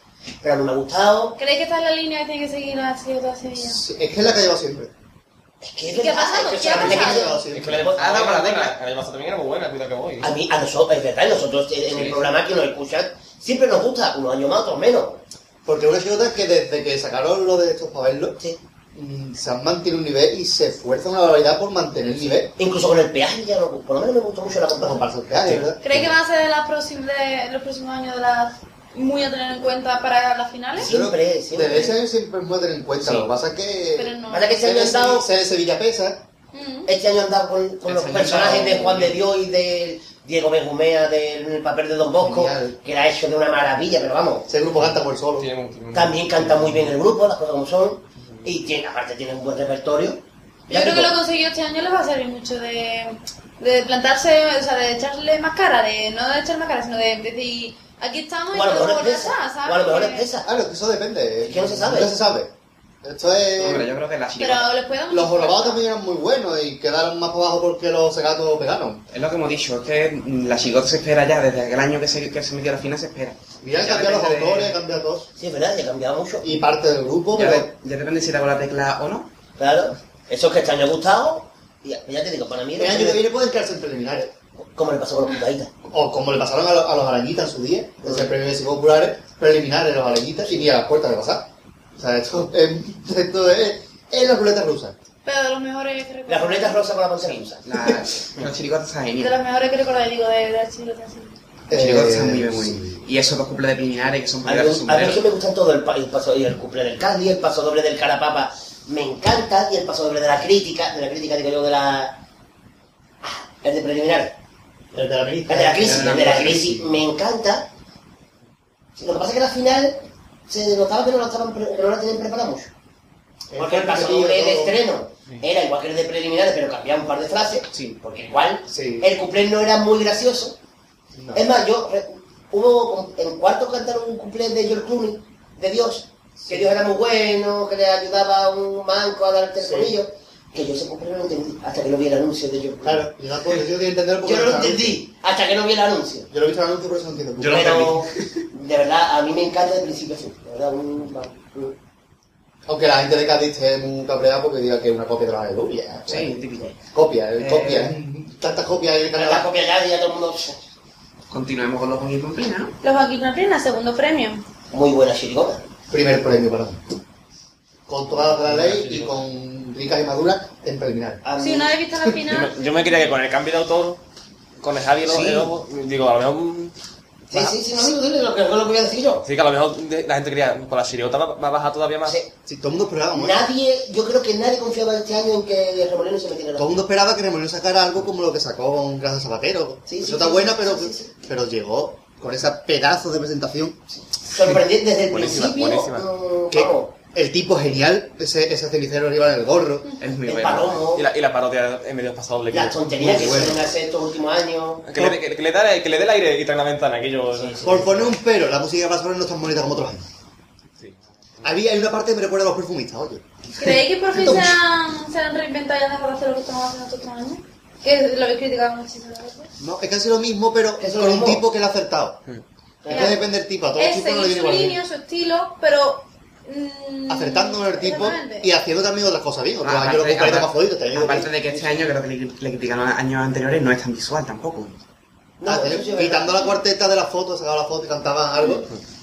Speaker 5: Pero no me ha gustado.
Speaker 3: ¿Creéis que esta es la línea que tiene que seguir la chirigota de Sevilla?
Speaker 1: es que es la que lleva siempre.
Speaker 5: Es que es
Speaker 3: ¿Y qué ha
Speaker 5: verdad,
Speaker 3: pasado?
Speaker 5: es que
Speaker 3: ¿Qué ha
Speaker 5: solamente
Speaker 3: pasado?
Speaker 5: quiero-
Speaker 8: Es que la de
Speaker 4: Ah,
Speaker 8: Mazatán
Speaker 4: no, para la
Speaker 8: también era
Speaker 4: tecla.
Speaker 8: buena. La de Mazatán también era muy buena, cuidado que voy.
Speaker 5: A mí, a nosotros, es verdad, nosotros en el
Speaker 4: Sí.
Speaker 5: programa que nos escuchan, siempre nos gusta, unos años más, otros menos.
Speaker 1: Porque una chicota que desde que sacaron lo de estos pavelos, mm,
Speaker 5: Sí.
Speaker 1: se han mantenido un nivel y se esfuerza una barbaridad por mantener el nivel.
Speaker 5: Incluso con el peaje ya no, por lo menos me gustó mucho la
Speaker 1: Como
Speaker 5: comparsa.
Speaker 1: para el social, ¿verdad?
Speaker 3: ¿Crees que van a ser de las próxim- de los próximos años de las muy a tener en cuenta para las finales?
Speaker 5: Sí. Siempre,
Speaker 1: Pero
Speaker 5: siempre.
Speaker 1: Desde ese año siempre es muy a tener en cuenta.
Speaker 5: Sí.
Speaker 1: Lo que pasa es que.
Speaker 3: Pero no.
Speaker 5: Pasa que este año han dado,
Speaker 1: Se de Sevilla pesa.
Speaker 3: Mm.
Speaker 5: este año han dado con, con los
Speaker 1: Este año
Speaker 5: personajes
Speaker 1: han
Speaker 5: de
Speaker 1: dado-
Speaker 5: Juan de Dios y del Diego Benjumea, del papel de Don Bosco,
Speaker 1: Genial.
Speaker 5: que la ha hecho de una maravilla, pero vamos,
Speaker 1: Ese grupo canta por solo.
Speaker 8: Tiene un- tiene un-
Speaker 5: también canta muy bien el grupo, las cosas como son, y tiene, aparte tiene un buen repertorio.
Speaker 3: Yo creo que lo conseguido este año les va a servir mucho de, de plantarse, o sea, de echarle más cara, de no de echar más cara, sino de, decir, aquí estamos y
Speaker 5: O a lo
Speaker 3: podemos
Speaker 5: mejor es
Speaker 3: volver
Speaker 5: presa,
Speaker 3: atrás, ¿sabes?
Speaker 5: o a lo mejor es
Speaker 3: Porque-
Speaker 5: presa.
Speaker 1: Claro, Ah, que eso depende.
Speaker 5: Es que no se sabe.
Speaker 1: No se sabe. Esto es.
Speaker 4: Hombre, yo creo que la chirigota.
Speaker 3: Pero les puede dar mucho
Speaker 1: Los jorobados
Speaker 3: fuerza.
Speaker 1: también eran muy buenos y quedaron más para abajo porque los segatos pegaron.
Speaker 4: Es lo que hemos dicho, es que mm, la chirigota se espera ya, desde aquel año que se, que se metió a la final se espera.
Speaker 1: Y han
Speaker 4: Ya
Speaker 1: cambiado los
Speaker 4: depende de-
Speaker 1: autores, han cambiado todo.
Speaker 5: Sí, es verdad, se ha cambiado mucho.
Speaker 1: Y parte del grupo,
Speaker 4: Ya,
Speaker 1: pero.
Speaker 4: de- ya depende si te hago la tecla o no.
Speaker 5: Claro, esos que este año han gustado, y ya, ya te digo, para mí,
Speaker 1: El Este año que viene pueden quedarse en preliminares.
Speaker 5: como le pasó con los putaditas.
Speaker 1: O como le pasaron a, lo- a los arañitas en su día, desde el premio de Psico populares, preliminares los arañitas y ni a las puertas de pasar. O sea, esto, es- esto es, es la ruleta rusa.
Speaker 3: Pero de los mejores que
Speaker 5: Las
Speaker 3: recuerdo.
Speaker 5: ruletas rosa con la Ponce
Speaker 4: La, los chirigotas están
Speaker 3: De los
Speaker 4: geniales.
Speaker 3: mejores que recuerdo, digo, de, de las chicas así.
Speaker 4: Los chirigotas están muy bien, muy
Speaker 1: sí.
Speaker 4: bien. Y esos dos cumple de preliminares que son
Speaker 5: A mí,
Speaker 4: primeros
Speaker 5: a mí es que
Speaker 4: sombreros.
Speaker 5: me gustan todo el, pa- el paso y el cumple del Candy, el paso doble del Carapapa me encanta y el paso doble de la crítica, de la crítica digo yo de la Ah, el de preliminar,
Speaker 1: El de la
Speaker 5: el
Speaker 1: ministra.
Speaker 5: de la crisis, el de la crisis
Speaker 4: Sí.
Speaker 5: me encanta. Lo que pasa es que la final se notaba que no la estaban pre- que no la tenían preparada mucho. Porque el paso doble de estreno era igual que el de preliminares, pero cambiaba un par de frases,
Speaker 4: Sí.
Speaker 5: porque igual
Speaker 1: Sí.
Speaker 5: el cumple no era muy gracioso.
Speaker 1: No.
Speaker 5: Es más, yo re- hubo en cuarto cantaron un cumpleaños de George Clooney, de Dios, que Dios era muy bueno, que le ayudaba a un manco a darte el
Speaker 1: Sí.
Speaker 5: colillo, que yo ese cumpleaños no entendí hasta que no vi el anuncio de George Clooney.
Speaker 1: Claro, yo tampoco yo tengo que entender porque
Speaker 5: Yo no lo entendí hasta que no vi el anuncio.
Speaker 1: Yo lo he visto en el anuncio, por eso no entiendo.
Speaker 4: Yo lo
Speaker 5: Pero de verdad, a mí me encanta de principio a fin. De verdad, un, un-
Speaker 1: Aunque la gente de Cádiz esté muy cabreada porque diga que es una copia de la aleluya.
Speaker 4: Sí, típico.
Speaker 1: Copia, eh,
Speaker 4: Eh,
Speaker 1: copia. Tantas copias hay en el
Speaker 5: pero la
Speaker 1: canal.
Speaker 5: copia ya, ya todo el mundo.
Speaker 4: Continuemos con los Juan y Pamplina, ¿no?
Speaker 3: Los Joaquín Caprina, segundo premio.
Speaker 5: Muy buena chirigota.
Speaker 1: Primer premio, perdón. Con todas las de la ley y con ricas y maduras en preliminar.
Speaker 5: A mí-
Speaker 3: Si una vez visto la
Speaker 8: Yo
Speaker 3: final,
Speaker 8: me, yo me creía que con el cambio de autor, con el Javi, el-
Speaker 4: Sí.
Speaker 8: el ojo, digo, a lo mejor.
Speaker 5: Sí, sí, sí, no, no, dile lo que, lo que voy a decir yo.
Speaker 8: Sí, que a lo mejor de- la gente creía, con la chirigota va, va a bajar todavía más.
Speaker 5: Sí.
Speaker 1: Sí, todo el mundo esperaba, mucho.
Speaker 5: Nadie, yo creo que nadie confiaba este año en que Remolino se metiera en la
Speaker 1: Todo el mundo esperaba que Remolino sacara algo como lo que sacó con Grasa Zapatero.
Speaker 5: Sí,
Speaker 1: Eso
Speaker 5: sí,
Speaker 1: está
Speaker 5: sí,
Speaker 1: buena,
Speaker 5: sí,
Speaker 1: pero,
Speaker 5: sí, sí.
Speaker 1: pero llegó con esa pedazo de presentación.
Speaker 5: Sorprendente desde el
Speaker 8: Buenísima,
Speaker 5: principio.
Speaker 8: buenísima.
Speaker 5: mm,
Speaker 1: Que
Speaker 5: vamos,
Speaker 1: el tipo genial, ese, ese cenicero arriba en el gorro.
Speaker 4: Es muy
Speaker 5: El
Speaker 4: bueno. Ah,
Speaker 5: palomo,
Speaker 8: Y la, y la parodia en medios pasados le
Speaker 5: las tonterías que
Speaker 1: Muy bueno.
Speaker 5: suelen hacer estos últimos años.
Speaker 8: Que le, que, que le da, que le dé el aire y trae una ventana, que yo.
Speaker 5: Sí, sí.
Speaker 1: Por poner un pero, la música de Barcelona no es tan bonita como otros años.
Speaker 8: Sí.
Speaker 1: Había hay una parte que me recuerda a los perfumistas, oye.
Speaker 3: ¿creéis que por fin se han, se han reinventado y han dejado de hacer lo que estamos haciendo todos estos años? Que lo habéis criticado muchísimo. veces.
Speaker 1: No, es casi lo mismo, pero
Speaker 5: Es lo
Speaker 1: con un
Speaker 5: mismo.
Speaker 1: tipo que le ha acertado. Es que
Speaker 3: Claro.
Speaker 1: depende del tipo, a todos los
Speaker 3: Es
Speaker 1: tipos no le
Speaker 3: seguir
Speaker 1: viene
Speaker 3: su
Speaker 1: igual.
Speaker 3: línea, su estilo, pero... mm,
Speaker 1: Acertando con el tipo
Speaker 3: exactamente.
Speaker 1: y haciendo también otras cosas bien. Otros años lo
Speaker 4: Ah, aparte,
Speaker 1: comparé más
Speaker 4: aparte-
Speaker 1: jodido, también.
Speaker 4: aparte de que este año, creo que le, le criticaron a años anteriores, no es tan visual tampoco.
Speaker 5: No,
Speaker 1: Ah,
Speaker 5: eso sí es
Speaker 1: quitando la
Speaker 5: verdad.
Speaker 1: cuarteta de la foto, sacaba la foto y cantaban algo.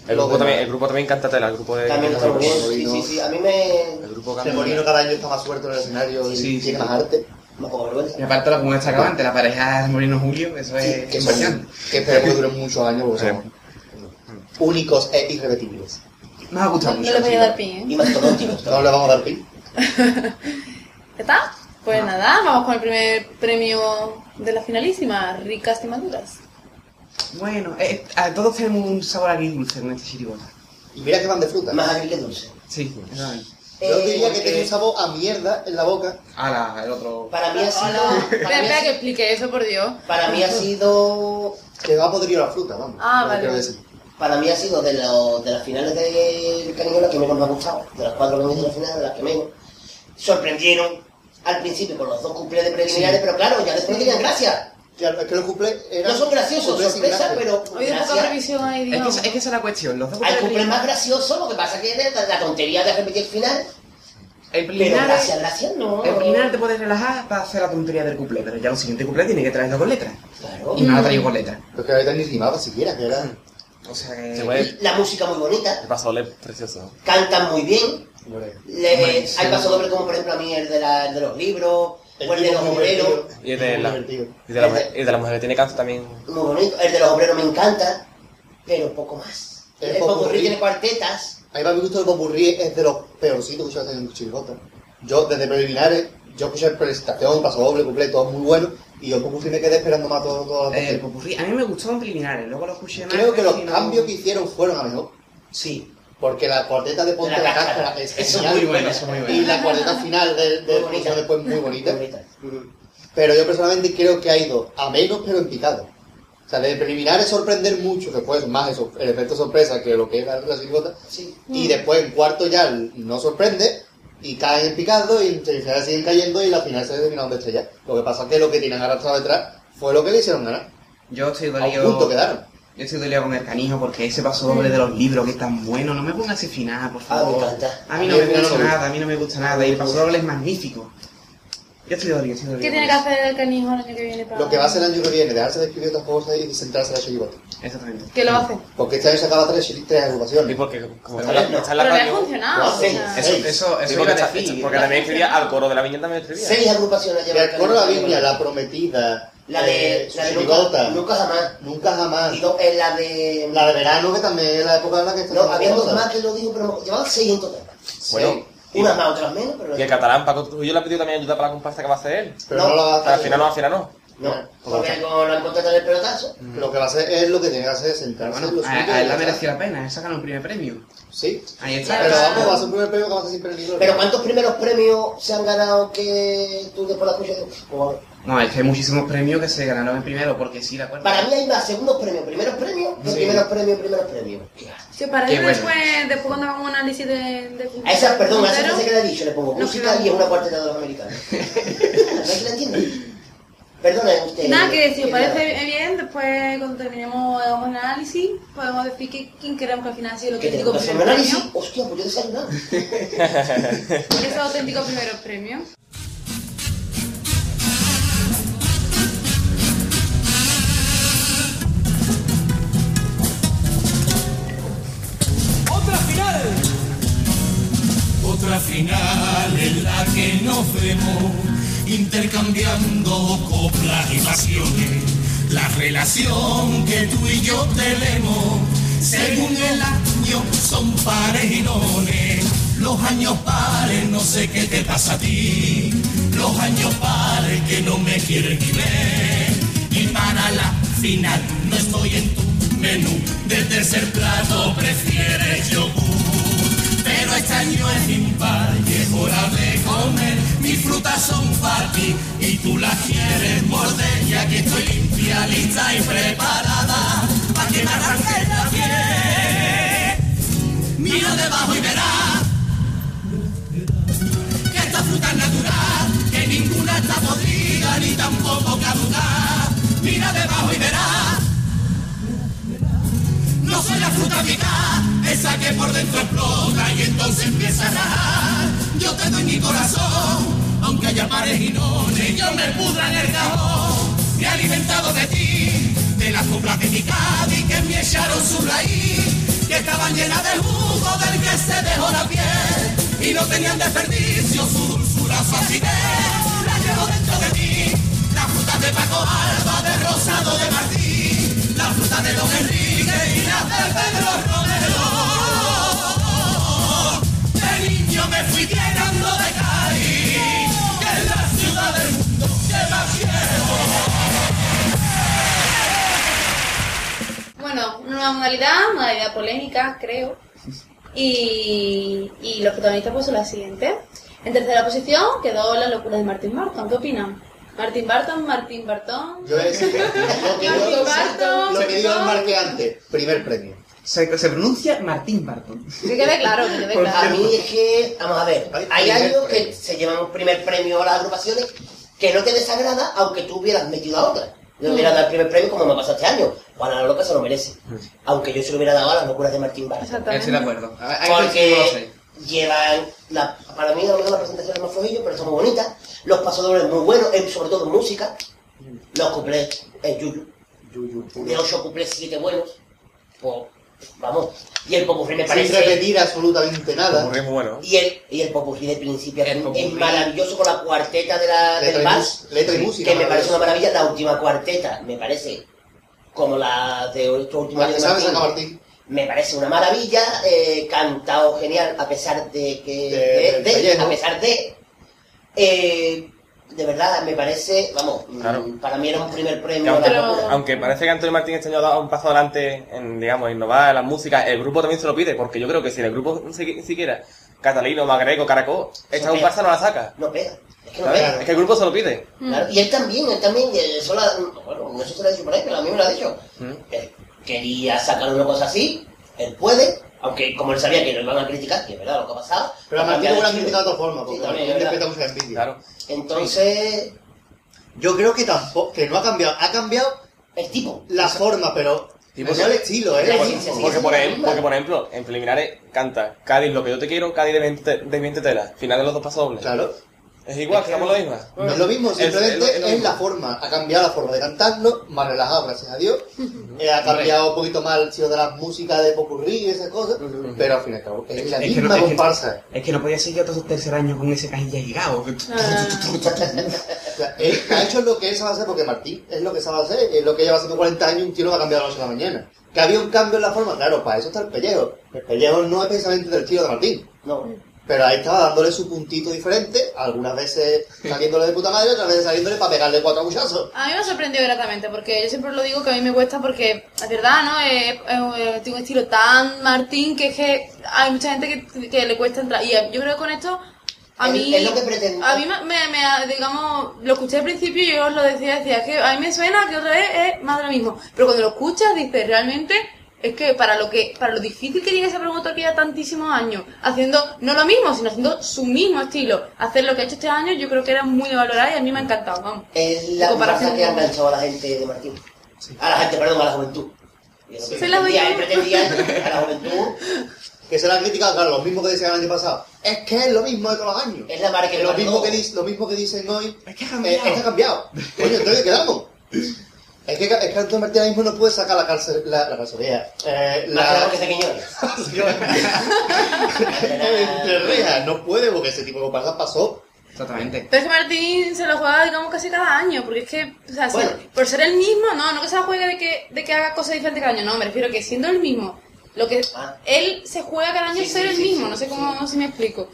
Speaker 8: El
Speaker 1: Los
Speaker 8: grupo,
Speaker 1: demás.
Speaker 8: también, el grupo también canta tela, el grupo de.
Speaker 5: También está muy bien. Sí,
Speaker 1: Remolino.
Speaker 5: sí, sí. A mí me.
Speaker 8: El grupo
Speaker 1: De Molino
Speaker 8: canta.
Speaker 1: cada año está más suelto en el escenario y
Speaker 4: Sí,
Speaker 1: tiene
Speaker 4: sí.
Speaker 1: más arte.
Speaker 5: Me poco
Speaker 4: Y
Speaker 5: vergüenza.
Speaker 4: aparte, lo que hemos destacado antes, la pareja de Moreno Julio, eso
Speaker 1: Sí,
Speaker 4: es
Speaker 1: que, son-
Speaker 4: impresionante.
Speaker 1: que esperemos que duren muchos años porque
Speaker 8: Sí.
Speaker 1: son únicos e irrepetibles.
Speaker 4: Nos ha
Speaker 3: No,
Speaker 4: gustado
Speaker 3: no
Speaker 4: mucho.
Speaker 3: les voy a
Speaker 4: chicos.
Speaker 3: dar pin,
Speaker 5: Y
Speaker 3: ¿eh?
Speaker 5: mastodónticos.
Speaker 1: No le vamos a dar pin.
Speaker 3: ¿Ya está? Pues
Speaker 4: No.
Speaker 3: nada, vamos con el primer premio de la finalísima, ricas y maduras.
Speaker 4: Bueno, eh, a todos tenemos un sabor agridulce con esta chirigota.
Speaker 1: Y mira que van de fruta.
Speaker 5: Más agri que dulce.
Speaker 4: Sí, eso es.
Speaker 1: Yo
Speaker 5: Eh,
Speaker 1: diría que
Speaker 5: eh,
Speaker 1: tiene un sabor a mierda en la boca.
Speaker 4: Ala, Ah, el otro.
Speaker 5: Para mí ha sido.
Speaker 3: Espera,
Speaker 5: Para mí
Speaker 3: espera,
Speaker 5: ha
Speaker 3: que
Speaker 5: sido.
Speaker 3: explique eso, por Dios.
Speaker 5: Para mí ha sido.
Speaker 1: Que va a podrir la fruta, vamos.
Speaker 3: Ah,
Speaker 1: Lo que
Speaker 3: vale.
Speaker 1: quiero decir.
Speaker 5: Para mí ha sido de, lo- de las finales de Cariño la que menos me ha gustado. De las cuatro que me de la final, de las que menos. Sorprendieron al principio con los dos cumples de preliminares, pero claro, ya después dirían gracias.
Speaker 1: Claro, es que los cumple eran...
Speaker 5: No son graciosos,
Speaker 1: cumple sin
Speaker 5: sorpresa,
Speaker 1: gracia.
Speaker 5: pero.
Speaker 3: Hoy de poca
Speaker 5: gracias.
Speaker 3: previsión ahí,
Speaker 4: Es que,
Speaker 3: digamos.
Speaker 4: es que esa es la cuestión. Los dos
Speaker 5: Hay
Speaker 4: cumplen-
Speaker 5: cumple más gracioso, lo que pasa que es la, la tontería de repetir el final.
Speaker 4: En
Speaker 5: Pero
Speaker 4: preliminares,
Speaker 5: gracias, gracias, no.
Speaker 4: en preliminares te puedes relajar para hacer la tontería del cuplé, pero ya el siguiente cuplé tiene que traerlo con letras.
Speaker 5: Claro.
Speaker 4: Y no lo traigo con letras.
Speaker 1: Porque ahorita ni rimaba siquiera, que era.
Speaker 4: O sea que...
Speaker 8: Se puede.
Speaker 5: La música muy bonita,
Speaker 8: El paso es precioso.
Speaker 5: cantan muy bien. le-
Speaker 4: Hombre, sí.
Speaker 5: hay pasodobles como por ejemplo a mí el de, la- el de los libros, o el de los obreros,
Speaker 8: Y el de la,
Speaker 1: Divertido.
Speaker 8: y de la, mujer, y de la mujer que tiene cáncer también.
Speaker 5: muy bonito. El de los obreros me encanta, pero poco más.
Speaker 1: El
Speaker 5: El, popurrí
Speaker 1: popurrí.
Speaker 5: tiene cuartetas.
Speaker 1: A mí me ha gustado el popurrí, es de los peorcitos que yo he en Chirigota. Yo, desde preliminares, yo escuché presentación, paso doble, completo, todo muy bueno, y yo el popurrí me quedé esperando más todo, todo
Speaker 4: Eh, el popurrí. A mí me gustó en preliminares, luego lo escuché más.
Speaker 1: Creo que los
Speaker 4: y no-
Speaker 1: cambios que hicieron fueron a mejor,
Speaker 4: Sí,
Speaker 1: porque la cuarteta de Ponte
Speaker 5: La
Speaker 1: la
Speaker 5: Cáscara.
Speaker 1: Cáscara es
Speaker 4: eso es
Speaker 1: genial,
Speaker 4: muy bueno, eso es muy
Speaker 1: y
Speaker 4: bueno.
Speaker 1: la cuarteta final del de,
Speaker 5: Muy bonita.
Speaker 1: después muy bonita.
Speaker 5: Muy bonita.
Speaker 1: Pero yo personalmente creo que ha ido a menos, pero en picado. O sea, de preliminares sorprender mucho, que fue más eso, el efecto sorpresa que lo que era la Chirigota,
Speaker 5: Sí.
Speaker 1: Y después en cuarto ya no sorprende y caen en picado y en semifinales siguen cayendo y la final se terminaron de estrellar. Lo que pasa es que lo que tienen arrastrado detrás fue lo que le hicieron ganar.
Speaker 4: Yo estoy
Speaker 1: A un
Speaker 4: dolido.
Speaker 1: punto quedaron.
Speaker 4: Yo estoy dolido con el canijo porque ese paso doble de los libros que es tan bueno. No me pongas ese final, por
Speaker 5: Ah, me
Speaker 4: favor.
Speaker 5: encanta.
Speaker 4: A mí no me
Speaker 1: A mí no
Speaker 4: gusta
Speaker 1: me gusta.
Speaker 4: nada, a mí no me gusta nada. Y el paso doble es magnífico. Yo estoy dolido, estoy dolido.
Speaker 3: ¿Qué tiene que hacer el canijo el año que viene para.?
Speaker 1: Lo que va a hacer el año que viene, dejarse de escribir estas cosas y centrarse en la Shigota.
Speaker 4: Exactamente.
Speaker 3: Que lo hace.
Speaker 1: Porque este año se acaba tres, tres
Speaker 8: Y
Speaker 1: agrupaciones.
Speaker 8: porque, como
Speaker 5: Pero
Speaker 8: está, la-
Speaker 5: no.
Speaker 8: está en la
Speaker 3: Pero le ha
Speaker 8: radio.
Speaker 3: funcionado.
Speaker 1: lo
Speaker 3: o
Speaker 1: hace.
Speaker 3: sea.
Speaker 4: Eso, eso,
Speaker 8: Sí,
Speaker 4: eso
Speaker 8: porque,
Speaker 4: iba a
Speaker 8: está-
Speaker 4: decir.
Speaker 8: porque también escribía al coro de la viñeta también escribía.
Speaker 5: Seis agrupaciones
Speaker 1: Y
Speaker 5: lleva
Speaker 1: el coro de la
Speaker 5: Carmen
Speaker 1: Biblia,
Speaker 5: Carmen.
Speaker 1: la prometida,
Speaker 5: La de,
Speaker 1: eh,
Speaker 5: la de
Speaker 1: Chirigota,
Speaker 5: Lucas, Lucas jamás.
Speaker 1: nunca jamás.
Speaker 5: Y dos- eh, la de.
Speaker 1: La de verano, que también es la época en la que está
Speaker 5: No,
Speaker 1: haciendo
Speaker 5: había dos
Speaker 1: cosas.
Speaker 5: más que lo dijo, pero llevaban seis en total.
Speaker 8: Bueno, y-
Speaker 5: Unas más, otras menos, pero.
Speaker 8: Y el catalán, Paco Trujillo le ha pedido también ayuda para la comparsa que va a hacer él.
Speaker 1: Pero no,
Speaker 5: No.
Speaker 1: lo va a
Speaker 8: O
Speaker 1: hacer.
Speaker 8: sea, al final no, al final no.
Speaker 5: No, porque como lo han contratado en el pelotazo.
Speaker 1: Lo que va a hacer es lo que tiene que hacer,
Speaker 4: Pero
Speaker 1: sentarse en
Speaker 4: bueno,
Speaker 1: los
Speaker 4: a, a él le ha merecido la pena. Él saca un primer premio.
Speaker 1: Sí.
Speaker 4: Ahí está.
Speaker 1: Pero
Speaker 3: Claro.
Speaker 1: vamos, va a ser un primer premio que va a ser siempre el libro.
Speaker 5: Pero ¿cuántos primeros premios se han ganado que tú después la escuchas? y dices, "Joder"?
Speaker 4: No, es que hay muchísimos premios que se ganaron en primero porque sí, la acuerdo.
Speaker 5: Para mí hay más segundos premios, primeros premios, que
Speaker 4: Sí.
Speaker 5: primeros premios, primeros premios.
Speaker 3: Que para
Speaker 4: Qué
Speaker 3: ello
Speaker 4: bueno.
Speaker 3: después, después cuando hagamos un análisis de. de
Speaker 5: A esas, perdón, a esas
Speaker 3: puntero,
Speaker 5: frases que le he dicho le pongo
Speaker 3: No,
Speaker 5: música
Speaker 3: claro.
Speaker 5: y es una cuarteta de los americanos. ¿Nadie la entiende? Perdona, usted.
Speaker 3: Nada, que si os
Speaker 5: eh,
Speaker 3: parece bien, después cuando terminemos hagamos el análisis, podemos decir que quién queremos que al final ha sido el
Speaker 5: Que
Speaker 3: auténtico
Speaker 5: tengo que hacer un
Speaker 3: primer
Speaker 5: análisis.
Speaker 3: premio.
Speaker 5: Hostia, pues yo he desayunado.
Speaker 3: Porque es el auténtico primer premio.
Speaker 2: Otra final en la que nos vemos intercambiando coplas y pasiones. La relación que tú y yo tenemos, según el año, son pares y nones. Los años pares, no sé qué te pasa a ti. Los años pares que no me quieren ni ver. Y para la final no estoy en tu menú. Del tercer plato prefieres yogur. Pero este año es impar y es hora de comer. Mis frutas son para ti y tú las quieres morder. Ya que estoy limpia, lista y preparada para que me arranque la piel. Mira debajo y verás que esta fruta es natural, que ninguna está podrida ni tampoco caduca. Mira debajo y verás. No soy la fruta picada, esa que por dentro explota y entonces empieza a rajar. Yo te doy mi corazón, aunque haya pares y nones, yo me pudra en el cajón. Me he alimentado de ti, de las coplas de mi Cádiz que me echaron su raíz, que estaban llenas de jugo del que se dejó la piel y no tenían desperdicio su dulzura, su acidez. La llevo dentro de ti, la fruta de Paco Alba, de Rosado de Martí, la fruta de Don Enrique y la de Pedro Romero. De niño me fui llenando de cari, que es la ciudad del mundo que más quiero.
Speaker 3: Bueno, una nueva modalidad, modalidad polémica, creo. Y, y los protagonistas pues son las siguientes. En tercera posición quedó la locura de Martín Barton. ¿Qué opinan? Martín Barton, Martín Barton.
Speaker 1: Yo he lo que digo,
Speaker 3: Barton,
Speaker 1: lo que digo el
Speaker 3: Barton.
Speaker 1: marque antes, primer premio.
Speaker 4: Se, se pronuncia Martín Barton.
Speaker 3: Que quede claro, que quede
Speaker 5: A
Speaker 3: claro.
Speaker 5: mí es que, vamos a ver,
Speaker 1: Hay
Speaker 5: hay
Speaker 1: primer
Speaker 5: años que
Speaker 1: premio.
Speaker 5: se llevan un primer premio a las agrupaciones que no te desagrada aunque tú hubieras metido a otra. Yo hubiera dado el primer premio como me pasó este año. Juana la Loca se lo merece. Aunque yo se lo hubiera dado a las locuras de Martín Barra.
Speaker 3: Exactamente.
Speaker 4: Estoy de acuerdo. A- a-
Speaker 5: Porque
Speaker 4: coincidimos los seis.
Speaker 5: llevan, la- para mí, algunas de las presentaciones más flojillas, pero son muy bonitas. Los pasadores muy buenos, eh, sobre todo en música. Los cuplés en Yuyu. De ocho cuplés, siete buenos. Pues, vamos. Y el popurrí me
Speaker 1: Sin
Speaker 5: parece...
Speaker 1: repetir absolutamente nada.
Speaker 8: Popurrí muy bueno.
Speaker 5: Y el, y el popurrí de principio a
Speaker 4: El
Speaker 5: fin es
Speaker 4: popurrí.
Speaker 5: maravilloso con la cuarteta de la,
Speaker 1: Letra
Speaker 5: del
Speaker 1: y
Speaker 5: vals.
Speaker 1: mus- letra y
Speaker 5: Sí,
Speaker 1: música.
Speaker 5: Que me parece
Speaker 1: maravilloso.
Speaker 5: una maravilla. La última cuarteta, me parece, como la de estos últimos
Speaker 1: La
Speaker 5: años
Speaker 1: que
Speaker 5: de
Speaker 1: sabe
Speaker 5: Martín,
Speaker 1: saca Martín.
Speaker 5: me parece una maravilla, eh, cantado genial, a pesar de que...
Speaker 1: De-
Speaker 5: de-
Speaker 1: del
Speaker 5: de-
Speaker 1: pellejo.
Speaker 5: a pesar de... eh, de verdad, me parece, vamos, mm,
Speaker 8: Claro.
Speaker 5: para mí era un primer
Speaker 8: Que
Speaker 5: premio.
Speaker 8: aunque,
Speaker 5: la locura.
Speaker 8: aunque parece que Antonio Martín este año ha dado un paso adelante en, digamos, innovar en la música, el grupo también se lo pide, porque yo creo que si el grupo ni si- ni siquiera, Catalino, Magreco, Caracol, esta un
Speaker 5: pega.
Speaker 8: paso no la saca.
Speaker 5: No pega, es que no
Speaker 8: ¿sabes?
Speaker 5: pega.
Speaker 8: Es que el grupo se lo pide.
Speaker 5: Claro, Y él también, él también, y eso la, bueno, no sé si se lo ha dicho por ahí, pero a mí me lo ha dicho.
Speaker 8: Mm.
Speaker 5: Él quería sacar una cosa así, él puede, aunque como él sabía que lo iban a criticar, que es verdad lo que ha pasado.
Speaker 1: Pero a
Speaker 5: ha
Speaker 1: Martín
Speaker 5: cambiado
Speaker 1: lo han
Speaker 5: de
Speaker 1: criticado de
Speaker 5: estilo.
Speaker 1: otra forma, porque
Speaker 5: Sí, también,
Speaker 1: Martín
Speaker 5: es
Speaker 1: respeta
Speaker 5: verdad.
Speaker 1: mucho el vídeo.
Speaker 8: Claro.
Speaker 5: Entonces,
Speaker 1: Yo creo que tampoco, que no ha cambiado. Ha cambiado
Speaker 5: el tipo.
Speaker 1: la forma, pero
Speaker 8: Tipo,
Speaker 1: no el estilo, ¿eh?
Speaker 5: Sí,
Speaker 1: Por-
Speaker 5: sí, sí, sí.
Speaker 1: por-
Speaker 8: Porque por, ejemplo, porque, por ejemplo, en preliminares canta Cádiz lo que yo te quiero, Cádiz de 20, te- de 20 telas, final de los dos pasos dobles.
Speaker 1: Claro.
Speaker 8: Es igual, estamos lo mismo.
Speaker 1: No es lo mismo,
Speaker 8: Es-
Speaker 1: simplemente es,
Speaker 8: es lo mismo.
Speaker 1: la forma. Ha cambiado la forma de cantarlo, más relajado, gracias a Dios. Eh, ha cambiado un poquito más el estilo de la música de popurrí y esas cosas, pero al fin y al cabo es la
Speaker 4: Es que no-
Speaker 1: misma
Speaker 4: es que-
Speaker 1: comparsa.
Speaker 4: Es que no podía seguir otro tercer año con ese cajilla llegado.
Speaker 3: Ah. Mm.
Speaker 1: O sea, él ha hecho lo que él sabe hacer porque Martín es lo que sabe hacer, es lo que lleva haciendo 40 años y un tío no va a cambiar a las 8 de la mañana. Que había un cambio en la forma, claro, para eso está el pellejo. El pellejo no es precisamente del estilo de Martín.
Speaker 5: No.
Speaker 1: Pero ahí estaba dándole su puntito diferente, algunas veces saliéndole de puta madre, otras veces saliéndole para pegarle cuatro agullazos.
Speaker 3: A mí me sorprendió gratamente, porque yo siempre lo digo que a mí me cuesta porque, es verdad, ¿no? Eh, eh, eh, tiene un estilo tan Martín que es que hay mucha gente que, que le cuesta entrar. Y eh, yo creo que con esto, a
Speaker 5: Es-
Speaker 3: mí...
Speaker 5: es lo que pretende.
Speaker 3: A mí me, me, me, digamos, lo escuché al principio y yo os lo decía, decía, es que a mí me suena que otra vez es más de lo mismo. Pero cuando lo escuchas dices, realmente... Es que para lo que para lo difícil que llega ese productor que ya tantísimos años haciendo no lo mismo, sino haciendo su mismo estilo, hacer lo que ha hecho este año, yo creo que era muy valorado y a mí me ha encantado, vamos.
Speaker 5: Es la
Speaker 3: comparación
Speaker 5: comparación que ha
Speaker 3: con-
Speaker 5: enganchado a la gente de Martín. A la gente, perdón, a la juventud. Y es lo que
Speaker 3: Sí, la
Speaker 5: pretendía, él
Speaker 3: juventud.
Speaker 5: pretendía a la juventud
Speaker 1: Que se la han criticado, claro, lo mismo que decían el año pasado. Es que es lo mismo de todos los años.
Speaker 5: Es la marca
Speaker 1: Que
Speaker 5: de
Speaker 1: lo,
Speaker 5: Martín.
Speaker 1: mismo que dic- lo mismo que dicen hoy.
Speaker 4: Es que ha
Speaker 1: eh,
Speaker 4: cambiado.
Speaker 1: es que ha cambiado. Coño, entonces quedamos. Es que, es que Antonio Martín ahora mismo no puede sacar la cárcel, la, la carcelera. Eh,
Speaker 5: Más claro que
Speaker 1: la...
Speaker 5: se queñones.
Speaker 1: Entre rejas, no puede porque ese tipo de comparsas pasó.
Speaker 4: Totalmente.
Speaker 3: Pero es que Martín se lo juega, digamos, casi cada año, porque es que, o sea, si-
Speaker 1: Bueno.
Speaker 3: por ser el mismo, no, no que se la juegue de que, de que haga cosas diferentes cada año, no, me refiero que siendo el mismo, lo que
Speaker 5: Ah.
Speaker 3: él se juega cada año
Speaker 5: Sí,
Speaker 3: es ser
Speaker 5: sí,
Speaker 3: el
Speaker 5: sí,
Speaker 3: mismo,
Speaker 5: sí,
Speaker 3: no sé
Speaker 5: sí.
Speaker 3: cómo, no sé si me explico.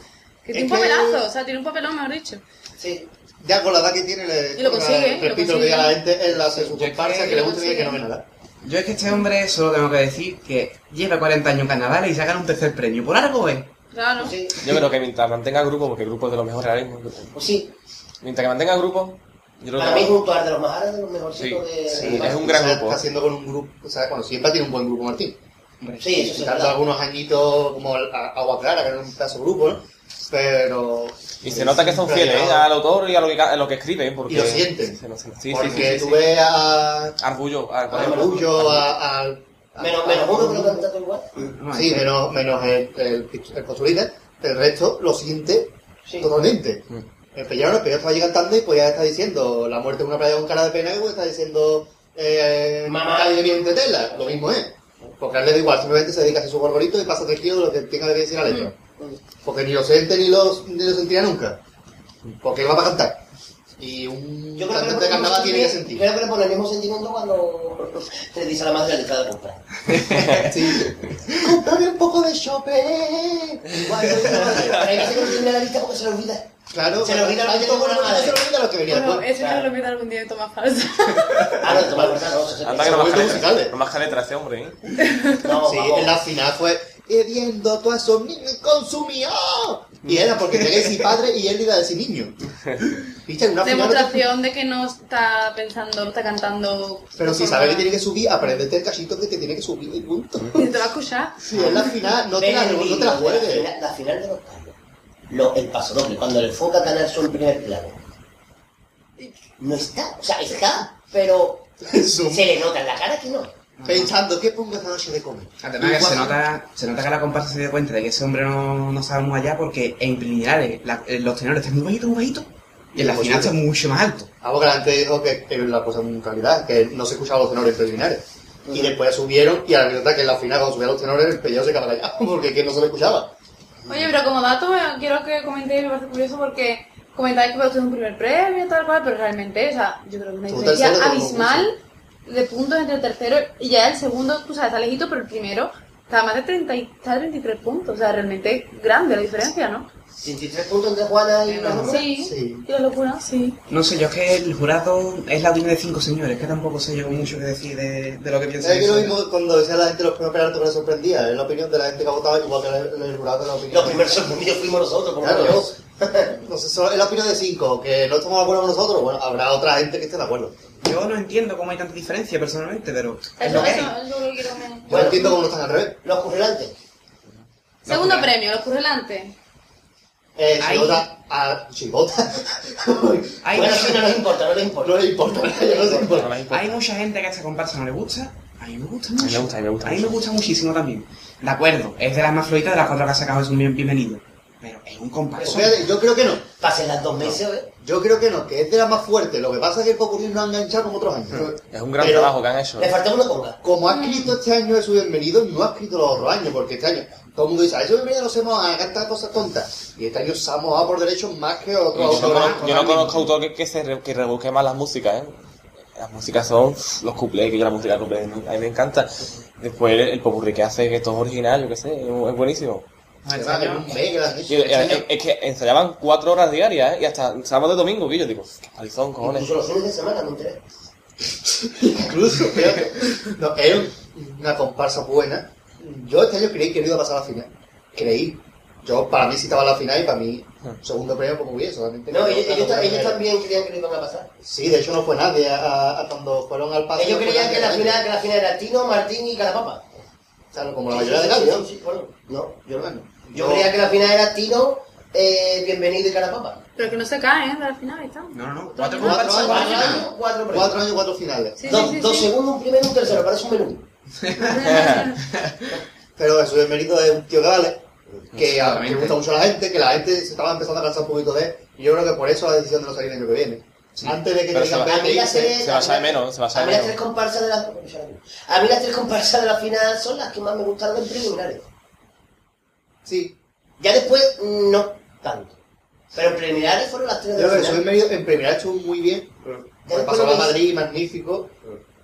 Speaker 3: Que
Speaker 1: Es
Speaker 3: tiene un
Speaker 1: que-
Speaker 3: papelazo, o sea, tiene un papelón, mejor dicho.
Speaker 5: Sí.
Speaker 1: Ya con la edad que tiene, le
Speaker 3: Y lo consigue,
Speaker 1: repito
Speaker 3: lo
Speaker 1: que diga la
Speaker 3: consigue.
Speaker 1: gente, él hace su
Speaker 4: Yo
Speaker 1: comparsa,
Speaker 4: creo
Speaker 1: que le
Speaker 3: que
Speaker 1: gusta y
Speaker 3: lo
Speaker 1: que no ve
Speaker 3: consigue.
Speaker 1: nada.
Speaker 4: Yo es que este hombre solo tengo que decir que lleva 40 años en carnavales y sacar un tercer premio. Por algo, ¿eh?
Speaker 3: Claro.
Speaker 5: Sí.
Speaker 8: Yo creo que mientras mantenga el grupo, porque el grupo es de los mejores ahora mismo,
Speaker 5: Pues sí.
Speaker 8: mientras que mantenga el grupo, yo creo
Speaker 5: Para mí,
Speaker 8: que...
Speaker 5: junto a de los Majaras, de los mejorcitos
Speaker 8: Sí,
Speaker 5: de.
Speaker 8: sí,
Speaker 5: de-
Speaker 8: es un gran
Speaker 1: O sea,
Speaker 8: grupo.
Speaker 1: Está haciendo con un grupo, o sea, bueno, siempre tiene un buen grupo Martín.
Speaker 5: Sí, eso sí.
Speaker 1: Y
Speaker 5: es
Speaker 1: tanto
Speaker 5: verdad.
Speaker 1: algunos añitos como el- a- Agua Clara, que era un pedazo de grupo, ¿no? Pero...
Speaker 8: Y se nota que son fieles ¿eh? al autor y a lo que, ca- a lo que escriben, porque...
Speaker 1: Y lo sienten.
Speaker 8: Se lo sienten. Sí, sí,
Speaker 1: porque
Speaker 8: sí, sí,
Speaker 1: tú
Speaker 8: sí.
Speaker 1: ves a...
Speaker 8: Argullo, ah, ar-
Speaker 1: a Orgullo, a... a- a-
Speaker 5: Menos, menos uno que lo canta todo igual.
Speaker 4: No,
Speaker 1: Sí,
Speaker 4: es que-
Speaker 1: menos, menos el, el, el postulista, el resto lo siente
Speaker 5: Sí.
Speaker 1: totalmente.
Speaker 8: Mm.
Speaker 1: El pellado no, el pellado estaba allí cantando y podía estar pues diciendo la muerte es una playa con cara de pena y pues está diciendo eh,
Speaker 5: Mamá.
Speaker 1: Mamá de mi entre tela, lo mismo es. Porque a él le da igual, simplemente se dedica a hacer su gorgorito y pasa tranquilo de lo que tenga que decir la letra.
Speaker 5: Mm.
Speaker 1: Porque ni lo siente ni lo, ni lo sentirá nunca. Porque él va para cantar. Y un
Speaker 5: Yo creo que,
Speaker 1: cantante de carnaval tiene que sentir.
Speaker 5: creo que le pone el mismo sentimiento cuando le dice a la madre la letra de comprar.
Speaker 1: Sí. Cómprame un poco de Chopin.
Speaker 5: Cuando dice, para mí se que no tiene la lista porque se le olvida.
Speaker 1: Claro,
Speaker 5: Se le olvida lo
Speaker 1: hay
Speaker 5: que
Speaker 1: todo
Speaker 5: tuvo la
Speaker 1: bueno,
Speaker 5: madre.
Speaker 1: Se le olvida lo que venía
Speaker 3: Bueno,
Speaker 1: después.
Speaker 3: eso ya lo meto algún día de toma falsa.
Speaker 5: Ah, no, toma la verdad, no. eso se
Speaker 8: Anda que
Speaker 5: piensa.
Speaker 8: no más
Speaker 1: Argullo
Speaker 8: caleta,
Speaker 1: musicales.
Speaker 8: no más caleta ese hombre, ¿eh?
Speaker 5: No,
Speaker 1: Sí,
Speaker 5: vamos.
Speaker 1: en la final fue "Y viendo tu a esos niños consumió. Y era porque tenía que decir padre y él iba a decir niño. ¿Viste? En una final. no te-
Speaker 3: Demostración de que no está pensando, no está cantando.
Speaker 1: Pero si
Speaker 3: de
Speaker 1: sabes que
Speaker 3: forma-
Speaker 1: tiene que subir, aprendete el cachito que te tiene que subir y punto.
Speaker 3: Y te va a escuchar.
Speaker 1: Si es la final, no
Speaker 5: Ven
Speaker 1: te la,
Speaker 5: el
Speaker 1: no te
Speaker 5: vídeo
Speaker 1: la
Speaker 5: de la,
Speaker 1: juegues.
Speaker 5: fina- la final de los carros. Lo, el paso doble, cuando le enfoca a Canal Sur en primer plano. No está, o sea, está, pero
Speaker 1: En Zoom.
Speaker 5: se le nota en la cara que no.
Speaker 1: Pensando, ¿qué pongo esta noche de comer?
Speaker 4: Además, que
Speaker 1: Igual-
Speaker 4: se nota, se nota que la comparsa se dio cuenta de que ese hombre no, no sabe muy allá porque en preliminares la- eh, los tenores están muy bajitos, muy bajitos. Y en la final está mucho más alto.
Speaker 1: Ah, porque antes dijo que, que la cosa en calidad, que no se escuchaban los tenores preliminares. Y después subieron, y a la verdad que en la final, cuando subieron los tenores, el pellejo se quedaba allá, porque que no se le escuchaba.
Speaker 9: Oye, pero como dato, eh, quiero que comentéis, me parece curioso porque comentáis que obtuvo un primer premio, tal cual, pero realmente, o sea, yo creo que una
Speaker 1: Tuvo
Speaker 9: diferencia
Speaker 1: tercero de
Speaker 9: abismal de puntos entre el tercero y ya el segundo, tú sabes, está lejito, pero el primero está más de 30, y- está de 33 puntos, o sea, realmente grande la diferencia, ¿no?
Speaker 5: 63 puntos entre Juana y la locura.
Speaker 9: Sí,
Speaker 1: Sí.
Speaker 9: y la locura, sí.
Speaker 4: No sé, yo es que el jurado es la opinión de cinco señores, que tampoco sé yo mucho que decir de, de lo que piensan.
Speaker 1: ¿Sabes que lo mismo cuando decía la gente los primeros penaltos que les sorprendía? Es la opinión de la gente que ha votado, igual que el, el jurado de la opinión.
Speaker 5: Los primeros sorprendidos fuimos nosotros, por
Speaker 1: Claro,
Speaker 5: lo
Speaker 1: yo.
Speaker 5: menos.
Speaker 1: No sé, solo- es la opinión de cinco, que no estamos de acuerdo con nosotros. Bueno, habrá otra gente que esté de acuerdo.
Speaker 4: Yo no entiendo cómo hay tanta diferencia personalmente, pero es
Speaker 3: Eso,
Speaker 4: lo que hay.
Speaker 3: eso, eso es lo que quiero comentar.
Speaker 1: Yo no entiendo cómo no están al revés.
Speaker 5: Los currelantes.
Speaker 9: Segundo
Speaker 4: jurado.
Speaker 9: premio, los currelantes.
Speaker 1: Eh,
Speaker 4: Ahí.
Speaker 1: Chivota a... Chivota.
Speaker 4: Hay,
Speaker 5: bueno, sí, no les importa, no les importa.
Speaker 1: no le importa, a ellos no les importa.
Speaker 4: hay mucha gente que a esta comparsa no le gusta. A mí me gusta mucho.
Speaker 8: mí me gusta, a mí me gusta
Speaker 4: A mí
Speaker 8: mucho.
Speaker 4: gusta muchísimo también. De acuerdo, es de las más flojitas de las cuatro que ha sacado, es un bien- bienvenido. Pero es un comparsa.
Speaker 1: Pues Fíjate, yo creo que no.
Speaker 5: Pasen las dos meses, ¿eh?
Speaker 1: Yo creo que no, que es de las más fuertes. Lo que pasa es que el Popurrí no ha enganchado como otros años.
Speaker 8: Es un gran
Speaker 1: Pero-
Speaker 8: trabajo que han hecho. ¿eh?
Speaker 5: Le faltaba una conga.
Speaker 1: Como ha escrito este año de su bienvenido, no ha escrito los otros años, porque este año todo el mundo dice, a eso bienvenido nos hemos a cantar cosas tontas. Y este año se ha mojado por derecho más que otro
Speaker 8: Yo no
Speaker 1: autor.
Speaker 8: conozco, yo no conozco autor que, que se re- que rebusque más las músicas, ¿eh? Las músicas son pff, los cuplés, que yo la música cuplé, a mí me encanta. Después el, el popurrí que hace, que todo es original, yo qué sé, es buenísimo.
Speaker 4: Ah,
Speaker 1: Que
Speaker 4: el
Speaker 1: va, que
Speaker 4: señor-
Speaker 1: en un mes que lo han hecho. Este
Speaker 8: Y- y- es, es que ensayaban cuatro horas diarias, ¿eh? Y hasta sábado y domingo, que yo digo, qué palizón, cojones.
Speaker 5: Incluso los fines de semana, me enteré.
Speaker 1: Incluso, fíjate. No, era un- una comparsa buena. Yo este año creí que no iba a pasar a la final. Creí. Yo, para mí sí estaba en la final y para mí,
Speaker 8: Ah.
Speaker 1: segundo premio como hubiese. Solamente
Speaker 5: No,
Speaker 1: me
Speaker 5: ellos,
Speaker 1: toca
Speaker 5: ellos ta-
Speaker 1: como
Speaker 5: ellos
Speaker 1: primero.
Speaker 5: también creían que lo iban a pasar.
Speaker 1: Sí, de hecho no fue nadie a, a- a cuando fueron al patio.
Speaker 5: Ellos
Speaker 1: no fue
Speaker 5: creían
Speaker 1: nadie,
Speaker 5: que la
Speaker 1: nadie.
Speaker 5: final, que la final era Tino, Martín y Calapapa.
Speaker 1: Claro, como la
Speaker 5: Sí,
Speaker 1: mayoría
Speaker 5: sí,
Speaker 1: de
Speaker 5: sí,
Speaker 1: Gaby,
Speaker 5: sí, sí, bueno, no.
Speaker 1: Yo no.
Speaker 5: Yo creía que la final era Tino, eh, Bienvenido y Calapapa.
Speaker 9: Pero que no se caen, ¿eh? Al final, ahí están.
Speaker 4: No, no, no. Cuatro
Speaker 1: Cuatro
Speaker 4: comparsas,
Speaker 1: años,
Speaker 4: cuatro
Speaker 5: Cuatro
Speaker 1: años.
Speaker 4: finales.
Speaker 5: años, cuatro premios.
Speaker 1: Cuatro años, cuatro finales.
Speaker 9: Sí, sí,
Speaker 5: Dos,
Speaker 9: sí,
Speaker 5: dos
Speaker 9: sí.
Speaker 5: segundos, un primero, un tercero, parece un menú.
Speaker 1: Pero su bienvenido es un tío que vale, que a- que
Speaker 4: Exactamente.
Speaker 1: gusta mucho a la gente, que la gente se estaba empezando a cansar un poquito de él. Y yo creo que por eso la decisión de no salir el año que viene. Antes de que
Speaker 8: Pero
Speaker 1: te
Speaker 8: se
Speaker 1: digan
Speaker 8: va-
Speaker 1: vete,
Speaker 5: A mí la
Speaker 1: dice,
Speaker 5: serie-
Speaker 8: Se basa en menos, se basa
Speaker 5: A
Speaker 8: en
Speaker 5: mí las tres
Speaker 8: menos.
Speaker 5: comparsas de la... A mí las tres comparsas de la final son las que más me gustaron en preliminares.
Speaker 1: Sí.
Speaker 5: Ya después, no tanto. Pero en preliminares fueron las tres
Speaker 1: Yo
Speaker 5: de la
Speaker 1: creo que su
Speaker 5: final.
Speaker 1: bienvenido en primera estuvo muy bien.
Speaker 5: Ya después
Speaker 1: Pasó
Speaker 5: lo
Speaker 1: a
Speaker 5: que hizo-
Speaker 1: Madrid, magnífico.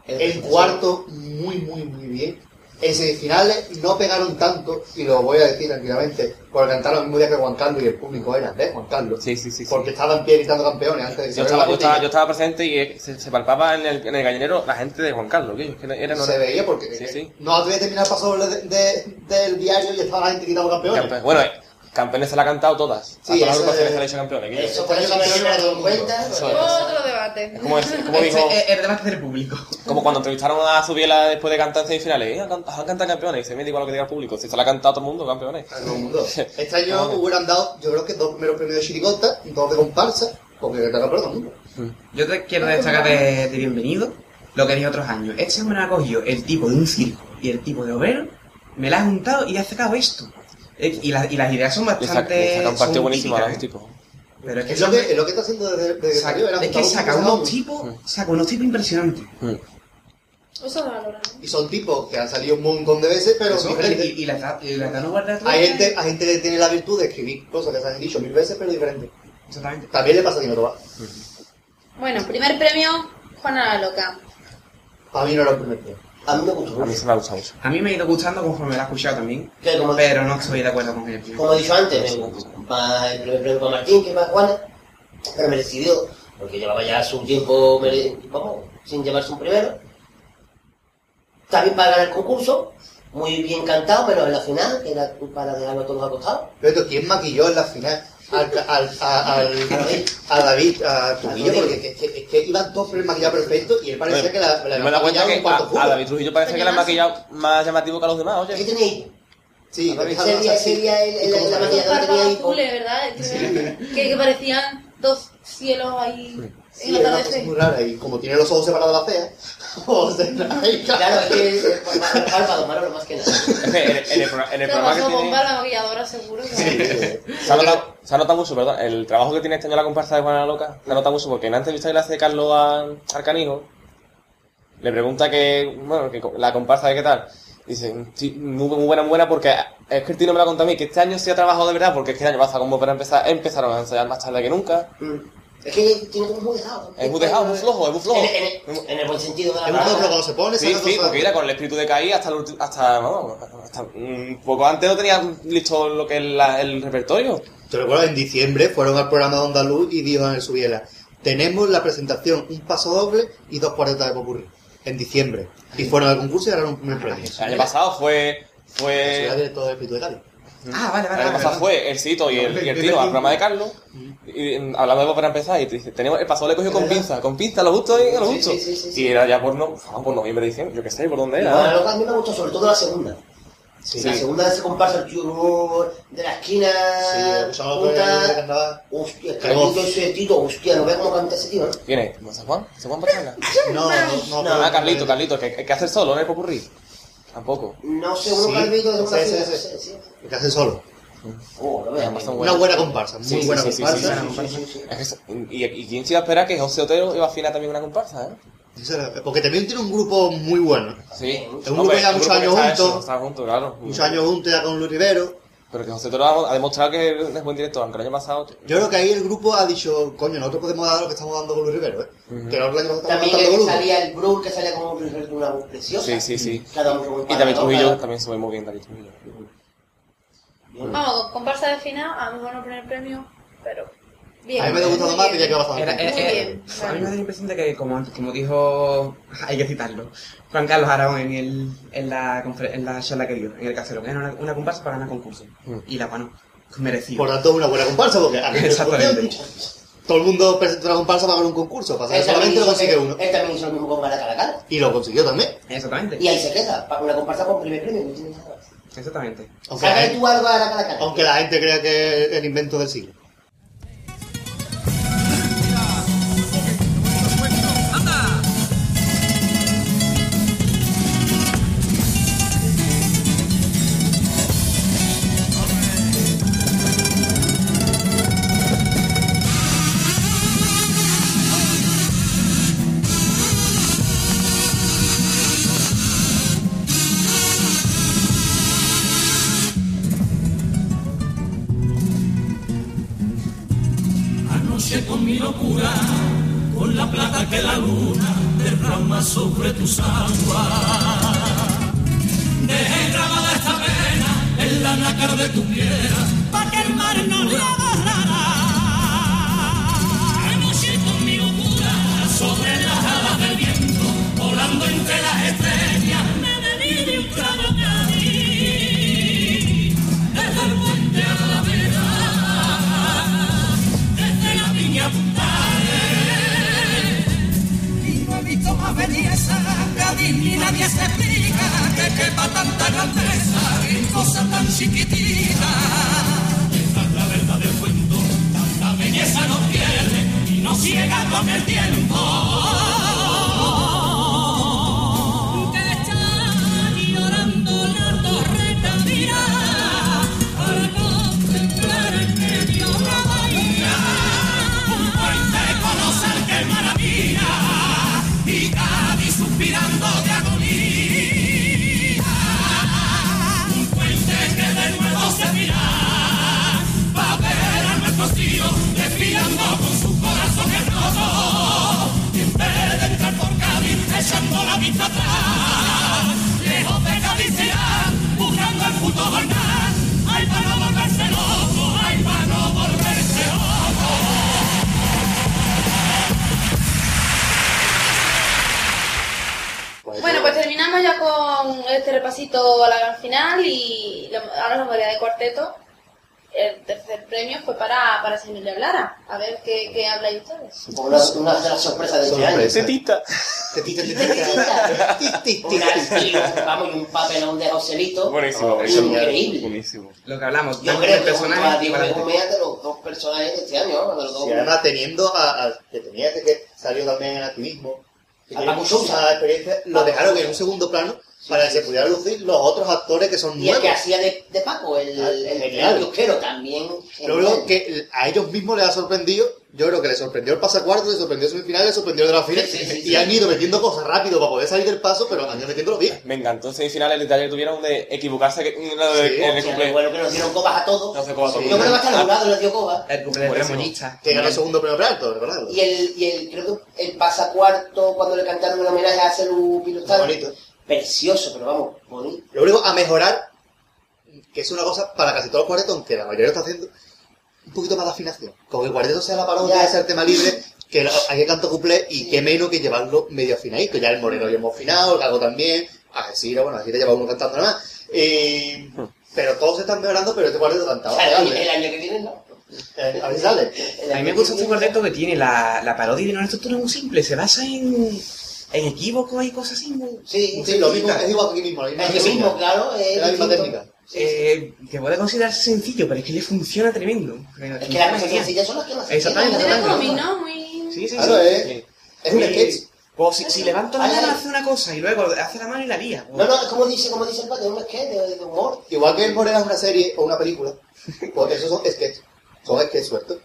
Speaker 1: El cuarto, muy, muy, muy bien. En semifinales no pegaron tanto, y lo voy a decir tranquilamente, por cantar los mismo día que Juan Carlos y el público era de Juan Carlos.
Speaker 8: Sí, sí, sí. sí.
Speaker 1: porque estaban en pie gritando campeones antes de que
Speaker 8: Yo
Speaker 1: se
Speaker 8: estaba,
Speaker 1: vea
Speaker 8: yo,
Speaker 1: la
Speaker 8: estaba, yo
Speaker 1: botella.
Speaker 8: estaba presente y eh, se, se palpaba en el, en el gallinero la gente de Juan Carlos, que ellos que eran
Speaker 1: se veía porque
Speaker 8: Sí, sí.
Speaker 1: no había terminado el paso de, de- del diario y estaba la gente gritando campeones.
Speaker 8: Campe- Bueno, eh, campeones se la ha cantado todas.
Speaker 1: Sí,
Speaker 8: a todas las
Speaker 1: eso
Speaker 8: agrupaciones
Speaker 1: es-
Speaker 8: se la ha hecho campeones. que yo-
Speaker 5: Eso por eso me lo he dado cuenta.
Speaker 8: Eso es.
Speaker 3: Otro debate.
Speaker 8: Es como, es- es como
Speaker 4: Este
Speaker 8: dijo,
Speaker 4: es el debate del público.
Speaker 8: como cuando entrevistaron a Zubiela después de cantar en semifinales, eh, han can- han cantado campeones, y se me da igual lo que diga el público, si se la ha cantado todo el mundo, campeones.
Speaker 1: A todo el mundo. Este año hubieran dado, yo creo que dos primeros premios de chirigota, dos de comparsa, porque está campeón del mundo.
Speaker 4: Yo te quiero destacar de, de bienvenido lo que dije otros años. Este hombre ha cogido el tipo de un circo y el tipo de obrero, me la ha juntado y ha sacado esto. Eh, Y, la- y las ideas son
Speaker 8: Le saca- le
Speaker 4: bastante.
Speaker 8: saca un partido
Speaker 4: son
Speaker 8: buenísimo a
Speaker 4: típicas,
Speaker 8: los
Speaker 4: ¿eh?
Speaker 8: tipos.
Speaker 4: Pero es que,
Speaker 1: Es lo que, es lo que está haciendo desde, desde que
Speaker 4: saca-
Speaker 1: salió, era
Speaker 4: es que
Speaker 1: juntar
Speaker 4: saca
Speaker 1: un-
Speaker 4: unos tipos, saca unos tipos impresionantes.
Speaker 9: Eso es valorable.
Speaker 1: Y son tipos que han salido un montón de veces, pero
Speaker 4: Eso, y,
Speaker 1: diferentes.
Speaker 4: y, y las da- y las da no guarda todo.
Speaker 1: hay, gente, hay gente que tiene la virtud de escribir cosas que se han dicho mil veces, pero diferentes.
Speaker 4: Exactamente.
Speaker 1: También le pasa a Dino Tobar.
Speaker 3: Bueno, primer premio, Juana la Loca.
Speaker 1: Para mí no era el primer premio.
Speaker 5: A mí me gustó
Speaker 8: A mí
Speaker 5: mucho.
Speaker 8: se me ha gustado mucho.
Speaker 4: A mí me ha ido gustando conforme la he escuchado también.
Speaker 5: Que como-
Speaker 4: Pero no estoy de acuerdo con él.
Speaker 5: Como he dicho antes, me gustó más el primer premio para Martín que para Juana. Pero me decidió, porque llevaba ya su tiempo mere- vamos, sin llevarse un primero. También para ganar el concurso. Muy bien cantado, menos en la final, que era para dejarlo todos acostados.
Speaker 1: Pero esto, ¿quién maquilló en la final? Al, al, a- al,
Speaker 5: David.
Speaker 1: a David, a Trujillo,
Speaker 5: David.
Speaker 1: porque es que, es que iban todos con el maquillaje perfecto y él parecía que la, la
Speaker 8: Yo me he dado cuenta
Speaker 1: maquillado
Speaker 8: que
Speaker 1: un cuarto
Speaker 8: a, a David Trujillo parece que la han
Speaker 3: Peñazo.
Speaker 8: maquillado más llamativo que a los demás,
Speaker 5: ¿Qué
Speaker 8: oye.
Speaker 5: tenía ahí?
Speaker 1: Sí,
Speaker 8: a David.
Speaker 1: dejaron
Speaker 5: Sería-
Speaker 1: así.
Speaker 5: sería el-
Speaker 1: ¿Y
Speaker 5: el-
Speaker 1: cómo
Speaker 5: la
Speaker 1: se
Speaker 5: maquilla-
Speaker 1: maquilla?
Speaker 5: tenía
Speaker 3: Párpados
Speaker 5: ahí,
Speaker 3: azules, ¿verdad? Que, que parecían dos cielos ahí.
Speaker 1: Sí, es una cosa muy rara. Y como tiene los ojos separados de la ceja, pues de ahí,
Speaker 5: Claro, es que es el pá- párpado, Manolo, más que nada.
Speaker 8: En, en el, pro- en el
Speaker 3: Te
Speaker 8: programa que
Speaker 3: pasó
Speaker 8: tiene...
Speaker 3: bomba la maquilladora, seguro. que-
Speaker 8: Se ha, notado, se ha notado mucho, perdón, el trabajo que tiene este año la comparsa de Juana la Loca, se ha notado mucho porque en la entrevista que le hace Carlos a- al canijo, le pregunta que, bueno, que co- la comparsa de qué tal. Dice, "Sí, muy, bu- muy buena, muy buena, porque es que el tío me la contó a mí, que este año sí ha trabajado de verdad, porque es que el año pasado, como para empezar, empezaron a ensayar más tarde que nunca.
Speaker 1: Mm.
Speaker 5: Es que tiene como muy dejado.
Speaker 8: Es muy dejado, es muy flojo, es muy flojo.
Speaker 5: En, en- en el buen sentido de la
Speaker 1: Es un
Speaker 5: palabra.
Speaker 1: pueblo cuando se pone,
Speaker 8: Sí,
Speaker 1: saca
Speaker 8: sí,
Speaker 1: cosas-
Speaker 8: porque mira, con el espíritu de Caí hasta, el ulti- hasta, vamos, hasta un poco antes no tenía listo lo que es la- el repertorio.
Speaker 1: Yo recuerdo en diciembre fueron al programa de Onda Luz y dijo en el Subiela, tenemos la presentación un paso doble y dos cuartetas de popurrí. En diciembre. Y fueron al concurso y ganaron un primer premio.
Speaker 8: El año pasado fue...
Speaker 1: Soy
Speaker 8: fue
Speaker 1: la directora del Espíritu de Cádiz.
Speaker 4: Ah, vale,
Speaker 8: El
Speaker 4: vale.
Speaker 8: año
Speaker 4: vale,
Speaker 8: pasado
Speaker 4: vale.
Speaker 8: fue el Cito y el, y el Tino al programa de Carlos. Y, mm, hablando de volver a empezar, y te dice, tenemos, el pasado le cogió con pinza, con pinza, lo justo y lo
Speaker 5: Sí,
Speaker 8: justo.
Speaker 5: sí, sí, sí, sí.
Speaker 8: Y era ya por, no, ah, por noviembre, diciembre, yo qué sé, por dónde
Speaker 5: Y
Speaker 8: era.
Speaker 5: Manolo, a mí me gustó sobre todo la segunda.
Speaker 8: Sí.
Speaker 5: La segunda se comparsa el humor de la esquina.
Speaker 1: Sí, el
Speaker 5: punta.
Speaker 1: que andaba.
Speaker 5: Hostia,
Speaker 1: Qué voz.
Speaker 5: que ese tío, hostia, no ve cómo canta ese tío, ¿eh? ¿no?
Speaker 8: ¿Quién es? ¿San Juan? ¿San Juan Pastrana?
Speaker 1: No, no, no.
Speaker 8: ah, Carlito, Carlito, que hay que hacer solo, no hay popurrí. Tampoco.
Speaker 5: No sé, uno
Speaker 1: Sí,
Speaker 5: calvito de una
Speaker 1: sí, sí,
Speaker 5: ciudad,
Speaker 1: sí.
Speaker 5: no sé, sí.
Speaker 1: El que hace solo.
Speaker 5: Oh, lo veo.
Speaker 8: Además, son
Speaker 1: Una
Speaker 8: buenos.
Speaker 1: buena comparsa, muy
Speaker 8: Sí, sí,
Speaker 1: buena
Speaker 8: sí, sí,
Speaker 1: comparsa.
Speaker 8: sí, sí.
Speaker 5: Sí, sí, sí.
Speaker 8: Es que eso- y, y quién se iba a esperar que José Otero iba a afinar también una comparsa, ¿eh?
Speaker 1: Eso era- Porque también tiene un grupo muy bueno.
Speaker 8: Sí.
Speaker 1: Es un grupo que lleva
Speaker 8: un
Speaker 1: muchos años
Speaker 8: grupo que está
Speaker 1: juntos.
Speaker 8: hecho, Está junto, claro.
Speaker 1: Muchos años juntos ya con Luis Rivero.
Speaker 8: Pero que José Otero ha ha demostrado que es buen director, aunque el año pasado...
Speaker 1: Yo creo que ahí el grupo ha dicho, coño, nosotros podemos dar lo que estamos dando con Luis Rivero, ¿eh? Que ahora lo que estamos
Speaker 5: También
Speaker 1: dando
Speaker 5: que
Speaker 1: con Luis.
Speaker 5: salía el Brul, que salía como un de una voz preciosa.
Speaker 8: Sí, sí, sí.
Speaker 5: Cada uno con un
Speaker 8: Y David
Speaker 5: parador,
Speaker 8: Trujillo
Speaker 5: cada-
Speaker 8: también se ve muy bien, David Trujillo.
Speaker 5: Ah,
Speaker 3: Vamos, comparsa de final, a lo mejor no primer premio, pero bien.
Speaker 1: A mí me ha gustado más,
Speaker 3: Muy
Speaker 1: diría que va a
Speaker 4: Era-
Speaker 1: pasar.
Speaker 4: era-
Speaker 3: Muy
Speaker 4: era-
Speaker 3: bien,
Speaker 4: a mí
Speaker 3: vale.
Speaker 4: me da la impresión de que, como, como dijo, hay que citarlo, Juan Carlos Aragón en, el, en, la, conferen- en la charla que dio, en el caserón, era una, una comparsa para ganar concurso. Y la ganó, merecido.
Speaker 1: Por tanto, es una buena comparsa, porque a mí me
Speaker 4: Exactamente.
Speaker 1: Todo el mundo presenta una comparsa para ganar un concurso, pasa que
Speaker 5: Él también
Speaker 1: solamente lo
Speaker 5: hizo-
Speaker 1: consigue
Speaker 5: él-
Speaker 1: uno.
Speaker 5: Él también hizo lo mismo con Maraca la cara.
Speaker 1: Y lo consiguió también.
Speaker 4: Exactamente.
Speaker 5: Y ahí se queda, pa- una comparsa con primer premio. no tiene nada más.
Speaker 4: Exactamente.
Speaker 1: Aunque la,
Speaker 5: Sácale
Speaker 1: gente,
Speaker 5: tú algo a Maraca la cara.
Speaker 1: aunque la gente crea que es el invento del siglo.
Speaker 2: Anoche con mi locura, con la plata que la luna derrama sobre tus aguas. Dejé grabada esta pena en la nácar de tu piedra, pa' que el mar no la agarrara. Anoche con mi locura, sobre las alas del viento, volando entre las estrellas, me bebí de un trago cáliz, desde el puente a la desde la viña Puntares. Y no he visto más belleza, Cádiz ni nadie se explica que quepa tanta grandeza en cosas tan chiquititas. Esta es la verdad del cuento, tanta belleza no pierde y no ciega con el tiempo. Que están llorando la torreta, mira, al contemplar el medio la bahía. Un puente colosal que maravilla y Cádiz suspirando de agonía. Un puente que de nuevo se mira para ver a nuestros tíos desfilando con sus corazones rotos. Y en vez de entrar por Cádiz, echando la vista atrás, lejos de Cádiz se irán, buscando el puto jornal. Ay, para no volverse loco, ay, para no volverse loco.
Speaker 3: Bueno, pues terminamos ya con este repasito a la gran final y la- ahora la modalidad de cuarteto. el tercer premio fue para, para Si Emilia hablara. A ver qué, qué habláis ustedes.
Speaker 5: Una, una de las sorpresas de este año.
Speaker 8: Setita.
Speaker 1: Tetita,
Speaker 5: Tetita.
Speaker 1: tetita. Tit, tit,
Speaker 5: Un
Speaker 1: tit.
Speaker 5: archivo, vamos, y un papelón de Joselito.
Speaker 8: Buenísimo.
Speaker 5: Es
Speaker 8: eso.
Speaker 5: increíble.
Speaker 8: Buenísimo.
Speaker 4: Lo que hablamos,
Speaker 5: Yo
Speaker 4: Diego
Speaker 5: creo
Speaker 4: el
Speaker 5: que junto a
Speaker 4: personaje
Speaker 5: Diego
Speaker 4: para la gente.
Speaker 5: Legumea de los dos personajes de este año, ¿no? de los dos.
Speaker 1: Y además teniendo a, a- que tenía ese que salió también en activismo, que
Speaker 5: A
Speaker 1: tiene
Speaker 5: Paco Sousa.
Speaker 1: mucha experiencia, lo dejaron en un segundo plano para que se pudieran lucir los otros actores que son
Speaker 5: y el
Speaker 1: nuevos.
Speaker 5: que hacía de, de Paco, el,
Speaker 1: Ah,
Speaker 5: el, el,
Speaker 1: genial.
Speaker 5: kiosquero también.
Speaker 1: Lo único que a ellos mismos les ha sorprendido, yo creo que les sorprendió el pasacuarto, les sorprendió el semifinal, les sorprendió el de la final,
Speaker 5: Sí, sí, sí,
Speaker 1: y
Speaker 5: sí.
Speaker 1: han ido metiendo cosas rápido para poder salir del paso, pero han ido metiéndolo bien.
Speaker 8: Me encantó en semifinales el detalle que tuvieron de equivocarse que- en la-
Speaker 1: Sí,
Speaker 8: en
Speaker 5: O
Speaker 8: el
Speaker 5: sea,
Speaker 8: cumple.
Speaker 5: bueno, que nos dieron copas a todos.
Speaker 8: No sé cómo a todo el
Speaker 5: Yo creo que
Speaker 8: mundo.
Speaker 5: hasta el jurado les dio copas.
Speaker 4: El cumple del
Speaker 8: Buenísimo.
Speaker 5: Ah,
Speaker 4: Ramonista.
Speaker 1: Que ganó el segundo premio plato, ¿verdad?
Speaker 5: Y el, y el, creo que el pasacuarto, cuando le cantaron un homenaje a Celu Pilostano.
Speaker 1: Bonito.
Speaker 5: Precioso, pero vamos, bonito.
Speaker 1: Lo único, a mejorar, que es una cosa para casi todos los cuartetos, aunque la mayoría lo está haciendo, un poquito más de afinación. Como que el cuarteto sea la parodia,
Speaker 5: Ya.
Speaker 1: sea el tema libre, que la- hay que canto cumple y
Speaker 5: Sí.
Speaker 1: qué menos que llevarlo medio afinadito. Ya el Moreno lo hemos afinado, el Gago también, a Gesira, bueno, a Gesira lleva uno cantando nada más. Eh, pero todos están mejorando, pero este cuarteto
Speaker 5: O
Speaker 1: cantaba.
Speaker 5: sea, el, año- el
Speaker 1: agradable.
Speaker 5: año que viene no.
Speaker 1: Eh, a ver si sale.
Speaker 5: El
Speaker 4: A mí
Speaker 5: año
Speaker 4: me
Speaker 5: que
Speaker 4: gusta este
Speaker 5: viene-
Speaker 4: cuarteto que tiene la, la parodia y tiene una estructura muy simple. Se basa en, en equívocos y cosas así. Muy,
Speaker 5: Sí,
Speaker 1: Sí, lo mismo, es igual que aquí mismo. la misma
Speaker 5: Es lo
Speaker 1: técnica.
Speaker 5: mismo, claro. Es,
Speaker 1: Es la misma
Speaker 5: distinto.
Speaker 1: técnica.
Speaker 5: Sí, sí.
Speaker 4: eh, que puede considerarse sencillo, pero es que le funciona tremendo.
Speaker 5: Es que las cosas sencillas son las que más se
Speaker 4: Exactamente,
Speaker 5: entienden.
Speaker 3: Era
Speaker 4: totalmente.
Speaker 3: como mi, ¿no? Muy...
Speaker 4: Sí, sí,
Speaker 1: Claro,
Speaker 4: sí.
Speaker 1: es-
Speaker 8: Sí.
Speaker 1: Es un
Speaker 4: Eh,
Speaker 1: sketch.
Speaker 4: Pues si, si levanto la
Speaker 5: Ay,
Speaker 4: mano
Speaker 5: ay.
Speaker 4: hace una cosa y luego hace la mano y la lía. pues.
Speaker 5: No, no, es como dice, como dice el padre, un sketch de, de humor.
Speaker 1: Igual que el Morena es una serie o una película, pues esos son sketches. Son sketches sueltos.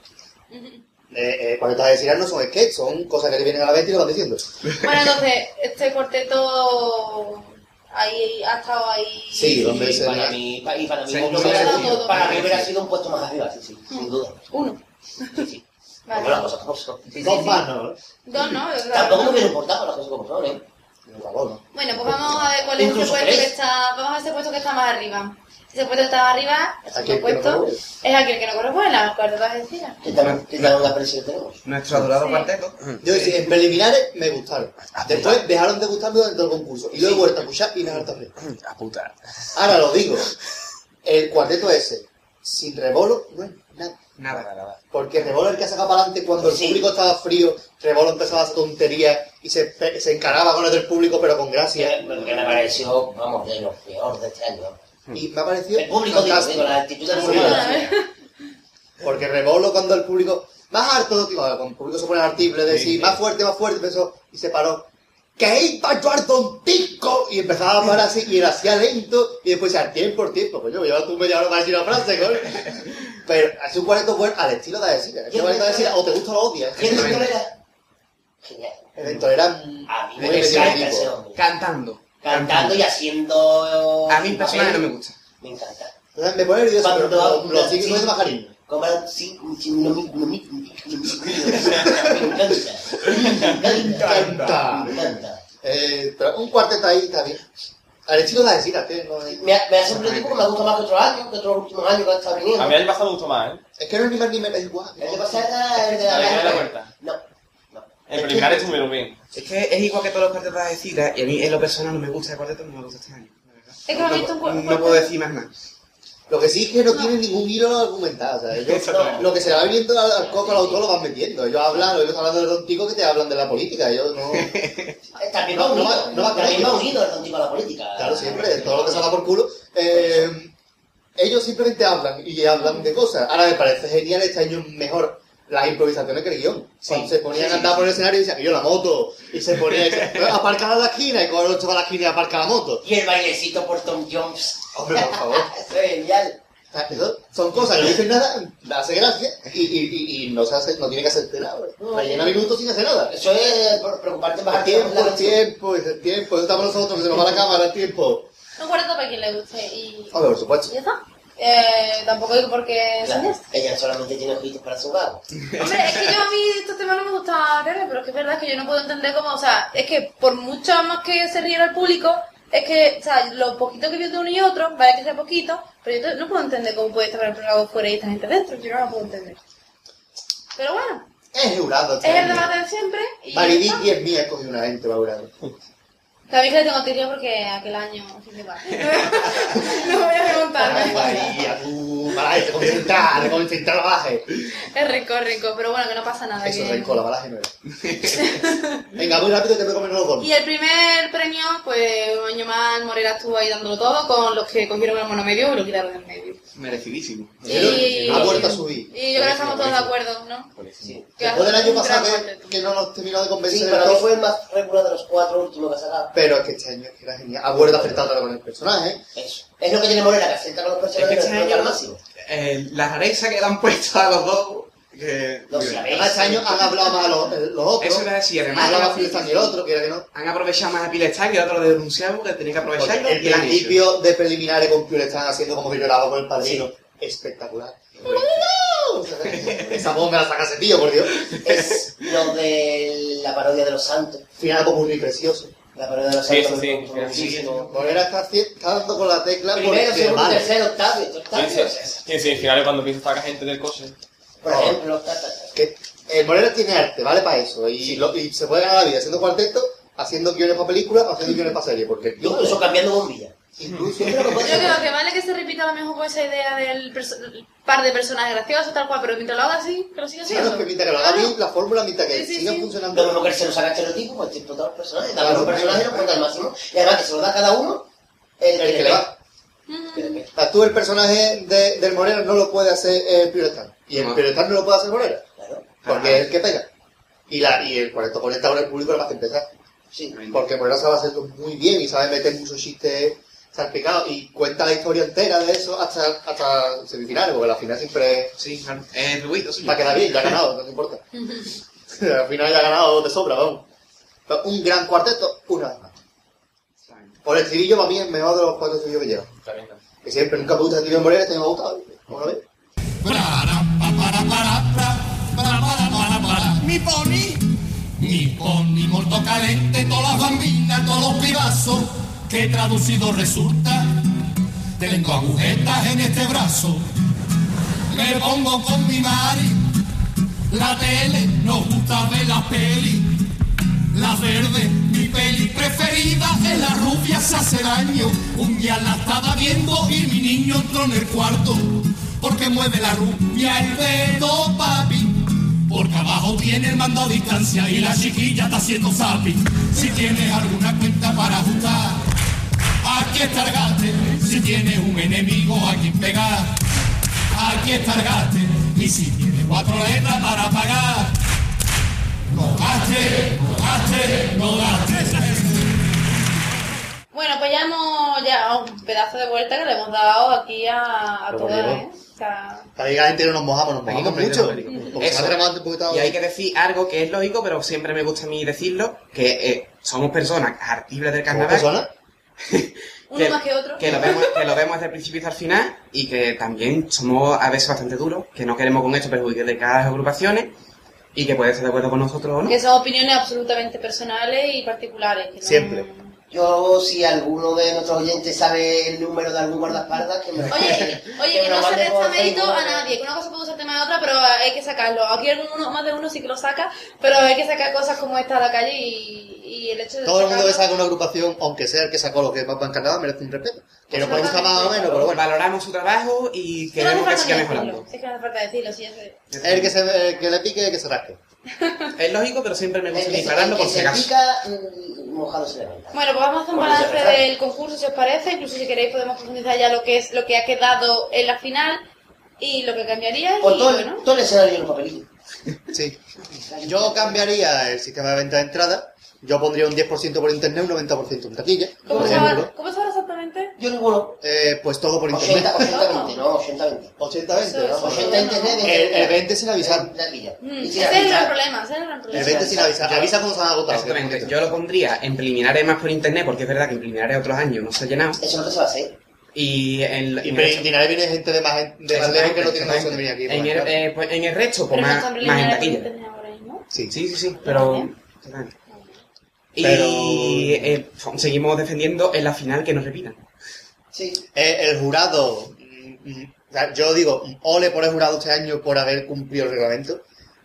Speaker 1: Eh, eh, cuando estás diciendo no son sketches, son cosas que te vienen a la mente y lo vas diciendo.
Speaker 3: Bueno, entonces, este cuarteto ahí ha estado ahí.
Speaker 1: Sí, donde
Speaker 5: y
Speaker 1: se
Speaker 5: para
Speaker 1: la-
Speaker 5: mí, pa- y para mí,
Speaker 4: Sí,
Speaker 5: no
Speaker 4: sí,
Speaker 5: hubiera-
Speaker 3: sí, sí.
Speaker 5: para mí
Speaker 4: Sí.
Speaker 5: hubiera sido un puesto más arriba, sí, sí, sin duda.
Speaker 3: Uno.
Speaker 5: Sí, sí.
Speaker 3: Vale.
Speaker 5: Como las cosas como son.
Speaker 3: Sí, sí,
Speaker 1: pues, Dos
Speaker 3: sí.
Speaker 1: manos.
Speaker 3: Dos, ¿no? Yo creo.
Speaker 5: Tampoco me hubiera importado las cosas como son, ¿eh?
Speaker 1: Por favor, ¿no?
Speaker 3: Bueno, pues vamos a ver cuál es
Speaker 5: Incluso
Speaker 3: ese puesto que
Speaker 5: tres.
Speaker 3: está. Vamos a ese puesto que está más arriba. Ese puesto que está más arriba, el
Speaker 1: Aquel
Speaker 3: segundo
Speaker 1: que
Speaker 3: puesto,
Speaker 1: no corre.
Speaker 3: es aquel que no corresponde, la cuarta vas a decir.
Speaker 5: Que también que también una presión que tenemos.
Speaker 4: Nuestro adorado
Speaker 3: Sí.
Speaker 4: cuarteto.
Speaker 1: Yo decía, en preliminares me gustaron.
Speaker 5: Ah,
Speaker 1: Después dejaron de gustarme durante el concurso. Y lo he
Speaker 5: Sí.
Speaker 1: vuelto a escuchar y me harta bien.
Speaker 8: A puta.
Speaker 1: Ahora lo digo. El cuarteto ese, sin rebolo, no es nada.
Speaker 4: Nada, nada.
Speaker 1: Porque Rebolo es el que sacaba para adelante cuando el
Speaker 5: Sí.
Speaker 1: público estaba frío. Rebolo empezaba a hacer tonterías y se, pe- se encaraba con el del público, pero con
Speaker 5: Sí,
Speaker 1: gracia.
Speaker 5: lo que me pareció, vamos, de lo peor de este año.
Speaker 1: Y me ha parecido.
Speaker 5: El público, digo,
Speaker 1: fantástico.
Speaker 5: digo, la actitud del
Speaker 1: Sí.
Speaker 5: público.
Speaker 1: Porque Rebolo, cuando el público. Más harto, tío, cuando el público se pone artículo de decir, más fuerte, más fuerte, empezó y se paró. ¡Que para yo un pico! Y empezaba a parar así, y era así lento, y después al tiempo, por tiempo. Coño, llevaba tú media hora para decir una frase, coño. Pero hace un cuarteto bueno al estilo de decir. Este cuarteto de decir, o te gusta o lo odias.
Speaker 5: ¿Quién es tolera? Genial.
Speaker 1: El Héctor era
Speaker 5: A mí
Speaker 1: muy
Speaker 5: me encanta ese
Speaker 1: mediático.
Speaker 5: hombre.
Speaker 4: Cantando.
Speaker 5: Cantando y haciendo.
Speaker 4: A mí
Speaker 5: su papel.
Speaker 4: personalmente no me gusta.
Speaker 5: Me encanta.
Speaker 1: Entonces me pone nervioso, pero
Speaker 5: Cuando-
Speaker 1: lo, lo sigue poniendo más cariño.
Speaker 5: Compran sí, sí, no mi- no mi- no mi- no mi- Me encanta. Me encanta. Me encanta.
Speaker 1: Eh, pero un cuarteto ahí está bien. Al estilo de decir, no es...
Speaker 5: Me ha, me ha sorprendido porque me ha gustado más que otros años, que otros últimos años que ha estado viniendo.
Speaker 6: A mí el pasado me gustó más, ¿eh?
Speaker 1: Es que no es ni más ni menos, es igual.
Speaker 5: El que pasa era el de la
Speaker 6: A ver, dale la vuelta.
Speaker 5: No.
Speaker 6: En preliminares estuvieron bien.
Speaker 4: Es que es igual que todos los cuartetos de cita y a mí en lo personal no me gusta el cuarteto, no me gusta este año. la verdad.
Speaker 3: que
Speaker 4: No
Speaker 3: lo he
Speaker 4: puedo-
Speaker 3: visto un cu- un
Speaker 4: No puedo
Speaker 3: cuarteto.
Speaker 4: decir más nada.
Speaker 1: Lo que sí es que no tienen ningún hilo argumentado. O sea, ellos-
Speaker 4: Exactamente.
Speaker 1: lo que se le va viendo al, al coco al autor lo van metiendo. Ellos hablan, ellos hablando de tontico que te hablan de la política. Ellos no.
Speaker 5: Eh, También
Speaker 1: No,
Speaker 5: va
Speaker 1: no
Speaker 5: unido,
Speaker 1: va- no va
Speaker 5: también va
Speaker 1: con ellos.
Speaker 5: unido el tontico a la política.
Speaker 1: Claro, siempre, todo lo que salga por culo. Eh, ellos simplemente hablan y hablan de cosas. Ahora me parece genial este año mejor las improvisaciones que el guión. Cuando se ponían a
Speaker 5: Sí, sí,
Speaker 1: andar
Speaker 5: sí.
Speaker 1: por el escenario y decían, yo la moto. Y se ponía y decía, "Eh, aparcar a la esquina y coger ocho a la esquina y aparcar la moto.
Speaker 5: Y el bailecito por Tom Jones.
Speaker 1: Hombre, por favor.
Speaker 5: Eso es genial.
Speaker 1: O sea, eso Ah, son cosas que no dicen nada, hace gracia y, y, y, y no, se hace, no tiene que hacerte nada.
Speaker 5: No.
Speaker 1: Rellena minutos sin hacer nada.
Speaker 5: Eso es por preocuparte más
Speaker 1: El tiempo, el tiempo, el tiempo, eso estamos nosotros, que se nos va la cámara, el tiempo.
Speaker 3: Un cuarteto para quien le guste y.
Speaker 1: Hombre, por supuesto.
Speaker 3: ¿Y ya está? Eh, tampoco digo porque este.
Speaker 5: Claro,
Speaker 3: soñaste.
Speaker 5: ella solamente tiene ojitos para su vago.
Speaker 3: Hombre, es que yo a mí estos temas no me gustan verlos, pero es que es verdad que yo no puedo entender cómo, o sea, es que por mucho más que se riera el público, es que, o sea, lo poquito que vio de uno y otro, vale que sea poquito, pero yo no puedo entender cómo puede estar el programa fuera y esta gente dentro, yo no lo puedo entender. Pero bueno,
Speaker 1: Es jurado.
Speaker 3: es el debate de siempre y... ya
Speaker 1: Maridiki
Speaker 3: está.
Speaker 1: es mía, he cogido una gente, va jurado.
Speaker 3: Sabéis que le tengo tirio porque aquel año, en fin, de va. no voy a remontarme.
Speaker 1: María, tú, para balaje, concentra, de concentrar la balaje.
Speaker 3: Es rico, rico, pero bueno, que no pasa nada.
Speaker 1: Eso
Speaker 3: que-
Speaker 1: es rico, la balaje no era. Venga, muy rápido que me comen los dos.
Speaker 3: Y el primer premio, pues un año más Morera estuvo ahí dándolo todo con los que cogieron el monomedio y lo quitaron del medio.
Speaker 4: Merecidísimo.
Speaker 3: Y...
Speaker 1: Ha vuelto a subir.
Speaker 3: Y yo creo que estamos todos de acuerdo, ¿no?
Speaker 5: Sí.
Speaker 3: Que
Speaker 1: Después del año
Speaker 3: un gran
Speaker 1: pasado que,
Speaker 3: cuarteto.
Speaker 1: que no nos terminó de convencer
Speaker 5: Sí,
Speaker 1: del
Speaker 5: para mí
Speaker 1: todo,
Speaker 5: fue Pues el más regular de los cuatro últimos que ha sacado.
Speaker 1: pero es que este año es que era genial. Ha vuelto a acertar otra vez con el personaje.
Speaker 5: Eso. Es lo que tiene Morera, que acepta con los
Speaker 4: Es que
Speaker 5: personajes pero
Speaker 4: este
Speaker 5: no al
Speaker 4: año,
Speaker 5: máximo.
Speaker 4: eh, la rareza que le han puesto a los dos, que...
Speaker 5: Los
Speaker 1: Además, este año han hablado más los, eh, los otros.
Speaker 4: Eso iba a decir,
Speaker 1: Han
Speaker 5: Ah,
Speaker 4: además
Speaker 1: hablado Phil Stan y el otro, que era que no.
Speaker 4: han aprovechado más a Pilestán que el otro lo denunciamos, que tenía que
Speaker 1: Porque
Speaker 4: aprovecharlo
Speaker 1: el
Speaker 4: y Pues lo han hecho.
Speaker 1: principio de preliminares con Pure están haciendo como que lloraba con el padrino. Espectacular. ¡No! Esa voz me la saca ese tío, por Dios. Es
Speaker 5: Los de la parodia de los santos.
Speaker 1: final como un precioso.
Speaker 5: La parodia de los
Speaker 6: Sí,
Speaker 5: santos.
Speaker 6: sí,
Speaker 5: me
Speaker 6: sí,
Speaker 5: gustó
Speaker 6: sí, sí,
Speaker 5: muchísimo.
Speaker 1: Morera está, haci- está dando con la tecla
Speaker 5: Primero,
Speaker 1: porque
Speaker 5: segundo,
Speaker 1: vale.
Speaker 5: tercero, octavo. y octavo,
Speaker 6: Sí,
Speaker 5: o sea,
Speaker 6: sí, sí, al final cuando empieza a sacar gente del coche.
Speaker 5: Por ejemplo, ta, ta, ta.
Speaker 1: Que el Morera tiene arte, vale para eso. Y, lo- y se puede ganar la vida haciendo cuarteto, haciendo guiones para películas o haciendo guiones para series. Porque el tío,
Speaker 5: yo uso cambiando bombilla.
Speaker 1: incluso
Speaker 3: Yo creo que lo que vale es que se repita a lo mejor con esa idea del perso- el par de personajes graciosos, tal cual, pero mientras lo haga así, que lo siga
Speaker 1: Claro,
Speaker 3: haciendo.
Speaker 1: que mientras que lo haga
Speaker 3: Claro.
Speaker 1: bien, la fórmula mientras que
Speaker 3: Sí, sí,
Speaker 1: siga
Speaker 3: sí.
Speaker 1: funcionando.
Speaker 5: Lo mismo que él se lo saca estereotipo, pues tipo todos los personajes. Dame
Speaker 1: Claro.
Speaker 5: los personajes y los cuenta al máximo. Y además que se lo da a cada uno
Speaker 1: El
Speaker 5: el
Speaker 1: que le va.
Speaker 5: Que le pega.
Speaker 1: O sea, tú el personaje de- del Morera no lo puede hacer el Piretán. Y el
Speaker 4: No.
Speaker 1: Piretán no lo puede hacer Morera.
Speaker 5: Claro.
Speaker 1: Porque
Speaker 4: Ajá.
Speaker 1: es el que pega. Y, la, y el 40 40 con el público lo hace empezar.
Speaker 5: Sí.
Speaker 1: Porque Morera sabe hacerlo muy bien y sabe meter muchos chistes salpicados. Y cuenta la historia entera de eso hasta, hasta semifinales. Porque la final siempre
Speaker 4: Sí, claro. Eh, Ruido,
Speaker 1: va a quedar bien. Ya ha ganado, no te importa. Al final ya ha ganado de sobra, vamos. Pero Un gran cuarteto, una vez más. Por el estribillo, para mí, es el mejor de los cuatro estribillos que lleva.
Speaker 6: También, ¿no?
Speaker 1: Que siempre, nunca me gusta el estribillo de Morera, este me ha gustado. Vamos a ver.
Speaker 2: Mi pony, mi pony molto calente, todas las bambinas, todos los pibazos, que traducido resulta, tengo agujetas en este brazo. Me pongo con mi mari, la tele, nos gusta ver la peli, la verde, mi peli preferida, es la rubia se hace daño. Un día la estaba viendo y mi niño entró en el cuarto, porque mueve la rubia el dedo, papi. Porque abajo tiene el mando a distancia y la chiquilla está haciendo zapi. Si tienes alguna cuenta para ajustar, aquí está el gaste. Si tienes un enemigo a quien pegar, aquí está el gaste. Y si tienes cuatro letras para pagar, no gaste, no gaste, no gaste.
Speaker 3: Bueno, pues ya hemos ya oh, un pedazo de vuelta que le hemos dado aquí a, a
Speaker 1: Lo
Speaker 3: todas,
Speaker 1: bonito.
Speaker 3: ¿eh? O sea,
Speaker 1: Ahí la gente no nos mojamos, nos
Speaker 4: Aquí
Speaker 1: mojamos
Speaker 4: comprendido,
Speaker 1: mucho.
Speaker 4: Américo.
Speaker 1: Porque
Speaker 4: Eso.
Speaker 1: se ha tremado antes un poquito.
Speaker 4: Y hay que decir algo que es lógico, pero siempre me gusta a mí decirlo, que eh, somos personas artífices del
Speaker 1: ¿Cómo
Speaker 4: carnaval.
Speaker 1: persona?
Speaker 3: uno más que otro.
Speaker 4: que lo, vemos, que lo vemos desde el principio hasta el final y que también somos a veces bastante duros, que no queremos con esto perjudicar de cada agrupaciones y que puede estar de acuerdo con nosotros o no.
Speaker 3: Que son opiniones absolutamente personales y particulares. que no-
Speaker 1: Siempre.
Speaker 5: Yo, si alguno de nuestros oyentes sabe el número de algún guardaespaldas, que me lo
Speaker 3: Oye, oye, que
Speaker 5: me lo
Speaker 3: no se
Speaker 5: mande
Speaker 3: resta
Speaker 5: por
Speaker 3: mérito
Speaker 5: Facebook.
Speaker 3: a nadie, que una cosa puede usar tema de otra, pero hay que sacarlo. Aquí alguno, más de uno sí que lo saca, pero hay que sacar cosas como esta a la calle y, y el hecho de
Speaker 1: Todo el mundo que
Speaker 3: sacarlo-
Speaker 1: saca una agrupación, aunque sea el que sacó los que más van carnaval, merece un respeto. Que no puede gustar más o menos, pero bueno.
Speaker 4: Valoramos su trabajo y
Speaker 3: Sí, no hace
Speaker 4: queremos que
Speaker 3: falta
Speaker 4: siga
Speaker 3: ni
Speaker 4: mejorando.
Speaker 3: decirlo, Es que no hace falta decirlo, sí, ya sé.
Speaker 1: El que, se, el que le pique, el que se rasque.
Speaker 4: Es lógico, pero siempre me
Speaker 5: El
Speaker 4: gusta
Speaker 5: que se,
Speaker 4: declararlo
Speaker 5: el
Speaker 4: por
Speaker 5: que
Speaker 4: si
Speaker 5: se
Speaker 4: acaso.
Speaker 5: pica, mm, mojado se levanta.
Speaker 3: Bueno, pues vamos a hacer un
Speaker 5: Bueno, ya
Speaker 3: balance
Speaker 5: está.
Speaker 3: del concurso, si os parece. Incluso si queréis podemos profundizar ya lo que es lo que ha quedado en la final y lo que cambiaría.
Speaker 5: Por
Speaker 3: y,
Speaker 5: todo,
Speaker 3: bueno,
Speaker 5: el- todo el escenario en un papelillo.
Speaker 1: Sí. Yo cambiaría el sistema de venta de entrada. Yo pondría un 10% por internet, un 90% en taquilla.
Speaker 3: ¿Cómo
Speaker 1: por
Speaker 3: se
Speaker 1: ejemplo.
Speaker 3: va- cómo se va exactamente?
Speaker 5: Yo ninguno.
Speaker 1: Eh, pues todo por internet.
Speaker 5: 80, 80-20, no, 80-20.
Speaker 1: 80-20,
Speaker 3: Eso,
Speaker 1: vamos.
Speaker 3: eso.
Speaker 5: 80 internet
Speaker 1: El, el 20 sin avisar.
Speaker 5: La pilla.
Speaker 3: Pues, Mm,
Speaker 5: Y
Speaker 3: ese
Speaker 5: sin
Speaker 3: es el gran
Speaker 5: avisar.
Speaker 3: problema, ese es el gran
Speaker 1: El
Speaker 3: problema.
Speaker 1: 20 sin avisar. Avisa cuando se han agotado. que es
Speaker 4: Exactamente.
Speaker 1: bonito.
Speaker 4: Yo lo pondría en preliminares más por internet, porque es verdad que en preliminares otros años no se ha llenado.
Speaker 5: Eso es lo que se va a hacer.
Speaker 4: Y en,
Speaker 1: Y
Speaker 4: en
Speaker 1: pero
Speaker 4: el-
Speaker 1: en Dinamarca viene gente de más, de más lejos que no tiene
Speaker 4: Exactamente.
Speaker 1: noción de venir aquí.
Speaker 4: En
Speaker 1: pues,
Speaker 4: el,
Speaker 1: claro.
Speaker 4: eh, pues, en el resto, pues
Speaker 3: Pero no
Speaker 4: más,
Speaker 3: están
Speaker 4: más en
Speaker 3: preliminares por
Speaker 4: taquilla.
Speaker 3: internet ahora mismo.
Speaker 1: Sí.
Speaker 4: Sí, sí, sí, pero... Y
Speaker 1: Pero-
Speaker 4: eh, seguimos defendiendo en la final que nos repitan.
Speaker 5: Sí.
Speaker 1: Eh, el jurado, mm, mm, o sea, yo digo, mm, ole por el jurado este año por haber cumplido el reglamento.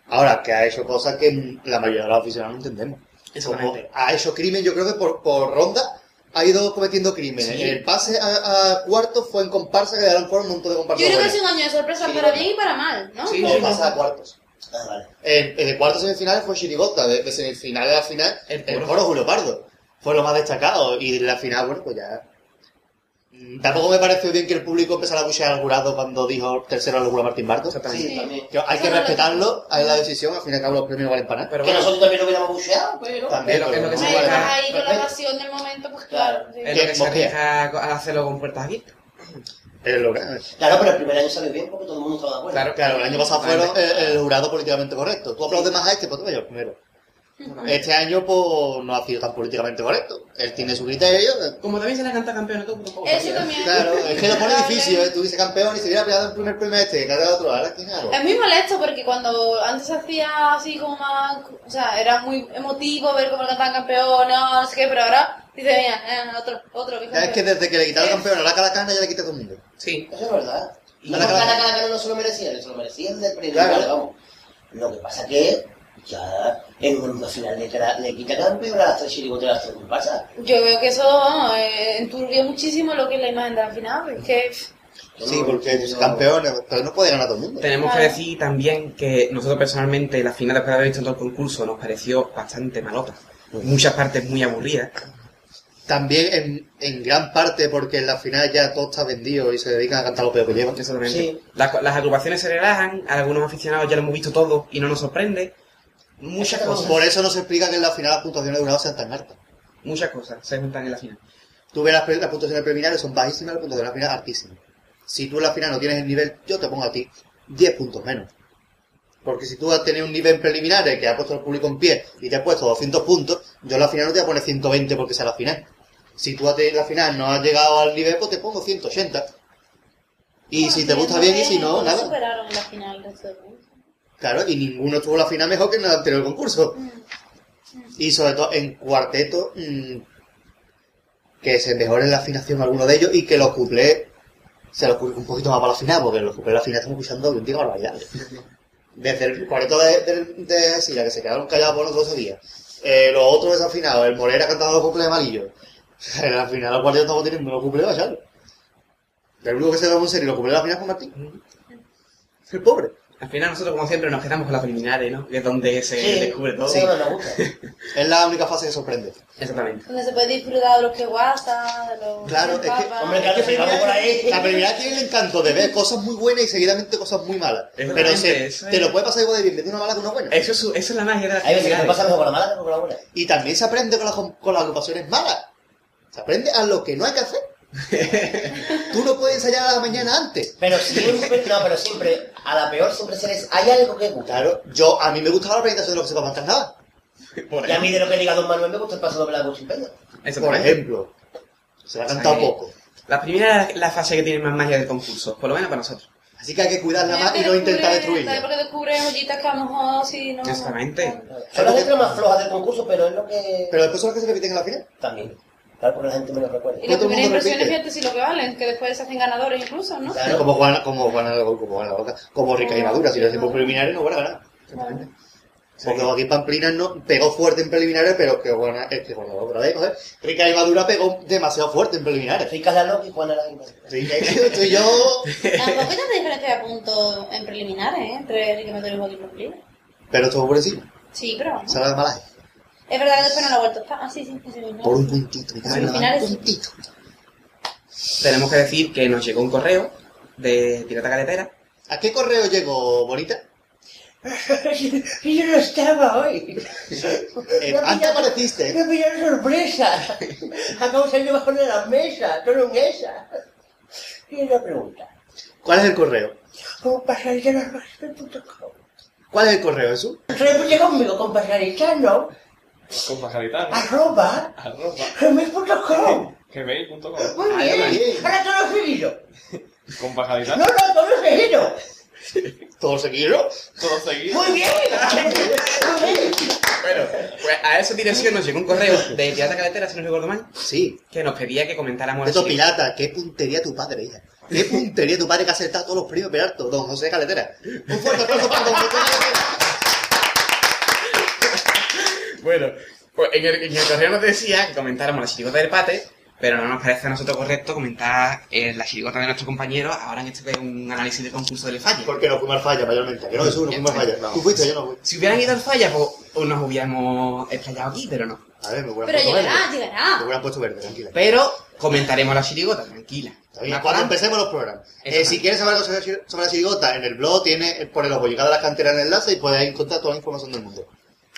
Speaker 1: Ahora, que ha hecho cosas que mm, la mayoría de los aficionados no entendemos. Como
Speaker 4: Exactamente.
Speaker 1: ha hecho crimen, yo creo que por, por ronda, ha ido cometiendo crímenes.
Speaker 5: Sí.
Speaker 1: El pase a, a cuartos fue en comparsa, que quedaron fuera un montón de comparsas.
Speaker 10: Yo creo que ha
Speaker 1: buenas.
Speaker 10: sido un año de sorpresa,
Speaker 5: Sí.
Speaker 10: para bien y para mal, ¿no?
Speaker 4: Sí,
Speaker 1: O
Speaker 4: sí.
Speaker 1: pasa a cuartos.
Speaker 5: Ah, vale.
Speaker 1: Eh, En, en el cuarto semifinal fue Chirigota, de, de semifinal a la final, el,
Speaker 4: El
Speaker 1: el
Speaker 4: coro.
Speaker 1: coro Julio Pardo. Fue lo más destacado. Y la final, bueno, pues ya. Mm, Tampoco me pareció bien que el público empezara a buchear al jurado cuando dijo tercero al jurado Martín Bartos.
Speaker 5: Sí,
Speaker 1: Que
Speaker 5: también.
Speaker 1: hay que respetarlo, hay la decisión, al final y al cabo los premios valen para nada.
Speaker 4: Pero
Speaker 5: Que
Speaker 4: bueno,
Speaker 5: nosotros también lo hubiéramos bucheado, pero...
Speaker 1: También,
Speaker 4: es lo- es
Speaker 1: pero
Speaker 4: lo que
Speaker 1: no
Speaker 4: se
Speaker 10: Ahí
Speaker 1: vale
Speaker 4: llama-
Speaker 1: nada.
Speaker 10: estás ahí con la
Speaker 5: Perfecto.
Speaker 10: pasión del momento, pues
Speaker 5: Claro.
Speaker 10: claro. sí.
Speaker 4: es lo que se
Speaker 1: mosquea.
Speaker 4: arriesga a hacerlo con puertas abiertas.
Speaker 1: Es lo que-
Speaker 5: Claro, pero el primer año salió bien porque todo el mundo estaba de acuerdo.
Speaker 4: Claro.
Speaker 1: Claro, el año pasado fueron el, el jurado políticamente correcto. Tú aplaudes más a este, pues tú yo primero. Este año, pues, no ha sido tan políticamente correcto. Él tiene su criterio.
Speaker 4: Como también se la canta campeón, tú tampoco.
Speaker 10: Eso
Speaker 4: sabías.
Speaker 10: también.
Speaker 1: Claro, es que lo pone
Speaker 10: Claro.
Speaker 1: difícil, ¿eh? Tú dices campeón y se hubiera peleado el primer premio este, que cada otro, ahora tiene algo.
Speaker 10: Es muy molesto porque cuando antes se hacía así como más. O sea, era muy emotivo ver cómo cantaban campeón, no, no sé qué, pero ahora dice, mira, eh, otro, otro. que
Speaker 1: Ya es que
Speaker 10: campeón".
Speaker 1: desde que le quitaron campeón a la calacana ya le quita a todo el mundo.
Speaker 4: Sí.
Speaker 5: Eso es verdad. Y
Speaker 1: La
Speaker 5: la
Speaker 1: cara-
Speaker 5: cara cara no se lo merecía, se lo merecía desde el primer
Speaker 1: Claro.
Speaker 5: lugar, vamos. Lo que pasa que ya en una final le, tra- le quita campeón a las tres chirigoteras, las tres comparsas.
Speaker 10: Yo veo que eso vamos, eh, enturbia muchísimo lo que es la imagen de la final. Es que. pff,
Speaker 5: Yo
Speaker 1: Sí,
Speaker 5: no-
Speaker 1: porque
Speaker 5: yo-
Speaker 1: campeones, pero no puede ganar a todo el mundo.
Speaker 4: Tenemos que
Speaker 10: Claro.
Speaker 4: decir también que nosotros personalmente la final, después de haber visto todo el concurso, nos pareció bastante malota. Muchas partes muy aburridas.
Speaker 1: También en, en gran parte porque en la final ya todo está vendido y se dedican a cantar lo peor que llevan.
Speaker 4: Exactamente.
Speaker 5: Sí.
Speaker 4: Las, las agrupaciones se relajan, algunos aficionados ya lo hemos visto todo y no nos sorprende. Muchas
Speaker 5: Exacto.
Speaker 4: cosas,
Speaker 1: Por eso no se explica que en la final las puntuaciones de jurado sean tan altas.
Speaker 4: muchas cosas se juntan en la final.
Speaker 1: Tú ves las, pre- las puntuaciones preliminares, son bajísimas, las puntuaciones de la final altísimas. Si tú en la final no tienes el nivel, yo te pongo a ti 10 puntos menos. Porque si tú has tenido un nivel preliminar que ha puesto el público en pie y te has puesto 200 puntos, yo en la final no te voy a poner 120 porque sea la final. Si tú has te- en la final no has llegado al nivel, pues te pongo 180. Y si te gusta bien y si no,
Speaker 10: no
Speaker 1: nada.
Speaker 10: superaron la final este el resto del mundo.
Speaker 1: Claro, y ninguno tuvo la final mejor que en el anterior concurso. Y sobre todo en cuarteto, mm, que se mejore la afinación alguno de ellos y que los cuplés se los cuplé un poquito más para la final, porque los cuplés de la final estamos escuchando auténtica barbaridad. Desde el cuarteto de, de, de Sila, que se quedaron callados por otros días. Eh, los otros desafinados, el Morera cantando los cuplés amarillos. En la final, el cuarteto estamos teniendo los cuplés vallados. El único que se da un serio y los cuplés de la final fue Martín. El pobre.
Speaker 4: Al final nosotros como siempre nos quedamos con las preliminares, ¿no? Que es donde se
Speaker 5: Sí,
Speaker 4: descubre todo.
Speaker 5: sí, no nos gusta.
Speaker 1: Es la única fase que sorprende.
Speaker 4: Exactamente.
Speaker 10: Donde se puede disfrutar de los que guasa, de los.
Speaker 1: Claro, es que-
Speaker 10: papas.
Speaker 5: Hombre, claro,
Speaker 1: Es que
Speaker 5: se acabó por ahí.
Speaker 1: La primera tiene el encanto de ver cosas muy buenas y seguidamente cosas muy malas. Pero se-
Speaker 4: eso es.
Speaker 1: te lo puede pasar igual de bien de una mala que una buena.
Speaker 4: Eso es, su- eso es la magia de las
Speaker 5: Hay veces que te
Speaker 4: preliminares.
Speaker 5: pasa mejor con la mala que con la buena.
Speaker 1: Y también se aprende con las, con las agrupaciones malas. Se aprende a lo que no hay que hacer. Tú no puedes ensayar a la mañana antes.
Speaker 5: Pero siempre, no, pero siempre, a la peor siempre se les... Hay algo que gusta.
Speaker 1: Claro, yo a mí me gustaba la presentación de los que sepa cantar nada.
Speaker 4: Por
Speaker 5: Y a mí de lo que diga Don Manuel me gusta el paso doble de Cuchipella.
Speaker 1: Por
Speaker 4: Exactamente.
Speaker 1: ejemplo, se la ha cantado
Speaker 4: Ahí.
Speaker 1: poco.
Speaker 4: La primera es la fase que tiene más magia del concurso, por lo menos para nosotros.
Speaker 1: Así que hay que cuidarla
Speaker 10: También
Speaker 1: más y
Speaker 10: te
Speaker 1: no intentar
Speaker 10: descubre-
Speaker 1: destruirla.
Speaker 10: también Porque descubre joyitas que a lo mejor si no.
Speaker 4: Exactamente.
Speaker 5: Son las letras más flojas del concurso, pero es lo que...
Speaker 1: Pero después son las que se repiten en la final.
Speaker 5: También. Claro, porque la gente me lo recuerda.
Speaker 10: Y
Speaker 1: No
Speaker 10: las
Speaker 1: todo el
Speaker 10: primeras
Speaker 1: mundo
Speaker 10: impresiones,
Speaker 1: repite.
Speaker 10: fíjate si lo que valen, que después se hacen ganadores incluso, ¿no?
Speaker 5: Claro.
Speaker 1: Como Juan, como Juan, como Juan la Boca, como Rica y Madura. Si lo hacen por preliminares no van a ganar.
Speaker 10: Claro.
Speaker 1: Porque Joaquín Pamplina no pegó fuerte en preliminares, pero que Juana, es que Juana López, ¿eh? Joder, Rica y Madura pegó demasiado fuerte en preliminares.
Speaker 5: Rica la loca y Juana la Gimba.
Speaker 1: Sí, que estoy yo.
Speaker 10: Tampoco hay tanta diferencia de puntos en preliminares, ¿eh? Entre Enrique Maduro y Joaquín Pamplina.
Speaker 1: Pero estuvo por encima.
Speaker 10: Sí, pero vamos.
Speaker 1: Sala de Malaje.
Speaker 10: Es verdad que después no lo ha vuelto a estar. Ah, sí, sí, ese mismo.
Speaker 1: ¿eh? Por un puntito. me cago en la madre,
Speaker 10: Preliminares,
Speaker 1: Un
Speaker 10: sí.
Speaker 1: puntito.
Speaker 4: Tenemos que decir que nos llegó un correo de Pirata Caletera.
Speaker 1: ¿A qué correo llegó, Bonita?
Speaker 5: Yo no estaba hoy.
Speaker 1: Eh, antes apareciste. ¿eh?
Speaker 5: Me pillaron sorpresa. Acabo de salir debajo de la mesa, todo en esa. Y una pregunta.
Speaker 1: ¿Cuál es el correo?
Speaker 5: ¿Cómo pasaría la raspberry.com?
Speaker 1: ¿Cuál es el correo, Jesús?
Speaker 5: Repite conmigo con pasaritano,
Speaker 6: Con
Speaker 5: Ah.
Speaker 6: pajaritano.
Speaker 5: arroba,
Speaker 6: Arroba.
Speaker 5: gmail.com.
Speaker 6: Gmail.com.
Speaker 5: Muy
Speaker 1: Ah,
Speaker 5: bien,
Speaker 1: bien.
Speaker 5: ahora todo seguido.
Speaker 6: Con
Speaker 5: No,
Speaker 6: pajaritano.
Speaker 5: no, todo seguido.
Speaker 1: ¿Todo seguido?
Speaker 6: Todo seguido.
Speaker 5: Muy bien. Muy bien.
Speaker 4: Bueno, pues a esa dirección nos llegó un correo de Pirata Caletera, si no recuerdo mal,
Speaker 1: Sí.
Speaker 4: que nos pedía que comentáramos
Speaker 1: Beto
Speaker 4: así.
Speaker 1: Pilata, qué puntería tu padre, hija. Qué puntería tu padre que ha acertado todos los premios Peralto, don José Caletera. Un fuerte aplauso para don José Caletera.
Speaker 4: Bueno, pues en el, en el correo nos decía que comentáramos la chirigota del pate, pero no nos parece a nosotros correcto comentar eh, la chirigota de nuestro compañero ahora en esto que es un análisis de concurso del falla.
Speaker 1: Porque no fuimos al falla mayormente. Que no, eso no fuimos al falla. Tú fuiste, yo no fui.
Speaker 4: Si hubieran ido al falla, pues o nos hubiéramos explayado aquí, pero no.
Speaker 1: A ver, me hubieran
Speaker 3: Pero
Speaker 1: puesto verde.
Speaker 3: llegará, llegará.
Speaker 1: Me hubieran puesto verde, tranquila.
Speaker 4: Pero comentaremos la chirigota, tranquila.
Speaker 1: Está bien,
Speaker 4: Una
Speaker 1: Cuando
Speaker 4: cosa-
Speaker 1: empecemos los programas. Eh,
Speaker 4: Exactamente.
Speaker 1: si quieres saber algo sobre, la chir- sobre la chirigota, en el blog tiene por el obollicado de las canteras en el enlace y puedes encontrar toda la información del mundo.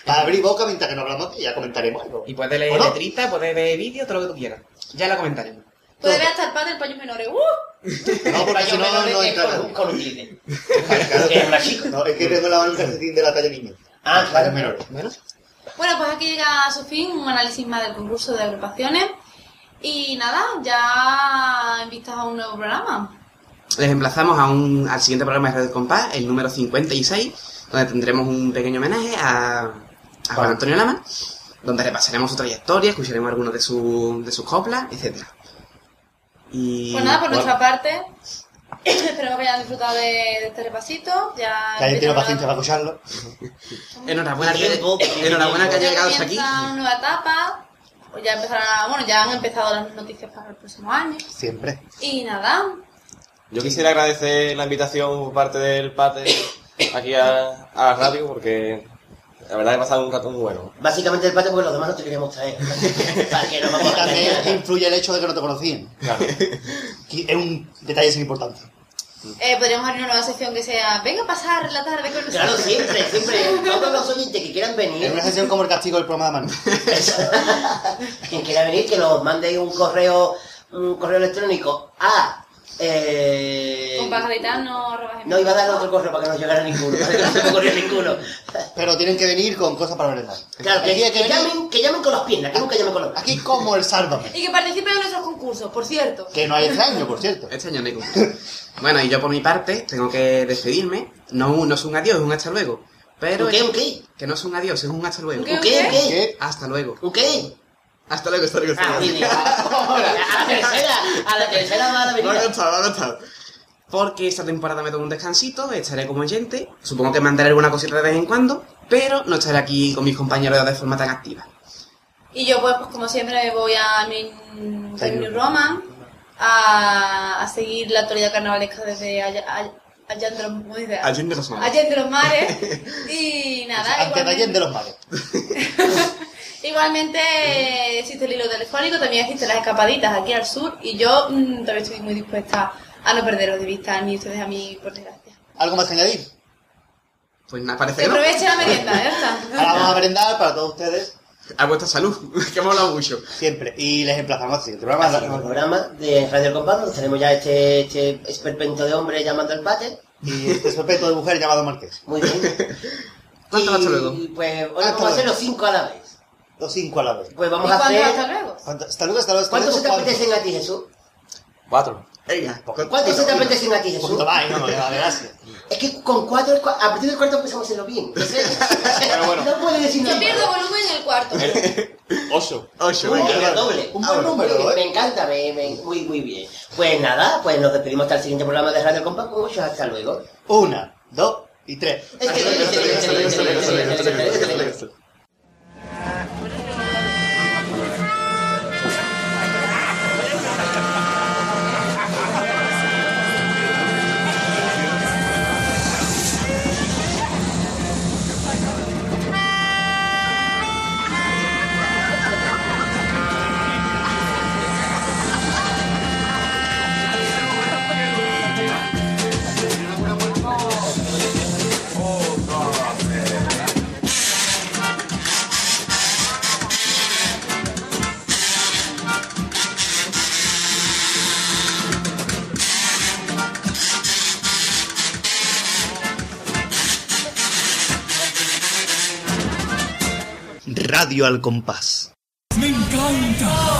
Speaker 1: Para abrir boca mientras que no hablamos y ya comentaremos algo.
Speaker 4: Y puedes leer
Speaker 1: ¿O no?
Speaker 4: letrita, puedes ver vídeos, todo lo que tú quieras. Ya la comentaremos.
Speaker 3: Puede ver hasta el padre del paño menores. ¡Uh!
Speaker 1: No, porque si no, no entra
Speaker 5: con,
Speaker 1: nadie.
Speaker 5: un- con un líder.
Speaker 1: Claro,
Speaker 5: Es una chica.
Speaker 1: No, es que tengo la mano en calcetín de la talla niño.
Speaker 5: Ah,
Speaker 1: Vale, menores.
Speaker 4: Bueno,
Speaker 3: Bueno, pues aquí llega a su fin un análisis más del concurso de agrupaciones. Y nada, ya invitas a un nuevo programa.
Speaker 4: les emplazamos a un, al siguiente programa de Red Compás, el número 56, donde tendremos un pequeño homenaje a, a Juan Antonio Lama, donde repasaremos su trayectoria, escucharemos algunos de, sus de sus coplas, etc. Y
Speaker 3: Pues nada, por
Speaker 1: bueno.
Speaker 3: nuestra parte, esperemos que hayan disfrutado de, de este repasito. Ya
Speaker 1: Que alguien tiene
Speaker 3: empieza
Speaker 1: paciencia
Speaker 3: una-
Speaker 1: para escucharlo.
Speaker 4: enhorabuena,
Speaker 5: Tiempo,
Speaker 4: que, enhorabuena que haya
Speaker 3: ya
Speaker 4: llegado hasta aquí.
Speaker 3: comienza una nueva etapa. Pues ya empezará, bueno, ya han empezado las noticias para el próximo año.
Speaker 1: Siempre.
Speaker 3: Y nada,
Speaker 8: Yo quisiera agradecer la invitación por parte del Pate aquí a, a la radio porque la verdad he pasado un rato muy bueno.
Speaker 5: Básicamente el patio porque los demás no te queríamos traer. Para que nos
Speaker 1: Y
Speaker 5: vamos a
Speaker 1: también
Speaker 5: cambiar.
Speaker 1: influye el hecho de que no te conocían.
Speaker 8: Claro.
Speaker 1: Que Es un detalle sin importancia.
Speaker 3: eh, podríamos abrir una nueva sección que sea, venga a pasar la tarde con nosotros.
Speaker 5: Claro, siempre, siempre. Todos los oyentes que quieran
Speaker 1: Es
Speaker 5: venir,
Speaker 1: una sesión como el castigo del programa de Manu.
Speaker 5: quien quiera venir, que nos mande un correo, un correo electrónico a. Eh,
Speaker 3: Con pajaritano, arroba gmail.
Speaker 5: no iba a dar otro correo para que no llegara ninguno. para que no se me ocurrió ninguno.
Speaker 1: Pero tienen que venir con cosas para verdad.
Speaker 5: Claro, que,
Speaker 1: Aquí hay que
Speaker 5: que
Speaker 1: venir-
Speaker 5: llamen, que llamen con las piernas, que nunca llamen con los
Speaker 1: Aquí como el sálvame.
Speaker 3: Y que participen en nuestros concursos, por cierto.
Speaker 1: Que no hay extraño, por cierto.
Speaker 4: Este año no hay concurso. Bueno, y yo por mi parte tengo que despedirme. No, no es un adiós, es un hasta luego. Pero
Speaker 5: ¿Un qué? ¿Un qué?
Speaker 4: que no es un adiós, es un hasta luego.
Speaker 5: ¿Un qué? ¿Un qué?
Speaker 1: ¿Qué?
Speaker 4: Hasta luego.
Speaker 5: ¿Un qué?
Speaker 4: Hasta luego, hasta luego. hasta
Speaker 5: Ah,
Speaker 4: luego.
Speaker 5: dime. A la tercera, a la tercera va a
Speaker 4: No
Speaker 5: venir.
Speaker 4: ha gastado, no ha gastado. Porque esta temporada me tomo un descansito, estaré como oyente, supongo que mandaré alguna cosita de vez en cuando, pero no estaré aquí con mis compañeros de forma tan activa.
Speaker 3: Y yo, pues, pues, como siempre, me voy a mi, a mi Roma a, a seguir la actualidad carnavalesca desde allá, allá, allá entre los- ¿cómo dice?
Speaker 4: Allende los malos.
Speaker 3: Allá entre los mares. Y nada,
Speaker 1: Antes de
Speaker 3: igualmente-
Speaker 1: Allende los mares.
Speaker 3: Igualmente eh, existe el hilo telefónico, también existen las escapaditas aquí al sur y yo mm, también estoy muy dispuesta a no perderos de vista ni ustedes a mí, por desgracia.
Speaker 1: ¿Algo más que añadir?
Speaker 4: Pues nada, parece
Speaker 3: Que
Speaker 4: que no.
Speaker 3: aprovechen la merienda, ¿eh? ya está.
Speaker 1: Ahora vamos a brindar para todos ustedes,
Speaker 4: A vuestra salud, que hemos hablado mucho.
Speaker 1: siempre. Y les emplazamos al siguiente
Speaker 5: Así que en el
Speaker 1: programa.
Speaker 5: programa de Radio Compás, donde tenemos ya este, este esperpento de hombre llamando al pate.
Speaker 1: Y este sujeto de mujer llamado Marqués.
Speaker 5: Muy bien.
Speaker 4: Hasta, hasta luego.
Speaker 5: Y pues hoy
Speaker 1: Hasta
Speaker 5: vamos a hacer
Speaker 1: luego.
Speaker 5: los cinco a la vez.
Speaker 1: Los cinco a la vez.
Speaker 5: Pues
Speaker 3: ¿Y
Speaker 5: vamos a
Speaker 3: cuándo? Hasta
Speaker 5: hacer.
Speaker 3: luego.
Speaker 1: ¿Cuánto- Hasta luego, hasta luego. hasta
Speaker 5: ¿Cuántos
Speaker 1: luego,
Speaker 5: se te
Speaker 1: ¿cuánto?
Speaker 5: apetecen a ti, Jesús?
Speaker 8: Cuatro.
Speaker 4: Venga. pues
Speaker 5: ¿Cuántos se te apetecen a ti,
Speaker 1: Un
Speaker 5: Jesús?
Speaker 1: poquito más, no, no, ya, gracias.
Speaker 5: Es que con cuatro, es cua- a partir del cuarto empezamos a hacerlo bien. Entonces, no puede decir nada.
Speaker 3: Yo pierdo volumen en el cuarto.
Speaker 8: Ocho.
Speaker 4: Ocho,
Speaker 5: Uy,
Speaker 4: venga.
Speaker 5: el doble.
Speaker 1: Un buen
Speaker 5: Ah,
Speaker 1: número,
Speaker 5: muy bien,
Speaker 1: ¿eh?
Speaker 5: Me encanta, me, me- muy, muy bien. Pues nada, pues nos despedimos hasta el siguiente programa de Radio Compás con muchos hasta luego.
Speaker 1: Una, dos y tres. Radio al compás.
Speaker 2: Me encanta.